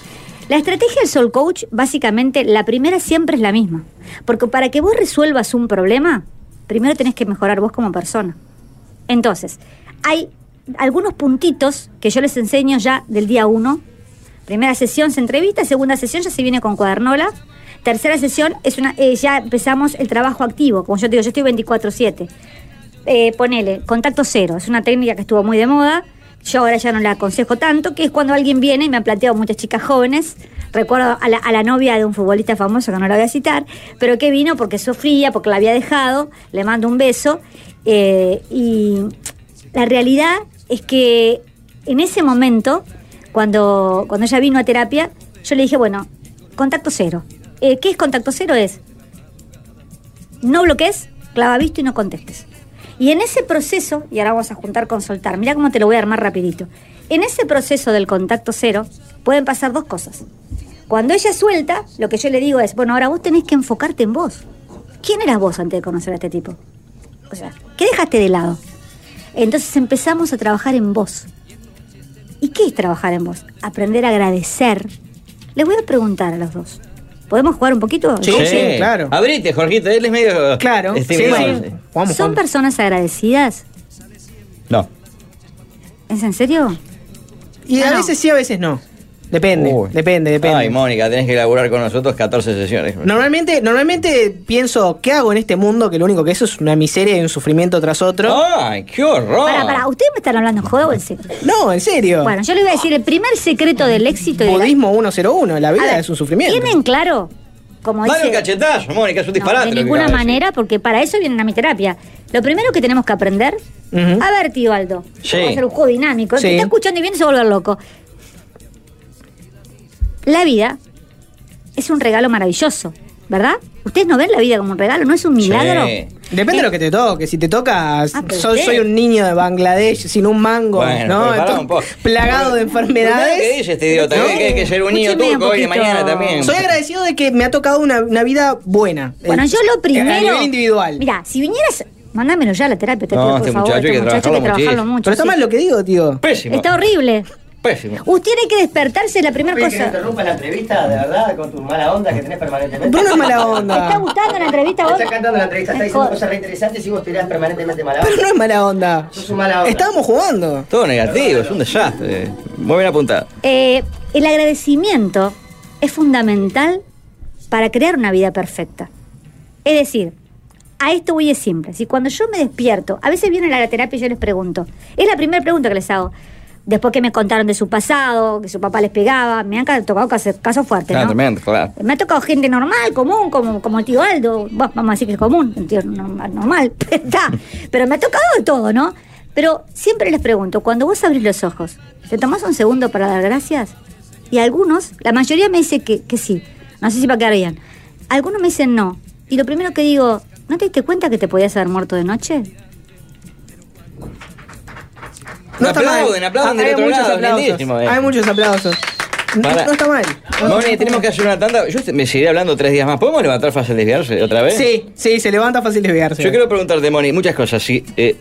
[SPEAKER 17] La estrategia del Soul Coach, básicamente, la primera siempre es la misma. Porque para que vos resuelvas un problema, primero tenés que mejorar vos como persona. Entonces, hay algunos puntitos que yo les enseño ya del día uno. Primera sesión se entrevista, segunda sesión ya se viene con cuadernola. Tercera sesión es una, eh, ya empezamos el trabajo activo. Como yo te digo, yo estoy 24-7. Eh, ponele, contacto cero. Es una técnica que estuvo muy de moda. Yo ahora ya no la aconsejo tanto, que es cuando alguien viene y me han planteado muchas chicas jóvenes. Recuerdo a la, a la novia de un futbolista famoso, que no la voy a citar, pero que vino porque sufría, porque la había dejado. Le mando un beso. eh, y la realidad es que en ese momento, cuando, cuando ella vino a terapia, yo le dije, bueno, contacto cero. Eh, ¿Qué es contacto cero? Es no bloques, clava visto y no contestes. Y en ese proceso, y ahora vamos a juntar con soltar, mira cómo te lo voy a armar rapidito. En ese proceso del contacto cero pueden pasar dos cosas. Cuando ella suelta, lo que yo le digo es, bueno, ahora vos tenés que enfocarte en vos. ¿Quién eras vos antes de conocer a este tipo? O sea, ¿qué dejaste de lado? Entonces empezamos a trabajar en vos. ¿Y qué es trabajar en vos? Aprender a agradecer. Les voy a preguntar a los dos. ¿Podemos jugar un poquito?
[SPEAKER 16] Abrite, Jorgito, él es medio.
[SPEAKER 15] Claro.
[SPEAKER 16] estimulado, sí.
[SPEAKER 17] ¿Son personas agradecidas?
[SPEAKER 16] No.
[SPEAKER 17] ¿Es en serio?
[SPEAKER 15] Y
[SPEAKER 17] Ah,
[SPEAKER 15] a veces sí, a veces no. Depende, depende, depende.
[SPEAKER 16] Ay, Mónica, tenés que laburar con nosotros 14 sesiones.
[SPEAKER 15] Normalmente, normalmente pienso, ¿qué hago en este mundo? Que lo único que eso es una miseria y un sufrimiento tras otro.
[SPEAKER 16] ¡Ay, qué horror!
[SPEAKER 17] Para, para, ¿ustedes me están hablando en juego o en serio?
[SPEAKER 15] No, en serio.
[SPEAKER 17] Bueno, yo les voy a decir el primer secreto del éxito y de la-
[SPEAKER 15] Budismo 101, la
[SPEAKER 17] A
[SPEAKER 15] vida
[SPEAKER 17] ver,
[SPEAKER 15] es un sufrimiento.
[SPEAKER 17] ¿Tienen claro? Como
[SPEAKER 16] Dale un
[SPEAKER 17] dice,
[SPEAKER 16] cachetazo, Mónica, es un
[SPEAKER 17] No,
[SPEAKER 16] disparate.
[SPEAKER 17] de
[SPEAKER 16] lo que
[SPEAKER 17] ninguna
[SPEAKER 16] acabas de
[SPEAKER 17] manera, porque para eso vienen a mi terapia. Lo primero que tenemos que aprender,
[SPEAKER 16] Ujú.
[SPEAKER 17] a ver, tío Aldo,
[SPEAKER 16] Sí.
[SPEAKER 17] vamos a hacer un juego dinámico. El que
[SPEAKER 16] Sí.
[SPEAKER 17] está escuchando y viendo se va a volver loco. La vida es un regalo maravilloso, ¿verdad? ¿Ustedes no ven la vida como un regalo? ¿No es un milagro?
[SPEAKER 15] Depende de lo que te toque. Si te toca,
[SPEAKER 17] Ah, pero
[SPEAKER 15] soy,
[SPEAKER 17] usted-
[SPEAKER 15] soy un niño de Bangladesh sin un mango,
[SPEAKER 16] Bueno,
[SPEAKER 15] ¿no?
[SPEAKER 16] pero pará
[SPEAKER 15] Entonces,
[SPEAKER 16] un poco.
[SPEAKER 15] plagado de enfermedades.
[SPEAKER 16] Primero que dice este idiota, que hay que ser un niño
[SPEAKER 15] Escúcheme
[SPEAKER 16] turco
[SPEAKER 15] un
[SPEAKER 16] hoy de
[SPEAKER 15] poquito.
[SPEAKER 16] mañana también.
[SPEAKER 15] Soy agradecido de que me ha tocado una, una vida buena.
[SPEAKER 17] Bueno,
[SPEAKER 15] Eh,
[SPEAKER 17] yo lo primero.
[SPEAKER 15] A nivel individual.
[SPEAKER 17] Mira, si vinieras, mándamelo ya a la terapia, te pido, por favor. este muchacho hay que trabajarlo mucho.
[SPEAKER 15] Pero está
[SPEAKER 17] sí.
[SPEAKER 15] mal lo que digo, tío.
[SPEAKER 16] Pésimo.
[SPEAKER 17] Está horrible.
[SPEAKER 16] Pésimo.
[SPEAKER 17] Usted tiene que despertarse es la primera
[SPEAKER 18] ¿Ves que no
[SPEAKER 17] cosa.
[SPEAKER 18] interrumpas la entrevista, de verdad, con tu mala onda que tenés permanentemente.
[SPEAKER 15] Bruno es mala onda.
[SPEAKER 17] ¿Te está gustando la entrevista
[SPEAKER 18] Te
[SPEAKER 17] vos?
[SPEAKER 18] está cantando la entrevista, está diciendo
[SPEAKER 17] Mejor.
[SPEAKER 18] cosas re interesantes y vos tirás permanentemente mala
[SPEAKER 15] Pero
[SPEAKER 18] onda.
[SPEAKER 15] no es mala onda.
[SPEAKER 18] Sos un mala onda.
[SPEAKER 15] Estábamos jugando.
[SPEAKER 16] Todo negativo, es un desastre. Muy bien apuntado.
[SPEAKER 17] Eh, el agradecimiento es fundamental para crear una vida perfecta. Es decir, a esto voy es simple. Si cuando yo me despierto, a veces vienen a la terapia y yo les pregunto, es la primera pregunta que les hago. Después que me contaron de su pasado, que su papá les pegaba, me han ca- tocado casos casos fuertes,
[SPEAKER 16] Claro,
[SPEAKER 17] ¿no?
[SPEAKER 16] tremendo, claro.
[SPEAKER 17] Me ha tocado gente normal, común, como, como el tío Aldo. Bah, Vamos a decir que es común, un tío normal. normal. Está. Pero me ha tocado de todo, ¿no? Pero siempre les pregunto, cuando vos abrís los ojos, ¿te tomás un segundo para dar gracias? Y algunos, la mayoría me dice que, que sí. No sé si va a quedar bien. Algunos me dicen no. Y lo primero que digo, ¿no te diste cuenta que te podías haber muerto de noche?
[SPEAKER 15] No está mal.
[SPEAKER 16] Aplauden, aplauden del
[SPEAKER 15] Hay
[SPEAKER 16] otro
[SPEAKER 15] muchos
[SPEAKER 16] lado,
[SPEAKER 15] aplausos.
[SPEAKER 16] lindísimo, eh.
[SPEAKER 15] Hay muchos aplausos. No,
[SPEAKER 16] Para.
[SPEAKER 15] no está mal.
[SPEAKER 16] Moni, tenemos que hacer una tanda. Yo te- me seguiré hablando tres días más. ¿Podemos levantar fácil desviarse otra vez?
[SPEAKER 15] Sí, sí, se levanta fácil desviarse.
[SPEAKER 16] Yo quiero preguntarte, Moni, muchas cosas. Si, eh,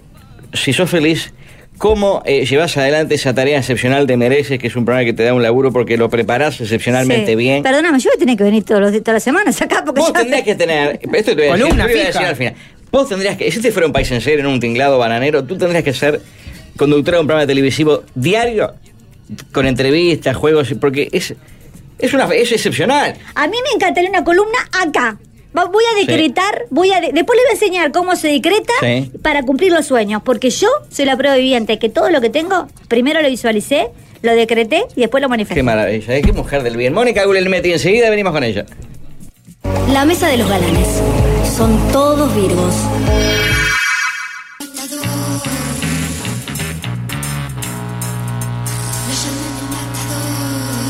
[SPEAKER 16] si sos feliz, ¿cómo eh, llevas adelante esa tarea excepcional de Mereces, que es un programa que te da un laburo porque lo preparás excepcionalmente
[SPEAKER 17] Sí.
[SPEAKER 16] bien?
[SPEAKER 17] Perdóname, yo voy a tener que venir todos los, días- todas las semanas acá porque
[SPEAKER 16] Vos
[SPEAKER 17] ya-
[SPEAKER 16] tendrías que tener. Esto te voy a decir,
[SPEAKER 17] Columna
[SPEAKER 16] te voy a
[SPEAKER 17] fija.
[SPEAKER 16] decir al final. Vos tendrías que. Si este fuera un país en serio, en un tinglado bananero, tú tendrías que ser conductora de un programa televisivo diario con entrevistas, juegos, porque es. Es, una, es excepcional.
[SPEAKER 17] A mí me encantaría una columna acá. Va- Voy a
[SPEAKER 16] Sí.
[SPEAKER 17] decretar, voy a de- después les voy a enseñar cómo se decreta
[SPEAKER 16] Sí.
[SPEAKER 17] para cumplir los sueños, porque yo soy la prueba viviente que todo lo que tengo, primero lo visualicé, lo decreté y después lo manifesté.
[SPEAKER 16] Qué maravilla, ¿eh? qué mujer del bien. Mónica Gulenmeti, enseguida venimos con ella.
[SPEAKER 12] La mesa de los galanes. Son todos virgos.
[SPEAKER 14] Me llaman el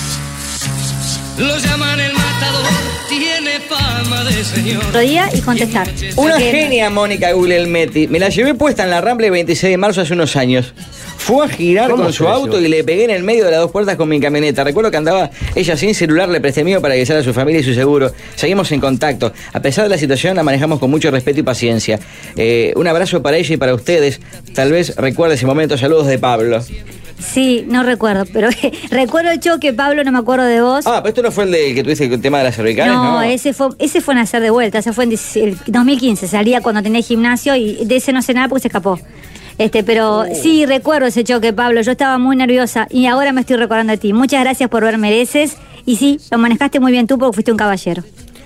[SPEAKER 14] matador.
[SPEAKER 5] Lo llaman el matador, tiene fama de señor.
[SPEAKER 17] Otro día y contestar.
[SPEAKER 16] Una
[SPEAKER 17] Porque-
[SPEAKER 16] genia Mónica Guglielmetti. Me la llevé puesta en la Rambla el 26 de marzo hace unos años. Fue a girar
[SPEAKER 5] ¿Cómo
[SPEAKER 16] con
[SPEAKER 5] se
[SPEAKER 16] su
[SPEAKER 5] la
[SPEAKER 16] auto
[SPEAKER 5] llevó?
[SPEAKER 16] y le pegué en el medio de las dos puertas con mi camioneta. Recuerdo que andaba ella sin celular, le presté mío para avisar a su familia y su seguro. Seguimos en contacto. A pesar de la situación, la manejamos con mucho respeto y paciencia. Eh, un abrazo para ella y para ustedes. Tal vez recuerde ese momento. Saludos de Pablo.
[SPEAKER 17] Sí, no recuerdo, pero recuerdo el choque, Pablo, no me acuerdo de vos.
[SPEAKER 16] Ah, pero esto no fue el del que tuviste el tema de las cervicales,
[SPEAKER 17] no,
[SPEAKER 16] ¿no?
[SPEAKER 17] ese fue ese fue nacer de vuelta, ese fue en dieci- el 2015, salía cuando tenía gimnasio y de ese no sé nada porque se escapó. Este, pero sí recuerdo ese choque, Pablo, yo estaba muy nerviosa y ahora me estoy recordando a ti. Muchas gracias por ver mereces y sí, lo manejaste muy bien tú porque fuiste un caballero.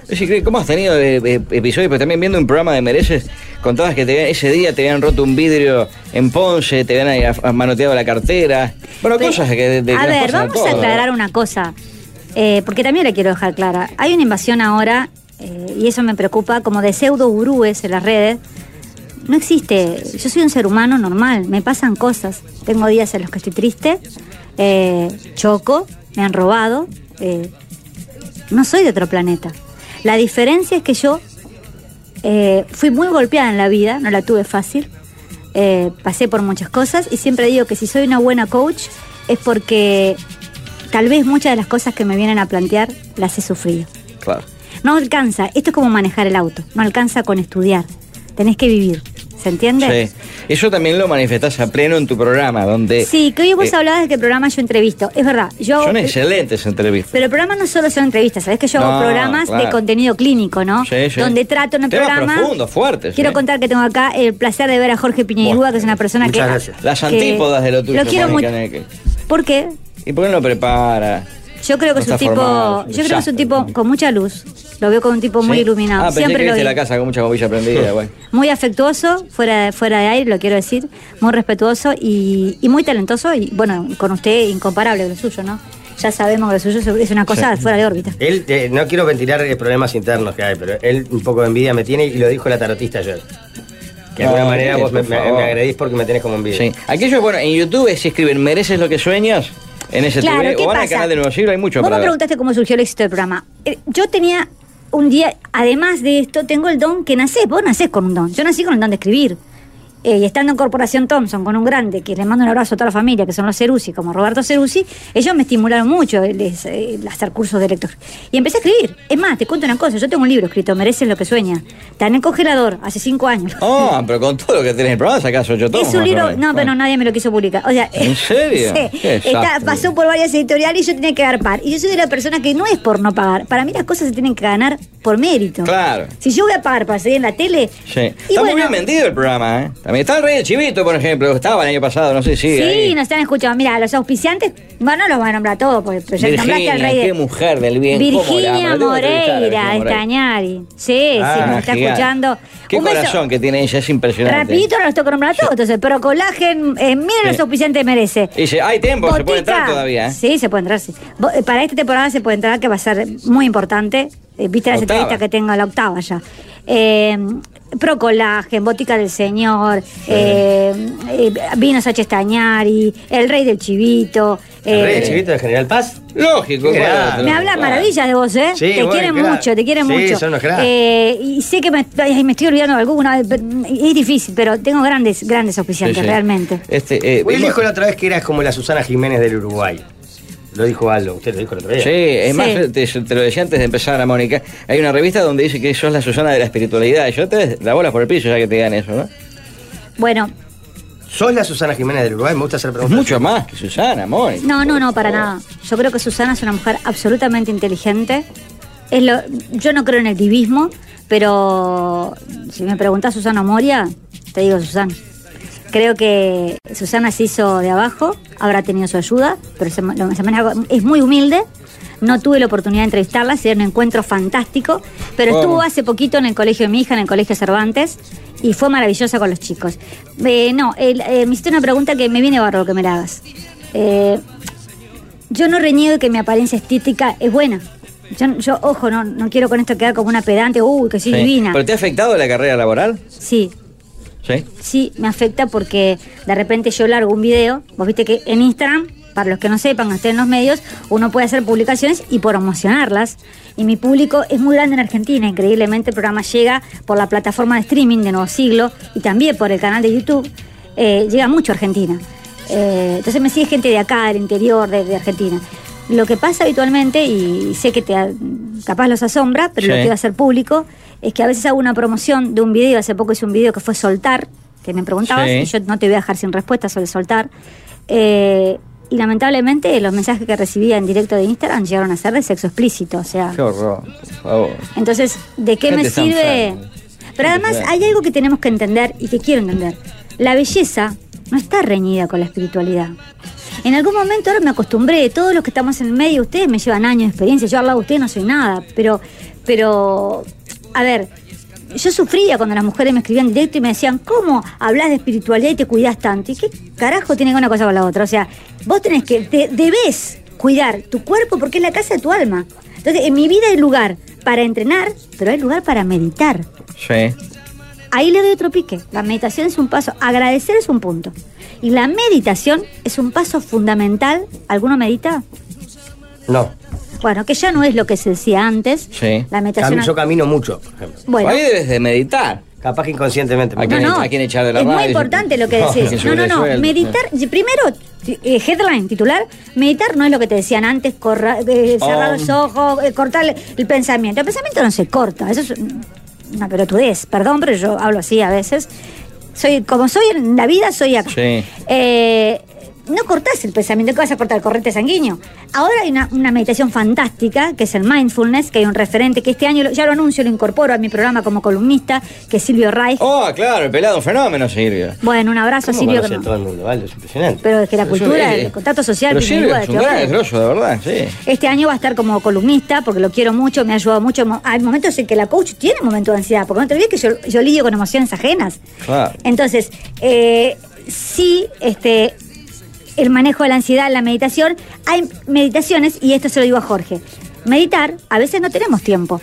[SPEAKER 16] Es increíble, ¿Cómo has tenido eh, eh, episodios? Pero también viendo un programa de Mereces, contabas que te- ese día te habían roto un vidrio en Ponce, te habían eh, manoteado la cartera. Bueno, cosas que de, de-
[SPEAKER 17] a
[SPEAKER 16] que nos
[SPEAKER 17] ver,
[SPEAKER 16] pasan
[SPEAKER 17] vamos a
[SPEAKER 16] todos.
[SPEAKER 17] aclarar una cosa, eh, porque también la quiero dejar clara. Hay una invasión ahora, eh, y eso me preocupa, como de pseudo gurúes en las redes. No existe, yo soy un ser humano normal, me pasan cosas. Tengo días en los que estoy triste, eh, choco, me han robado, eh, no soy de otro planeta. La diferencia es que yo eh, fui muy golpeada en la vida, no la tuve fácil, eh, pasé por muchas cosas y siempre digo que si soy una buena coach es porque tal vez muchas de las cosas que me vienen a plantear las he sufrido.
[SPEAKER 16] Claro.
[SPEAKER 17] No alcanza, esto es como manejar el auto, no alcanza con estudiar, tenés que vivir, ¿se entiende?
[SPEAKER 16] Sí. Eso también lo manifestás a pleno en tu programa, donde
[SPEAKER 17] Sí, que hoy vos
[SPEAKER 16] Eh,
[SPEAKER 17] hablabas de que el programa yo entrevisto, es verdad, yo...
[SPEAKER 16] son excelentes entrevistas.
[SPEAKER 17] Pero el programa no solo son entrevistas, sabés que yo hago
[SPEAKER 16] No,
[SPEAKER 17] programas de
[SPEAKER 16] claro.
[SPEAKER 17] contenido clínico, ¿no?
[SPEAKER 16] Sí, sí.
[SPEAKER 17] Donde trato en el
[SPEAKER 16] Temas
[SPEAKER 17] programa...
[SPEAKER 16] profundos, fuertes.
[SPEAKER 17] Quiero
[SPEAKER 16] ¿eh?
[SPEAKER 17] contar que tengo acá el placer de ver a Jorge Piñeirúa, que es una persona que...
[SPEAKER 16] Las
[SPEAKER 17] que-
[SPEAKER 16] antípodas de lo tuyo.
[SPEAKER 17] Lo quiero
[SPEAKER 16] Mónica
[SPEAKER 17] mucho.
[SPEAKER 16] Neque.
[SPEAKER 17] ¿Por qué?
[SPEAKER 16] ¿Y por qué no lo prepara?
[SPEAKER 17] Yo creo que
[SPEAKER 16] No
[SPEAKER 17] es un
[SPEAKER 16] está
[SPEAKER 17] tipo,
[SPEAKER 16] formado, es un
[SPEAKER 17] yo creo que es un tipo con mucha luz. Lo veo como un tipo muy
[SPEAKER 16] ¿Sí?
[SPEAKER 17] iluminado.
[SPEAKER 16] Ah, pensé
[SPEAKER 17] Siempre
[SPEAKER 16] que
[SPEAKER 17] lo vi.
[SPEAKER 16] viste la casa con mucha bombilla prendida, güey.
[SPEAKER 17] Muy afectuoso, fuera de, fuera de aire, lo quiero decir. Muy respetuoso y, y muy talentoso. Y bueno, con usted incomparable lo suyo, ¿no? Ya sabemos que lo suyo es una cosa
[SPEAKER 19] Sí.
[SPEAKER 17] fuera de órbita.
[SPEAKER 19] Él, eh, no quiero ventilar eh, problemas internos que hay, pero él un poco de envidia me tiene y lo dijo la tarotista ayer. Que de alguna
[SPEAKER 16] No,
[SPEAKER 19] manera
[SPEAKER 16] eh,
[SPEAKER 19] vos me,
[SPEAKER 16] por
[SPEAKER 19] me-
[SPEAKER 16] favor.
[SPEAKER 19] me agredís porque me tenés como envidia.
[SPEAKER 16] Sí. Aquellos, bueno, en YouTube si escriben ¿Mereces lo que sueñas? En ese
[SPEAKER 17] Claro,
[SPEAKER 16] TV,
[SPEAKER 17] ¿qué
[SPEAKER 16] o van al
[SPEAKER 17] pasa?
[SPEAKER 16] canal de Nuevo Siglo, hay mucho
[SPEAKER 17] Vos
[SPEAKER 16] para
[SPEAKER 17] me
[SPEAKER 16] ver.
[SPEAKER 17] preguntaste cómo surgió el éxito del programa. Eh, Yo tenía un día, además de esto, tengo el don que nacés. Vos nacés con un don. Yo nací con el don de escribir. Eh, y estando en Corporación Thompson con un grande, que le mando un abrazo a toda la familia, que son los Ceruzzi, como Roberto Ceruzzi, ellos me estimularon mucho les, eh, hacer cursos de lector. Y empecé a escribir. Es más, te cuento una cosa, yo tengo un libro escrito, Mereces lo que sueña. Está en el congelador, hace cinco años.
[SPEAKER 16] Ah, pero con todo lo que tenés en el programa sacás ocho tomos.
[SPEAKER 17] Es un
[SPEAKER 16] más o
[SPEAKER 17] libro,
[SPEAKER 16] menos.
[SPEAKER 17] no, pero nadie me lo quiso publicar. O sea,
[SPEAKER 16] ¿En serio?
[SPEAKER 17] sí.
[SPEAKER 16] Qué
[SPEAKER 17] Está-
[SPEAKER 16] desastre.
[SPEAKER 17] pasó por varias editoriales y yo tenía que agarpar. Y yo soy de la persona que no es por no pagar. Para mí las cosas se tienen que ganar por mérito.
[SPEAKER 16] Claro.
[SPEAKER 17] Si yo voy a pagar para salir en la tele,
[SPEAKER 16] Sí. Está muy bien vendido el programa, ¿eh? También está el Rey del Chivito, por ejemplo, que estaba el año pasado, no sé si.
[SPEAKER 17] sí,
[SPEAKER 16] ahí.
[SPEAKER 17] nos están escuchando. Mira, los auspiciantes, bueno, no los voy a nombrar todos, porque pero ya nombraste
[SPEAKER 16] Virginia,
[SPEAKER 17] al rey
[SPEAKER 16] qué
[SPEAKER 17] de.
[SPEAKER 16] mujer del bien. ¿cómo la amo?
[SPEAKER 17] Virginia
[SPEAKER 16] La tengo que entrevistar a
[SPEAKER 17] Moreira,
[SPEAKER 16] Virginia Moreira.
[SPEAKER 17] Estañari. Sí, sí,
[SPEAKER 16] Ah,
[SPEAKER 17] nos está
[SPEAKER 16] gigante.
[SPEAKER 17] escuchando.
[SPEAKER 16] Qué
[SPEAKER 17] Un beso.
[SPEAKER 16] corazón que tiene ella, es impresionante.
[SPEAKER 17] Rapidito no los toco nombrar todos, entonces, pero colagen, eh, miren
[SPEAKER 16] Sí.
[SPEAKER 17] los auspiciantes merece.
[SPEAKER 16] Y dice, hay tiempo, se puede entrar
[SPEAKER 17] Botica.
[SPEAKER 16] todavía, ¿eh?
[SPEAKER 17] Sí, se puede entrar. sí. Bo- eh, Para esta temporada se puede entrar, que va a ser muy importante. Eh, Viste las
[SPEAKER 16] Octava.
[SPEAKER 17] entrevistas que tengo, la octava ya. Eh, Procolagen, Botica del Señor, eh, eh, Vinos H. Estañari, El Rey del Chivito.
[SPEAKER 19] ¿El rey
[SPEAKER 17] eh,
[SPEAKER 19] de Chivito de General Paz?
[SPEAKER 16] Lógico,
[SPEAKER 19] Qué
[SPEAKER 16] claro.
[SPEAKER 19] grande.
[SPEAKER 17] me hablan
[SPEAKER 19] Claro.
[SPEAKER 17] maravillas de vos, ¿eh?
[SPEAKER 19] Sí,
[SPEAKER 17] te
[SPEAKER 19] bueno,
[SPEAKER 17] quieren
[SPEAKER 19] claro.
[SPEAKER 17] mucho, te quieren
[SPEAKER 19] Sí,
[SPEAKER 17] mucho.
[SPEAKER 19] son los cracks.
[SPEAKER 17] Eh, y sé que me, ay, me estoy olvidando de alguna, pero mm, es difícil, pero tengo grandes, grandes auspiciantes,
[SPEAKER 19] Sí, sí.
[SPEAKER 17] realmente.
[SPEAKER 16] Este,
[SPEAKER 19] Él
[SPEAKER 16] vimos-
[SPEAKER 19] dijo la otra vez que eras como la Susana Jiménez del Uruguay. Lo dijo Aldo, usted lo dijo la otra
[SPEAKER 16] Sí,
[SPEAKER 19] vez.
[SPEAKER 16] es más, te, te lo decía antes de empezar a Mónica. Hay una revista donde dice que sos la Susana de la espiritualidad. Yo te la bola por el piso ya que te digan eso, ¿no?
[SPEAKER 17] Bueno,
[SPEAKER 19] ¿Sos la Susana Jiménez del Uruguay? Me gusta hacer preguntas.
[SPEAKER 16] Mucho más que Susana, Mónica.
[SPEAKER 17] No, no, no, para nada. Yo creo que Susana es una mujer absolutamente inteligente. Es lo, yo no creo en el divismo, pero si me preguntás Susana Moria, te digo Susana. Creo que Susana se hizo de abajo, habrá tenido su ayuda, pero se- lo- se maneja- es muy humilde. No tuve la oportunidad de entrevistarla, sería un encuentro fantástico, pero
[SPEAKER 20] Vamos.
[SPEAKER 17] estuvo hace poquito en el colegio de mi hija, en el colegio Cervantes, y fue maravillosa con los chicos. Eh, no, el- eh, me hiciste una pregunta que me viene bárbaro que me la hagas. Eh, yo no reniego que mi apariencia estética es buena. Yo, yo, ojo, no, no quiero con esto quedar como una pedante, uy, que soy
[SPEAKER 16] Sí.
[SPEAKER 17] divina.
[SPEAKER 16] ¿Pero te ha afectado la carrera laboral?
[SPEAKER 17] Sí,
[SPEAKER 16] Sí.
[SPEAKER 17] sí, me afecta porque de repente yo largo un video. Vos viste que en Instagram, para los que no sepan, que estén en los medios, uno puede hacer publicaciones y promocionarlas. Y mi público es muy grande en Argentina. Increíblemente, el programa llega por la plataforma de streaming de Nuevo Siglo y también por el canal de YouTube. Eh, llega mucho a Argentina. Eh, entonces me sigue gente de acá, del interior, de, de Argentina. Lo que pasa habitualmente, y sé que te, capaz los asombra, pero lo
[SPEAKER 20] Sí.
[SPEAKER 17] quiero hacer público, es que a veces hago una promoción de un video, hace poco hice un video que fue soltar, que me preguntabas,
[SPEAKER 20] Sí.
[SPEAKER 17] y yo no te voy a dejar sin respuesta sobre soltar. Eh, y lamentablemente los mensajes que recibía en directo de Instagram llegaron a ser de sexo explícito, o sea...
[SPEAKER 16] Qué horror, por favor.
[SPEAKER 17] Entonces, ¿de qué
[SPEAKER 16] Gente
[SPEAKER 17] me
[SPEAKER 16] tan
[SPEAKER 17] sirve? Pero además
[SPEAKER 16] Claro.
[SPEAKER 17] hay algo que tenemos que entender y que quiero entender. La belleza no está reñida con la espiritualidad. En algún momento ahora me acostumbré, todos los que estamos en el medio, ustedes me llevan años de experiencia, yo al lado de ustedes no soy nada, pero, pero, a ver, yo sufría cuando las mujeres me escribían directo y me decían, ¿cómo hablas de espiritualidad y te cuidas tanto? ¿Y qué carajo tiene que ver una cosa con la otra? O sea, vos tenés que, te- debes cuidar tu cuerpo porque es la casa de tu alma. Entonces, en mi vida hay lugar para entrenar, pero hay lugar para meditar.
[SPEAKER 16] Sí.
[SPEAKER 17] Ahí le doy otro pique. La meditación es un paso, agradecer es un punto. Y la meditación es un paso fundamental. ¿Alguno medita?
[SPEAKER 19] No.
[SPEAKER 17] Bueno, que ya no es lo que se decía antes.
[SPEAKER 16] Sí.
[SPEAKER 17] La meditación-
[SPEAKER 19] Cam- Yo camino mucho, por ejemplo.
[SPEAKER 17] Bueno.
[SPEAKER 16] Ahí debes de meditar.
[SPEAKER 19] Capaz que inconscientemente.
[SPEAKER 16] ¿A quién,
[SPEAKER 17] No, no.
[SPEAKER 16] a quién echar de la
[SPEAKER 17] Es muy
[SPEAKER 16] radio?
[SPEAKER 17] importante lo que decís. No, no, no. Meditar, y primero, eh, headline, titular, meditar no es lo que te decían antes, corra- eh, cerrar
[SPEAKER 20] Oh.
[SPEAKER 17] los ojos, eh, cortar el pensamiento. El pensamiento no se corta, eso es un- una pelotudez. Perdón, pero yo hablo así a veces. Soy, como soy en la vida, soy acá.
[SPEAKER 16] Sí.
[SPEAKER 17] Eh, no cortás el pensamiento, que vas a cortar el corriente sanguíneo. Ahora hay una, una meditación fantástica, que es el mindfulness, que hay un referente, que este año lo- ya lo anuncio, lo incorporo a mi programa como columnista, que es Silvio Reich.
[SPEAKER 16] Oh, claro, el pelado, un fenómeno, Silvio.
[SPEAKER 17] Bueno, un abrazo,
[SPEAKER 16] ¿Cómo
[SPEAKER 17] Silvio.
[SPEAKER 16] conoce
[SPEAKER 17] que no-
[SPEAKER 19] Todo el mundo, ¿vale? Es impresionante.
[SPEAKER 17] pero es que la
[SPEAKER 16] Pero eso
[SPEAKER 17] cultura,
[SPEAKER 16] es-
[SPEAKER 17] el contacto social,
[SPEAKER 16] Pero
[SPEAKER 17] viene
[SPEAKER 16] Silvio
[SPEAKER 17] igual
[SPEAKER 16] es
[SPEAKER 17] de
[SPEAKER 16] un
[SPEAKER 17] todo
[SPEAKER 16] gran
[SPEAKER 17] lado.
[SPEAKER 16] grosso, de verdad, sí.
[SPEAKER 17] Este año va a estar como columnista porque lo quiero mucho, me ha ayudado mucho. Mo- Hay momentos en que la coach tiene momentos de ansiedad, porque no te olvides que yo, yo lidio con emociones ajenas.
[SPEAKER 16] Claro.
[SPEAKER 17] Entonces, eh, sí, este, el manejo de la ansiedad, la meditación, hay meditaciones, y esto se lo digo a Jorge, meditar, a veces no tenemos tiempo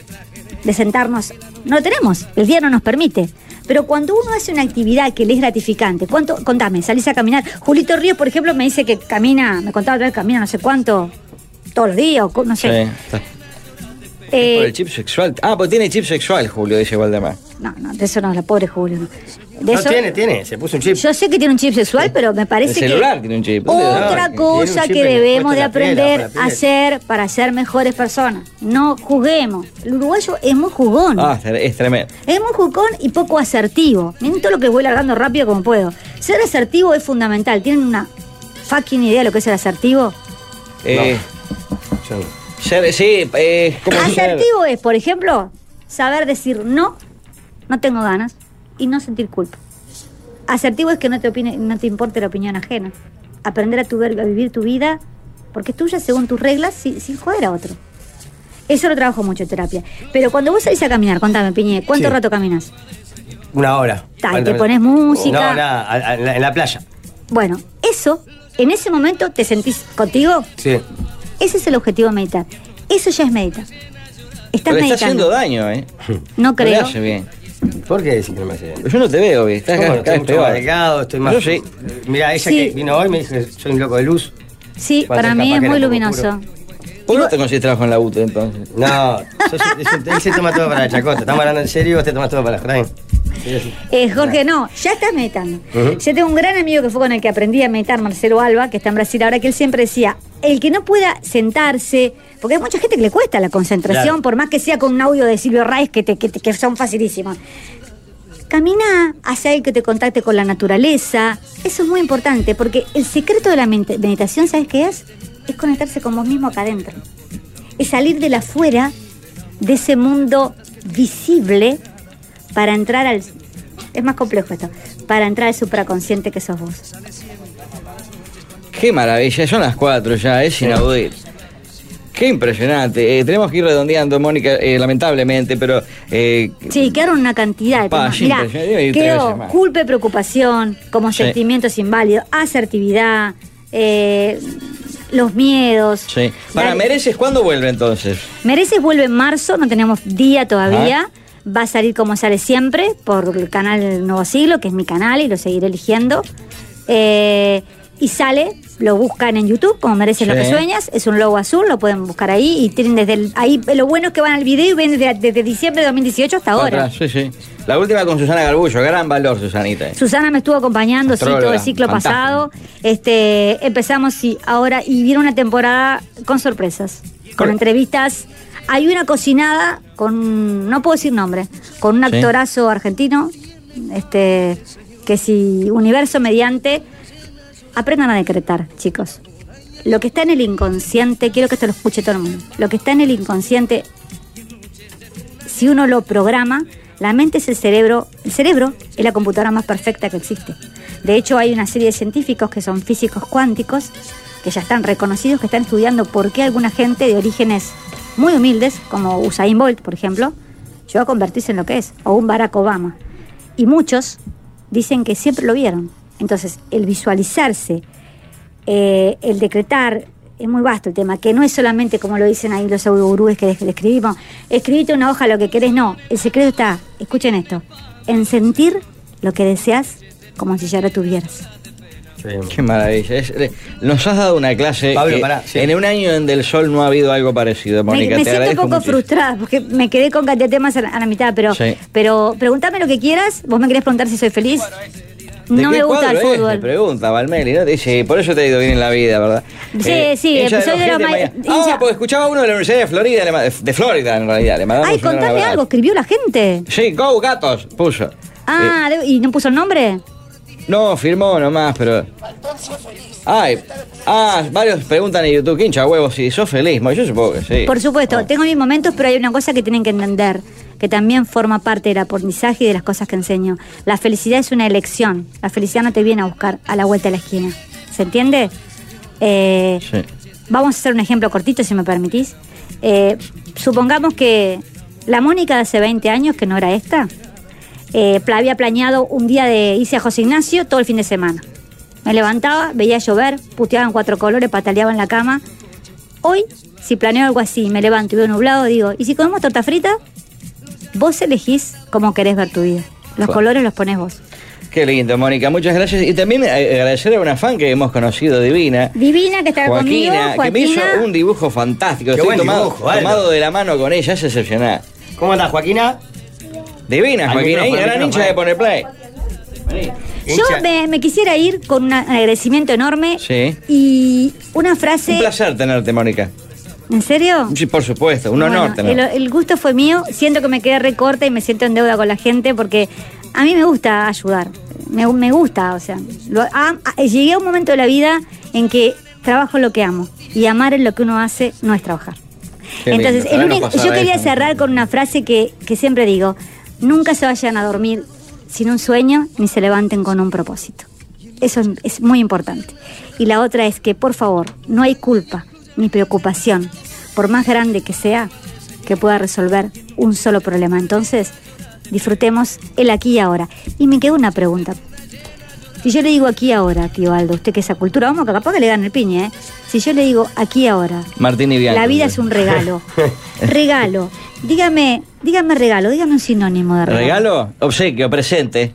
[SPEAKER 17] de sentarnos, no lo tenemos, el día no nos permite. Pero cuando uno hace una actividad que le es gratificante, ¿cuánto? Contame, salís a caminar. Julito Ríos, por ejemplo, me dice que camina, me contaba otra vez, camina no sé cuánto, todos los días, o co- no sé.
[SPEAKER 16] Sí.
[SPEAKER 17] Eh,
[SPEAKER 16] Por el chip sexual. Ah, pues tiene chip sexual, Julio, dice Valdemar.
[SPEAKER 17] no, no, de eso no, la pobre Julio. no. De
[SPEAKER 16] No,
[SPEAKER 17] eso-
[SPEAKER 16] tiene,
[SPEAKER 19] tiene, se puso un chip.
[SPEAKER 17] Yo sé que tiene un chip sexual, pero me
[SPEAKER 16] El
[SPEAKER 17] parece que...
[SPEAKER 16] celular tiene un chip. ¿Dónde pues, da?
[SPEAKER 17] Otra
[SPEAKER 16] No,
[SPEAKER 17] cosa
[SPEAKER 16] tiene
[SPEAKER 17] que
[SPEAKER 16] un chip en-
[SPEAKER 17] debemos de
[SPEAKER 16] puesto en la piel,
[SPEAKER 17] aprender
[SPEAKER 16] abajo de la
[SPEAKER 17] a
[SPEAKER 16] piel.
[SPEAKER 17] hacer para ser mejores personas. No juguemos. El uruguayo es muy jugón.
[SPEAKER 16] Ah, es tremendo.
[SPEAKER 17] Es muy jugón y poco asertivo. Miren todo lo que voy largando rápido como puedo. Ser asertivo es fundamental. ¿Tienen una fucking idea de lo que es ser asertivo?
[SPEAKER 16] Eh, ser- sí, eh, ¿cómo es ser?
[SPEAKER 17] Asertivo es, por ejemplo, saber decir no, no tengo ganas y no sentir culpa. Asertivo es que no te, opine, no te importe la opinión ajena. Aprender a, tu ver- a vivir tu vida porque es tuya según tus reglas sin, sin joder a otro. Eso lo trabajo mucho en terapia. Pero cuando vos salís a caminar, contame, Piñe, ¿cuánto
[SPEAKER 19] Sí.
[SPEAKER 17] rato caminas?
[SPEAKER 19] Una hora.
[SPEAKER 17] Ta, y
[SPEAKER 19] Cuarenta
[SPEAKER 17] te pones
[SPEAKER 19] minutos.
[SPEAKER 17] música.
[SPEAKER 19] No, nada, a- a- en la- en la playa.
[SPEAKER 17] Bueno, eso, en ese momento te sentís contigo,
[SPEAKER 19] Sí.
[SPEAKER 17] ese es el objetivo de meditar. Eso ya es meditar. Estás
[SPEAKER 16] Pero está
[SPEAKER 17] meditando.
[SPEAKER 16] haciendo daño, ¿eh?
[SPEAKER 17] No
[SPEAKER 16] le
[SPEAKER 17] creo.
[SPEAKER 16] hace bien.
[SPEAKER 19] ¿Por qué decís que no me hace bien?
[SPEAKER 16] Yo no te veo, vi. Estás
[SPEAKER 19] ¿Cómo?
[SPEAKER 16] cada-
[SPEAKER 19] estoy
[SPEAKER 16] cada vez
[SPEAKER 19] mucho
[SPEAKER 16] peor.
[SPEAKER 19] más delgado, estoy más.
[SPEAKER 16] Yo sí.
[SPEAKER 19] Mira, ella
[SPEAKER 17] Sí.
[SPEAKER 19] que vino hoy me dijo que soy un loco de luz.
[SPEAKER 17] Sí,
[SPEAKER 19] Cuando
[SPEAKER 17] para
[SPEAKER 19] es
[SPEAKER 17] mí es
[SPEAKER 19] capaz que
[SPEAKER 17] muy
[SPEAKER 19] era un
[SPEAKER 17] luminoso.
[SPEAKER 16] ¿Por qué no te conseguís trabajo en la UTE entonces?
[SPEAKER 19] No, sos- es un- él se toma todo para la chacota. Estamos hablando en serio, vos te tomas todo para la Frank.
[SPEAKER 17] Eh, Jorge, no, ya estás meditando.
[SPEAKER 19] Ujú.
[SPEAKER 17] Yo tengo un gran amigo que fue con el que aprendí a meditar, Marcelo Alba, que está en Brasil ahora, que él siempre decía, el que no pueda sentarse, porque hay mucha gente que le cuesta la concentración,
[SPEAKER 12] Claro.
[SPEAKER 17] por más que sea con un audio de Silvio Raiz, que, te- que te- que son facilísimos. Camina hacia el que te contacte con la naturaleza. Eso es muy importante, porque el secreto de la mente- meditación, ¿sabes qué es? Es conectarse con vos mismo acá adentro. Es salir de la afuera, de ese mundo visible, para entrar al... Es más complejo esto. Para entrar al supraconsciente que sos vos.
[SPEAKER 16] Qué maravilla, son las cuatro ya, es inaudito. Qué impresionante. Eh, tenemos que ir redondeando, Mónica, eh, lamentablemente, pero eh,
[SPEAKER 17] Sí, quedaron una cantidad de
[SPEAKER 16] Pa,
[SPEAKER 17] temas.
[SPEAKER 16] sí,
[SPEAKER 17] Mirá,
[SPEAKER 16] impresionante. Debe ir tres veces
[SPEAKER 17] quedó
[SPEAKER 16] más.
[SPEAKER 17] culpa y preocupación como
[SPEAKER 16] Sí.
[SPEAKER 17] sentimientos inválidos, asertividad, eh, los miedos.
[SPEAKER 16] sí. Para
[SPEAKER 17] Dale.
[SPEAKER 16] mereces, ¿cuándo vuelve entonces?
[SPEAKER 17] Mereces vuelve en marzo, no tenemos día todavía. Va a salir como sale siempre por el canal Nuevo Siglo, que es mi canal y lo seguiré eligiendo. Eh, y sale, lo buscan en YouTube como Mereces lo
[SPEAKER 12] Sí.
[SPEAKER 17] que sueñas. Es un logo azul, lo pueden buscar ahí. Y tienen desde el- ahí lo bueno es que van al video y ven desde, desde diciembre de 2018 hasta
[SPEAKER 16] Para
[SPEAKER 17] ahora.
[SPEAKER 16] atrás, sí, sí. La última con Susana Garbullo, gran valor, Susanita. eh.
[SPEAKER 17] Susana me estuvo acompañando sí,
[SPEAKER 16] Astróloga,
[SPEAKER 17] todo el ciclo
[SPEAKER 16] fantástica.
[SPEAKER 17] pasado. Este, empezamos sí, ahora y viene una temporada con sorpresas, con entrevistas. Hay una cocinada con, no puedo decir nombre, con un
[SPEAKER 12] Sí.
[SPEAKER 17] actorazo argentino, este, que si universo mediante, aprendan a decretar, chicos. Lo que está en el inconsciente, quiero que esto lo escuche todo el mundo, lo que está en el inconsciente si uno lo programa, la mente es el cerebro, el cerebro es la computadora más perfecta que existe. De hecho, hay una serie de científicos que son físicos cuánticos, que ya están reconocidos, que están estudiando por qué alguna gente de orígenes muy humildes, como Usain Bolt, por ejemplo, llegó a convertirse en lo que es, o un Barack Obama. Y muchos dicen que siempre lo vieron. Entonces, el visualizarse, eh, el decretar, es muy vasto el tema, que no es solamente como lo dicen ahí los gurúes que les- le escribimos, escribite una hoja lo que querés, no, el secreto está, escuchen esto, en sentir lo que deseas como si ya lo tuvieras.
[SPEAKER 16] Qué maravilla. es- eh, nos has dado una clase.
[SPEAKER 19] Pablo,
[SPEAKER 16] que
[SPEAKER 19] pará, sí.
[SPEAKER 16] En un año en Del Sol no ha habido algo parecido,
[SPEAKER 17] Me,
[SPEAKER 16] Mónica.
[SPEAKER 17] me siento
[SPEAKER 16] te
[SPEAKER 17] un
[SPEAKER 16] agradezco
[SPEAKER 17] poco
[SPEAKER 16] muchísimo.
[SPEAKER 17] frustrada porque me quedé con cantidad de temas a la, a la mitad, pero,
[SPEAKER 16] Sí.
[SPEAKER 17] pero pregúntame lo que quieras, vos me querés preguntar si soy feliz.
[SPEAKER 16] ¿De
[SPEAKER 17] No
[SPEAKER 16] qué
[SPEAKER 17] me gusta el
[SPEAKER 16] cuadro es?
[SPEAKER 17] fútbol.
[SPEAKER 16] Me pregunta, Valmeli, ¿no? Dice, por eso te ha ido bien en la vida, ¿verdad?
[SPEAKER 17] Sí,
[SPEAKER 16] Eh,
[SPEAKER 17] sí,
[SPEAKER 16] hincha
[SPEAKER 17] soy de los
[SPEAKER 16] Getafe
[SPEAKER 17] ma-
[SPEAKER 16] Miami. Ah, porque escuchaba uno de la Universidad de Florida, le ma- de Florida en realidad. Le mandamos
[SPEAKER 17] Ay,
[SPEAKER 16] un gran
[SPEAKER 17] contame
[SPEAKER 16] abrazo.
[SPEAKER 17] algo, escribió la gente.
[SPEAKER 16] Sí, Go Gatos, puso.
[SPEAKER 17] Ah, de- ¿y no puso el nombre?
[SPEAKER 16] No, firmó nomás, pero. Ay, ah, varios preguntan en YouTube, hincha huevos, si sos feliz. Bueno, yo supongo que sí. Ah.
[SPEAKER 17] Por supuesto, tengo mis momentos, pero hay una cosa que tienen que entender, que también forma parte del aprendizaje y de las cosas que enseño. La felicidad es una elección. La felicidad no te viene a buscar a la vuelta de la esquina. ¿Se entiende? Eh,
[SPEAKER 16] Sí.
[SPEAKER 17] Vamos a hacer un ejemplo cortito, si me permitís. Eh, supongamos que la Mónica de hace 20 años, que no era esta, eh, pla- había planeado un día de irse a José Ignacio todo el fin de semana. Me levantaba, veía llover, puteaba en cuatro colores, pataleaba en la cama. Hoy, si planeo algo así, me levanto y veo nublado, digo, ¿y si comemos torta frita? Vos elegís cómo querés ver tu vida. Los
[SPEAKER 16] Claro.
[SPEAKER 17] colores los pones vos.
[SPEAKER 16] Qué lindo, Mónica, muchas gracias. Y también eh, agradecer a una fan que hemos conocido, Divina.
[SPEAKER 17] Divina que está conmigo,
[SPEAKER 16] Joaquina, que me hizo
[SPEAKER 17] Joaquina.
[SPEAKER 16] un dibujo
[SPEAKER 19] Qué
[SPEAKER 16] fantástico. Estoy
[SPEAKER 19] buen
[SPEAKER 16] tomado,
[SPEAKER 19] dibujo, Aldo.
[SPEAKER 16] tomado de la mano con ella, es excepcional.
[SPEAKER 19] ¿Cómo andás, Joaquina?
[SPEAKER 16] Divina,
[SPEAKER 19] Al
[SPEAKER 16] Joaquina, ahí,
[SPEAKER 19] micrófono,
[SPEAKER 16] gran
[SPEAKER 19] al
[SPEAKER 16] hincha de poner play.
[SPEAKER 17] Yo me, me quisiera ir con una- un agradecimiento enorme
[SPEAKER 16] Sí.
[SPEAKER 17] y una
[SPEAKER 16] Un
[SPEAKER 17] frase.
[SPEAKER 16] placer tenerte, Mónica.
[SPEAKER 17] ¿En serio?
[SPEAKER 16] Sí, por supuesto, un
[SPEAKER 17] Bueno,
[SPEAKER 16] honor
[SPEAKER 17] el,
[SPEAKER 16] tenerte.
[SPEAKER 17] el gusto fue mío. Siento que me quedé recorta y me siento en deuda con la gente porque a mí me gusta ayudar. Me, me gusta, o sea. lo- a- a- llegué a un momento de la vida en que trabajo en lo que amo y amar en lo que uno hace no es trabajar.
[SPEAKER 12] Qué lindo,
[SPEAKER 17] Entonces, el
[SPEAKER 12] ojalá no
[SPEAKER 17] único- yo
[SPEAKER 12] pasara
[SPEAKER 17] quería
[SPEAKER 12] eso.
[SPEAKER 17] cerrar con una frase que, que siempre digo: nunca se vayan a dormir sin un sueño ni se levanten con un propósito. Eso es- es muy importante. Y la otra es que, por favor, no hay culpa ni preocupación, por más grande que sea, que pueda resolver un solo problema. Entonces, disfrutemos el aquí y ahora. Y me queda una pregunta. Si yo le digo aquí ahora, tío Aldo, usted que esa cultura, vamos, que capaz que le dan el piñe, ¿eh? Si yo le digo aquí ahora,
[SPEAKER 16] Martín y Bianco.
[SPEAKER 17] la vida es un regalo. regalo. Dígame, dígame regalo, dígame un sinónimo de regalo.
[SPEAKER 16] ¿Regalo? Obsequio, presente.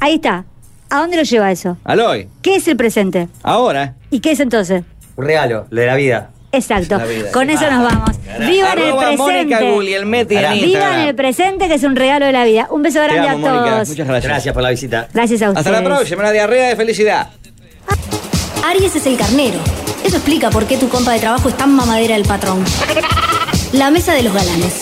[SPEAKER 17] Ahí está. ¿A dónde lo lleva eso?
[SPEAKER 16] Al hoy,
[SPEAKER 17] ¿Qué es el presente?
[SPEAKER 16] ahora.
[SPEAKER 17] ¿Y qué es entonces?
[SPEAKER 19] Un regalo, lo de la vida.
[SPEAKER 17] Exacto.
[SPEAKER 19] La vida.
[SPEAKER 17] Con eso nos vamos. Viva en el
[SPEAKER 16] Ah, Arroba Mónica
[SPEAKER 17] presente.
[SPEAKER 16] Guglielmetti en
[SPEAKER 17] Viva en
[SPEAKER 16] Instagram.
[SPEAKER 17] el presente, que es un regalo de la vida. Un beso grande a todos.
[SPEAKER 16] Muchas gracias.
[SPEAKER 19] Gracias por la visita.
[SPEAKER 17] Gracias a ustedes.
[SPEAKER 16] Hasta la próxima, una diarrea de felicidad.
[SPEAKER 12] Aries es el carnero. Eso explica por qué tu compa de trabajo es tan mamadera del patrón. La mesa de los galanes.